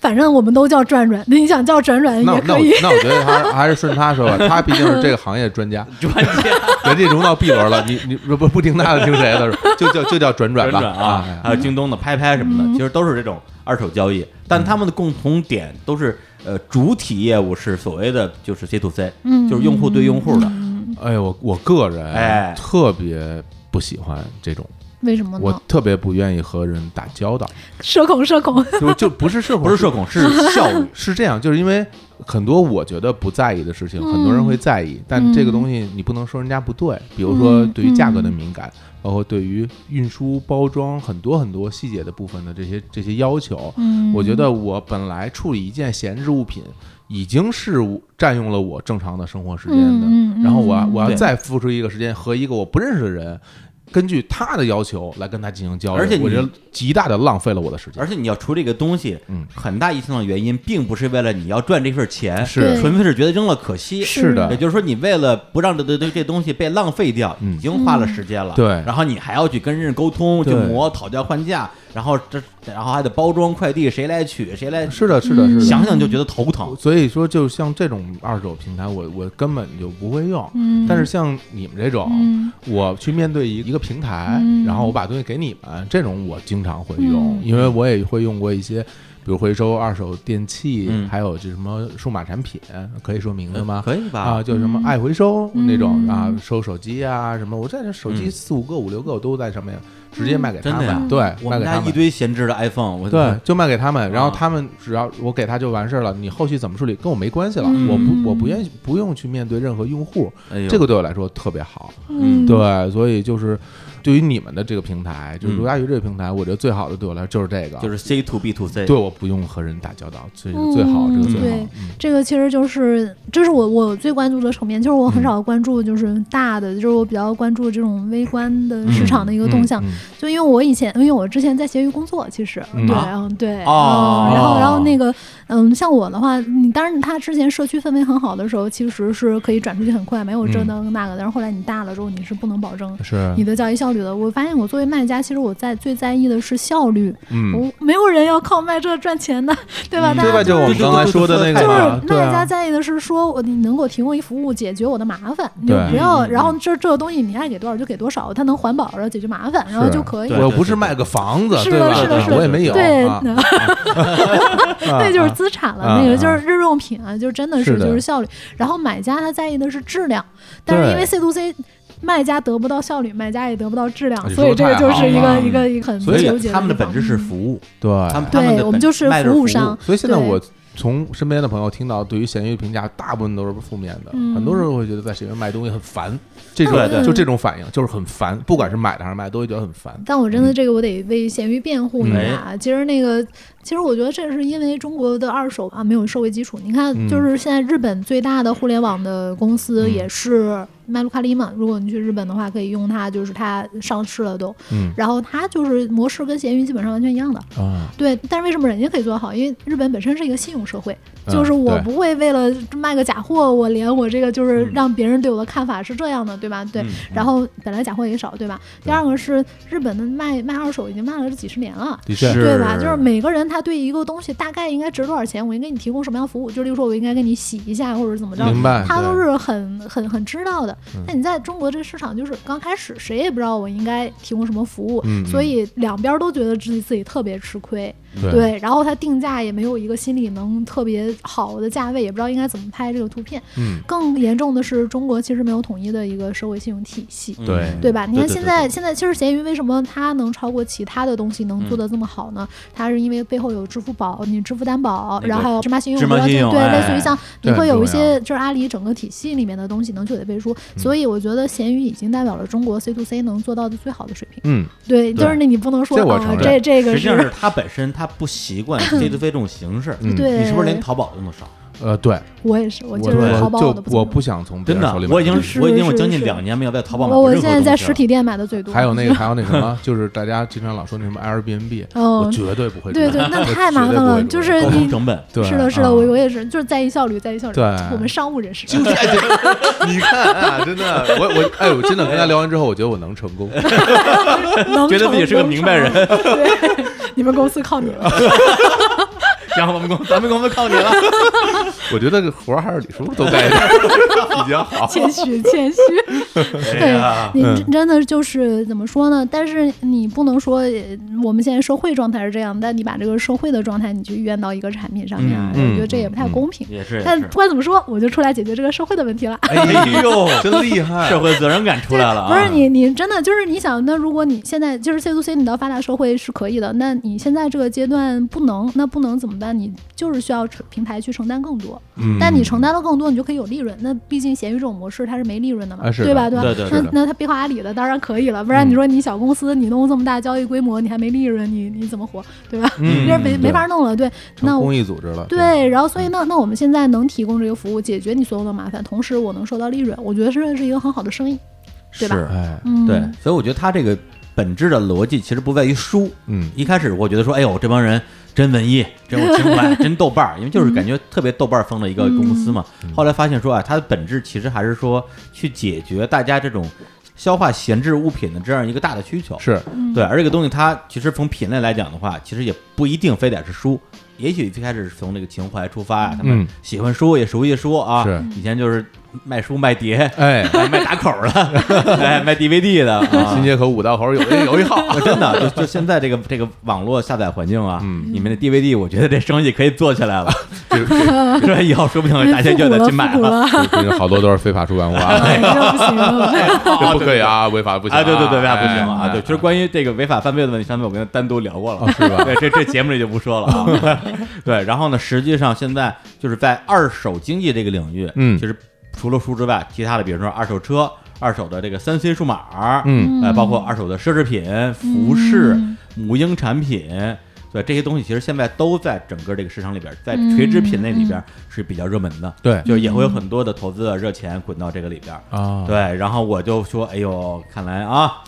[SPEAKER 3] 反正我们都叫转转，你想叫转转
[SPEAKER 2] 那我
[SPEAKER 3] 哎也
[SPEAKER 2] 那
[SPEAKER 3] 可
[SPEAKER 2] 我
[SPEAKER 3] 以。
[SPEAKER 2] 那我觉得还是还是顺他说吧，他毕竟是这个行业专 家，
[SPEAKER 1] 转接
[SPEAKER 2] 人家融到 B 轮了，你你不不不听他的，听谁的？就叫就叫转转
[SPEAKER 1] 转
[SPEAKER 2] 吧
[SPEAKER 1] 转啊，
[SPEAKER 2] 哎呀
[SPEAKER 1] 还有京东的拍拍什么
[SPEAKER 3] 嗯
[SPEAKER 1] 的，其实都是这种二手交易，但他们的共同点都是呃主体业务是所谓的就是 C to C，
[SPEAKER 3] 嗯
[SPEAKER 1] 就是用户对用户的，
[SPEAKER 2] 哎呦，我我个人
[SPEAKER 1] 哎
[SPEAKER 2] 特别不喜欢这种，
[SPEAKER 3] 为什么
[SPEAKER 2] 我
[SPEAKER 3] 呢？
[SPEAKER 2] 特别不愿意和人打交 道，
[SPEAKER 3] 社恐，社恐，
[SPEAKER 2] 就就不是社恐，
[SPEAKER 1] 不是社恐是效率。
[SPEAKER 2] 是这样，就是因为很多我觉得不在意的事情，很多人
[SPEAKER 3] 嗯
[SPEAKER 2] 会在意，但这个东西你不能说人家不对，比如说
[SPEAKER 3] 嗯
[SPEAKER 2] 对于价格的敏感，包括对于运输、包装很多很多细节的部分的这些这些要求，
[SPEAKER 3] 嗯，
[SPEAKER 2] 我觉得我本来处理一件闲置物品，已经是我占用了我正常的生活时间的，
[SPEAKER 3] 嗯嗯嗯
[SPEAKER 2] 然后我要我要
[SPEAKER 1] 对
[SPEAKER 2] 再付出一个时间和一个我不认识的人。根据他的要求来跟他进行交流，
[SPEAKER 1] 而且你
[SPEAKER 2] 我觉得极大的浪费了我的时间。
[SPEAKER 1] 而且你要处理一个东西，
[SPEAKER 2] 嗯
[SPEAKER 1] 很大一部分的原因并不是为了你要赚这份钱，
[SPEAKER 2] 是
[SPEAKER 3] 对
[SPEAKER 1] 纯粹是觉得扔了可惜。
[SPEAKER 2] 是的
[SPEAKER 1] 也就是说，你为了不让这这这这东西被浪费掉，
[SPEAKER 2] 嗯
[SPEAKER 1] 已经花了时间了。
[SPEAKER 2] 对
[SPEAKER 1] 然后你还要去跟人沟通，去
[SPEAKER 2] 对
[SPEAKER 1] 磨、讨价还价，然后这，然后还得包装快递，谁来取，谁来，
[SPEAKER 2] 是的，是的，是的。
[SPEAKER 1] 想想就觉得头疼。
[SPEAKER 2] 所以说，就像这种二手平台，我我根本就不会用。
[SPEAKER 3] 嗯
[SPEAKER 2] 但是像你们这种，
[SPEAKER 3] 嗯
[SPEAKER 2] 我去面对一一个平台，
[SPEAKER 3] 嗯
[SPEAKER 2] 然后我把东西给你们，这种我经常会用，
[SPEAKER 3] 嗯
[SPEAKER 2] 因为我也会用过一些，比如回收二手电器，
[SPEAKER 1] 嗯呃
[SPEAKER 2] 还有这什么数码产品，可以说名字吗？
[SPEAKER 1] 可以吧？
[SPEAKER 2] 啊，就什么爱回收
[SPEAKER 3] 嗯
[SPEAKER 2] 那种、
[SPEAKER 3] 嗯
[SPEAKER 2] 啊，收手机啊什么，我这手机
[SPEAKER 1] 嗯
[SPEAKER 2] 四五个、五六个我都在上面直
[SPEAKER 3] 嗯
[SPEAKER 2] 接卖给他
[SPEAKER 1] 真的呀
[SPEAKER 2] 们，对，
[SPEAKER 1] 我
[SPEAKER 2] 卖
[SPEAKER 1] 们
[SPEAKER 2] 给
[SPEAKER 1] 家
[SPEAKER 2] 他
[SPEAKER 1] 一
[SPEAKER 2] 们。
[SPEAKER 1] 堆闲置的 iPhone，我
[SPEAKER 2] 对，就卖给他们，然后
[SPEAKER 1] 啊
[SPEAKER 2] 他们只要我给他就完事儿了，你后续怎么处理跟我没关系了，
[SPEAKER 1] 嗯
[SPEAKER 2] 我不我不愿意不用去面对任何用户，
[SPEAKER 1] 哎呦
[SPEAKER 2] 这个对我来说特别好。
[SPEAKER 1] 嗯
[SPEAKER 2] 对，所以就是对于你们的这个平台，就是
[SPEAKER 1] 嗯
[SPEAKER 2] 卢佳瑜这个平台，我觉得最好的对我来说就是这个，
[SPEAKER 1] 就是 C to B to C。
[SPEAKER 2] 对我不用和人打交道，这个最好，这个最
[SPEAKER 3] 嗯
[SPEAKER 2] 好
[SPEAKER 3] 对。
[SPEAKER 2] 嗯
[SPEAKER 3] 这个其实就是，这是我我最关注的层面，就是我
[SPEAKER 2] 嗯
[SPEAKER 3] 很少关注就是大的，就是我比较关注这种微观的市场的一个动向。
[SPEAKER 2] 嗯嗯
[SPEAKER 3] 就因为我以前，因为我之前在协域工作，其实
[SPEAKER 2] 嗯
[SPEAKER 3] 对，
[SPEAKER 1] 啊
[SPEAKER 3] 嗯对，
[SPEAKER 1] 哦
[SPEAKER 3] 嗯，然后然后那个，嗯，像我的话，你当然他之前社区氛围很好的时候，其实是可以转出去很快，没有这
[SPEAKER 2] 嗯
[SPEAKER 3] 那个那个的，但是后来你大了之后，你是不能保证
[SPEAKER 2] 嗯。是
[SPEAKER 3] 你，的教育效率的，我发现我作为卖家，其实我在最在意的是效率，
[SPEAKER 2] 嗯，
[SPEAKER 3] 我没有人要靠卖这赚钱的，对吧？
[SPEAKER 1] 嗯
[SPEAKER 3] 大
[SPEAKER 2] 对
[SPEAKER 3] 家
[SPEAKER 2] 吧？
[SPEAKER 3] 就
[SPEAKER 2] 就我们刚才说的那
[SPEAKER 3] 就
[SPEAKER 2] 个
[SPEAKER 3] 是
[SPEAKER 2] 嘛，对
[SPEAKER 3] 卖家
[SPEAKER 2] 啊，
[SPEAKER 3] 在意的是说，我你能给我提供一服务，解决我的麻烦，你就
[SPEAKER 2] 对
[SPEAKER 3] 不要，
[SPEAKER 1] 嗯
[SPEAKER 3] 然后这这个东西你爱给多少就给多少，它能环保，然后解决麻烦，然后
[SPEAKER 2] 是
[SPEAKER 3] 就可以
[SPEAKER 1] 对
[SPEAKER 2] 我
[SPEAKER 3] 了。
[SPEAKER 2] 又不是卖个房子，
[SPEAKER 3] 是
[SPEAKER 2] 对
[SPEAKER 3] 的
[SPEAKER 2] 吧
[SPEAKER 3] 是的是？的
[SPEAKER 2] 我也没有，
[SPEAKER 3] 对，
[SPEAKER 2] 啊
[SPEAKER 3] 那
[SPEAKER 2] 啊
[SPEAKER 3] 对，就
[SPEAKER 2] 啊
[SPEAKER 3] 是资产了。
[SPEAKER 2] 啊
[SPEAKER 3] 那
[SPEAKER 2] 啊
[SPEAKER 3] 个就是日用品啊，就真的
[SPEAKER 2] 是
[SPEAKER 3] 是
[SPEAKER 2] 的
[SPEAKER 3] 就是效率。然后买家他在意的是质量，但是因为 C to C。卖家得不到效率，买家也得不到质量，
[SPEAKER 2] 你
[SPEAKER 3] 所
[SPEAKER 2] 说
[SPEAKER 3] 以这个
[SPEAKER 2] 太
[SPEAKER 3] 就
[SPEAKER 2] 好
[SPEAKER 3] 是一
[SPEAKER 2] 了
[SPEAKER 3] 个一个一个很
[SPEAKER 1] 所
[SPEAKER 3] 纠
[SPEAKER 1] 以
[SPEAKER 3] 结。嗯
[SPEAKER 1] 他们的本质是服务，
[SPEAKER 2] 嗯对，
[SPEAKER 1] 他们他们的
[SPEAKER 3] 对
[SPEAKER 1] 本
[SPEAKER 3] 我们就是
[SPEAKER 1] 卖的
[SPEAKER 3] 服务
[SPEAKER 1] 务
[SPEAKER 3] 商，
[SPEAKER 2] 所以现在
[SPEAKER 3] 对
[SPEAKER 2] 我从身边的朋友听到，对于闲鱼的评价大部分都是负面的，
[SPEAKER 3] 嗯
[SPEAKER 2] 很多时候会觉得在闲鱼卖东西很烦，这种
[SPEAKER 1] 对对
[SPEAKER 2] 就这种反应就是很烦，不管是买的还是卖，都会觉得很烦。
[SPEAKER 3] 但我真的这个我得为咸鱼辩护
[SPEAKER 2] 哎
[SPEAKER 3] 一下。啊其实那个，其实我觉得这是因为中国的二手啊没有社会基础。你看
[SPEAKER 2] 嗯，
[SPEAKER 3] 就是现在日本最大的互联网的公司
[SPEAKER 2] 嗯
[SPEAKER 3] 也是麦卢卡利嘛。如果你去日本的话，可以用它，就是它上市了都。
[SPEAKER 2] 嗯
[SPEAKER 3] 然后它就是模式跟闲鱼基本上完全一样的。
[SPEAKER 2] 啊，
[SPEAKER 3] 对，但是为什么人家可以做得好？因为日本本身是一个信用社会，
[SPEAKER 2] 嗯
[SPEAKER 3] 就是我
[SPEAKER 2] 对
[SPEAKER 3] 不会为了卖个假货，我连我这个就是让别人对我的看法是这样的，对吧？对。
[SPEAKER 2] 嗯
[SPEAKER 3] 然后本来假货也少，对吧？第二个是日本的卖卖二手已经卖了这几十年了。
[SPEAKER 2] 的确
[SPEAKER 1] 是
[SPEAKER 3] 对吧？就是每个人他对一个东西大概应该值多少钱，我应该给你提供什么样的服务，就例如说我应该给你洗一下，或者是怎么着，
[SPEAKER 2] 明白，
[SPEAKER 3] 他都
[SPEAKER 2] 对
[SPEAKER 3] 是很很很知道的
[SPEAKER 2] 嗯。
[SPEAKER 3] 那你在中国这市场，就是刚开始谁也不知道我应该提供什么服务，
[SPEAKER 2] 嗯嗯
[SPEAKER 3] 所以两边都觉得自己自己特别吃亏。
[SPEAKER 2] 对
[SPEAKER 3] 对，然后他定价也没有一个心里能特别好的价位，也不知道应该怎么拍这个图片。
[SPEAKER 2] 嗯
[SPEAKER 3] 更严重的是，中国其实没有统一的一个社会信用体系。
[SPEAKER 1] 嗯
[SPEAKER 2] 对
[SPEAKER 3] 对吧？你看
[SPEAKER 1] 对对
[SPEAKER 3] 现
[SPEAKER 1] 对
[SPEAKER 3] 在，
[SPEAKER 1] 对
[SPEAKER 3] 现在其实闲鱼为什么它能超过其他的东西能做
[SPEAKER 1] 嗯
[SPEAKER 3] 得这么好呢？它是因为背后有支付宝、你支付担保，
[SPEAKER 1] 那
[SPEAKER 3] 然
[SPEAKER 1] 个
[SPEAKER 3] 后芝麻信用，
[SPEAKER 1] 芝麻
[SPEAKER 3] 对，
[SPEAKER 1] 信用
[SPEAKER 3] 类
[SPEAKER 1] 哎
[SPEAKER 3] 似于像你
[SPEAKER 2] 这
[SPEAKER 3] 会
[SPEAKER 2] 很
[SPEAKER 3] 有
[SPEAKER 2] 重
[SPEAKER 3] 一
[SPEAKER 2] 要
[SPEAKER 3] 些就是阿里整个体系里面的东西能取得背书，
[SPEAKER 1] 嗯
[SPEAKER 3] 所以我觉得闲鱼已经代表了中国 C to C 能做到的最好的水平。
[SPEAKER 2] 嗯，
[SPEAKER 3] 对，就
[SPEAKER 2] 对
[SPEAKER 3] 是那你不能说
[SPEAKER 2] 这我
[SPEAKER 3] 啊
[SPEAKER 2] 承，认
[SPEAKER 3] 这这个
[SPEAKER 1] 实际上
[SPEAKER 3] 是嗯
[SPEAKER 1] 是他本身他不习惯 C to C 这种形式，
[SPEAKER 2] 嗯
[SPEAKER 3] 对，
[SPEAKER 1] 你是不是连淘宝用的少？
[SPEAKER 2] 呃，对，
[SPEAKER 3] 我也是，我
[SPEAKER 2] 我
[SPEAKER 3] 就
[SPEAKER 1] 觉
[SPEAKER 3] 是
[SPEAKER 1] 得
[SPEAKER 3] 淘宝
[SPEAKER 2] 就
[SPEAKER 3] 我都不怎么
[SPEAKER 2] 我
[SPEAKER 3] 用
[SPEAKER 2] 不想从别
[SPEAKER 1] 真
[SPEAKER 2] 人
[SPEAKER 1] 的
[SPEAKER 2] 手里，买
[SPEAKER 1] 我已经
[SPEAKER 2] 东西
[SPEAKER 3] 是
[SPEAKER 1] 我已经有
[SPEAKER 3] 是
[SPEAKER 1] 将近
[SPEAKER 3] 是
[SPEAKER 1] 两年没有在淘宝买
[SPEAKER 3] 我
[SPEAKER 1] 过
[SPEAKER 3] 我
[SPEAKER 1] 任
[SPEAKER 3] 现
[SPEAKER 1] 何
[SPEAKER 3] 在
[SPEAKER 1] 东西啊
[SPEAKER 3] 在
[SPEAKER 1] 了
[SPEAKER 3] 实体店买的最多，
[SPEAKER 2] 还有那个，还有那什么， 就是大家经常老说那什么 Airbnb，我
[SPEAKER 3] 嗯，
[SPEAKER 2] 绝对不会这
[SPEAKER 3] 对
[SPEAKER 2] 样，
[SPEAKER 3] 对，那
[SPEAKER 2] 我绝
[SPEAKER 3] 太麻
[SPEAKER 2] 对
[SPEAKER 3] 烦
[SPEAKER 2] 不会
[SPEAKER 3] 了，
[SPEAKER 2] 这
[SPEAKER 3] 就
[SPEAKER 2] 样
[SPEAKER 3] 是
[SPEAKER 1] 沟
[SPEAKER 3] 你
[SPEAKER 1] 通成本。
[SPEAKER 2] 对，
[SPEAKER 3] 是的，是的，我
[SPEAKER 1] 嗯
[SPEAKER 2] 啊
[SPEAKER 3] 我也是，就是在意效率，在意效率。
[SPEAKER 2] 对
[SPEAKER 3] 我们商务人士，
[SPEAKER 2] 就是哎，对你看啊，真的，我我哎，我真的跟他聊完之后，我觉得我能成功。
[SPEAKER 3] 能
[SPEAKER 1] 觉得自己是个明白人
[SPEAKER 3] 成能成对，你们公司 靠你了。
[SPEAKER 1] 然后我们公咱们公司靠你了，
[SPEAKER 2] 我觉得这活儿还是李叔都干 比较好。
[SPEAKER 3] 谦虚，谦虚。
[SPEAKER 1] 对
[SPEAKER 3] 对
[SPEAKER 1] 哎呀，
[SPEAKER 3] 你
[SPEAKER 2] 嗯
[SPEAKER 3] 真真的就是怎么说呢？但是你不能说呃我们现在社会状态是这样，但你把这个社会的状态你去怨到一个产品上面啊，
[SPEAKER 2] 嗯
[SPEAKER 3] 我觉得这也不太
[SPEAKER 2] 嗯嗯
[SPEAKER 3] 公平。
[SPEAKER 1] 也是也
[SPEAKER 3] 但
[SPEAKER 1] 是
[SPEAKER 3] 不，管怎么说，我就出来解决这个社会的问题了。
[SPEAKER 1] 哎呦，
[SPEAKER 2] 真厉害！
[SPEAKER 1] 社会责任感出来了啊！
[SPEAKER 3] 不是你，你真的就是你想，那如果你现在就是 C to C，你到发达社会是可以的，那你现在这个阶段不能，那不能怎么办？你就是需要承平台去承担更多，
[SPEAKER 2] 嗯
[SPEAKER 3] 但你承担了更多，你就可以有利润。那毕竟闲鱼这种模式它是没利润的嘛，
[SPEAKER 2] 啊是的
[SPEAKER 3] 对吧？吧？
[SPEAKER 1] 对对
[SPEAKER 2] 是
[SPEAKER 3] 那
[SPEAKER 2] 的
[SPEAKER 3] 那它背后阿里的当然可以了，不然你说你小公司你弄这么大交易规模，你还没利润，你你怎么活，对吧？
[SPEAKER 2] 嗯
[SPEAKER 3] 这没没法弄了，对。那
[SPEAKER 2] 成
[SPEAKER 3] 我
[SPEAKER 2] 公益组织了。
[SPEAKER 3] 对，然后所以那那我们现在能提供这个服务，解决你所有的麻烦，同时我能收到利润，我觉得这是一个很好的生意。对吧
[SPEAKER 1] 是
[SPEAKER 2] 哎，
[SPEAKER 3] 嗯，
[SPEAKER 1] 对，所以我觉得他这个本质的逻辑其实不在于书。
[SPEAKER 2] 嗯，
[SPEAKER 1] 一开始我觉得说，哎呦，这帮人真文 艺，真有情怀，真豆瓣儿，因为就是感觉特别豆瓣儿风的一个公司嘛。
[SPEAKER 2] 嗯
[SPEAKER 1] 后来发现说啊，它的本质其实还是说去解决大家这种消化闲置物品的这样一个大的需求。
[SPEAKER 2] 是
[SPEAKER 1] 对，而这个东西它其实从品类来讲的话，其实也不一定非得是书，也许最开始是从这个情怀出发啊，他们
[SPEAKER 2] 嗯
[SPEAKER 1] 喜欢书也熟悉书啊，
[SPEAKER 2] 是
[SPEAKER 1] 以前就是卖书卖碟。
[SPEAKER 2] 哎，
[SPEAKER 1] 哎卖打口的， 哎，卖 DVD 的，啊
[SPEAKER 2] 新街口五道口有 有一号。
[SPEAKER 1] 真的，就就现在这个这个网络下载环境啊，
[SPEAKER 2] 嗯
[SPEAKER 1] 你们的 DVD，我觉得这生意可以做起来了，
[SPEAKER 2] 这这
[SPEAKER 1] 这以后说不定大家
[SPEAKER 3] 复
[SPEAKER 1] 就
[SPEAKER 3] 古
[SPEAKER 1] 得
[SPEAKER 3] 了，
[SPEAKER 1] 去买
[SPEAKER 3] 复 古了，
[SPEAKER 2] 这这好多都是非法出版物 啊，
[SPEAKER 3] 哎这不行了。
[SPEAKER 2] 这不可以啊，违法不行
[SPEAKER 1] 啊，对对对，为啥不行啊？
[SPEAKER 2] 哎
[SPEAKER 1] 对，其实关于这个违法犯罪的问题，上次我跟他单独聊过了，
[SPEAKER 2] 哦是吧 哦
[SPEAKER 1] 对，这这节目里就不说了啊。 对，然后呢，实际上现在就是在二手经济这个领域，
[SPEAKER 2] 嗯
[SPEAKER 1] 其实除了书之外，其他的比如说二手车、二手的这个三 C 数码，
[SPEAKER 2] 嗯
[SPEAKER 1] 呃，包括二手的奢侈品、服饰、母婴产品。对这些东西，其实现在都在整个这个市场里边，在垂直品类里边是比较热门的，
[SPEAKER 2] 对
[SPEAKER 1] 就是也会有很多的投资的热钱滚到这个里边。
[SPEAKER 2] 啊，
[SPEAKER 1] 对，然后我就说，哎呦，看来啊，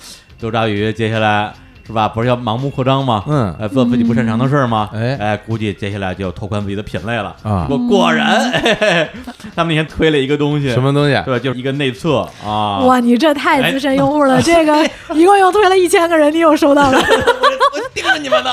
[SPEAKER 1] 周章宇接下来是吧，不是要盲目扩张吗？
[SPEAKER 2] 嗯
[SPEAKER 1] 呃，做自己不擅长的事儿吗？
[SPEAKER 2] 哎
[SPEAKER 1] 哎，估计接下来就拓宽自己的品类了
[SPEAKER 2] 啊
[SPEAKER 1] 果果然， 嘿嘿他们那天推了一个东西，
[SPEAKER 2] 什？么东西？
[SPEAKER 1] 对，就是一个内测啊。
[SPEAKER 3] 哇，你这太资深用户了，这个一共又推了一千个人，你又收到了。
[SPEAKER 1] 盯着你们 呢。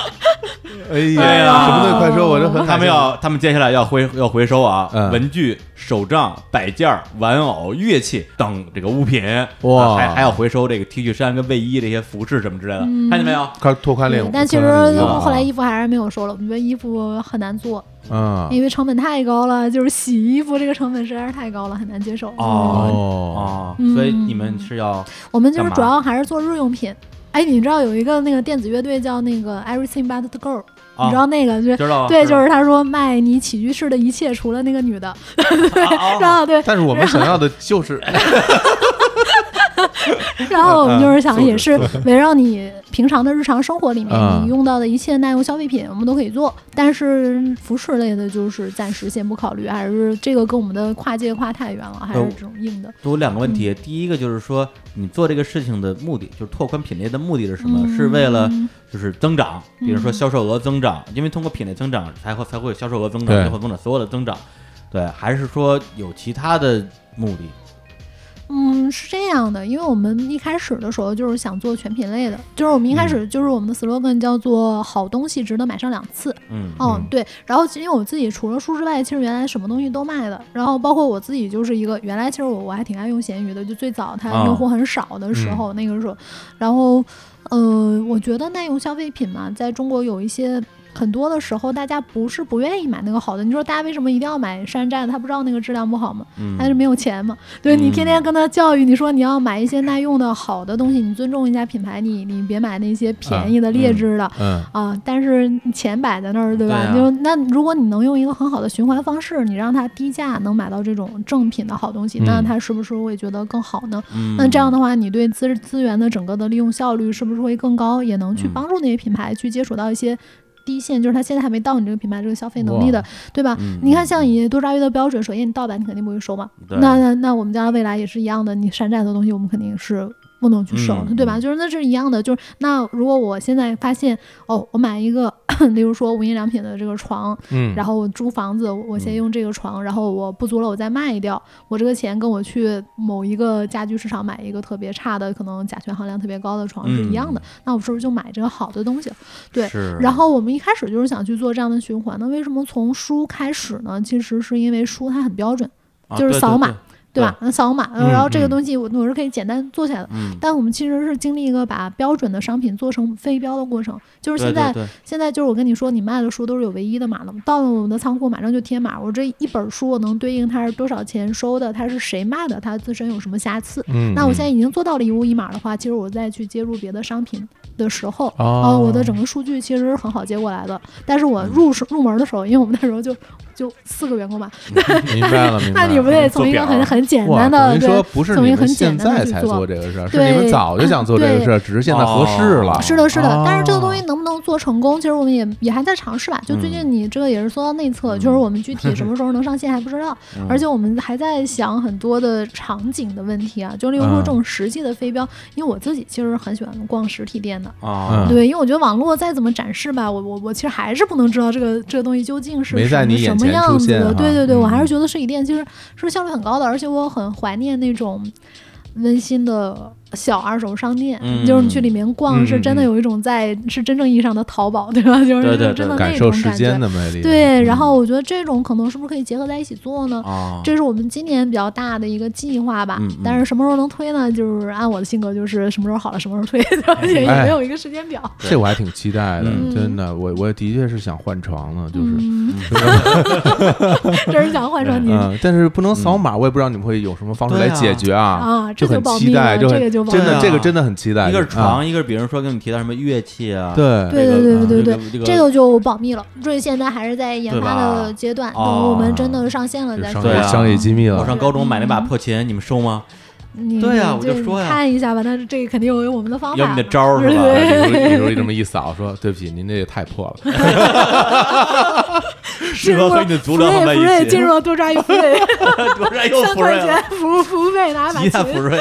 [SPEAKER 2] 哎
[SPEAKER 1] 哎呀
[SPEAKER 2] 什么东西？快说，我这很
[SPEAKER 1] 他们要，他们接下来要回要回收啊，
[SPEAKER 2] 嗯
[SPEAKER 1] 文具、手账、摆件儿、玩偶、乐器等这个物品。
[SPEAKER 2] 哇
[SPEAKER 1] 啊还还要回收这个 T 恤衫跟卫衣这些服饰什么之类的，看见没有？
[SPEAKER 2] 快拓宽领
[SPEAKER 3] 对
[SPEAKER 2] 域。
[SPEAKER 3] 但其
[SPEAKER 2] 拓宽领域
[SPEAKER 3] 实
[SPEAKER 2] 啊
[SPEAKER 3] 后来衣服还是没有收了，我觉得衣服很难做，
[SPEAKER 1] 啊
[SPEAKER 2] 嗯
[SPEAKER 3] 因为成本太高了，就是洗衣服这个成本实在是太高了，很难接受。
[SPEAKER 1] 哦
[SPEAKER 2] 哦
[SPEAKER 1] 哦，
[SPEAKER 3] 嗯
[SPEAKER 1] 所以你们是要
[SPEAKER 3] 我们就是
[SPEAKER 1] 干嘛
[SPEAKER 3] 主要还是做日用品。哎，你知道有一个那个电子乐队叫那个 Everything But the Girl，
[SPEAKER 1] 啊
[SPEAKER 3] 你知道那个就
[SPEAKER 1] 知道吧？
[SPEAKER 3] 对，就是他说卖你起居室的一切，除了那个女的，
[SPEAKER 1] 啊
[SPEAKER 3] 然
[SPEAKER 1] 啊
[SPEAKER 3] 后对，
[SPEAKER 2] 但是我们想要的 就是，
[SPEAKER 3] 然后我们就是
[SPEAKER 2] 嗯嗯
[SPEAKER 3] 想也是 围绕你平常的日常生活里面
[SPEAKER 2] 嗯
[SPEAKER 3] 你用到的一切耐用消费品，我们都可以做。但是服饰类的，就是暂时先不考虑，还是这个跟我们的跨界跨太远了，还是
[SPEAKER 1] 嗯
[SPEAKER 3] 这种硬的。
[SPEAKER 1] 我有两个问
[SPEAKER 3] 嗯
[SPEAKER 1] 题，第一个就是说，你做这个事情的目的，就是拓宽品类的目的是什么？
[SPEAKER 3] 嗯
[SPEAKER 1] 是为了就是增长，比如说
[SPEAKER 3] 嗯
[SPEAKER 1] 销售额增长，因为通过品类增长才会才会有销售额增长，
[SPEAKER 2] 对
[SPEAKER 1] 最后增长所有的增长，对，还是说有其他的目的？
[SPEAKER 3] 嗯，是这样的，因为我们一开始的时候就是想做全品类的，就是我们
[SPEAKER 2] 嗯
[SPEAKER 3] 一开始就是我们的 slogan 叫做“好东西值得买上两次”。
[SPEAKER 1] 嗯，
[SPEAKER 3] 哦
[SPEAKER 2] 嗯，
[SPEAKER 3] 对，然后因为我自己除了书之外，其实原来什么东西都卖的，然后包括我自己就是一个原来其实我我还挺爱用闲鱼的，就最早它
[SPEAKER 1] 啊嗯
[SPEAKER 3] 用户很少的时候，那个时候，然后呃，我觉得耐用消费品嘛，在中国有一些。很多的时候，大家不是不愿意买那个好的。你说大家为什么一定要买山寨的？他不知道那个质量不好吗？
[SPEAKER 1] 嗯
[SPEAKER 3] 他是没有钱嘛？对你天天跟他教育，你说你要买一些耐用的好的东西，你尊重一下品牌，你你别买那些便宜的劣
[SPEAKER 1] 嗯
[SPEAKER 3] 质的。
[SPEAKER 2] 嗯，
[SPEAKER 3] 啊，但是钱摆在那儿，对吧？
[SPEAKER 1] 对啊
[SPEAKER 3] 就那如果你能用一个很好的循环方式，你让它低价能买到这种正品的好东西，那
[SPEAKER 2] 嗯
[SPEAKER 3] 它是不是会觉得更好呢？
[SPEAKER 1] 嗯
[SPEAKER 3] 那这样的话，你对资资源的整个的利用效率是不是会更高？也能去
[SPEAKER 1] 嗯
[SPEAKER 3] 帮助那些品牌去接触到一些低线，就是它现在还没到你这个品牌这个消费能力的，对吧？
[SPEAKER 1] 嗯
[SPEAKER 3] 你看，像以多抓鱼的标准，首先你盗版你肯定不会收嘛，
[SPEAKER 1] 对
[SPEAKER 3] 那那那我们家未来也是一样的，你山寨的东西我们肯定是不能去收，
[SPEAKER 1] 嗯
[SPEAKER 3] 对吧？
[SPEAKER 1] 嗯
[SPEAKER 3] 就是那是一样的，就是那如果我现在发现哦，我买一个， 例如说无印良品的这个床，
[SPEAKER 2] 嗯
[SPEAKER 3] 然后我租房子，我
[SPEAKER 1] 嗯
[SPEAKER 3] 我先用这个床，然后我不租了，我再卖掉，我这个钱跟我去某一个家居市场买一个特别差的，可能甲醛含量特别高的床是一样的，那我是不是就买这个好的东西？对
[SPEAKER 1] 嗯是
[SPEAKER 3] 然后我们一开始就是想去做这样的循环，那为什么从书开始呢？其实是因为书它很标准，
[SPEAKER 1] 啊
[SPEAKER 3] 就是
[SPEAKER 1] 对
[SPEAKER 3] 扫码
[SPEAKER 1] 对对
[SPEAKER 3] 对吧？那扫码，
[SPEAKER 2] 嗯
[SPEAKER 3] 然后这个
[SPEAKER 2] 嗯
[SPEAKER 3] 东西我我是可以简单做起来的。
[SPEAKER 1] 嗯，
[SPEAKER 3] 但我们其实是经历一个把标准的商品做成非标的过程，就是现
[SPEAKER 1] 对
[SPEAKER 3] 在
[SPEAKER 1] 对对
[SPEAKER 3] 现在就是我跟你说，你卖的书都是有唯一的码的，到了我们的仓库马上就贴码，我这一本书我能对应它是多少钱收的，它是谁卖的，它自身有什么瑕疵。
[SPEAKER 2] 嗯，
[SPEAKER 3] 那我现在已经做到了一物一码的话，其实我再去接入别的商品的时候，
[SPEAKER 2] 哦
[SPEAKER 3] 呃我的整个数据其实是很好接过来的。但是我入手入门的时候，因为我们那时候就就四个员工嘛，
[SPEAKER 2] 在明白了，明白
[SPEAKER 3] 那
[SPEAKER 2] 了。
[SPEAKER 3] 你不得从一个
[SPEAKER 1] 做表
[SPEAKER 3] 很很简
[SPEAKER 2] 哇，
[SPEAKER 3] 单
[SPEAKER 2] 等
[SPEAKER 3] 的
[SPEAKER 2] 于
[SPEAKER 3] 对
[SPEAKER 2] 说不是
[SPEAKER 3] 从一
[SPEAKER 2] 你
[SPEAKER 3] 个
[SPEAKER 2] 们
[SPEAKER 3] 很
[SPEAKER 2] 现
[SPEAKER 3] 简单
[SPEAKER 2] 在
[SPEAKER 3] 的去
[SPEAKER 2] 才
[SPEAKER 3] 做
[SPEAKER 2] 做这个事儿，是你们
[SPEAKER 3] 对
[SPEAKER 2] 早就想做这个事儿，只是现在合
[SPEAKER 1] 哦
[SPEAKER 2] 适了。
[SPEAKER 3] 是的，是的，但是这个东西
[SPEAKER 2] 哦
[SPEAKER 3] 能不能做成功，其实我们也也还在尝试吧。就最近你这个也是说到内测，就是我们具体什么 时候能上线还不知道，
[SPEAKER 1] 嗯
[SPEAKER 3] 而且我们还在想很多的场景的问题啊，就例如说这种实际的飞镖，因为我自己其实很喜欢逛实体店的，
[SPEAKER 1] 啊，
[SPEAKER 2] 嗯
[SPEAKER 3] 对，因为我觉得网络再怎么展示吧，我我我其实还是不能知道这个这个东西究竟是
[SPEAKER 2] 没
[SPEAKER 3] 什
[SPEAKER 2] 在
[SPEAKER 3] 么
[SPEAKER 2] 你眼
[SPEAKER 3] 什么
[SPEAKER 2] 前
[SPEAKER 3] 样
[SPEAKER 2] 出
[SPEAKER 3] 子
[SPEAKER 2] 现
[SPEAKER 3] 的。
[SPEAKER 2] 哈
[SPEAKER 3] 对对对，我还
[SPEAKER 2] 嗯
[SPEAKER 3] 是觉得实体店其实是效率很高的，而且我很怀念那种温馨的小二手商店，
[SPEAKER 1] 嗯
[SPEAKER 3] 就是你去里面逛，
[SPEAKER 2] 嗯
[SPEAKER 3] 是真的
[SPEAKER 2] 嗯嗯
[SPEAKER 3] 有一种在是真正意义上的淘宝，对吧？就是
[SPEAKER 1] 对对
[SPEAKER 3] 是真的
[SPEAKER 2] 感
[SPEAKER 3] 那
[SPEAKER 2] 受
[SPEAKER 3] 种
[SPEAKER 2] 时
[SPEAKER 3] 感
[SPEAKER 2] 间
[SPEAKER 3] 觉。
[SPEAKER 2] 的魅力。
[SPEAKER 3] 对，然
[SPEAKER 2] 嗯哦
[SPEAKER 3] 后我觉得这种可能是不是可以结合在一起做呢？
[SPEAKER 1] 啊，
[SPEAKER 3] 这是我们今年比较大的一个计划吧。
[SPEAKER 1] 嗯嗯
[SPEAKER 3] 但是什么时候能推呢？就是按我的性格，就是什么时候好了什么时候推，对吧也也
[SPEAKER 2] 哎
[SPEAKER 3] 没有一个时间表。
[SPEAKER 2] 这我还挺期待的，
[SPEAKER 1] 嗯
[SPEAKER 2] 真的，我我的确是想换床呢，就是。
[SPEAKER 3] 嗯，真是想换成你
[SPEAKER 2] 嗯，但是不能扫码，我也不知道你们会有什么方式
[SPEAKER 1] 对
[SPEAKER 2] 来
[SPEAKER 1] 啊
[SPEAKER 2] 解决啊，
[SPEAKER 3] 啊，
[SPEAKER 2] 就
[SPEAKER 3] 这就
[SPEAKER 2] 很
[SPEAKER 3] 保
[SPEAKER 2] 期
[SPEAKER 3] 密
[SPEAKER 2] 待，
[SPEAKER 3] 了，
[SPEAKER 2] 就
[SPEAKER 3] 这
[SPEAKER 2] 很
[SPEAKER 3] 个就保密
[SPEAKER 2] 真
[SPEAKER 1] 密
[SPEAKER 2] 的，
[SPEAKER 1] 了
[SPEAKER 2] 这个真的很期待。
[SPEAKER 1] 一个是
[SPEAKER 2] 啊
[SPEAKER 1] 床，一个是比如说跟你提到什么乐器啊，
[SPEAKER 2] 对，
[SPEAKER 3] 对对对
[SPEAKER 1] 对，
[SPEAKER 3] 对对
[SPEAKER 1] 这个
[SPEAKER 3] 这个就保密了，所以现在还是在研发
[SPEAKER 1] 对吧
[SPEAKER 3] 的阶段，等
[SPEAKER 1] 哦
[SPEAKER 3] 我们真的上线了
[SPEAKER 2] 就
[SPEAKER 3] 再
[SPEAKER 2] 是
[SPEAKER 3] 说
[SPEAKER 2] 商
[SPEAKER 1] 对
[SPEAKER 2] 业
[SPEAKER 1] 啊。
[SPEAKER 2] 商业机密
[SPEAKER 1] 我
[SPEAKER 2] 了。
[SPEAKER 1] 上高中买那把破琴，你们收吗？
[SPEAKER 3] 你
[SPEAKER 1] 对呀
[SPEAKER 3] 你
[SPEAKER 1] 我就
[SPEAKER 3] 这
[SPEAKER 1] 说呀
[SPEAKER 3] 你看一下吧，但是这个肯定有有我们的方法
[SPEAKER 1] 有
[SPEAKER 3] 嘛，
[SPEAKER 1] 你的招儿是吧
[SPEAKER 3] 对
[SPEAKER 2] 啊比如比如这么一扫，说对不起，您这也太破了。
[SPEAKER 1] 适合和你的足疗放在
[SPEAKER 3] 福瑞福瑞
[SPEAKER 1] 一起
[SPEAKER 3] 进。入了多抓一福瑞，
[SPEAKER 1] 多 然 又
[SPEAKER 3] 三
[SPEAKER 1] 福瑞了
[SPEAKER 3] 块钱，服务服务 费拿把
[SPEAKER 1] 极大
[SPEAKER 3] 琴，
[SPEAKER 1] 福瑞，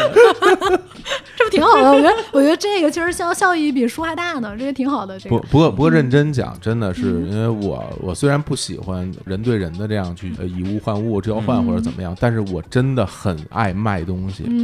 [SPEAKER 3] 这不挺好的？我觉得我觉得这个其实效效益比书还大呢，这个挺好的。这
[SPEAKER 2] 不
[SPEAKER 3] 个
[SPEAKER 2] 不过不过认真讲，真的是因为我我虽然不喜欢人对人的这样去呃以物换物交换或者怎么样，但是我真的很爱卖东西。
[SPEAKER 3] 嗯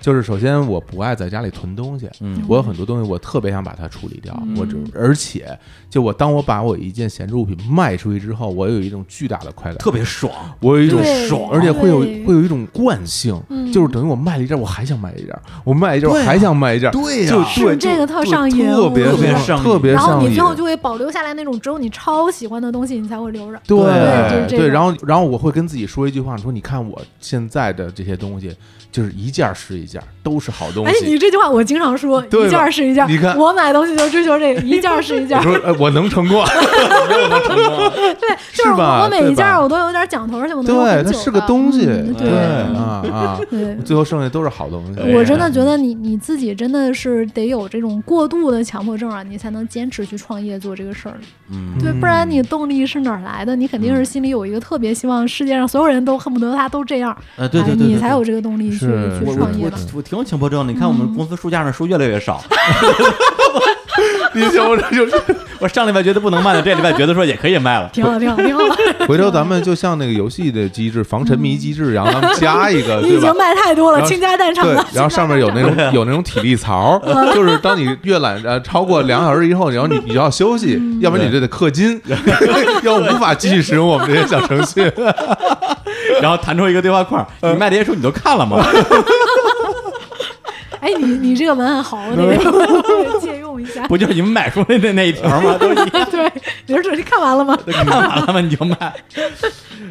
[SPEAKER 2] 就是首先我不爱在家里囤东西，
[SPEAKER 1] 嗯
[SPEAKER 2] 我有很多东西我特别想把它处理掉，
[SPEAKER 3] 嗯
[SPEAKER 2] 我只而且就我当我把我一件闲置物品卖出去之后，我有一种巨大的快感，
[SPEAKER 1] 特别 爽，
[SPEAKER 2] 我有一种
[SPEAKER 3] 对
[SPEAKER 1] 爽
[SPEAKER 2] 而且会有
[SPEAKER 3] 对
[SPEAKER 2] 会有一种惯性，
[SPEAKER 3] 嗯
[SPEAKER 2] 就是等于我卖了一件，我还想买一件，我卖了一件，我
[SPEAKER 1] 对啊
[SPEAKER 2] 还想买一件，
[SPEAKER 1] 对呀
[SPEAKER 2] 就
[SPEAKER 3] 对
[SPEAKER 2] 对
[SPEAKER 3] 是这个特
[SPEAKER 2] 就
[SPEAKER 3] 上瘾
[SPEAKER 2] 特别
[SPEAKER 1] 我觉得
[SPEAKER 2] 上
[SPEAKER 1] 特
[SPEAKER 2] 特
[SPEAKER 1] 别
[SPEAKER 2] 别
[SPEAKER 3] 然后
[SPEAKER 2] 上
[SPEAKER 3] 你
[SPEAKER 2] 瘾
[SPEAKER 3] 最。后就会保留下来那种只有你超喜欢的东西，你才会留着。
[SPEAKER 2] 对
[SPEAKER 3] 对就是这种
[SPEAKER 2] 然后然后我会跟自己说一句话，说你看我现在的这些东西，就是一件是一件，都是好东
[SPEAKER 3] 哎，你
[SPEAKER 2] 西。
[SPEAKER 3] 这句话我经常说，
[SPEAKER 2] 对吧
[SPEAKER 3] 一件儿是一件儿。
[SPEAKER 2] 你看
[SPEAKER 3] 我买东西就追求这个，一件儿是一件
[SPEAKER 2] 我
[SPEAKER 3] 儿。
[SPEAKER 2] 说呃我能成 功，我没有能成功，
[SPEAKER 3] 对，就是
[SPEAKER 2] 是吧
[SPEAKER 3] 我每一
[SPEAKER 2] 对
[SPEAKER 3] 件
[SPEAKER 2] 吧
[SPEAKER 3] 儿我都有点讲头，而且我能用
[SPEAKER 2] 对，
[SPEAKER 3] 很
[SPEAKER 2] 它
[SPEAKER 3] 久
[SPEAKER 2] 是个
[SPEAKER 3] 的
[SPEAKER 2] 东西，
[SPEAKER 3] 嗯
[SPEAKER 2] 对啊啊，
[SPEAKER 3] 对。
[SPEAKER 2] 最后剩下都是好东西。
[SPEAKER 1] 对
[SPEAKER 3] 我真的觉得你你自己真的是得有这种过度的强迫症啊，你才能坚持去创业做这个事儿。
[SPEAKER 1] 嗯，
[SPEAKER 3] 对，
[SPEAKER 2] 嗯
[SPEAKER 3] 不然你动力是哪儿来的？你肯定是心里有一个特别希望世界上所有人都恨不得他都这样，
[SPEAKER 1] 呃，对对对，
[SPEAKER 3] 哎
[SPEAKER 1] 对
[SPEAKER 3] 你才有这个动力去
[SPEAKER 2] 是
[SPEAKER 3] 去
[SPEAKER 1] 我
[SPEAKER 3] 创嗯业
[SPEAKER 1] 我
[SPEAKER 3] 嘛。
[SPEAKER 1] 我挺有强迫症的，你看我们公司书架上的书越来越 少，
[SPEAKER 2] 你想我这就是
[SPEAKER 1] 我上礼拜觉得不能卖了，这礼拜觉得说也可以卖了，
[SPEAKER 3] 挺好，挺好，挺好。
[SPEAKER 2] 回头咱们就像那个游戏的机制，防沉迷机制，然后咱们加一 个，
[SPEAKER 3] 嗯你已
[SPEAKER 2] 对吧
[SPEAKER 3] 经？卖太多
[SPEAKER 2] 然
[SPEAKER 3] 了，
[SPEAKER 2] 后
[SPEAKER 3] 倾家荡产
[SPEAKER 2] 对
[SPEAKER 3] 了。，嗯
[SPEAKER 2] 然后上面有那种有那种体力槽，就是当你阅览呃超过两小时以后，然后你你就要休息，
[SPEAKER 3] 嗯
[SPEAKER 2] 要不然你就得氪金，要无法继续使用我们这些小程序。
[SPEAKER 1] 然后弹出一个对话框，
[SPEAKER 2] 嗯
[SPEAKER 1] 你卖这些书你都看了吗？
[SPEAKER 3] 哎，你你这个文案好，我得我 得借用一下。
[SPEAKER 1] 不就是你们买书那那那一条 吗？嗯都一样
[SPEAKER 3] 对，你说这你看完了吗？
[SPEAKER 1] 都看完了吗？你就 卖。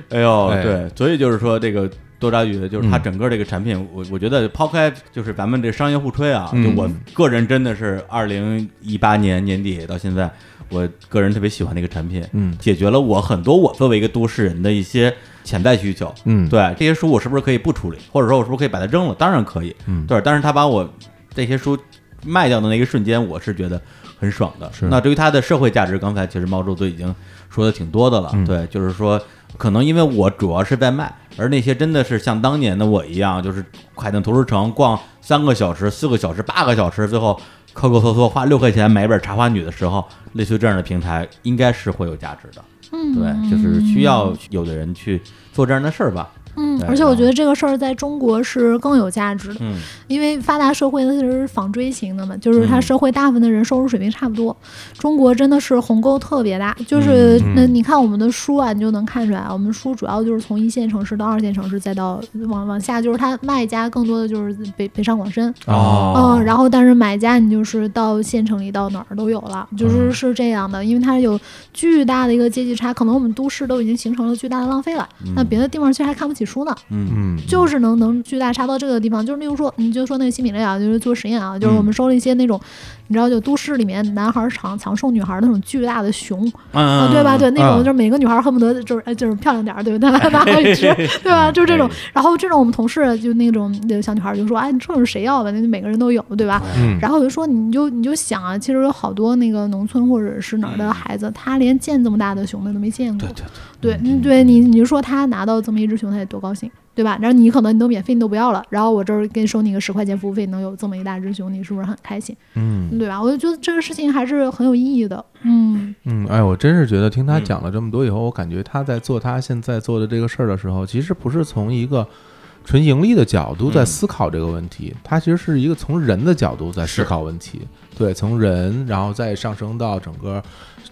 [SPEAKER 1] 哎呦，
[SPEAKER 2] 哎嗯
[SPEAKER 1] 对，所以就是说这个多抓鱼，就是它整个这个产品，我我觉得抛开就是咱们这商业互吹啊，
[SPEAKER 2] 嗯
[SPEAKER 1] 就我个人真的是二零一八年年底到现在，我个人特别喜欢这个产品，
[SPEAKER 2] 嗯
[SPEAKER 1] 解决了我很多我作为一个都市人的一些潜在需求，
[SPEAKER 2] 嗯
[SPEAKER 1] 对，这些书我是不是可以不处理，或者说我是不是可以把它扔了？当然可以，
[SPEAKER 2] 嗯
[SPEAKER 1] 对，但是他把我这些书卖掉的那个瞬间，我是觉得很爽的。
[SPEAKER 2] 是
[SPEAKER 1] 那对于它的社会价值，刚才其实猫周都已经说的挺多的了。
[SPEAKER 2] 嗯
[SPEAKER 1] 对，就是说，可能因为我主要是在卖，而那些真的是像当年的我一样，就是海淀图书城逛三个小时、四个小时、八个小时，最后抠抠搜搜花六块钱买一本《茶花女》的时候，类似于这样的平台，应该是会有价值的。
[SPEAKER 3] 嗯，
[SPEAKER 1] 对，就是需要有的人去做这样的事儿吧。
[SPEAKER 3] 嗯
[SPEAKER 1] 对，
[SPEAKER 3] 而且我觉得这个事儿在中国是更有价值的，
[SPEAKER 1] 嗯，
[SPEAKER 3] 因为发达社会它是纺锥型的嘛，就是它
[SPEAKER 1] 嗯
[SPEAKER 3] 社会大部分的人收入水平差不多。中国真的是鸿沟特别大，就是
[SPEAKER 2] 嗯
[SPEAKER 3] 那你看我们的书啊，你就能看出来，我们书主要就是从一线城市到二线城市，再到往往下，就是它卖家更多的就是北北上广深，
[SPEAKER 1] 哦
[SPEAKER 3] 嗯，然后但是买家你就是到县城里到哪儿都有了，
[SPEAKER 1] 嗯
[SPEAKER 3] 就是是这样的，因为它有巨大的一个阶级差，可能我们都市都已经形成了巨大的浪费了，那别的地方其实还看不起书呢，
[SPEAKER 1] 嗯
[SPEAKER 2] 嗯，
[SPEAKER 3] 就是能能巨大差到这个地方，就是例如说，你就说那个新米类啊，就是做实验啊，就是我
[SPEAKER 1] 嗯
[SPEAKER 3] 们收了一些那种，你知道就都市里面男孩儿藏藏兽女孩儿那种巨大的熊，啊，
[SPEAKER 1] 嗯，
[SPEAKER 3] 对吧？对，那
[SPEAKER 2] 嗯
[SPEAKER 3] 种就是每个女孩恨不得就是哎就是漂亮点儿，对不对？拿回去吃，对吧？就是这种。然后这种我们同事就那种呃小女孩就说：“哎，你这种谁要的？那每个人都有，对吧？”
[SPEAKER 2] 嗯
[SPEAKER 3] 然后我就说：“你就你就想啊，其实有好多那个农村或者是哪儿的孩子，他连见这么大的熊的都没见过。
[SPEAKER 1] 对
[SPEAKER 3] 对嗯对，你你就说他拿到这么一只熊，他得多高兴。”对吧？然后你可能你都免费，你都不要了，然后我这儿给你收你个十块钱服务费，能有这么一大只熊，你是不是很开心？
[SPEAKER 2] 嗯
[SPEAKER 3] 对吧？我就觉得这个事情还是很有意义的。嗯，
[SPEAKER 2] 嗯，哎，我真是觉得听
[SPEAKER 1] 嗯
[SPEAKER 2] 他讲了这么多以后，我感觉他在做他现在做的这个事儿的时候，其实不是从一个。纯盈利的角度在
[SPEAKER 1] 嗯
[SPEAKER 2] 思考这个问题，他其实是一个从人的角度在思
[SPEAKER 1] 是
[SPEAKER 2] 考问题，
[SPEAKER 1] 嗯
[SPEAKER 2] 对，从人，然后再上升到整个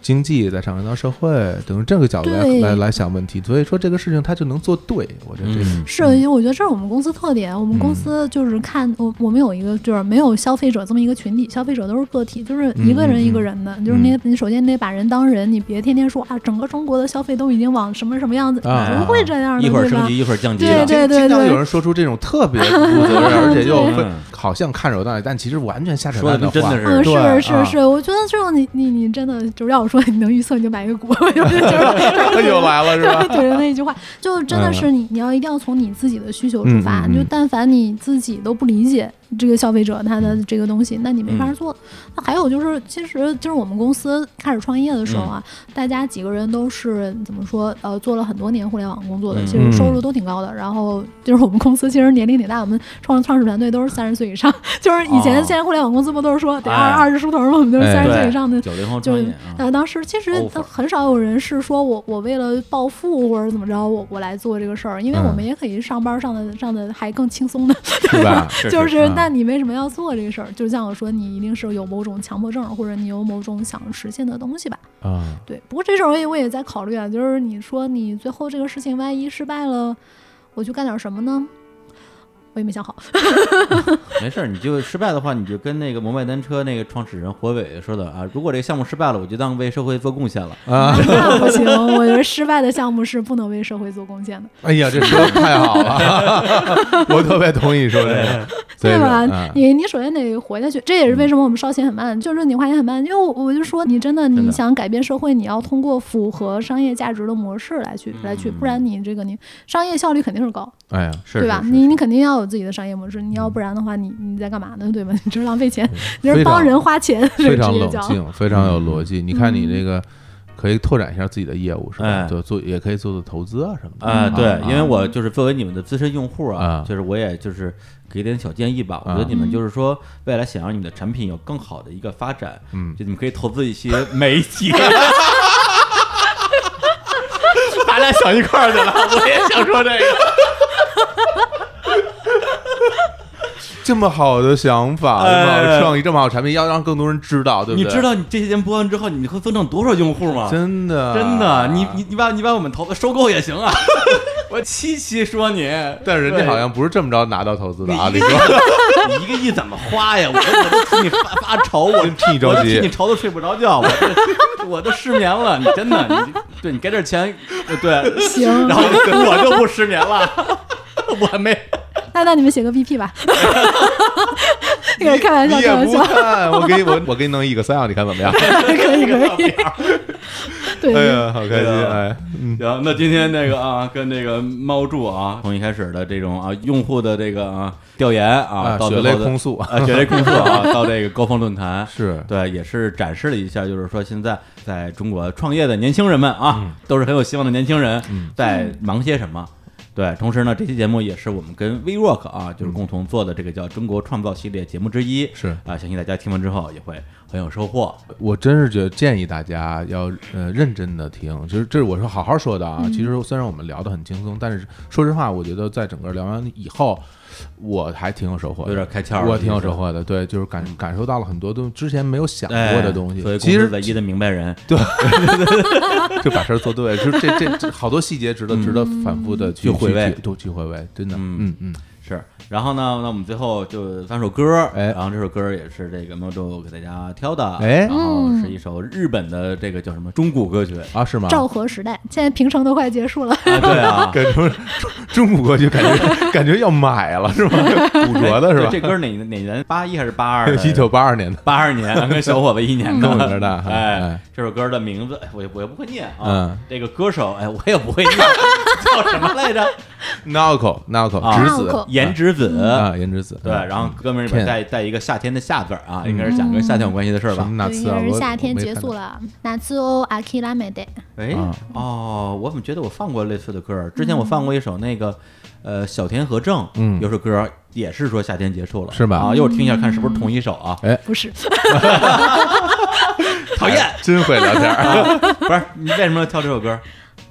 [SPEAKER 2] 经济，再上升到社会，等于这个角度来
[SPEAKER 3] 对
[SPEAKER 2] 来来想问题，所以说这个事情他就能做对，我觉得这个
[SPEAKER 1] 嗯
[SPEAKER 3] 是，因为我觉得这是我们公司特点。我们公司就是看我，我们有一个就是没有消费者这么一个群体，消费者都是个体，就是
[SPEAKER 1] 嗯
[SPEAKER 3] 一个人一个人的。就是你，你首先你得把人当人，你别天天说啊，整个中国的消费都已经往什么什么样子，
[SPEAKER 2] 啊
[SPEAKER 3] 不会这样的，
[SPEAKER 1] 一会儿
[SPEAKER 3] 嗯对
[SPEAKER 1] 升
[SPEAKER 3] 吧？
[SPEAKER 1] 级，一会儿降级
[SPEAKER 3] 对
[SPEAKER 1] 的。
[SPEAKER 3] 对
[SPEAKER 2] 经经常有人说出这种特别不负责任，而且又
[SPEAKER 1] 对
[SPEAKER 2] 分好像看着有道理，但其实完全瞎扯
[SPEAKER 1] 说
[SPEAKER 2] 淡
[SPEAKER 1] 的真
[SPEAKER 2] 话。
[SPEAKER 1] 的
[SPEAKER 3] 嗯，
[SPEAKER 1] 是，
[SPEAKER 2] 对啊
[SPEAKER 3] 是是是，我觉得这种你你你真的，就是要我说你能预测你就买一个股， 我就觉得
[SPEAKER 2] 又来了是吧？ 嗯
[SPEAKER 3] 怼着那句话，就真的是你，你要一定要从你自己的需求出发。
[SPEAKER 2] 嗯嗯嗯
[SPEAKER 3] 就但凡你自己都不理解这个消费者他的
[SPEAKER 2] 嗯
[SPEAKER 3] 这个东西，那你没法做。那还有就是，其实就是我们公司开始创业的时候啊，
[SPEAKER 2] 嗯
[SPEAKER 3] 大家几个人都是怎么说？呃，做了很多年互联网工作的，
[SPEAKER 1] 嗯
[SPEAKER 3] 其实收入都挺高的。然后就是我们公司其实年龄挺大，我们创创始团队都是三十岁以上， 就是以前
[SPEAKER 1] 哦
[SPEAKER 3] 现在互联网公司不都是说得
[SPEAKER 1] 哎
[SPEAKER 3] 二二十出头吗？我们都是
[SPEAKER 2] 哎
[SPEAKER 3] 三十岁
[SPEAKER 1] 对
[SPEAKER 3] 以上的
[SPEAKER 1] 九零后
[SPEAKER 3] 就
[SPEAKER 1] 创
[SPEAKER 3] 是
[SPEAKER 1] 业啊，
[SPEAKER 3] 呃，当时其实
[SPEAKER 1] Offer
[SPEAKER 3] 很少有人是说我我为了暴富或者怎么着， 我我来做这个事儿，因为我们也可以上班上的上的还更轻松的，
[SPEAKER 2] 是吧？
[SPEAKER 1] 嗯是嗯
[SPEAKER 3] 就是是但你为什么要做这个事儿？就像我说，你一定是有某种强迫症，或者你有某种想实现的东西吧。
[SPEAKER 2] 啊，
[SPEAKER 3] 对，不过这事儿我也我也在考虑啊，就是你说你最后这个事情万一失败了，我去干点什么呢？我也没想好。
[SPEAKER 1] 没事儿，你就失败的话，你就跟那个摩拜单车那个创始人火伟说的啊，如果这个项目失败了，我就当为社会做贡献了。
[SPEAKER 2] 啊，
[SPEAKER 3] 那不行，我觉得失败的项目是不能为社会做贡献的，
[SPEAKER 2] 哎呀，这说的太好了， 我特别同意你说这个，对
[SPEAKER 3] 吧？
[SPEAKER 2] 嗯
[SPEAKER 3] 你你首先得活下去，这也是为什么我们烧钱很慢，就是你花钱很慢，因为我我就说你真的
[SPEAKER 1] 真
[SPEAKER 3] 你
[SPEAKER 1] 的
[SPEAKER 3] 想改变社会，你要通过符合商业价值的模式来去来去，不然
[SPEAKER 2] 嗯
[SPEAKER 3] 你这个你商业效率肯定是高，
[SPEAKER 2] 哎呀，
[SPEAKER 1] 是
[SPEAKER 3] 对吧？
[SPEAKER 1] 是是
[SPEAKER 3] 你你肯定要有自己的商业模式，你要不然的话，你你在干嘛呢？对吧？你这是浪费钱，你是
[SPEAKER 2] 非常
[SPEAKER 3] 帮人花钱，这
[SPEAKER 2] 非
[SPEAKER 3] 个
[SPEAKER 2] 常
[SPEAKER 3] 职业
[SPEAKER 2] 冷
[SPEAKER 3] 叫。
[SPEAKER 2] 静，非常有逻
[SPEAKER 1] 嗯
[SPEAKER 2] 辑。你看你这个可以拓展一下自己的业务，是吧？
[SPEAKER 1] 哎
[SPEAKER 2] 就做也可以做做投资啊什么的
[SPEAKER 1] 啊、对
[SPEAKER 2] 啊，
[SPEAKER 1] 因为我就是作为你们的资深用户啊，
[SPEAKER 2] 啊
[SPEAKER 1] 就是我也就是给点小建议吧。我觉
[SPEAKER 2] 啊
[SPEAKER 1] 得你
[SPEAKER 3] 嗯
[SPEAKER 1] 们就是说，未来想让你们的产品有更好的一个发展，
[SPEAKER 2] 嗯
[SPEAKER 1] 就你们可以投资一些媒体。咱俩想一块儿去了，我也想说这个。
[SPEAKER 2] 这么好的想法，这
[SPEAKER 1] 哎
[SPEAKER 2] 么好的创意，这么好的产品，要让更多人知道， 对不
[SPEAKER 1] 你
[SPEAKER 2] 对？
[SPEAKER 1] 知道你这些年播完之后，你会增长多少用户吗？
[SPEAKER 2] 真的
[SPEAKER 1] 真的，你你你把你把我们投资收购也行啊。 我七七说你，
[SPEAKER 2] 但是人家
[SPEAKER 1] 对
[SPEAKER 2] 好像不是这么着拿到投资的啊，
[SPEAKER 1] 你
[SPEAKER 2] 李 哥，
[SPEAKER 1] 你一个亿怎么花呀？我我都替你发发愁，我
[SPEAKER 2] 真替你着急
[SPEAKER 1] 我替你愁的睡不着觉，我这我都失眠了。你真的，你对你给点钱，呃对，
[SPEAKER 3] 行，
[SPEAKER 1] 然后我就不失眠了。我没，
[SPEAKER 3] 那那你们写个 BP 吧， 那个开玩笑，
[SPEAKER 2] 你
[SPEAKER 3] 开
[SPEAKER 2] 也
[SPEAKER 3] 玩
[SPEAKER 2] 不
[SPEAKER 3] 笑，
[SPEAKER 2] 看，我给你我我给你弄一个三样，你看怎么样？
[SPEAKER 3] 可以可以，
[SPEAKER 2] 哎
[SPEAKER 3] 对对
[SPEAKER 2] 呀，好开心，
[SPEAKER 1] 对啊
[SPEAKER 2] 哎，嗯，
[SPEAKER 1] 行，那今天那个啊，跟那个猫柱啊，从一开始的这种啊用户的这个啊调研啊，
[SPEAKER 2] 啊
[SPEAKER 1] 到
[SPEAKER 2] 血
[SPEAKER 1] 最
[SPEAKER 2] 泪
[SPEAKER 1] 后的
[SPEAKER 2] 控诉
[SPEAKER 1] 啊血泪控诉 啊，到这个高峰论坛
[SPEAKER 2] 是
[SPEAKER 1] 对，也是展示了一下，就是说现在在中国创业的年轻人们啊，
[SPEAKER 2] 嗯
[SPEAKER 1] 都是很有希望的年轻人，在忙些什么。对，同时呢，这期节目也是我们跟 WeWork 啊，就是共同做的这个叫“中国创造”系列节目之一。
[SPEAKER 2] 是
[SPEAKER 1] 啊，相信大家听完之后也会很有收获。
[SPEAKER 2] 我真是觉得建议大家要呃认真的听，就是这是我说好好说的啊。其实虽然我们聊得很轻松，但是说实话，我觉得在整个聊完以后，我还挺有收获的，
[SPEAKER 1] 有点开窍了
[SPEAKER 2] 我挺有收获的。对，就是感感受到了很多东之前没有想过的东西
[SPEAKER 1] 哎作为。
[SPEAKER 2] 其
[SPEAKER 1] 公司
[SPEAKER 2] 实
[SPEAKER 1] 唯一的明白人，
[SPEAKER 2] 就把事儿做对，就是这这这好多细节值得值得反复的去
[SPEAKER 1] 去嗯回味
[SPEAKER 2] 去都去回味，真的，嗯
[SPEAKER 1] 嗯
[SPEAKER 2] 嗯，
[SPEAKER 1] 是，然后呢，那我们最后就放首歌，
[SPEAKER 2] 哎
[SPEAKER 1] 然后这首歌也是这个猫周给大家挑的，
[SPEAKER 2] 哎
[SPEAKER 1] 然后是一首日本的这个叫什么中古歌曲，
[SPEAKER 2] 啊是吗？
[SPEAKER 3] 昭和时代，现在平成都快结束了，
[SPEAKER 1] 啊，对 啊，
[SPEAKER 2] 感觉中中国就感觉感觉要买了是 吗？ 古着的是吧？
[SPEAKER 1] 这？歌哪哪年？八一还是八二
[SPEAKER 2] 一九八二年的，
[SPEAKER 1] 八二年，跟小伙子一年
[SPEAKER 2] 跟我
[SPEAKER 1] 的。
[SPEAKER 2] 觉得哈
[SPEAKER 1] 哎
[SPEAKER 2] 哎，
[SPEAKER 1] 这首歌的名字，哎我也我也不会念啊
[SPEAKER 2] 嗯。
[SPEAKER 1] 这个歌手，哎，我也不会念， 叫什么来着？
[SPEAKER 2] Naoko Naoko
[SPEAKER 1] 啊
[SPEAKER 2] 直子
[SPEAKER 3] Naoko
[SPEAKER 1] 颜值子。
[SPEAKER 2] 啊，颜值子
[SPEAKER 1] 对，然后歌名里边
[SPEAKER 2] 骗
[SPEAKER 1] 带带一个夏天的夏字儿啊，应该是讲跟夏天有关系的事儿
[SPEAKER 2] 什
[SPEAKER 1] 吧
[SPEAKER 2] 么？ 那 次啊，
[SPEAKER 3] 应该
[SPEAKER 2] 我
[SPEAKER 3] 是夏天结束，
[SPEAKER 2] 我没看到
[SPEAKER 3] 了，哪次哦阿基拉美的，
[SPEAKER 1] 哎
[SPEAKER 2] 啊，
[SPEAKER 1] 哦，我怎么觉得我放过类似的歌儿？之前我放过一首那个，呃，小田和正，
[SPEAKER 2] 嗯
[SPEAKER 1] 有首歌儿也是说夏天结束了，
[SPEAKER 2] 是吧
[SPEAKER 1] 啊，一会儿听一下看是不是同一首 啊？
[SPEAKER 3] 不是，
[SPEAKER 1] 讨厌，
[SPEAKER 2] 真会聊 天儿啊
[SPEAKER 1] 不是你为什么要挑这首歌儿？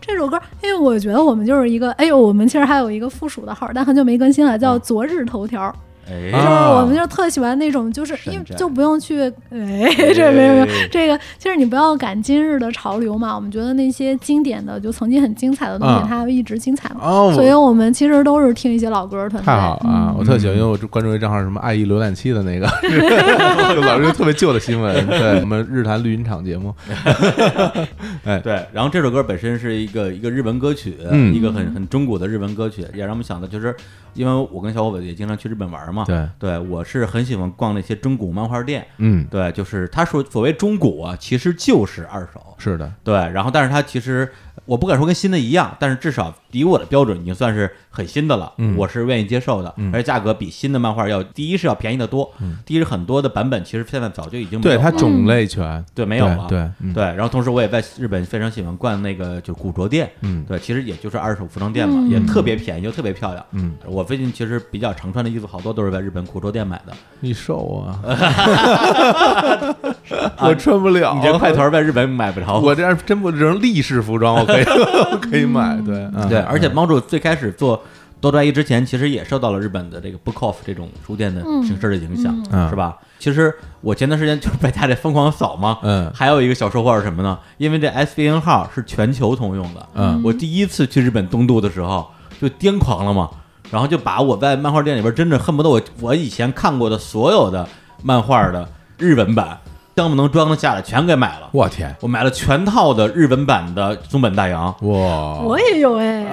[SPEAKER 3] 这首歌，因为哎我觉得我们就是一个，哎呦，我们其实还有一个附属的号，但很久没更新了，
[SPEAKER 2] 嗯
[SPEAKER 3] 叫昨日头条，
[SPEAKER 1] 哎，
[SPEAKER 3] 就是
[SPEAKER 2] 啊
[SPEAKER 3] 我们就是特喜欢那种，就是因为
[SPEAKER 1] 山寨
[SPEAKER 3] 就不用去，哎， 这没有没有
[SPEAKER 1] 哎
[SPEAKER 3] 这个，其实你不要赶今日的潮流嘛，我们觉得那些经典的，就曾经很精彩的东
[SPEAKER 2] 啊
[SPEAKER 3] 西，它会一直精彩嘛，
[SPEAKER 2] 哦，
[SPEAKER 3] 所以我们其实都是听一些老歌儿团队。
[SPEAKER 2] 太好了
[SPEAKER 3] 嗯
[SPEAKER 2] 啊！我特喜欢，因为我关注一账号，什么爱意浏览器的那个， 就老是特别旧的新闻。对，我们日坛绿茵场节目，
[SPEAKER 1] 对，然后这首歌本身是一个一个日文歌曲，
[SPEAKER 2] 嗯
[SPEAKER 1] 一个很很中古的日文歌曲，也让我们想到，就是因为我跟小伙伴也经常去日本玩嘛，
[SPEAKER 2] 对
[SPEAKER 1] 我是很喜欢逛那些中古漫画店，
[SPEAKER 2] 嗯，
[SPEAKER 1] 对，就是他说所谓中古啊，其实就是二手，
[SPEAKER 2] 是的，
[SPEAKER 1] 对，然后但是它其实我不敢说跟新的一样，但是至少以我的标准已经算是很新的了，
[SPEAKER 2] 嗯
[SPEAKER 1] 我是愿意接受的，而且价格比新的漫画要第一是要便宜的多，第一是很多的版本其实现在早就已经没
[SPEAKER 2] 嗯对
[SPEAKER 1] 有
[SPEAKER 2] 它
[SPEAKER 1] 了
[SPEAKER 3] 嗯
[SPEAKER 2] 种类全，
[SPEAKER 1] 对，没有了。
[SPEAKER 2] 对对嗯
[SPEAKER 1] 对，然后同时我也在日本非常喜欢逛那个就古着店，
[SPEAKER 2] 嗯
[SPEAKER 1] 对，其实也就是二手服装店嘛，也特别便宜又特别漂亮。
[SPEAKER 2] 嗯，
[SPEAKER 1] 我最近其实比较常穿的衣服好多都是在日本古着店买的。
[SPEAKER 2] 你 瘦啊，我穿不了，
[SPEAKER 1] 啊你这块头儿在日本买不着。
[SPEAKER 2] 哦我这样
[SPEAKER 1] 嗯
[SPEAKER 2] 真不只能立式服装，我可以我可以买，对嗯
[SPEAKER 1] 对，而且猫主最开始做多抓一之前其实也受到了日本的这个 Book Off 这种书店的
[SPEAKER 3] 嗯
[SPEAKER 1] 形式的影响，
[SPEAKER 2] 嗯
[SPEAKER 1] 是吧？其实我前段时间就是在 家里疯狂扫嘛，
[SPEAKER 2] 嗯
[SPEAKER 1] 还有一个小收获是什么呢？因为这 SVN 号是全球通用的，
[SPEAKER 2] 嗯
[SPEAKER 1] 我第一次去日本东渡的时候就癫狂了嘛，然后就把我在漫画店里边真的恨不得我我以前看过的所有的漫画的日文版，能不能装得下来全给买了。
[SPEAKER 2] 我天，
[SPEAKER 1] 我买了全套的日文版的松本大洋，
[SPEAKER 2] 哇
[SPEAKER 3] 我，也有哎，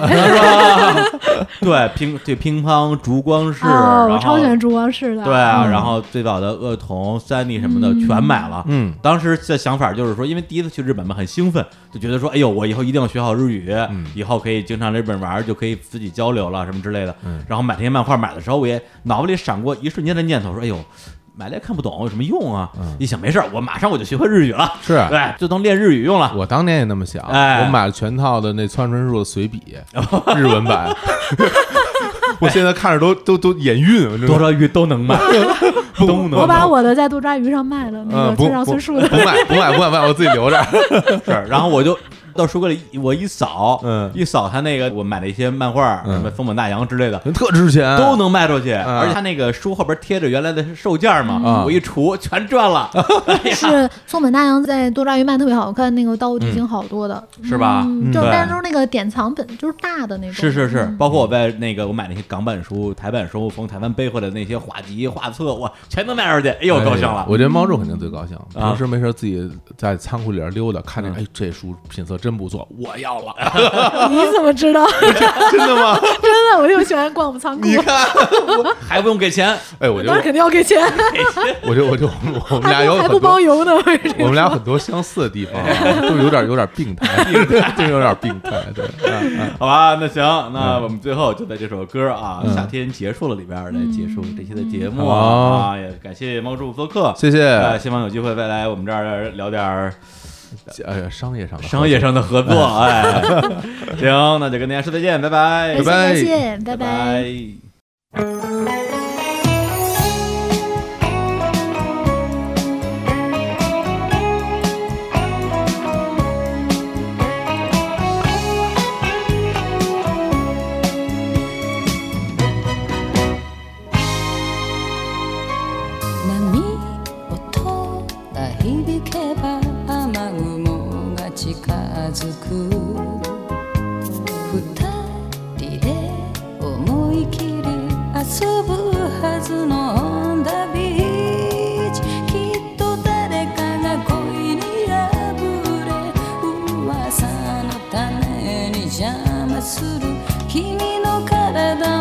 [SPEAKER 1] 对乒对乒乓、烛光室，
[SPEAKER 2] 啊
[SPEAKER 3] 哦，我
[SPEAKER 1] 然
[SPEAKER 3] 超
[SPEAKER 1] 后
[SPEAKER 3] 喜欢烛光室的，
[SPEAKER 1] 对啊，
[SPEAKER 3] 嗯
[SPEAKER 1] 然后最早的恶童、三 D 什么的
[SPEAKER 3] 嗯
[SPEAKER 1] 全买了。
[SPEAKER 2] 嗯
[SPEAKER 1] 当时的想法就是说，因为第一次去日本嘛，很兴奋，就觉得说，哎呦，我以后一定要学好日语，
[SPEAKER 2] 嗯
[SPEAKER 1] 以后可以经常来日本玩，就可以自己交流了什么之类的。
[SPEAKER 2] 嗯
[SPEAKER 1] 然后买这些漫画，买的时候我也脑子里闪过一瞬间的念头，说，哎呦。买来也看不懂有什么用啊？
[SPEAKER 2] 嗯
[SPEAKER 1] 一想没事儿，我马上我就学会日语了，
[SPEAKER 2] 是啊
[SPEAKER 1] 对，就当练日语用了。
[SPEAKER 2] 我当年也那么想，
[SPEAKER 1] 哎
[SPEAKER 2] 我买了全套的那川川树的随笔日文版， 我现在看着都都都眼晕，我真的
[SPEAKER 1] 多抓鱼都能 卖，
[SPEAKER 2] 不
[SPEAKER 1] 都能
[SPEAKER 3] 我把我的在多抓鱼上卖了，那
[SPEAKER 2] 嗯
[SPEAKER 3] 个
[SPEAKER 2] 不
[SPEAKER 3] 村上
[SPEAKER 2] 不
[SPEAKER 3] 春树的
[SPEAKER 2] 不买不买不买不买，我自己留着。
[SPEAKER 1] 是，然后我就到书柜里一，我一扫，
[SPEAKER 2] 嗯
[SPEAKER 1] 一扫他那个我买的一些漫画，
[SPEAKER 2] 嗯
[SPEAKER 1] 什么《风本大洋》之类的。
[SPEAKER 2] 特值钱，
[SPEAKER 1] 都能卖出去，
[SPEAKER 2] 啊
[SPEAKER 1] 而且他那个书后边贴着原来的售价嘛，
[SPEAKER 2] 嗯
[SPEAKER 1] 我一除全赚了，哎呀
[SPEAKER 3] 是松本大洋在多抓鱼卖特别好看，那个盗墓地形好多的，
[SPEAKER 1] 是吧
[SPEAKER 3] 嗯
[SPEAKER 2] 嗯
[SPEAKER 3] 就
[SPEAKER 1] 对
[SPEAKER 3] 但是都是那个典藏本，就是大的那种。
[SPEAKER 1] 是是是，
[SPEAKER 3] 嗯
[SPEAKER 1] 包括我在那个我买那些港版书、台版书，从台湾背回来的那些画集、画册，我全都卖出去，哎呦，高兴
[SPEAKER 2] 哎
[SPEAKER 1] 了。
[SPEAKER 2] 我觉得猫肉肯定最高兴，
[SPEAKER 1] 啊
[SPEAKER 2] 平时没事自己在仓库里边溜达，看见
[SPEAKER 1] 嗯
[SPEAKER 2] 哎这书品色真不 错，我要了，
[SPEAKER 3] 你怎么知道？
[SPEAKER 2] 真的吗？
[SPEAKER 3] 真的，我就喜欢逛我们仓库，
[SPEAKER 2] 你看，
[SPEAKER 1] 还不用给钱，
[SPEAKER 2] 哎，我就
[SPEAKER 3] 当然肯定要给钱，
[SPEAKER 2] 我就我就我们俩
[SPEAKER 3] 还
[SPEAKER 2] 有
[SPEAKER 3] 不还
[SPEAKER 2] 很
[SPEAKER 3] 不包
[SPEAKER 2] 多。
[SPEAKER 3] 邮呢。
[SPEAKER 2] 我们俩很多相似的地 方啊，都有点有点病态，真有点病态。对，啊
[SPEAKER 1] 好吧？那行，那我们最后就在这首歌啊，
[SPEAKER 2] 嗯
[SPEAKER 1] 夏天结束了里边儿来结束这期的节目
[SPEAKER 2] 好
[SPEAKER 1] 啊，啊也感谢猫叔做客
[SPEAKER 2] 啊，谢谢。
[SPEAKER 1] 呃，希望有机会再来我们这儿聊点儿
[SPEAKER 2] 哎呀，商业上的
[SPEAKER 1] 商业上的合作。哎， 行，那就跟大家说再见，拜拜，
[SPEAKER 2] 拜
[SPEAKER 3] 感哎谢，感谢拜
[SPEAKER 1] 拜拜。
[SPEAKER 4] 波音が響けば雨雲が近づく二人で思い切り遊ぶはずのオンダビーチきっと誰かが恋に破れ噂の種に邪魔する君の体